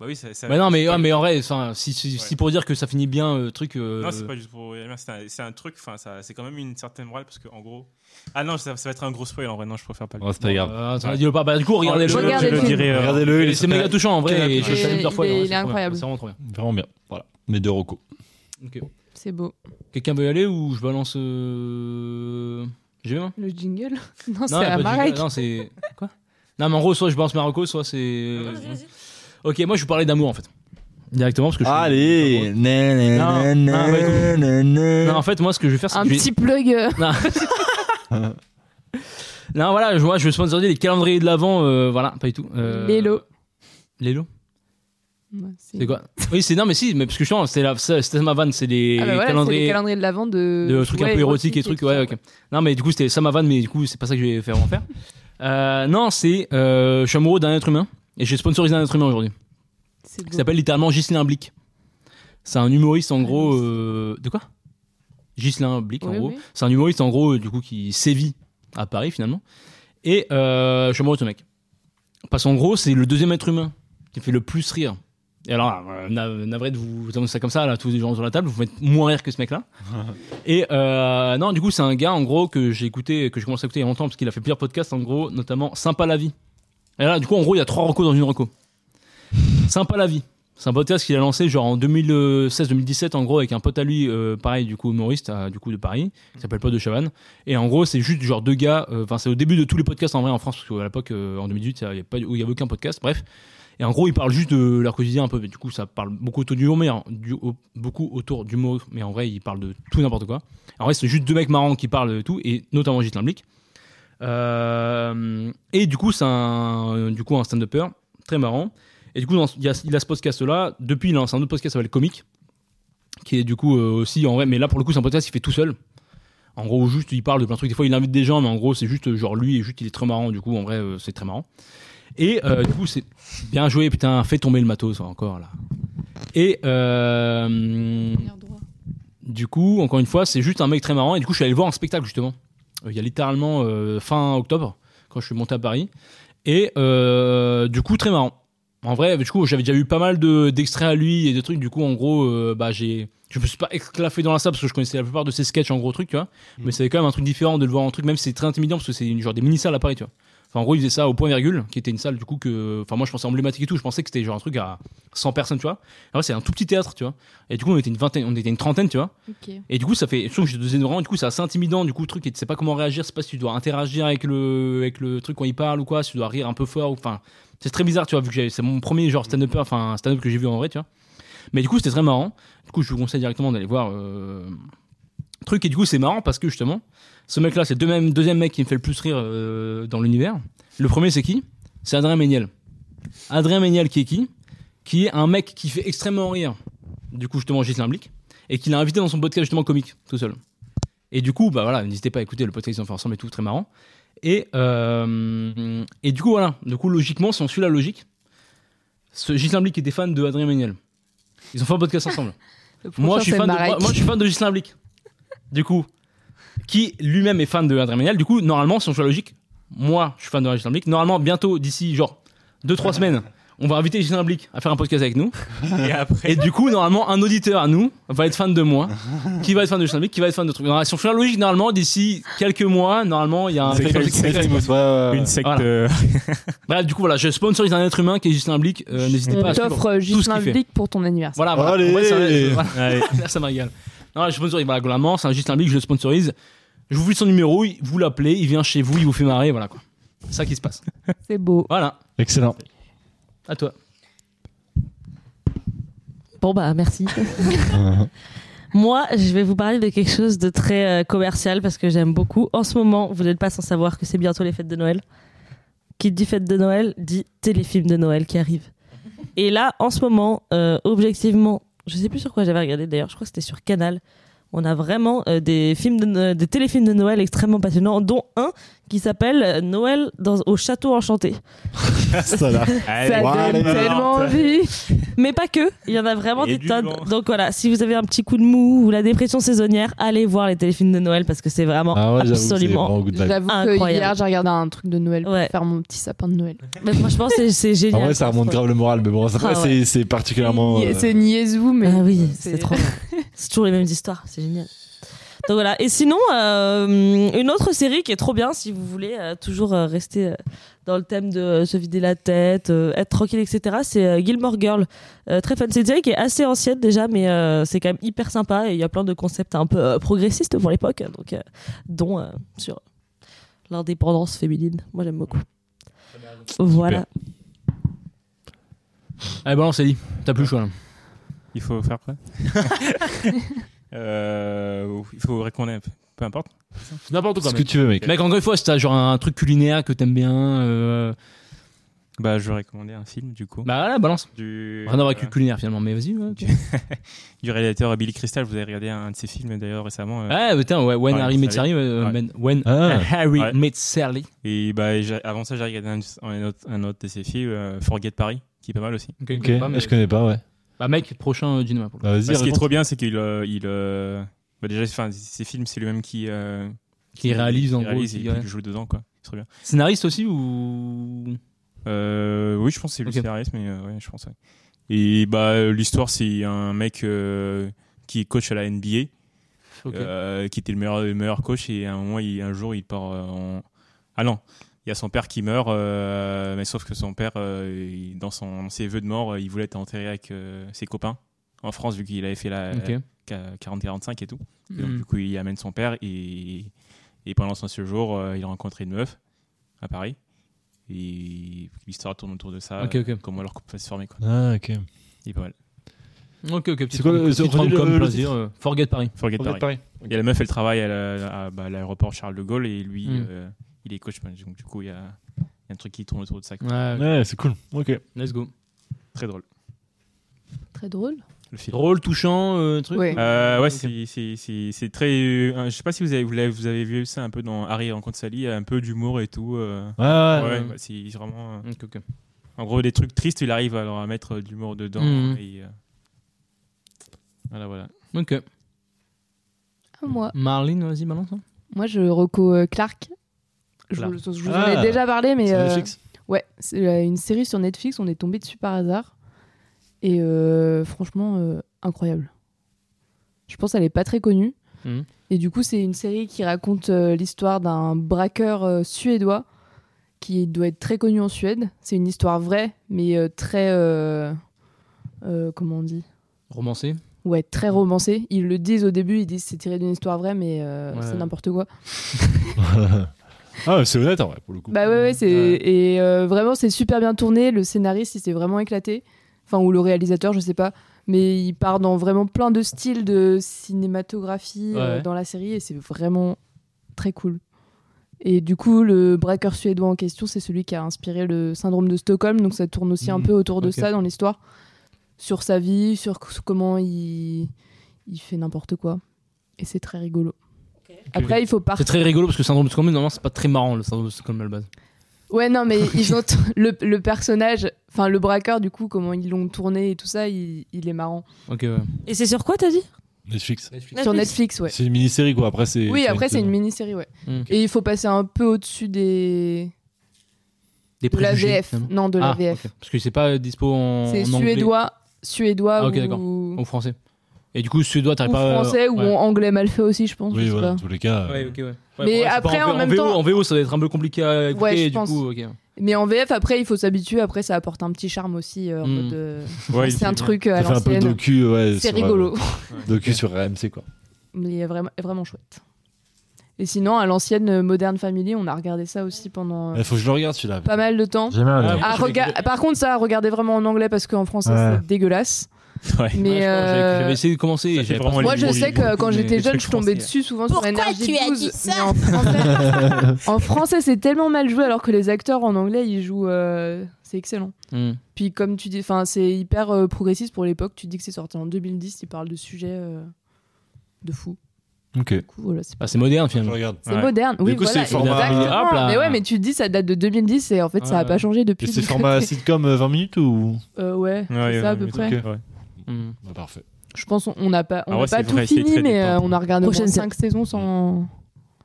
[SPEAKER 4] Bah oui, ça. ça-
[SPEAKER 2] Bah non, mais, ah, mais en vrai, enfin, si, si,
[SPEAKER 4] Ouais.
[SPEAKER 2] si pour dire que ça finit bien, euh, truc. euh,
[SPEAKER 4] Non, c'est pas juste pour. C'est un, c'est un truc, enfin, ça- c'est quand même une certaine morale parce que, en gros. Ah non, ça, ça va être un gros spoil en vrai, non, je préfère pas le
[SPEAKER 5] Oh, c'est pas grave.
[SPEAKER 2] euh, attends, dis-le pas. Bah, du coup, regardez
[SPEAKER 3] je
[SPEAKER 2] le. euh,
[SPEAKER 3] regarde le film.
[SPEAKER 5] Regardez-le, il est
[SPEAKER 2] C'est méga touchant en vrai. Et je le
[SPEAKER 3] Et
[SPEAKER 2] salue plusieurs fois.
[SPEAKER 3] il est-
[SPEAKER 2] ouais,
[SPEAKER 3] il
[SPEAKER 2] c'est trop
[SPEAKER 3] est
[SPEAKER 2] bien,
[SPEAKER 3] incroyable.
[SPEAKER 2] C'est vraiment trop bien.
[SPEAKER 5] vraiment bien. Voilà, mes deux recos.
[SPEAKER 2] Ok.
[SPEAKER 3] C'est beau.
[SPEAKER 2] Quelqu'un veut y aller ou je balance. euh, J'ai même
[SPEAKER 3] Le jingle <laughs> Non, c'est
[SPEAKER 2] Non, y a
[SPEAKER 3] à
[SPEAKER 2] pas de
[SPEAKER 3] Marek.
[SPEAKER 2] jingle. Non, c'est. Quoi Non, mais en gros, soit je balance Marocco, soit c'est. Ok, moi je vous parlais d'amour en fait. Directement parce que je suis-
[SPEAKER 5] Allez
[SPEAKER 2] Non, non, bah, écoute. Non, en fait, moi ce que je vais faire, c'est
[SPEAKER 3] Un
[SPEAKER 2] que je vais-
[SPEAKER 3] petit <laughs> plug. euh,
[SPEAKER 2] Non, voilà, je, moi, je veux sponsoriser les calendriers de l'avant. voilà, pas du tout. Euh,
[SPEAKER 3] Lélo.
[SPEAKER 2] Lélo
[SPEAKER 3] ouais,
[SPEAKER 2] C'est quoi Oui, c'est non, mais si, mais parce que je pense, c'est la- ça- c'était ma vanne, c'est les
[SPEAKER 3] Ah bah voilà, c'est les
[SPEAKER 2] calendriers.
[SPEAKER 3] calendriers de l'avant de.
[SPEAKER 2] De trucs un
[SPEAKER 3] Ouais,
[SPEAKER 2] peu érotiques et
[SPEAKER 3] érotiques
[SPEAKER 2] trucs,
[SPEAKER 3] tout
[SPEAKER 2] ouais,
[SPEAKER 3] ça.
[SPEAKER 2] ok. Non, mais du coup, c'était ça ma vanne, mais du coup, c'est pas ça que je vais faire en faire. Euh, non, c'est. euh, je suis amoureux d'un être humain et j'ai sponsorisé un être humain aujourd'hui.
[SPEAKER 3] C'est beau.
[SPEAKER 2] Qui s'appelle littéralement Ghislain Blic. C'est un humoriste en gros.
[SPEAKER 3] Ah, mais
[SPEAKER 2] euh, de quoi Ghislain Blic, en
[SPEAKER 3] Oui,
[SPEAKER 2] gros.
[SPEAKER 3] oui.
[SPEAKER 2] C'est un humoriste en gros, euh, du coup, qui sévit à Paris finalement. Et euh, je suis amoureux de ce mec. Parce qu'en gros, c'est le deuxième être humain qui fait le plus rire. Et alors, euh, nav- navré de vous annoncer ça comme ça, là, tous les gens sur la table, vous faites moins rire que ce
[SPEAKER 3] <laughs>
[SPEAKER 2] mec-là. Et euh, non, du coup, c'est un gars, en gros, que j'ai écouté, que j'ai commencé à écouter il y a longtemps, parce qu'il a fait plusieurs podcasts, en gros, notamment Sympa la vie. Et là, du coup, en gros, il y a trois recos dans une reco. Sympa la vie. C'est un podcast qu'il a lancé genre en 2016-2017 en gros avec un pote à lui, euh, pareil du coup humoriste euh, du coup de Paris, qui s'appelle Paul de Chavannes. Et en gros c'est juste genre deux gars, euh, enfin c'est au début de tous les podcasts en vrai en France, parce qu'à l'époque euh, en 2018 il n'y avait, pas- il y avait aucun podcast, bref. Et en gros ils parlent juste de leur quotidien un peu, mais du coup ça parle beaucoup autour du humour, mais en- du, au- beaucoup autour du mot, mais en vrai ils parlent de tout n'importe quoi. En vrai c'est juste deux mecs marrants qui parlent de tout, et notamment Gilles Limblic. Euh, et du coup c'est un, du coup, un stand-upper très marrant. Et du coup, dans ce- il, y a, il a ce podcast-là. Depuis, il a lancé un autre podcast qui s'appelle Comique, qui est du coup euh, aussi en vrai, mais là pour le coup, c'est un podcast qu'il fait tout seul. En gros, juste, il parle de plein de trucs. Des fois, il invite des gens, mais en gros, c'est juste, euh, genre, lui, et juste, il est très marrant. Du coup, en vrai, euh, c'est très marrant. Et euh, du coup, c'est bien joué, putain, fais tomber le matos hein, encore, là. Et euh, du coup, encore une fois, c'est juste un mec très marrant. Et du coup, je suis allé le voir en spectacle, justement. Euh, Il y a littéralement euh, fin octobre, quand je suis monté à Paris. Et euh, du coup, très marrant. En vrai, du coup, j'avais déjà eu pas mal de- d'extraits à lui et de trucs. Du coup, en gros, euh, bah, j'ai. Je me suis pas exclaffé dans la salle parce que je connaissais la plupart de ses sketchs en gros truc, tu vois. Mais c'était quand même un truc différent de le voir en truc, même si c'est très intimidant parce que c'est une- genre des mini-salles à Paris, tu vois. Enfin, en gros, il faisait ça au point virgule, qui était une salle du coup que. Enfin, moi je pensais emblématique et tout, je pensais que c'était genre un truc à 100 personnes, tu vois. En vrai, c'est un tout petit théâtre, tu vois. Et du coup, on était une vingtaine, on était une trentaine, tu vois.
[SPEAKER 3] Ok.
[SPEAKER 2] Et du coup, ça fait. Je trouve que j'ai deuxième rang, du coup, c'est assez intimidant, du coup, le truc, et tu sais pas comment réagir, c'est pas si tu dois interagir avec le, avec le truc quand il parle ou quoi, si tu dois rire un peu fort, ou enfin. C'est très bizarre, tu vois, vu que j'ai- c'est mon premier genre stand-up, enfin, stand-up que j'ai vu en vrai, tu vois. Mais du coup, c'était très marrant. Du coup, je vous conseille directement d'aller voir. euh, Truc, et du coup, c'est marrant parce que justement, ce mec-là, c'est le deuxième, deuxième mec qui me fait le plus rire euh, dans l'univers. Le premier, c'est qui C'est Adrien Méniel. Adrien Méniel, qui est qui Qui est un mec qui fait extrêmement rire, du coup, justement, Ghislain Blic et qu'il a invité dans son podcast justement comique tout seul. Et du coup, bah voilà, n'hésitez pas à écouter le podcast qu'ils ont fait ensemble et tout, très marrant. Et, euh, et du coup, voilà, du coup, logiquement, si on suit la logique, ce Ghislain Blic était fan de Adrien Méniel. Ils ont fait un podcast ensemble.
[SPEAKER 3] Le
[SPEAKER 2] moi,
[SPEAKER 3] prochain,
[SPEAKER 2] je suis
[SPEAKER 3] c'est
[SPEAKER 2] fan de,
[SPEAKER 3] Marek.
[SPEAKER 2] moi, moi, je suis fan de Ghislain Blic. Du coup, qui lui-même est fan de Adrien Méniel. Du coup, normalement, si on suit la logique, moi, je suis fan de Ghislain Blic. Normalement, bientôt, d'ici genre 2-3 semaines, on va inviter Ghislain Blic à faire un podcast avec nous.
[SPEAKER 4] Et après,
[SPEAKER 2] Et du coup, normalement, un auditeur à nous va être fan de moi, qui va être fan de Shinobik, qui va être fan de trucs. Normalement, Si on fait la logique, normallement, d'ici quelques mois, normalement, il y a un.
[SPEAKER 4] C'est
[SPEAKER 2] truc-
[SPEAKER 4] une secte. une secte.
[SPEAKER 2] Voilà.
[SPEAKER 4] euh,
[SPEAKER 2] Bref, du coup, voilà, je sponsorise un être humain qui est Justin Blic. euh, N'hésitez pas
[SPEAKER 3] On
[SPEAKER 2] à suivre.
[SPEAKER 3] t'offre Gislain
[SPEAKER 2] qu'il fait.
[SPEAKER 3] Blic pour ton anniversaire.
[SPEAKER 2] Voilà, voilà.
[SPEAKER 9] Allez.
[SPEAKER 2] En vrai, c'est un- voilà.
[SPEAKER 4] ouais.
[SPEAKER 2] Là, <laughs> ça me régale. Non, je sponsorise, voilà, globalement, c'est un Justin Blic, je le sponsorise. Je vous file son numéro, il- vous l'appelez, il vient chez vous, il vous fait marrer, voilà quoi. C'est ça qui se passe.
[SPEAKER 3] C'est beau.
[SPEAKER 2] Voilà,
[SPEAKER 9] Excellent.
[SPEAKER 2] à toi.
[SPEAKER 6] Bon bah merci. Moi, je vais vous parler de quelque chose de très euh, commercial parce que j'aime beaucoup. En ce moment, vous n'êtes pas sans savoir que c'est bientôt les fêtes de Noël. Qui dit fête de Noël dit téléfilm de Noël qui arrive. Et là, en ce moment, euh, objectivement, je sais plus sur quoi j'avais regardé d'ailleurs. Je crois que c'était sur Canal. On a vraiment euh, des films, de, No- des téléfilms de Noël extrêmement passionnants, dont un qui s'appelle euh, Noël dans, au château enchanté.
[SPEAKER 9] Ça, là.
[SPEAKER 4] <laughs>
[SPEAKER 3] Ça donne tellement envie.
[SPEAKER 6] Mais pas que, il y en a vraiment
[SPEAKER 4] Et
[SPEAKER 6] des
[SPEAKER 4] du
[SPEAKER 6] tonnes.
[SPEAKER 4] vent.
[SPEAKER 6] Donc voilà, si vous avez un petit coup de mou ou la dépression saisonnière, allez voir les téléfilms de Noël parce que c'est vraiment
[SPEAKER 9] Ah ouais, j'avoue que c'est
[SPEAKER 6] absolument.
[SPEAKER 9] vraiment good
[SPEAKER 2] bah,
[SPEAKER 9] vibe.
[SPEAKER 3] J'avoue que
[SPEAKER 6] Incroyable.
[SPEAKER 3] hier, j'ai regardé un truc de Noël
[SPEAKER 6] Ouais.
[SPEAKER 3] pour faire mon petit sapin de Noël.
[SPEAKER 6] Mais franchement, c'est- c'est génial.
[SPEAKER 9] En vrai, ça remonte grave le moral, mais bon, après,
[SPEAKER 6] Ah ouais.
[SPEAKER 9] c'est- c'est
[SPEAKER 5] Oh
[SPEAKER 9] particulièrement. euh,
[SPEAKER 3] Ni- C'est niaisou, mais.
[SPEAKER 6] Ah oui,
[SPEAKER 3] euh,
[SPEAKER 6] c'est trop. <laughs> bien. c'est toujours les mêmes histoires, c'est génial. Donc voilà. Et sinon, euh, une autre série qui est trop bien si vous voulez euh, toujours euh, rester euh, dans le thème de euh, se vider la tête, euh, être tranquille, etc. C'est euh, Gilmore Girl. Euh, très fun. C'est une série qui est assez ancienne déjà, mais euh, c'est quand même hyper sympa et il y a plein de concepts un peu euh, progressistes pour l'époque, donc euh, dont euh, sur l'indépendance féminine. Moi, j'aime beaucoup. Voilà.
[SPEAKER 2] Allez, balance, Ellie, t'as plus le choix là.
[SPEAKER 4] Il faut faire <laughs> quoi Euh, Il faut reconnaître. Peu importe.
[SPEAKER 2] N'importe quoi.
[SPEAKER 9] Ce que
[SPEAKER 2] Mec.
[SPEAKER 9] tu veux, mec.
[SPEAKER 2] Mec, encore une fois, si t'as genre un truc culinaire que t'aimes bien, euh,
[SPEAKER 4] Bah, je vais recommander un film du coup.
[SPEAKER 2] bah voilà, balance.
[SPEAKER 4] du,
[SPEAKER 2] Rien à voir avec
[SPEAKER 4] euh,
[SPEAKER 2] le culinaire finalement, mais vas-y.
[SPEAKER 4] <laughs>
[SPEAKER 2] ouais, tu-
[SPEAKER 4] du réalisateur Billy Crystal. Vous avez regardé un de ses films d'ailleurs récemment. euh,
[SPEAKER 2] Ouais, putain, ouais, When
[SPEAKER 4] Ouais,
[SPEAKER 2] Harry Met
[SPEAKER 4] Sally.
[SPEAKER 2] Sally. euh,
[SPEAKER 4] Ouais.
[SPEAKER 2] Ben- When
[SPEAKER 9] Ah.
[SPEAKER 2] Harry
[SPEAKER 4] Ouais.
[SPEAKER 2] Met Sally.
[SPEAKER 4] Et bah, j'ai- avant ça, j'ai regardé un, un autre, un autre de ses films, euh, Forget Paris, qui est pas mal aussi.
[SPEAKER 9] Ok, Ah, je connais pas, ouais.
[SPEAKER 2] Bah, mec, prochain euh, Jinma pour le
[SPEAKER 9] Bah, Vas-y,
[SPEAKER 4] Bah, ce qui est
[SPEAKER 9] raconte.
[SPEAKER 4] trop bien, c'est qu'il. euh, il, euh, bah, déjà, enfin, ses films, c'est lui-même qui. euh,
[SPEAKER 2] Qui réalise, en gros,
[SPEAKER 4] réalise
[SPEAKER 2] qui-
[SPEAKER 4] et qui
[SPEAKER 2] ouais.
[SPEAKER 4] joue dedans, quoi. C'est trop bien.
[SPEAKER 2] coup. Scénariste aussi ou.
[SPEAKER 4] Euh, oui, je pense que c'est lui
[SPEAKER 2] Ok.
[SPEAKER 4] le scénariste, mais euh, ouais, je pense. ouais. Et bah, euh, l'histoire, c'est un mec euh, qui est coach à la NBA,
[SPEAKER 2] Ok.
[SPEAKER 4] euh, qui était le meilleur, le meilleur coach, et à un moment, il, un jour, il part euh, en. Ah non, il y a son père qui meurt, euh, mais sauf que son père, euh, il- dans, son, dans ses vœux de mort, euh, il voulait être enterré avec euh, ses copains en France, vu qu'il avait fait la,
[SPEAKER 2] Ok.
[SPEAKER 4] la 40-45 et tout. Et donc,
[SPEAKER 2] Mm.
[SPEAKER 4] du coup, il amène son père et, et pendant son séjour, euh, il rencontre une meuf à Paris. Et l'histoire tourne autour de ça.
[SPEAKER 2] Ok, ok.
[SPEAKER 4] euh, Comment leur couple va se former, quoi.
[SPEAKER 9] Ah, ok.
[SPEAKER 4] Il est pas mal.
[SPEAKER 2] Ok, ok, petit
[SPEAKER 9] quoi le-
[SPEAKER 2] petit
[SPEAKER 9] le-
[SPEAKER 2] rom-com,
[SPEAKER 9] le- le-
[SPEAKER 2] plaisir, euh, Forget Paris.
[SPEAKER 4] Forget Paris. Et la meuf, elle travaille à la- à, bah, l'aéroport Charles de Gaulle et lui,
[SPEAKER 2] Mm.
[SPEAKER 4] euh, il est coach. manager. Donc, du coup, il y a, il y a un truc qui tourne autour de ça. quoi.
[SPEAKER 2] Ouais,
[SPEAKER 9] Ouais, c'est cool. Ok.
[SPEAKER 2] let's go.
[SPEAKER 4] Très drôle.
[SPEAKER 3] Très drôle.
[SPEAKER 4] le film.
[SPEAKER 2] Drôle, touchant, euh, truc.
[SPEAKER 3] Ouais.
[SPEAKER 4] Euh, ouais,
[SPEAKER 2] Ok.
[SPEAKER 4] c'est- c'est- c'est c'est très. euh, je sais pas si vous avez, vous l'avez- vous avez vu ça un peu dans Harry rencontre Sally, un peu d'humour et tout. euh,
[SPEAKER 2] Ouais,
[SPEAKER 4] ouais,
[SPEAKER 2] ouais.
[SPEAKER 4] ouais, c'est vraiment. euh,
[SPEAKER 2] Ok, ok.
[SPEAKER 4] en gros, des trucs tristes, il arrive alors à mettre euh, de l'humour dedans.
[SPEAKER 3] Mm.
[SPEAKER 2] Mhm.
[SPEAKER 4] et, euh, voilà, voilà.
[SPEAKER 2] Ok.
[SPEAKER 3] Ah, moi,
[SPEAKER 2] Marlene, vas-y, balance. hein.
[SPEAKER 3] moi, je reco euh, Clark. Je,
[SPEAKER 2] Clark.
[SPEAKER 3] je vous en
[SPEAKER 9] Ah.
[SPEAKER 3] ai déjà parlé, mais.
[SPEAKER 9] C'est
[SPEAKER 3] euh,
[SPEAKER 9] Netflix.
[SPEAKER 3] Ouais, c'est euh, une série sur Netflix, on est tombé dessus par hasard. Et euh, franchement, euh, incroyable. Je pense qu'elle est pas très connue.
[SPEAKER 4] Hmm.
[SPEAKER 2] Mhm.
[SPEAKER 3] Et du coup, c'est une série qui raconte euh, l'histoire d'un braqueur euh, suédois qui doit être très connu en Suède. C'est une histoire vraie, mais euh, très. euh, euh, comment on dit
[SPEAKER 2] Romancé.
[SPEAKER 3] Ouais, très romancée. Ils le disent au début, ils disent c'est tiré d'une histoire vraie, mais euh,
[SPEAKER 2] Ouais.
[SPEAKER 3] c'est n'importe quoi.
[SPEAKER 9] Ah, c'est honnête, en vrai, pour le coup.
[SPEAKER 3] Bah ouais, ouais, c'est
[SPEAKER 2] Ouais.
[SPEAKER 3] et euh, vraiment c'est super bien tourné. Le scénariste il s'est vraiment éclaté, enfin ou le réalisateur, je sais pas, mais il part dans vraiment plein de styles de cinématographie euh,
[SPEAKER 2] Ouais.
[SPEAKER 3] dans la série et c'est vraiment très cool. Et du coup, le braqueur suédois en question, c'est celui qui a inspiré le syndrome de Stockholm, donc ça tourne aussi un
[SPEAKER 2] Mhm,
[SPEAKER 3] peu autour de
[SPEAKER 2] ok.
[SPEAKER 3] ça dans l'histoire, sur sa vie, sur c- comment il il fait n'importe quoi. Et c'est très rigolo. Après, il faut partir.
[SPEAKER 2] C'est très rigolo parce que syndrome de Stockholm, normalement, c'est pas très marrant le syndrome de Stockholm à la base.
[SPEAKER 3] Ouais, non, mais ils ont t- le, le personnage, enfin le braqueur, du coup, comment ils l'ont tourné et tout ça, il, il est marrant.
[SPEAKER 2] Ok, ouais.
[SPEAKER 6] Et c'est sur quoi, t'as dit
[SPEAKER 9] Netflix.
[SPEAKER 3] Sur Netflix, ouais.
[SPEAKER 9] C'est une mini-série, quoi. Après, c'est.
[SPEAKER 3] Oui, après, c'est une
[SPEAKER 9] mini
[SPEAKER 3] mini-série, ouais.
[SPEAKER 2] Mm.
[SPEAKER 3] Et il faut passer un peu au-dessus des.
[SPEAKER 2] Des
[SPEAKER 3] de la
[SPEAKER 2] préjugés,
[SPEAKER 3] VF.
[SPEAKER 2] finalement.
[SPEAKER 3] Non, de la
[SPEAKER 2] Ah,
[SPEAKER 3] VF.
[SPEAKER 2] ok. Parce que c'est pas dispo en.
[SPEAKER 3] C'est
[SPEAKER 2] en anglais
[SPEAKER 3] suédois, suédois
[SPEAKER 2] Ah, ok, d'accord.
[SPEAKER 3] ou,
[SPEAKER 2] Ou français. Et du coup, suédois,
[SPEAKER 3] ou
[SPEAKER 2] t'arrives pas. euh,
[SPEAKER 3] français ou
[SPEAKER 2] ouais.
[SPEAKER 3] en anglais mal fait aussi, je pense. je
[SPEAKER 9] Oui,
[SPEAKER 3] sais
[SPEAKER 9] voilà,
[SPEAKER 3] pas.
[SPEAKER 9] dans tous les cas. euh,
[SPEAKER 2] Ouais, ok, ouais. Ouais,
[SPEAKER 3] Mais
[SPEAKER 2] bon, ouais, c'est pas
[SPEAKER 3] après, en
[SPEAKER 2] V-
[SPEAKER 3] même
[SPEAKER 2] VO,
[SPEAKER 3] temps-
[SPEAKER 2] En VO, ça doit être un peu compliqué à écouter.
[SPEAKER 3] Ouais, je
[SPEAKER 2] et du
[SPEAKER 3] pense. Ah,
[SPEAKER 2] coup, ok. Ah,
[SPEAKER 3] Mais en VF, après, il faut s'habituer. Après, ça apporte un petit charme aussi. euh, en
[SPEAKER 2] Mm.
[SPEAKER 3] mode, euh,
[SPEAKER 4] <laughs> Ouais,
[SPEAKER 3] c'est un
[SPEAKER 4] il-
[SPEAKER 3] truc euh,
[SPEAKER 9] Ça
[SPEAKER 3] à
[SPEAKER 9] fait un peu
[SPEAKER 3] l'ancienne.
[SPEAKER 9] docu, ouais.
[SPEAKER 3] C'est
[SPEAKER 9] sur, euh,
[SPEAKER 3] rigolo.
[SPEAKER 9] Docu sur RMC, quoi.
[SPEAKER 3] mais vraiment, vraiment chouette. Et sinon, à l'ancienne euh, Modern Family, on a regardé ça aussi pendant euh,
[SPEAKER 9] Il faut que je le regarde, celui-là.
[SPEAKER 3] pas mal de temps.
[SPEAKER 8] J'aime bien.
[SPEAKER 3] Ah, rega- Par contre, ça, regardez vraiment en anglais parce qu'en français,
[SPEAKER 8] Ouais.
[SPEAKER 3] c'est dégueulasse.
[SPEAKER 4] Ouais.
[SPEAKER 2] Ouais,
[SPEAKER 3] Mais
[SPEAKER 2] je crois, j'avais-
[SPEAKER 3] euh,
[SPEAKER 2] J'avais essayé de commencer
[SPEAKER 4] Ça
[SPEAKER 2] et
[SPEAKER 4] fait
[SPEAKER 2] j'avais pas
[SPEAKER 4] vraiment
[SPEAKER 3] moi,
[SPEAKER 4] les
[SPEAKER 3] je
[SPEAKER 4] mots,
[SPEAKER 3] sais
[SPEAKER 4] les
[SPEAKER 3] que
[SPEAKER 4] mots,
[SPEAKER 3] quand
[SPEAKER 4] les
[SPEAKER 3] j'étais
[SPEAKER 4] trucs
[SPEAKER 3] jeune, je tombais
[SPEAKER 4] français.
[SPEAKER 3] dessus souvent
[SPEAKER 6] Pourquoi
[SPEAKER 3] sur Énergie
[SPEAKER 6] tu as dit
[SPEAKER 3] 12,
[SPEAKER 6] ça
[SPEAKER 3] mais en français, en français, c'est tellement mal joué alors que les acteurs en anglais, ils jouent. euh, c'est excellent.
[SPEAKER 2] Hum.
[SPEAKER 3] Puis, comme tu dis, enfin, c'est hyper euh, progressiste pour l'époque. Tu dis que c'est sorti en 2010, ils parlent de sujets euh, de fou.
[SPEAKER 9] Ok.
[SPEAKER 3] Du coup, voilà, c'est
[SPEAKER 2] Ah, c'est moderne
[SPEAKER 9] Je le
[SPEAKER 2] finalement.
[SPEAKER 9] regarde.
[SPEAKER 3] c'est
[SPEAKER 4] Ouais.
[SPEAKER 3] moderne. Oui,
[SPEAKER 9] coup,
[SPEAKER 3] voilà,
[SPEAKER 9] c'est format-
[SPEAKER 3] exactement.
[SPEAKER 2] Hop là.
[SPEAKER 3] Mais ouais, mais tu te dis, ça date de 2010 et en fait, ça
[SPEAKER 2] Ouais.
[SPEAKER 3] a pas changé
[SPEAKER 9] Et
[SPEAKER 3] depuis.
[SPEAKER 9] c'est
[SPEAKER 3] <laughs> donc,
[SPEAKER 9] format sitcom euh, 20 minutes ou.
[SPEAKER 3] euh, ouais,
[SPEAKER 4] Ouais,
[SPEAKER 3] c'est
[SPEAKER 4] ouais,
[SPEAKER 3] ça à peu
[SPEAKER 4] mais
[SPEAKER 3] près.
[SPEAKER 4] ok, ouais.
[SPEAKER 2] Hum.
[SPEAKER 9] Bah, parfait.
[SPEAKER 3] Je pense qu'on n'a pas, on
[SPEAKER 4] Ah
[SPEAKER 3] n'a
[SPEAKER 4] ouais,
[SPEAKER 3] pas
[SPEAKER 4] c'est
[SPEAKER 3] tout
[SPEAKER 4] vrai, c'est
[SPEAKER 3] fini,
[SPEAKER 4] très
[SPEAKER 3] mais euh,
[SPEAKER 4] détente,
[SPEAKER 3] on a regardé
[SPEAKER 6] Prochaine
[SPEAKER 3] 5 saisons sans.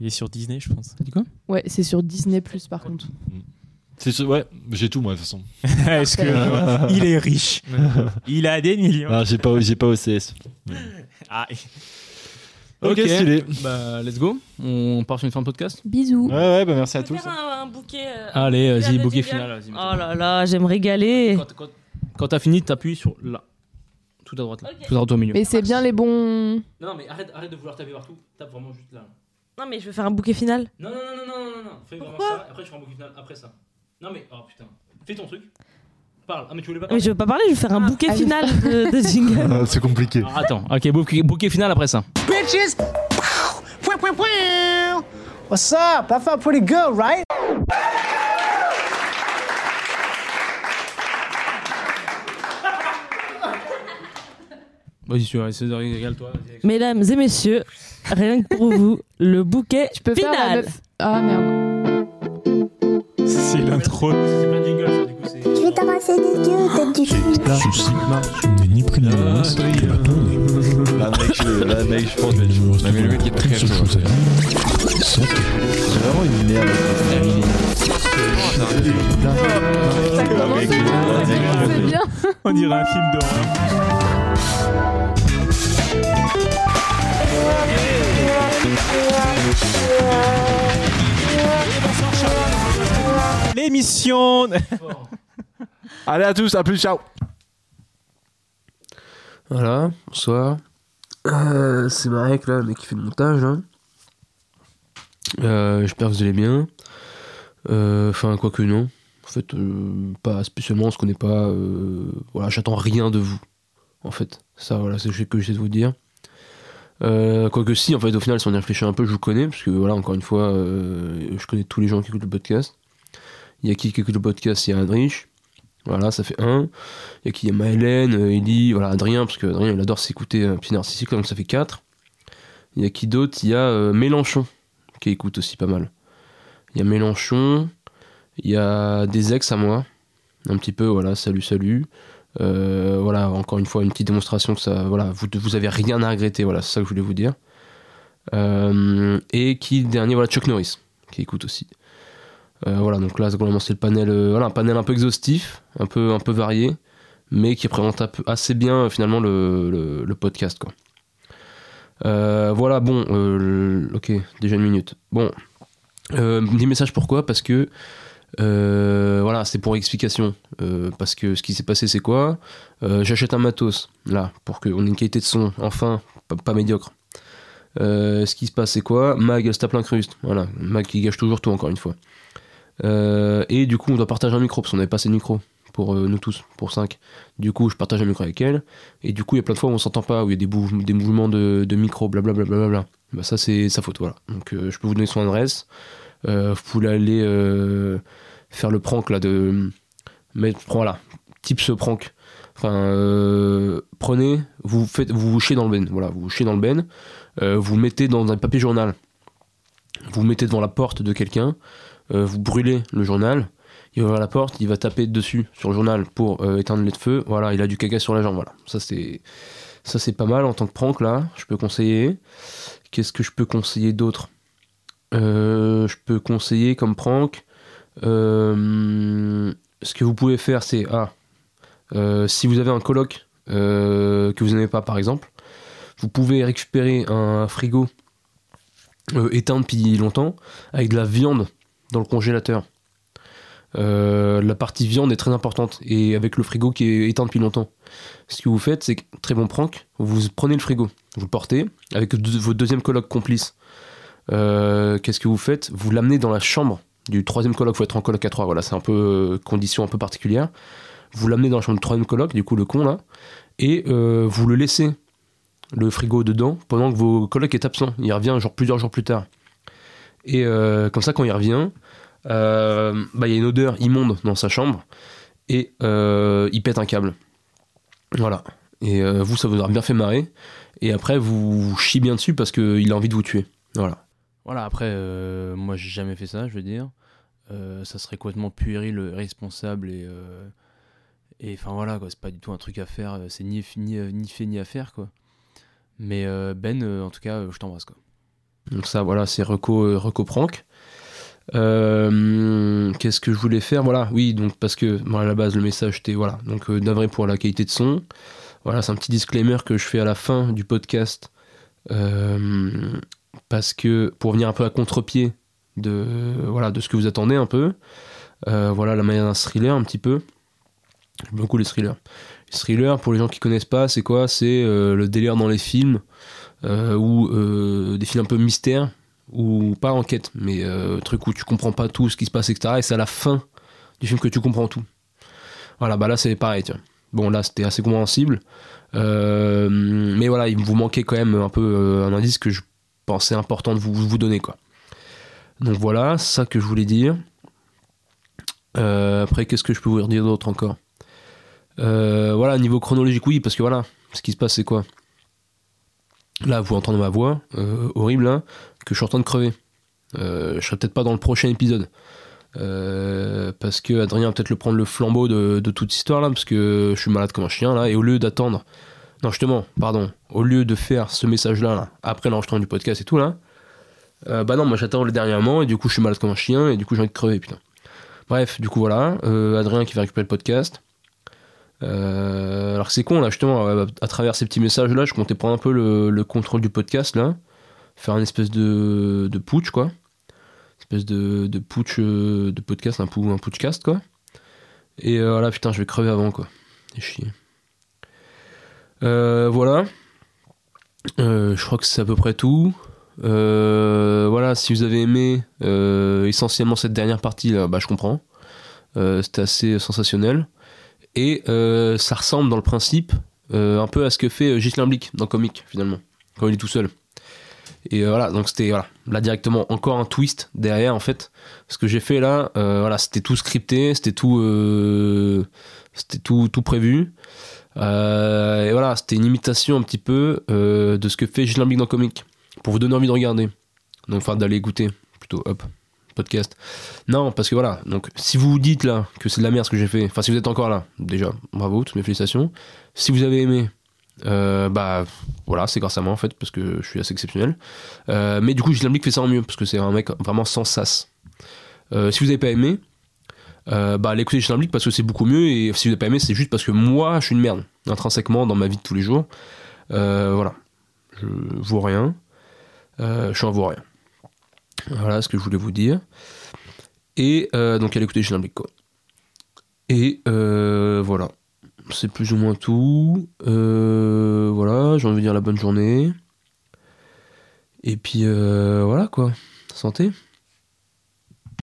[SPEAKER 4] Il est sur Disney, je pense.
[SPEAKER 2] T'as dit quoi
[SPEAKER 3] Ouais, c'est sur Disney Plus par contre.
[SPEAKER 9] C'est ce- Ouais, j'ai tout, moi, de toute façon.
[SPEAKER 4] Est-ce que il est riche <laughs> Il a des millions.
[SPEAKER 9] Ah, j'ai pas, j'ai pas OCS.
[SPEAKER 4] Ah,
[SPEAKER 9] Ok,
[SPEAKER 2] Ok.
[SPEAKER 9] stylé.
[SPEAKER 2] Bah, let's go. On part sur une fin de podcast.
[SPEAKER 3] Bisous.
[SPEAKER 9] Ouais, ouais, bah merci à tous.
[SPEAKER 6] faire un, un bouquet. euh,
[SPEAKER 3] Ah,
[SPEAKER 2] Allez,
[SPEAKER 6] Regarde
[SPEAKER 2] vas-y,
[SPEAKER 6] le
[SPEAKER 2] bouquet
[SPEAKER 6] jingle.
[SPEAKER 2] final. vas-y,
[SPEAKER 6] Oh là là, j'aime régaler.
[SPEAKER 2] Quand, quand- quand t'as fini, t'appuies sur là. Tout à droite là.
[SPEAKER 6] Ok.
[SPEAKER 2] Tout à droite au milieu.
[SPEAKER 3] Mais c'est bien les bons.
[SPEAKER 2] Non, mais arrête, arrête de vouloir taper partout. Tape vraiment juste là.
[SPEAKER 6] Non, mais je veux faire un bouquet final.
[SPEAKER 2] Non, non, non, non, non, non, non. Fais
[SPEAKER 6] Pourquoi
[SPEAKER 2] ça. Après, je ferai un bouquet final. Après ça. Non, mais. Oh putain. Fais ton truc. Parle. Ah, mais tu voulais pas
[SPEAKER 6] Mais je veux pas parler, je veux faire un bouquet
[SPEAKER 3] Allez.
[SPEAKER 6] final
[SPEAKER 3] <laughs>
[SPEAKER 6] de, de jingle.
[SPEAKER 9] Ah, C'est compliqué.
[SPEAKER 2] Ah, attends. Ok, bouquet, bouquet final après ça.
[SPEAKER 11] What's up? I felt pretty good, right?
[SPEAKER 2] Vas-y, tu vas essayer de régale toi.
[SPEAKER 6] Mesdames et messieurs, rien que pour vous, le bouquet
[SPEAKER 3] Tu peux
[SPEAKER 6] final.
[SPEAKER 3] faire la meuf. Ah merde.
[SPEAKER 4] c'est l'intro.
[SPEAKER 2] C'est plein de jingles ça, du coup. c'est-
[SPEAKER 1] Ceci n'est ni plus ni moins que la tournée.
[SPEAKER 9] Là, mec, euh, là, mec, je pense que
[SPEAKER 1] Il ne
[SPEAKER 5] mais le mec est
[SPEAKER 1] reste
[SPEAKER 5] très
[SPEAKER 1] qu'une seule
[SPEAKER 5] chaud,
[SPEAKER 1] chose à dire. Santé.
[SPEAKER 9] c'est vraiment une merde.
[SPEAKER 3] Ça commence bien, ça commence bien.
[SPEAKER 4] On dirait un film d'horreur. L'émission
[SPEAKER 9] Allez à tous, à plus, ciao.
[SPEAKER 12] Voilà, bonsoir. Euh, c'est Marek, là, le mec qui fait le montage. là. Euh, J'espère que vous allez bien. Euh, Enfin, quoique non. En fait, euh, pas spécialement, on se connaît pas. euh, voilà, j'attends rien de vous. En fait, ça, voilà, c'est ce que j'essaie de vous dire. Euh, quoique si, en fait, au final, si on y réfléchit un peu, je vous connais, parce que voilà, encore une fois, euh, je connais tous les gens qui écoutent le podcast. Il y a qui qui écoute le podcast Il y a Heinrich.
[SPEAKER 2] Voilà, ça fait un. Il y a qui Il y a Maëlène, euh, Ellie, voilà, Adrien, parce que Adrien, il adore s'écouter
[SPEAKER 12] euh,
[SPEAKER 2] un petit narcissique, donc ça fait 4. Il y a qui d'autre Il y a euh, Mélenchon, qui écoute aussi pas mal. Il y a Mélenchon, il y a des ex à moi, un petit peu, voilà, salut, salut. Euh, voilà, encore une fois, une petite démonstration que ça, voilà, vous, vous avez rien à regretter, voilà, c'est ça que je voulais vous dire. Euh, et qui, le dernier, voilà, Chuck Norris, qui écoute aussi. Euh, voilà, donc là, globalement, c'est le panel, euh, voilà, un panel un peu exhaustif, un peu, un peu varié, mais qui représente un peu- assez bien, euh, finalement, le, le- le podcast, quoi. Euh, voilà, bon, euh, le- ok, déjà une minute. Bon, euh, des messages pourquoi Parce que euh, voilà, c'est pour explication. Euh, parce que ce qui s'est passé, c'est quoi Euh, J'achète un matos, là, pour qu'on ait une qualité de son, enfin, pas, pas médiocre. Euh, ce qui se passe, c'est quoi Mag, elle se tape l'incruste. Voilà, Mag qui gâche toujours tout, encore une fois. Euh, et du coup, on doit partager un micro, parce qu'on n'avait pas assez de micros pour euh, nous tous, pour 5. Du coup, je partage un micro avec elle, et du coup, il y a plein de fois où on s'entend pas, où il y a des, bouge- des mouvements de, de micro, blablabla. Bah, ça, c'est sa faute, voilà. Donc, euh, je peux vous donner son adresse. Euh, vous pouvez aller euh, faire le prank, là, de. Mettre, voilà, type ce prank. Enfin, euh, prenez, vous faites, vous, vous chiez dans le ben, voilà, vous vous chiez dans le ben, euh, vous mettez dans un papier journal vous mettez devant la porte de quelqu'un, euh, vous brûlez le journal, il va ouvrir la porte, il va taper dessus sur le journal pour euh, éteindre les feux, voilà, il a du caca sur la jambe, voilà. Ça c'est ça c'est pas mal en tant que prank là, je peux conseiller. Qu'est-ce que je peux conseiller d'autre Euh, je peux conseiller comme prank euh, ce que vous pouvez faire c'est ah, euh, si vous avez un coloc euh, que vous n'aimez pas par exemple, vous pouvez récupérer un frigo euh, éteint depuis longtemps, avec de la viande dans le congélateur. Euh, la partie viande est très importante et avec le frigo qui est éteint depuis longtemps. Ce que vous faites, c'est que, très bon prank, vous prenez le frigo, vous le portez avec deux- votre deuxième coloc complice. Euh, Qu'est-ce que vous faites Vous l'amenez dans la chambre du troisième coloc, faut être en coloc à trois, voilà, c'est un peu euh, condition un peu particulière. Vous l'amenez dans la chambre du troisième coloc, du coup le con là, et euh, vous le laissez le frigo dedans pendant que vos collègues est absent. Il revient genre plusieurs jours plus tard. Et euh, comme ça, quand il revient, euh, bah, il y a une odeur immonde dans sa chambre et euh, il pète un câble. Voilà. Et euh, vous, ça vous aura bien fait marrer. Et après, vous, vous chiez bien dessus parce qu'il a envie de vous tuer. Voilà.
[SPEAKER 13] Voilà, après, euh, moi j'ai jamais fait ça, je veux dire. Euh, ça serait complètement puéril, euh, irresponsable et. euh, et enfin voilà, quoi, c'est pas du tout un truc à faire, euh, c'est ni, ni, euh, ni fait ni à faire, quoi. Mais euh, Ben, euh, en tout cas, euh, je t'embrasse, quoi.
[SPEAKER 2] Donc ça, voilà, c'est Reco, euh, Reco Prank. Euh, Qu'est-ce que je voulais faire Voilà, oui, donc parce que bon, à la base le message c'était voilà, donc euh, navré pour la qualité de son. Voilà, c'est un petit disclaimer que je fais à la fin du podcast euh, parce que pour venir un peu à contre-pied de euh, voilà de ce que vous attendez un peu. Euh, voilà la manière d'un thriller un petit peu. J'aime beaucoup les thrillers. Les thrillers, pour les gens qui connaissent pas, c'est quoi C'est euh, le délire dans les films, euh, ou euh, des films un peu mystères, ou pas enquête, mais euh, truc où tu comprends pas tout ce qui se passe, etc. Et c'est à la fin du film que tu comprends tout. Voilà, bah là c'est pareil, tu vois. Bon, là c'était assez compréhensible. Euh, mais voilà, il vous manquait quand même un peu euh, un indice que je pensais important de vous, vous donner, quoi. Donc voilà, c'est ça que je voulais dire. Euh, après, qu'est-ce que je peux vous dire d'autre encore Euh, Voilà, niveau chronologique, oui, parce que voilà, ce qui se passe, c'est quoi Là, vous entendez ma voix, euh, horrible, hein, que je suis en train de crever. Euh, je serai peut-être pas dans le prochain épisode. Euh, parce que Adrien va peut-être le prendre le flambeau de, de toute histoire là, parce que je suis malade comme un chien là, et au lieu d'attendre, non justement, pardon, au lieu de faire ce message là, là, après l'enregistrement du podcast et tout là, euh, bah non, moi j'attends le dernier moment et du coup je suis malade comme un chien et du coup j'ai envie de crever, putain. Bref, du coup voilà, euh, Adrien qui va récupérer le podcast. Euh, alors que c'est con là, justement, à, à travers ces petits messages là, je comptais prendre un peu le, le contrôle du podcast là, faire une espèce de, de putsch quoi, espèce de, de putsch euh, de podcast, un, pou, un putschcast quoi. Et euh, voilà, putain, je vais crever avant quoi, c'est chier. Euh, voilà. Euh, je crois que c'est à peu près tout. Euh, voilà, si vous avez aimé euh, essentiellement cette dernière partie, là, bah, je comprends. Euh, C'était assez sensationnel. Et euh, ça ressemble dans le principe euh, un peu à ce que fait euh, Ghislain Blic dans Comic, finalement, quand il est tout seul. Et euh, voilà, donc c'était voilà, là directement encore un twist derrière en fait. Ce que j'ai fait là, euh, voilà, c'était tout scripté, c'était tout, euh, c'était tout, tout prévu. Euh, et voilà, c'était une imitation un petit peu euh, de ce que fait Gilles Lambic dans Comic, pour vous donner envie de regarder. Donc, enfin, d'aller goûter, plutôt, hop, podcast. Non, parce que voilà, donc si vous vous dites là que c'est de la merde ce que j'ai fait, enfin, si vous êtes encore là, déjà, bravo, toutes mes félicitations. Si vous avez aimé, euh, bah voilà, c'est grâce à moi en fait, parce que je suis assez exceptionnel. Euh, mais du coup, Gilles Lambic fait ça en mieux, parce que c'est un mec vraiment sans sas. Euh, si vous n'avez pas aimé, euh, bah, allez écouter Gilles Lambic parce que c'est beaucoup mieux. Et si vous n'avez pas aimé, c'est juste parce que moi, je suis une merde, intrinsèquement, dans ma vie de tous les jours. Euh, voilà. Je vaux rien. Euh, je suis un vaut rien. Voilà ce que je voulais vous dire. Et euh, donc, allez écouter Gilles Lambic, quoi. Et euh, voilà. C'est plus ou moins tout. Euh, voilà, j'ai envie de dire la bonne journée. Et puis, euh, voilà, quoi. Santé.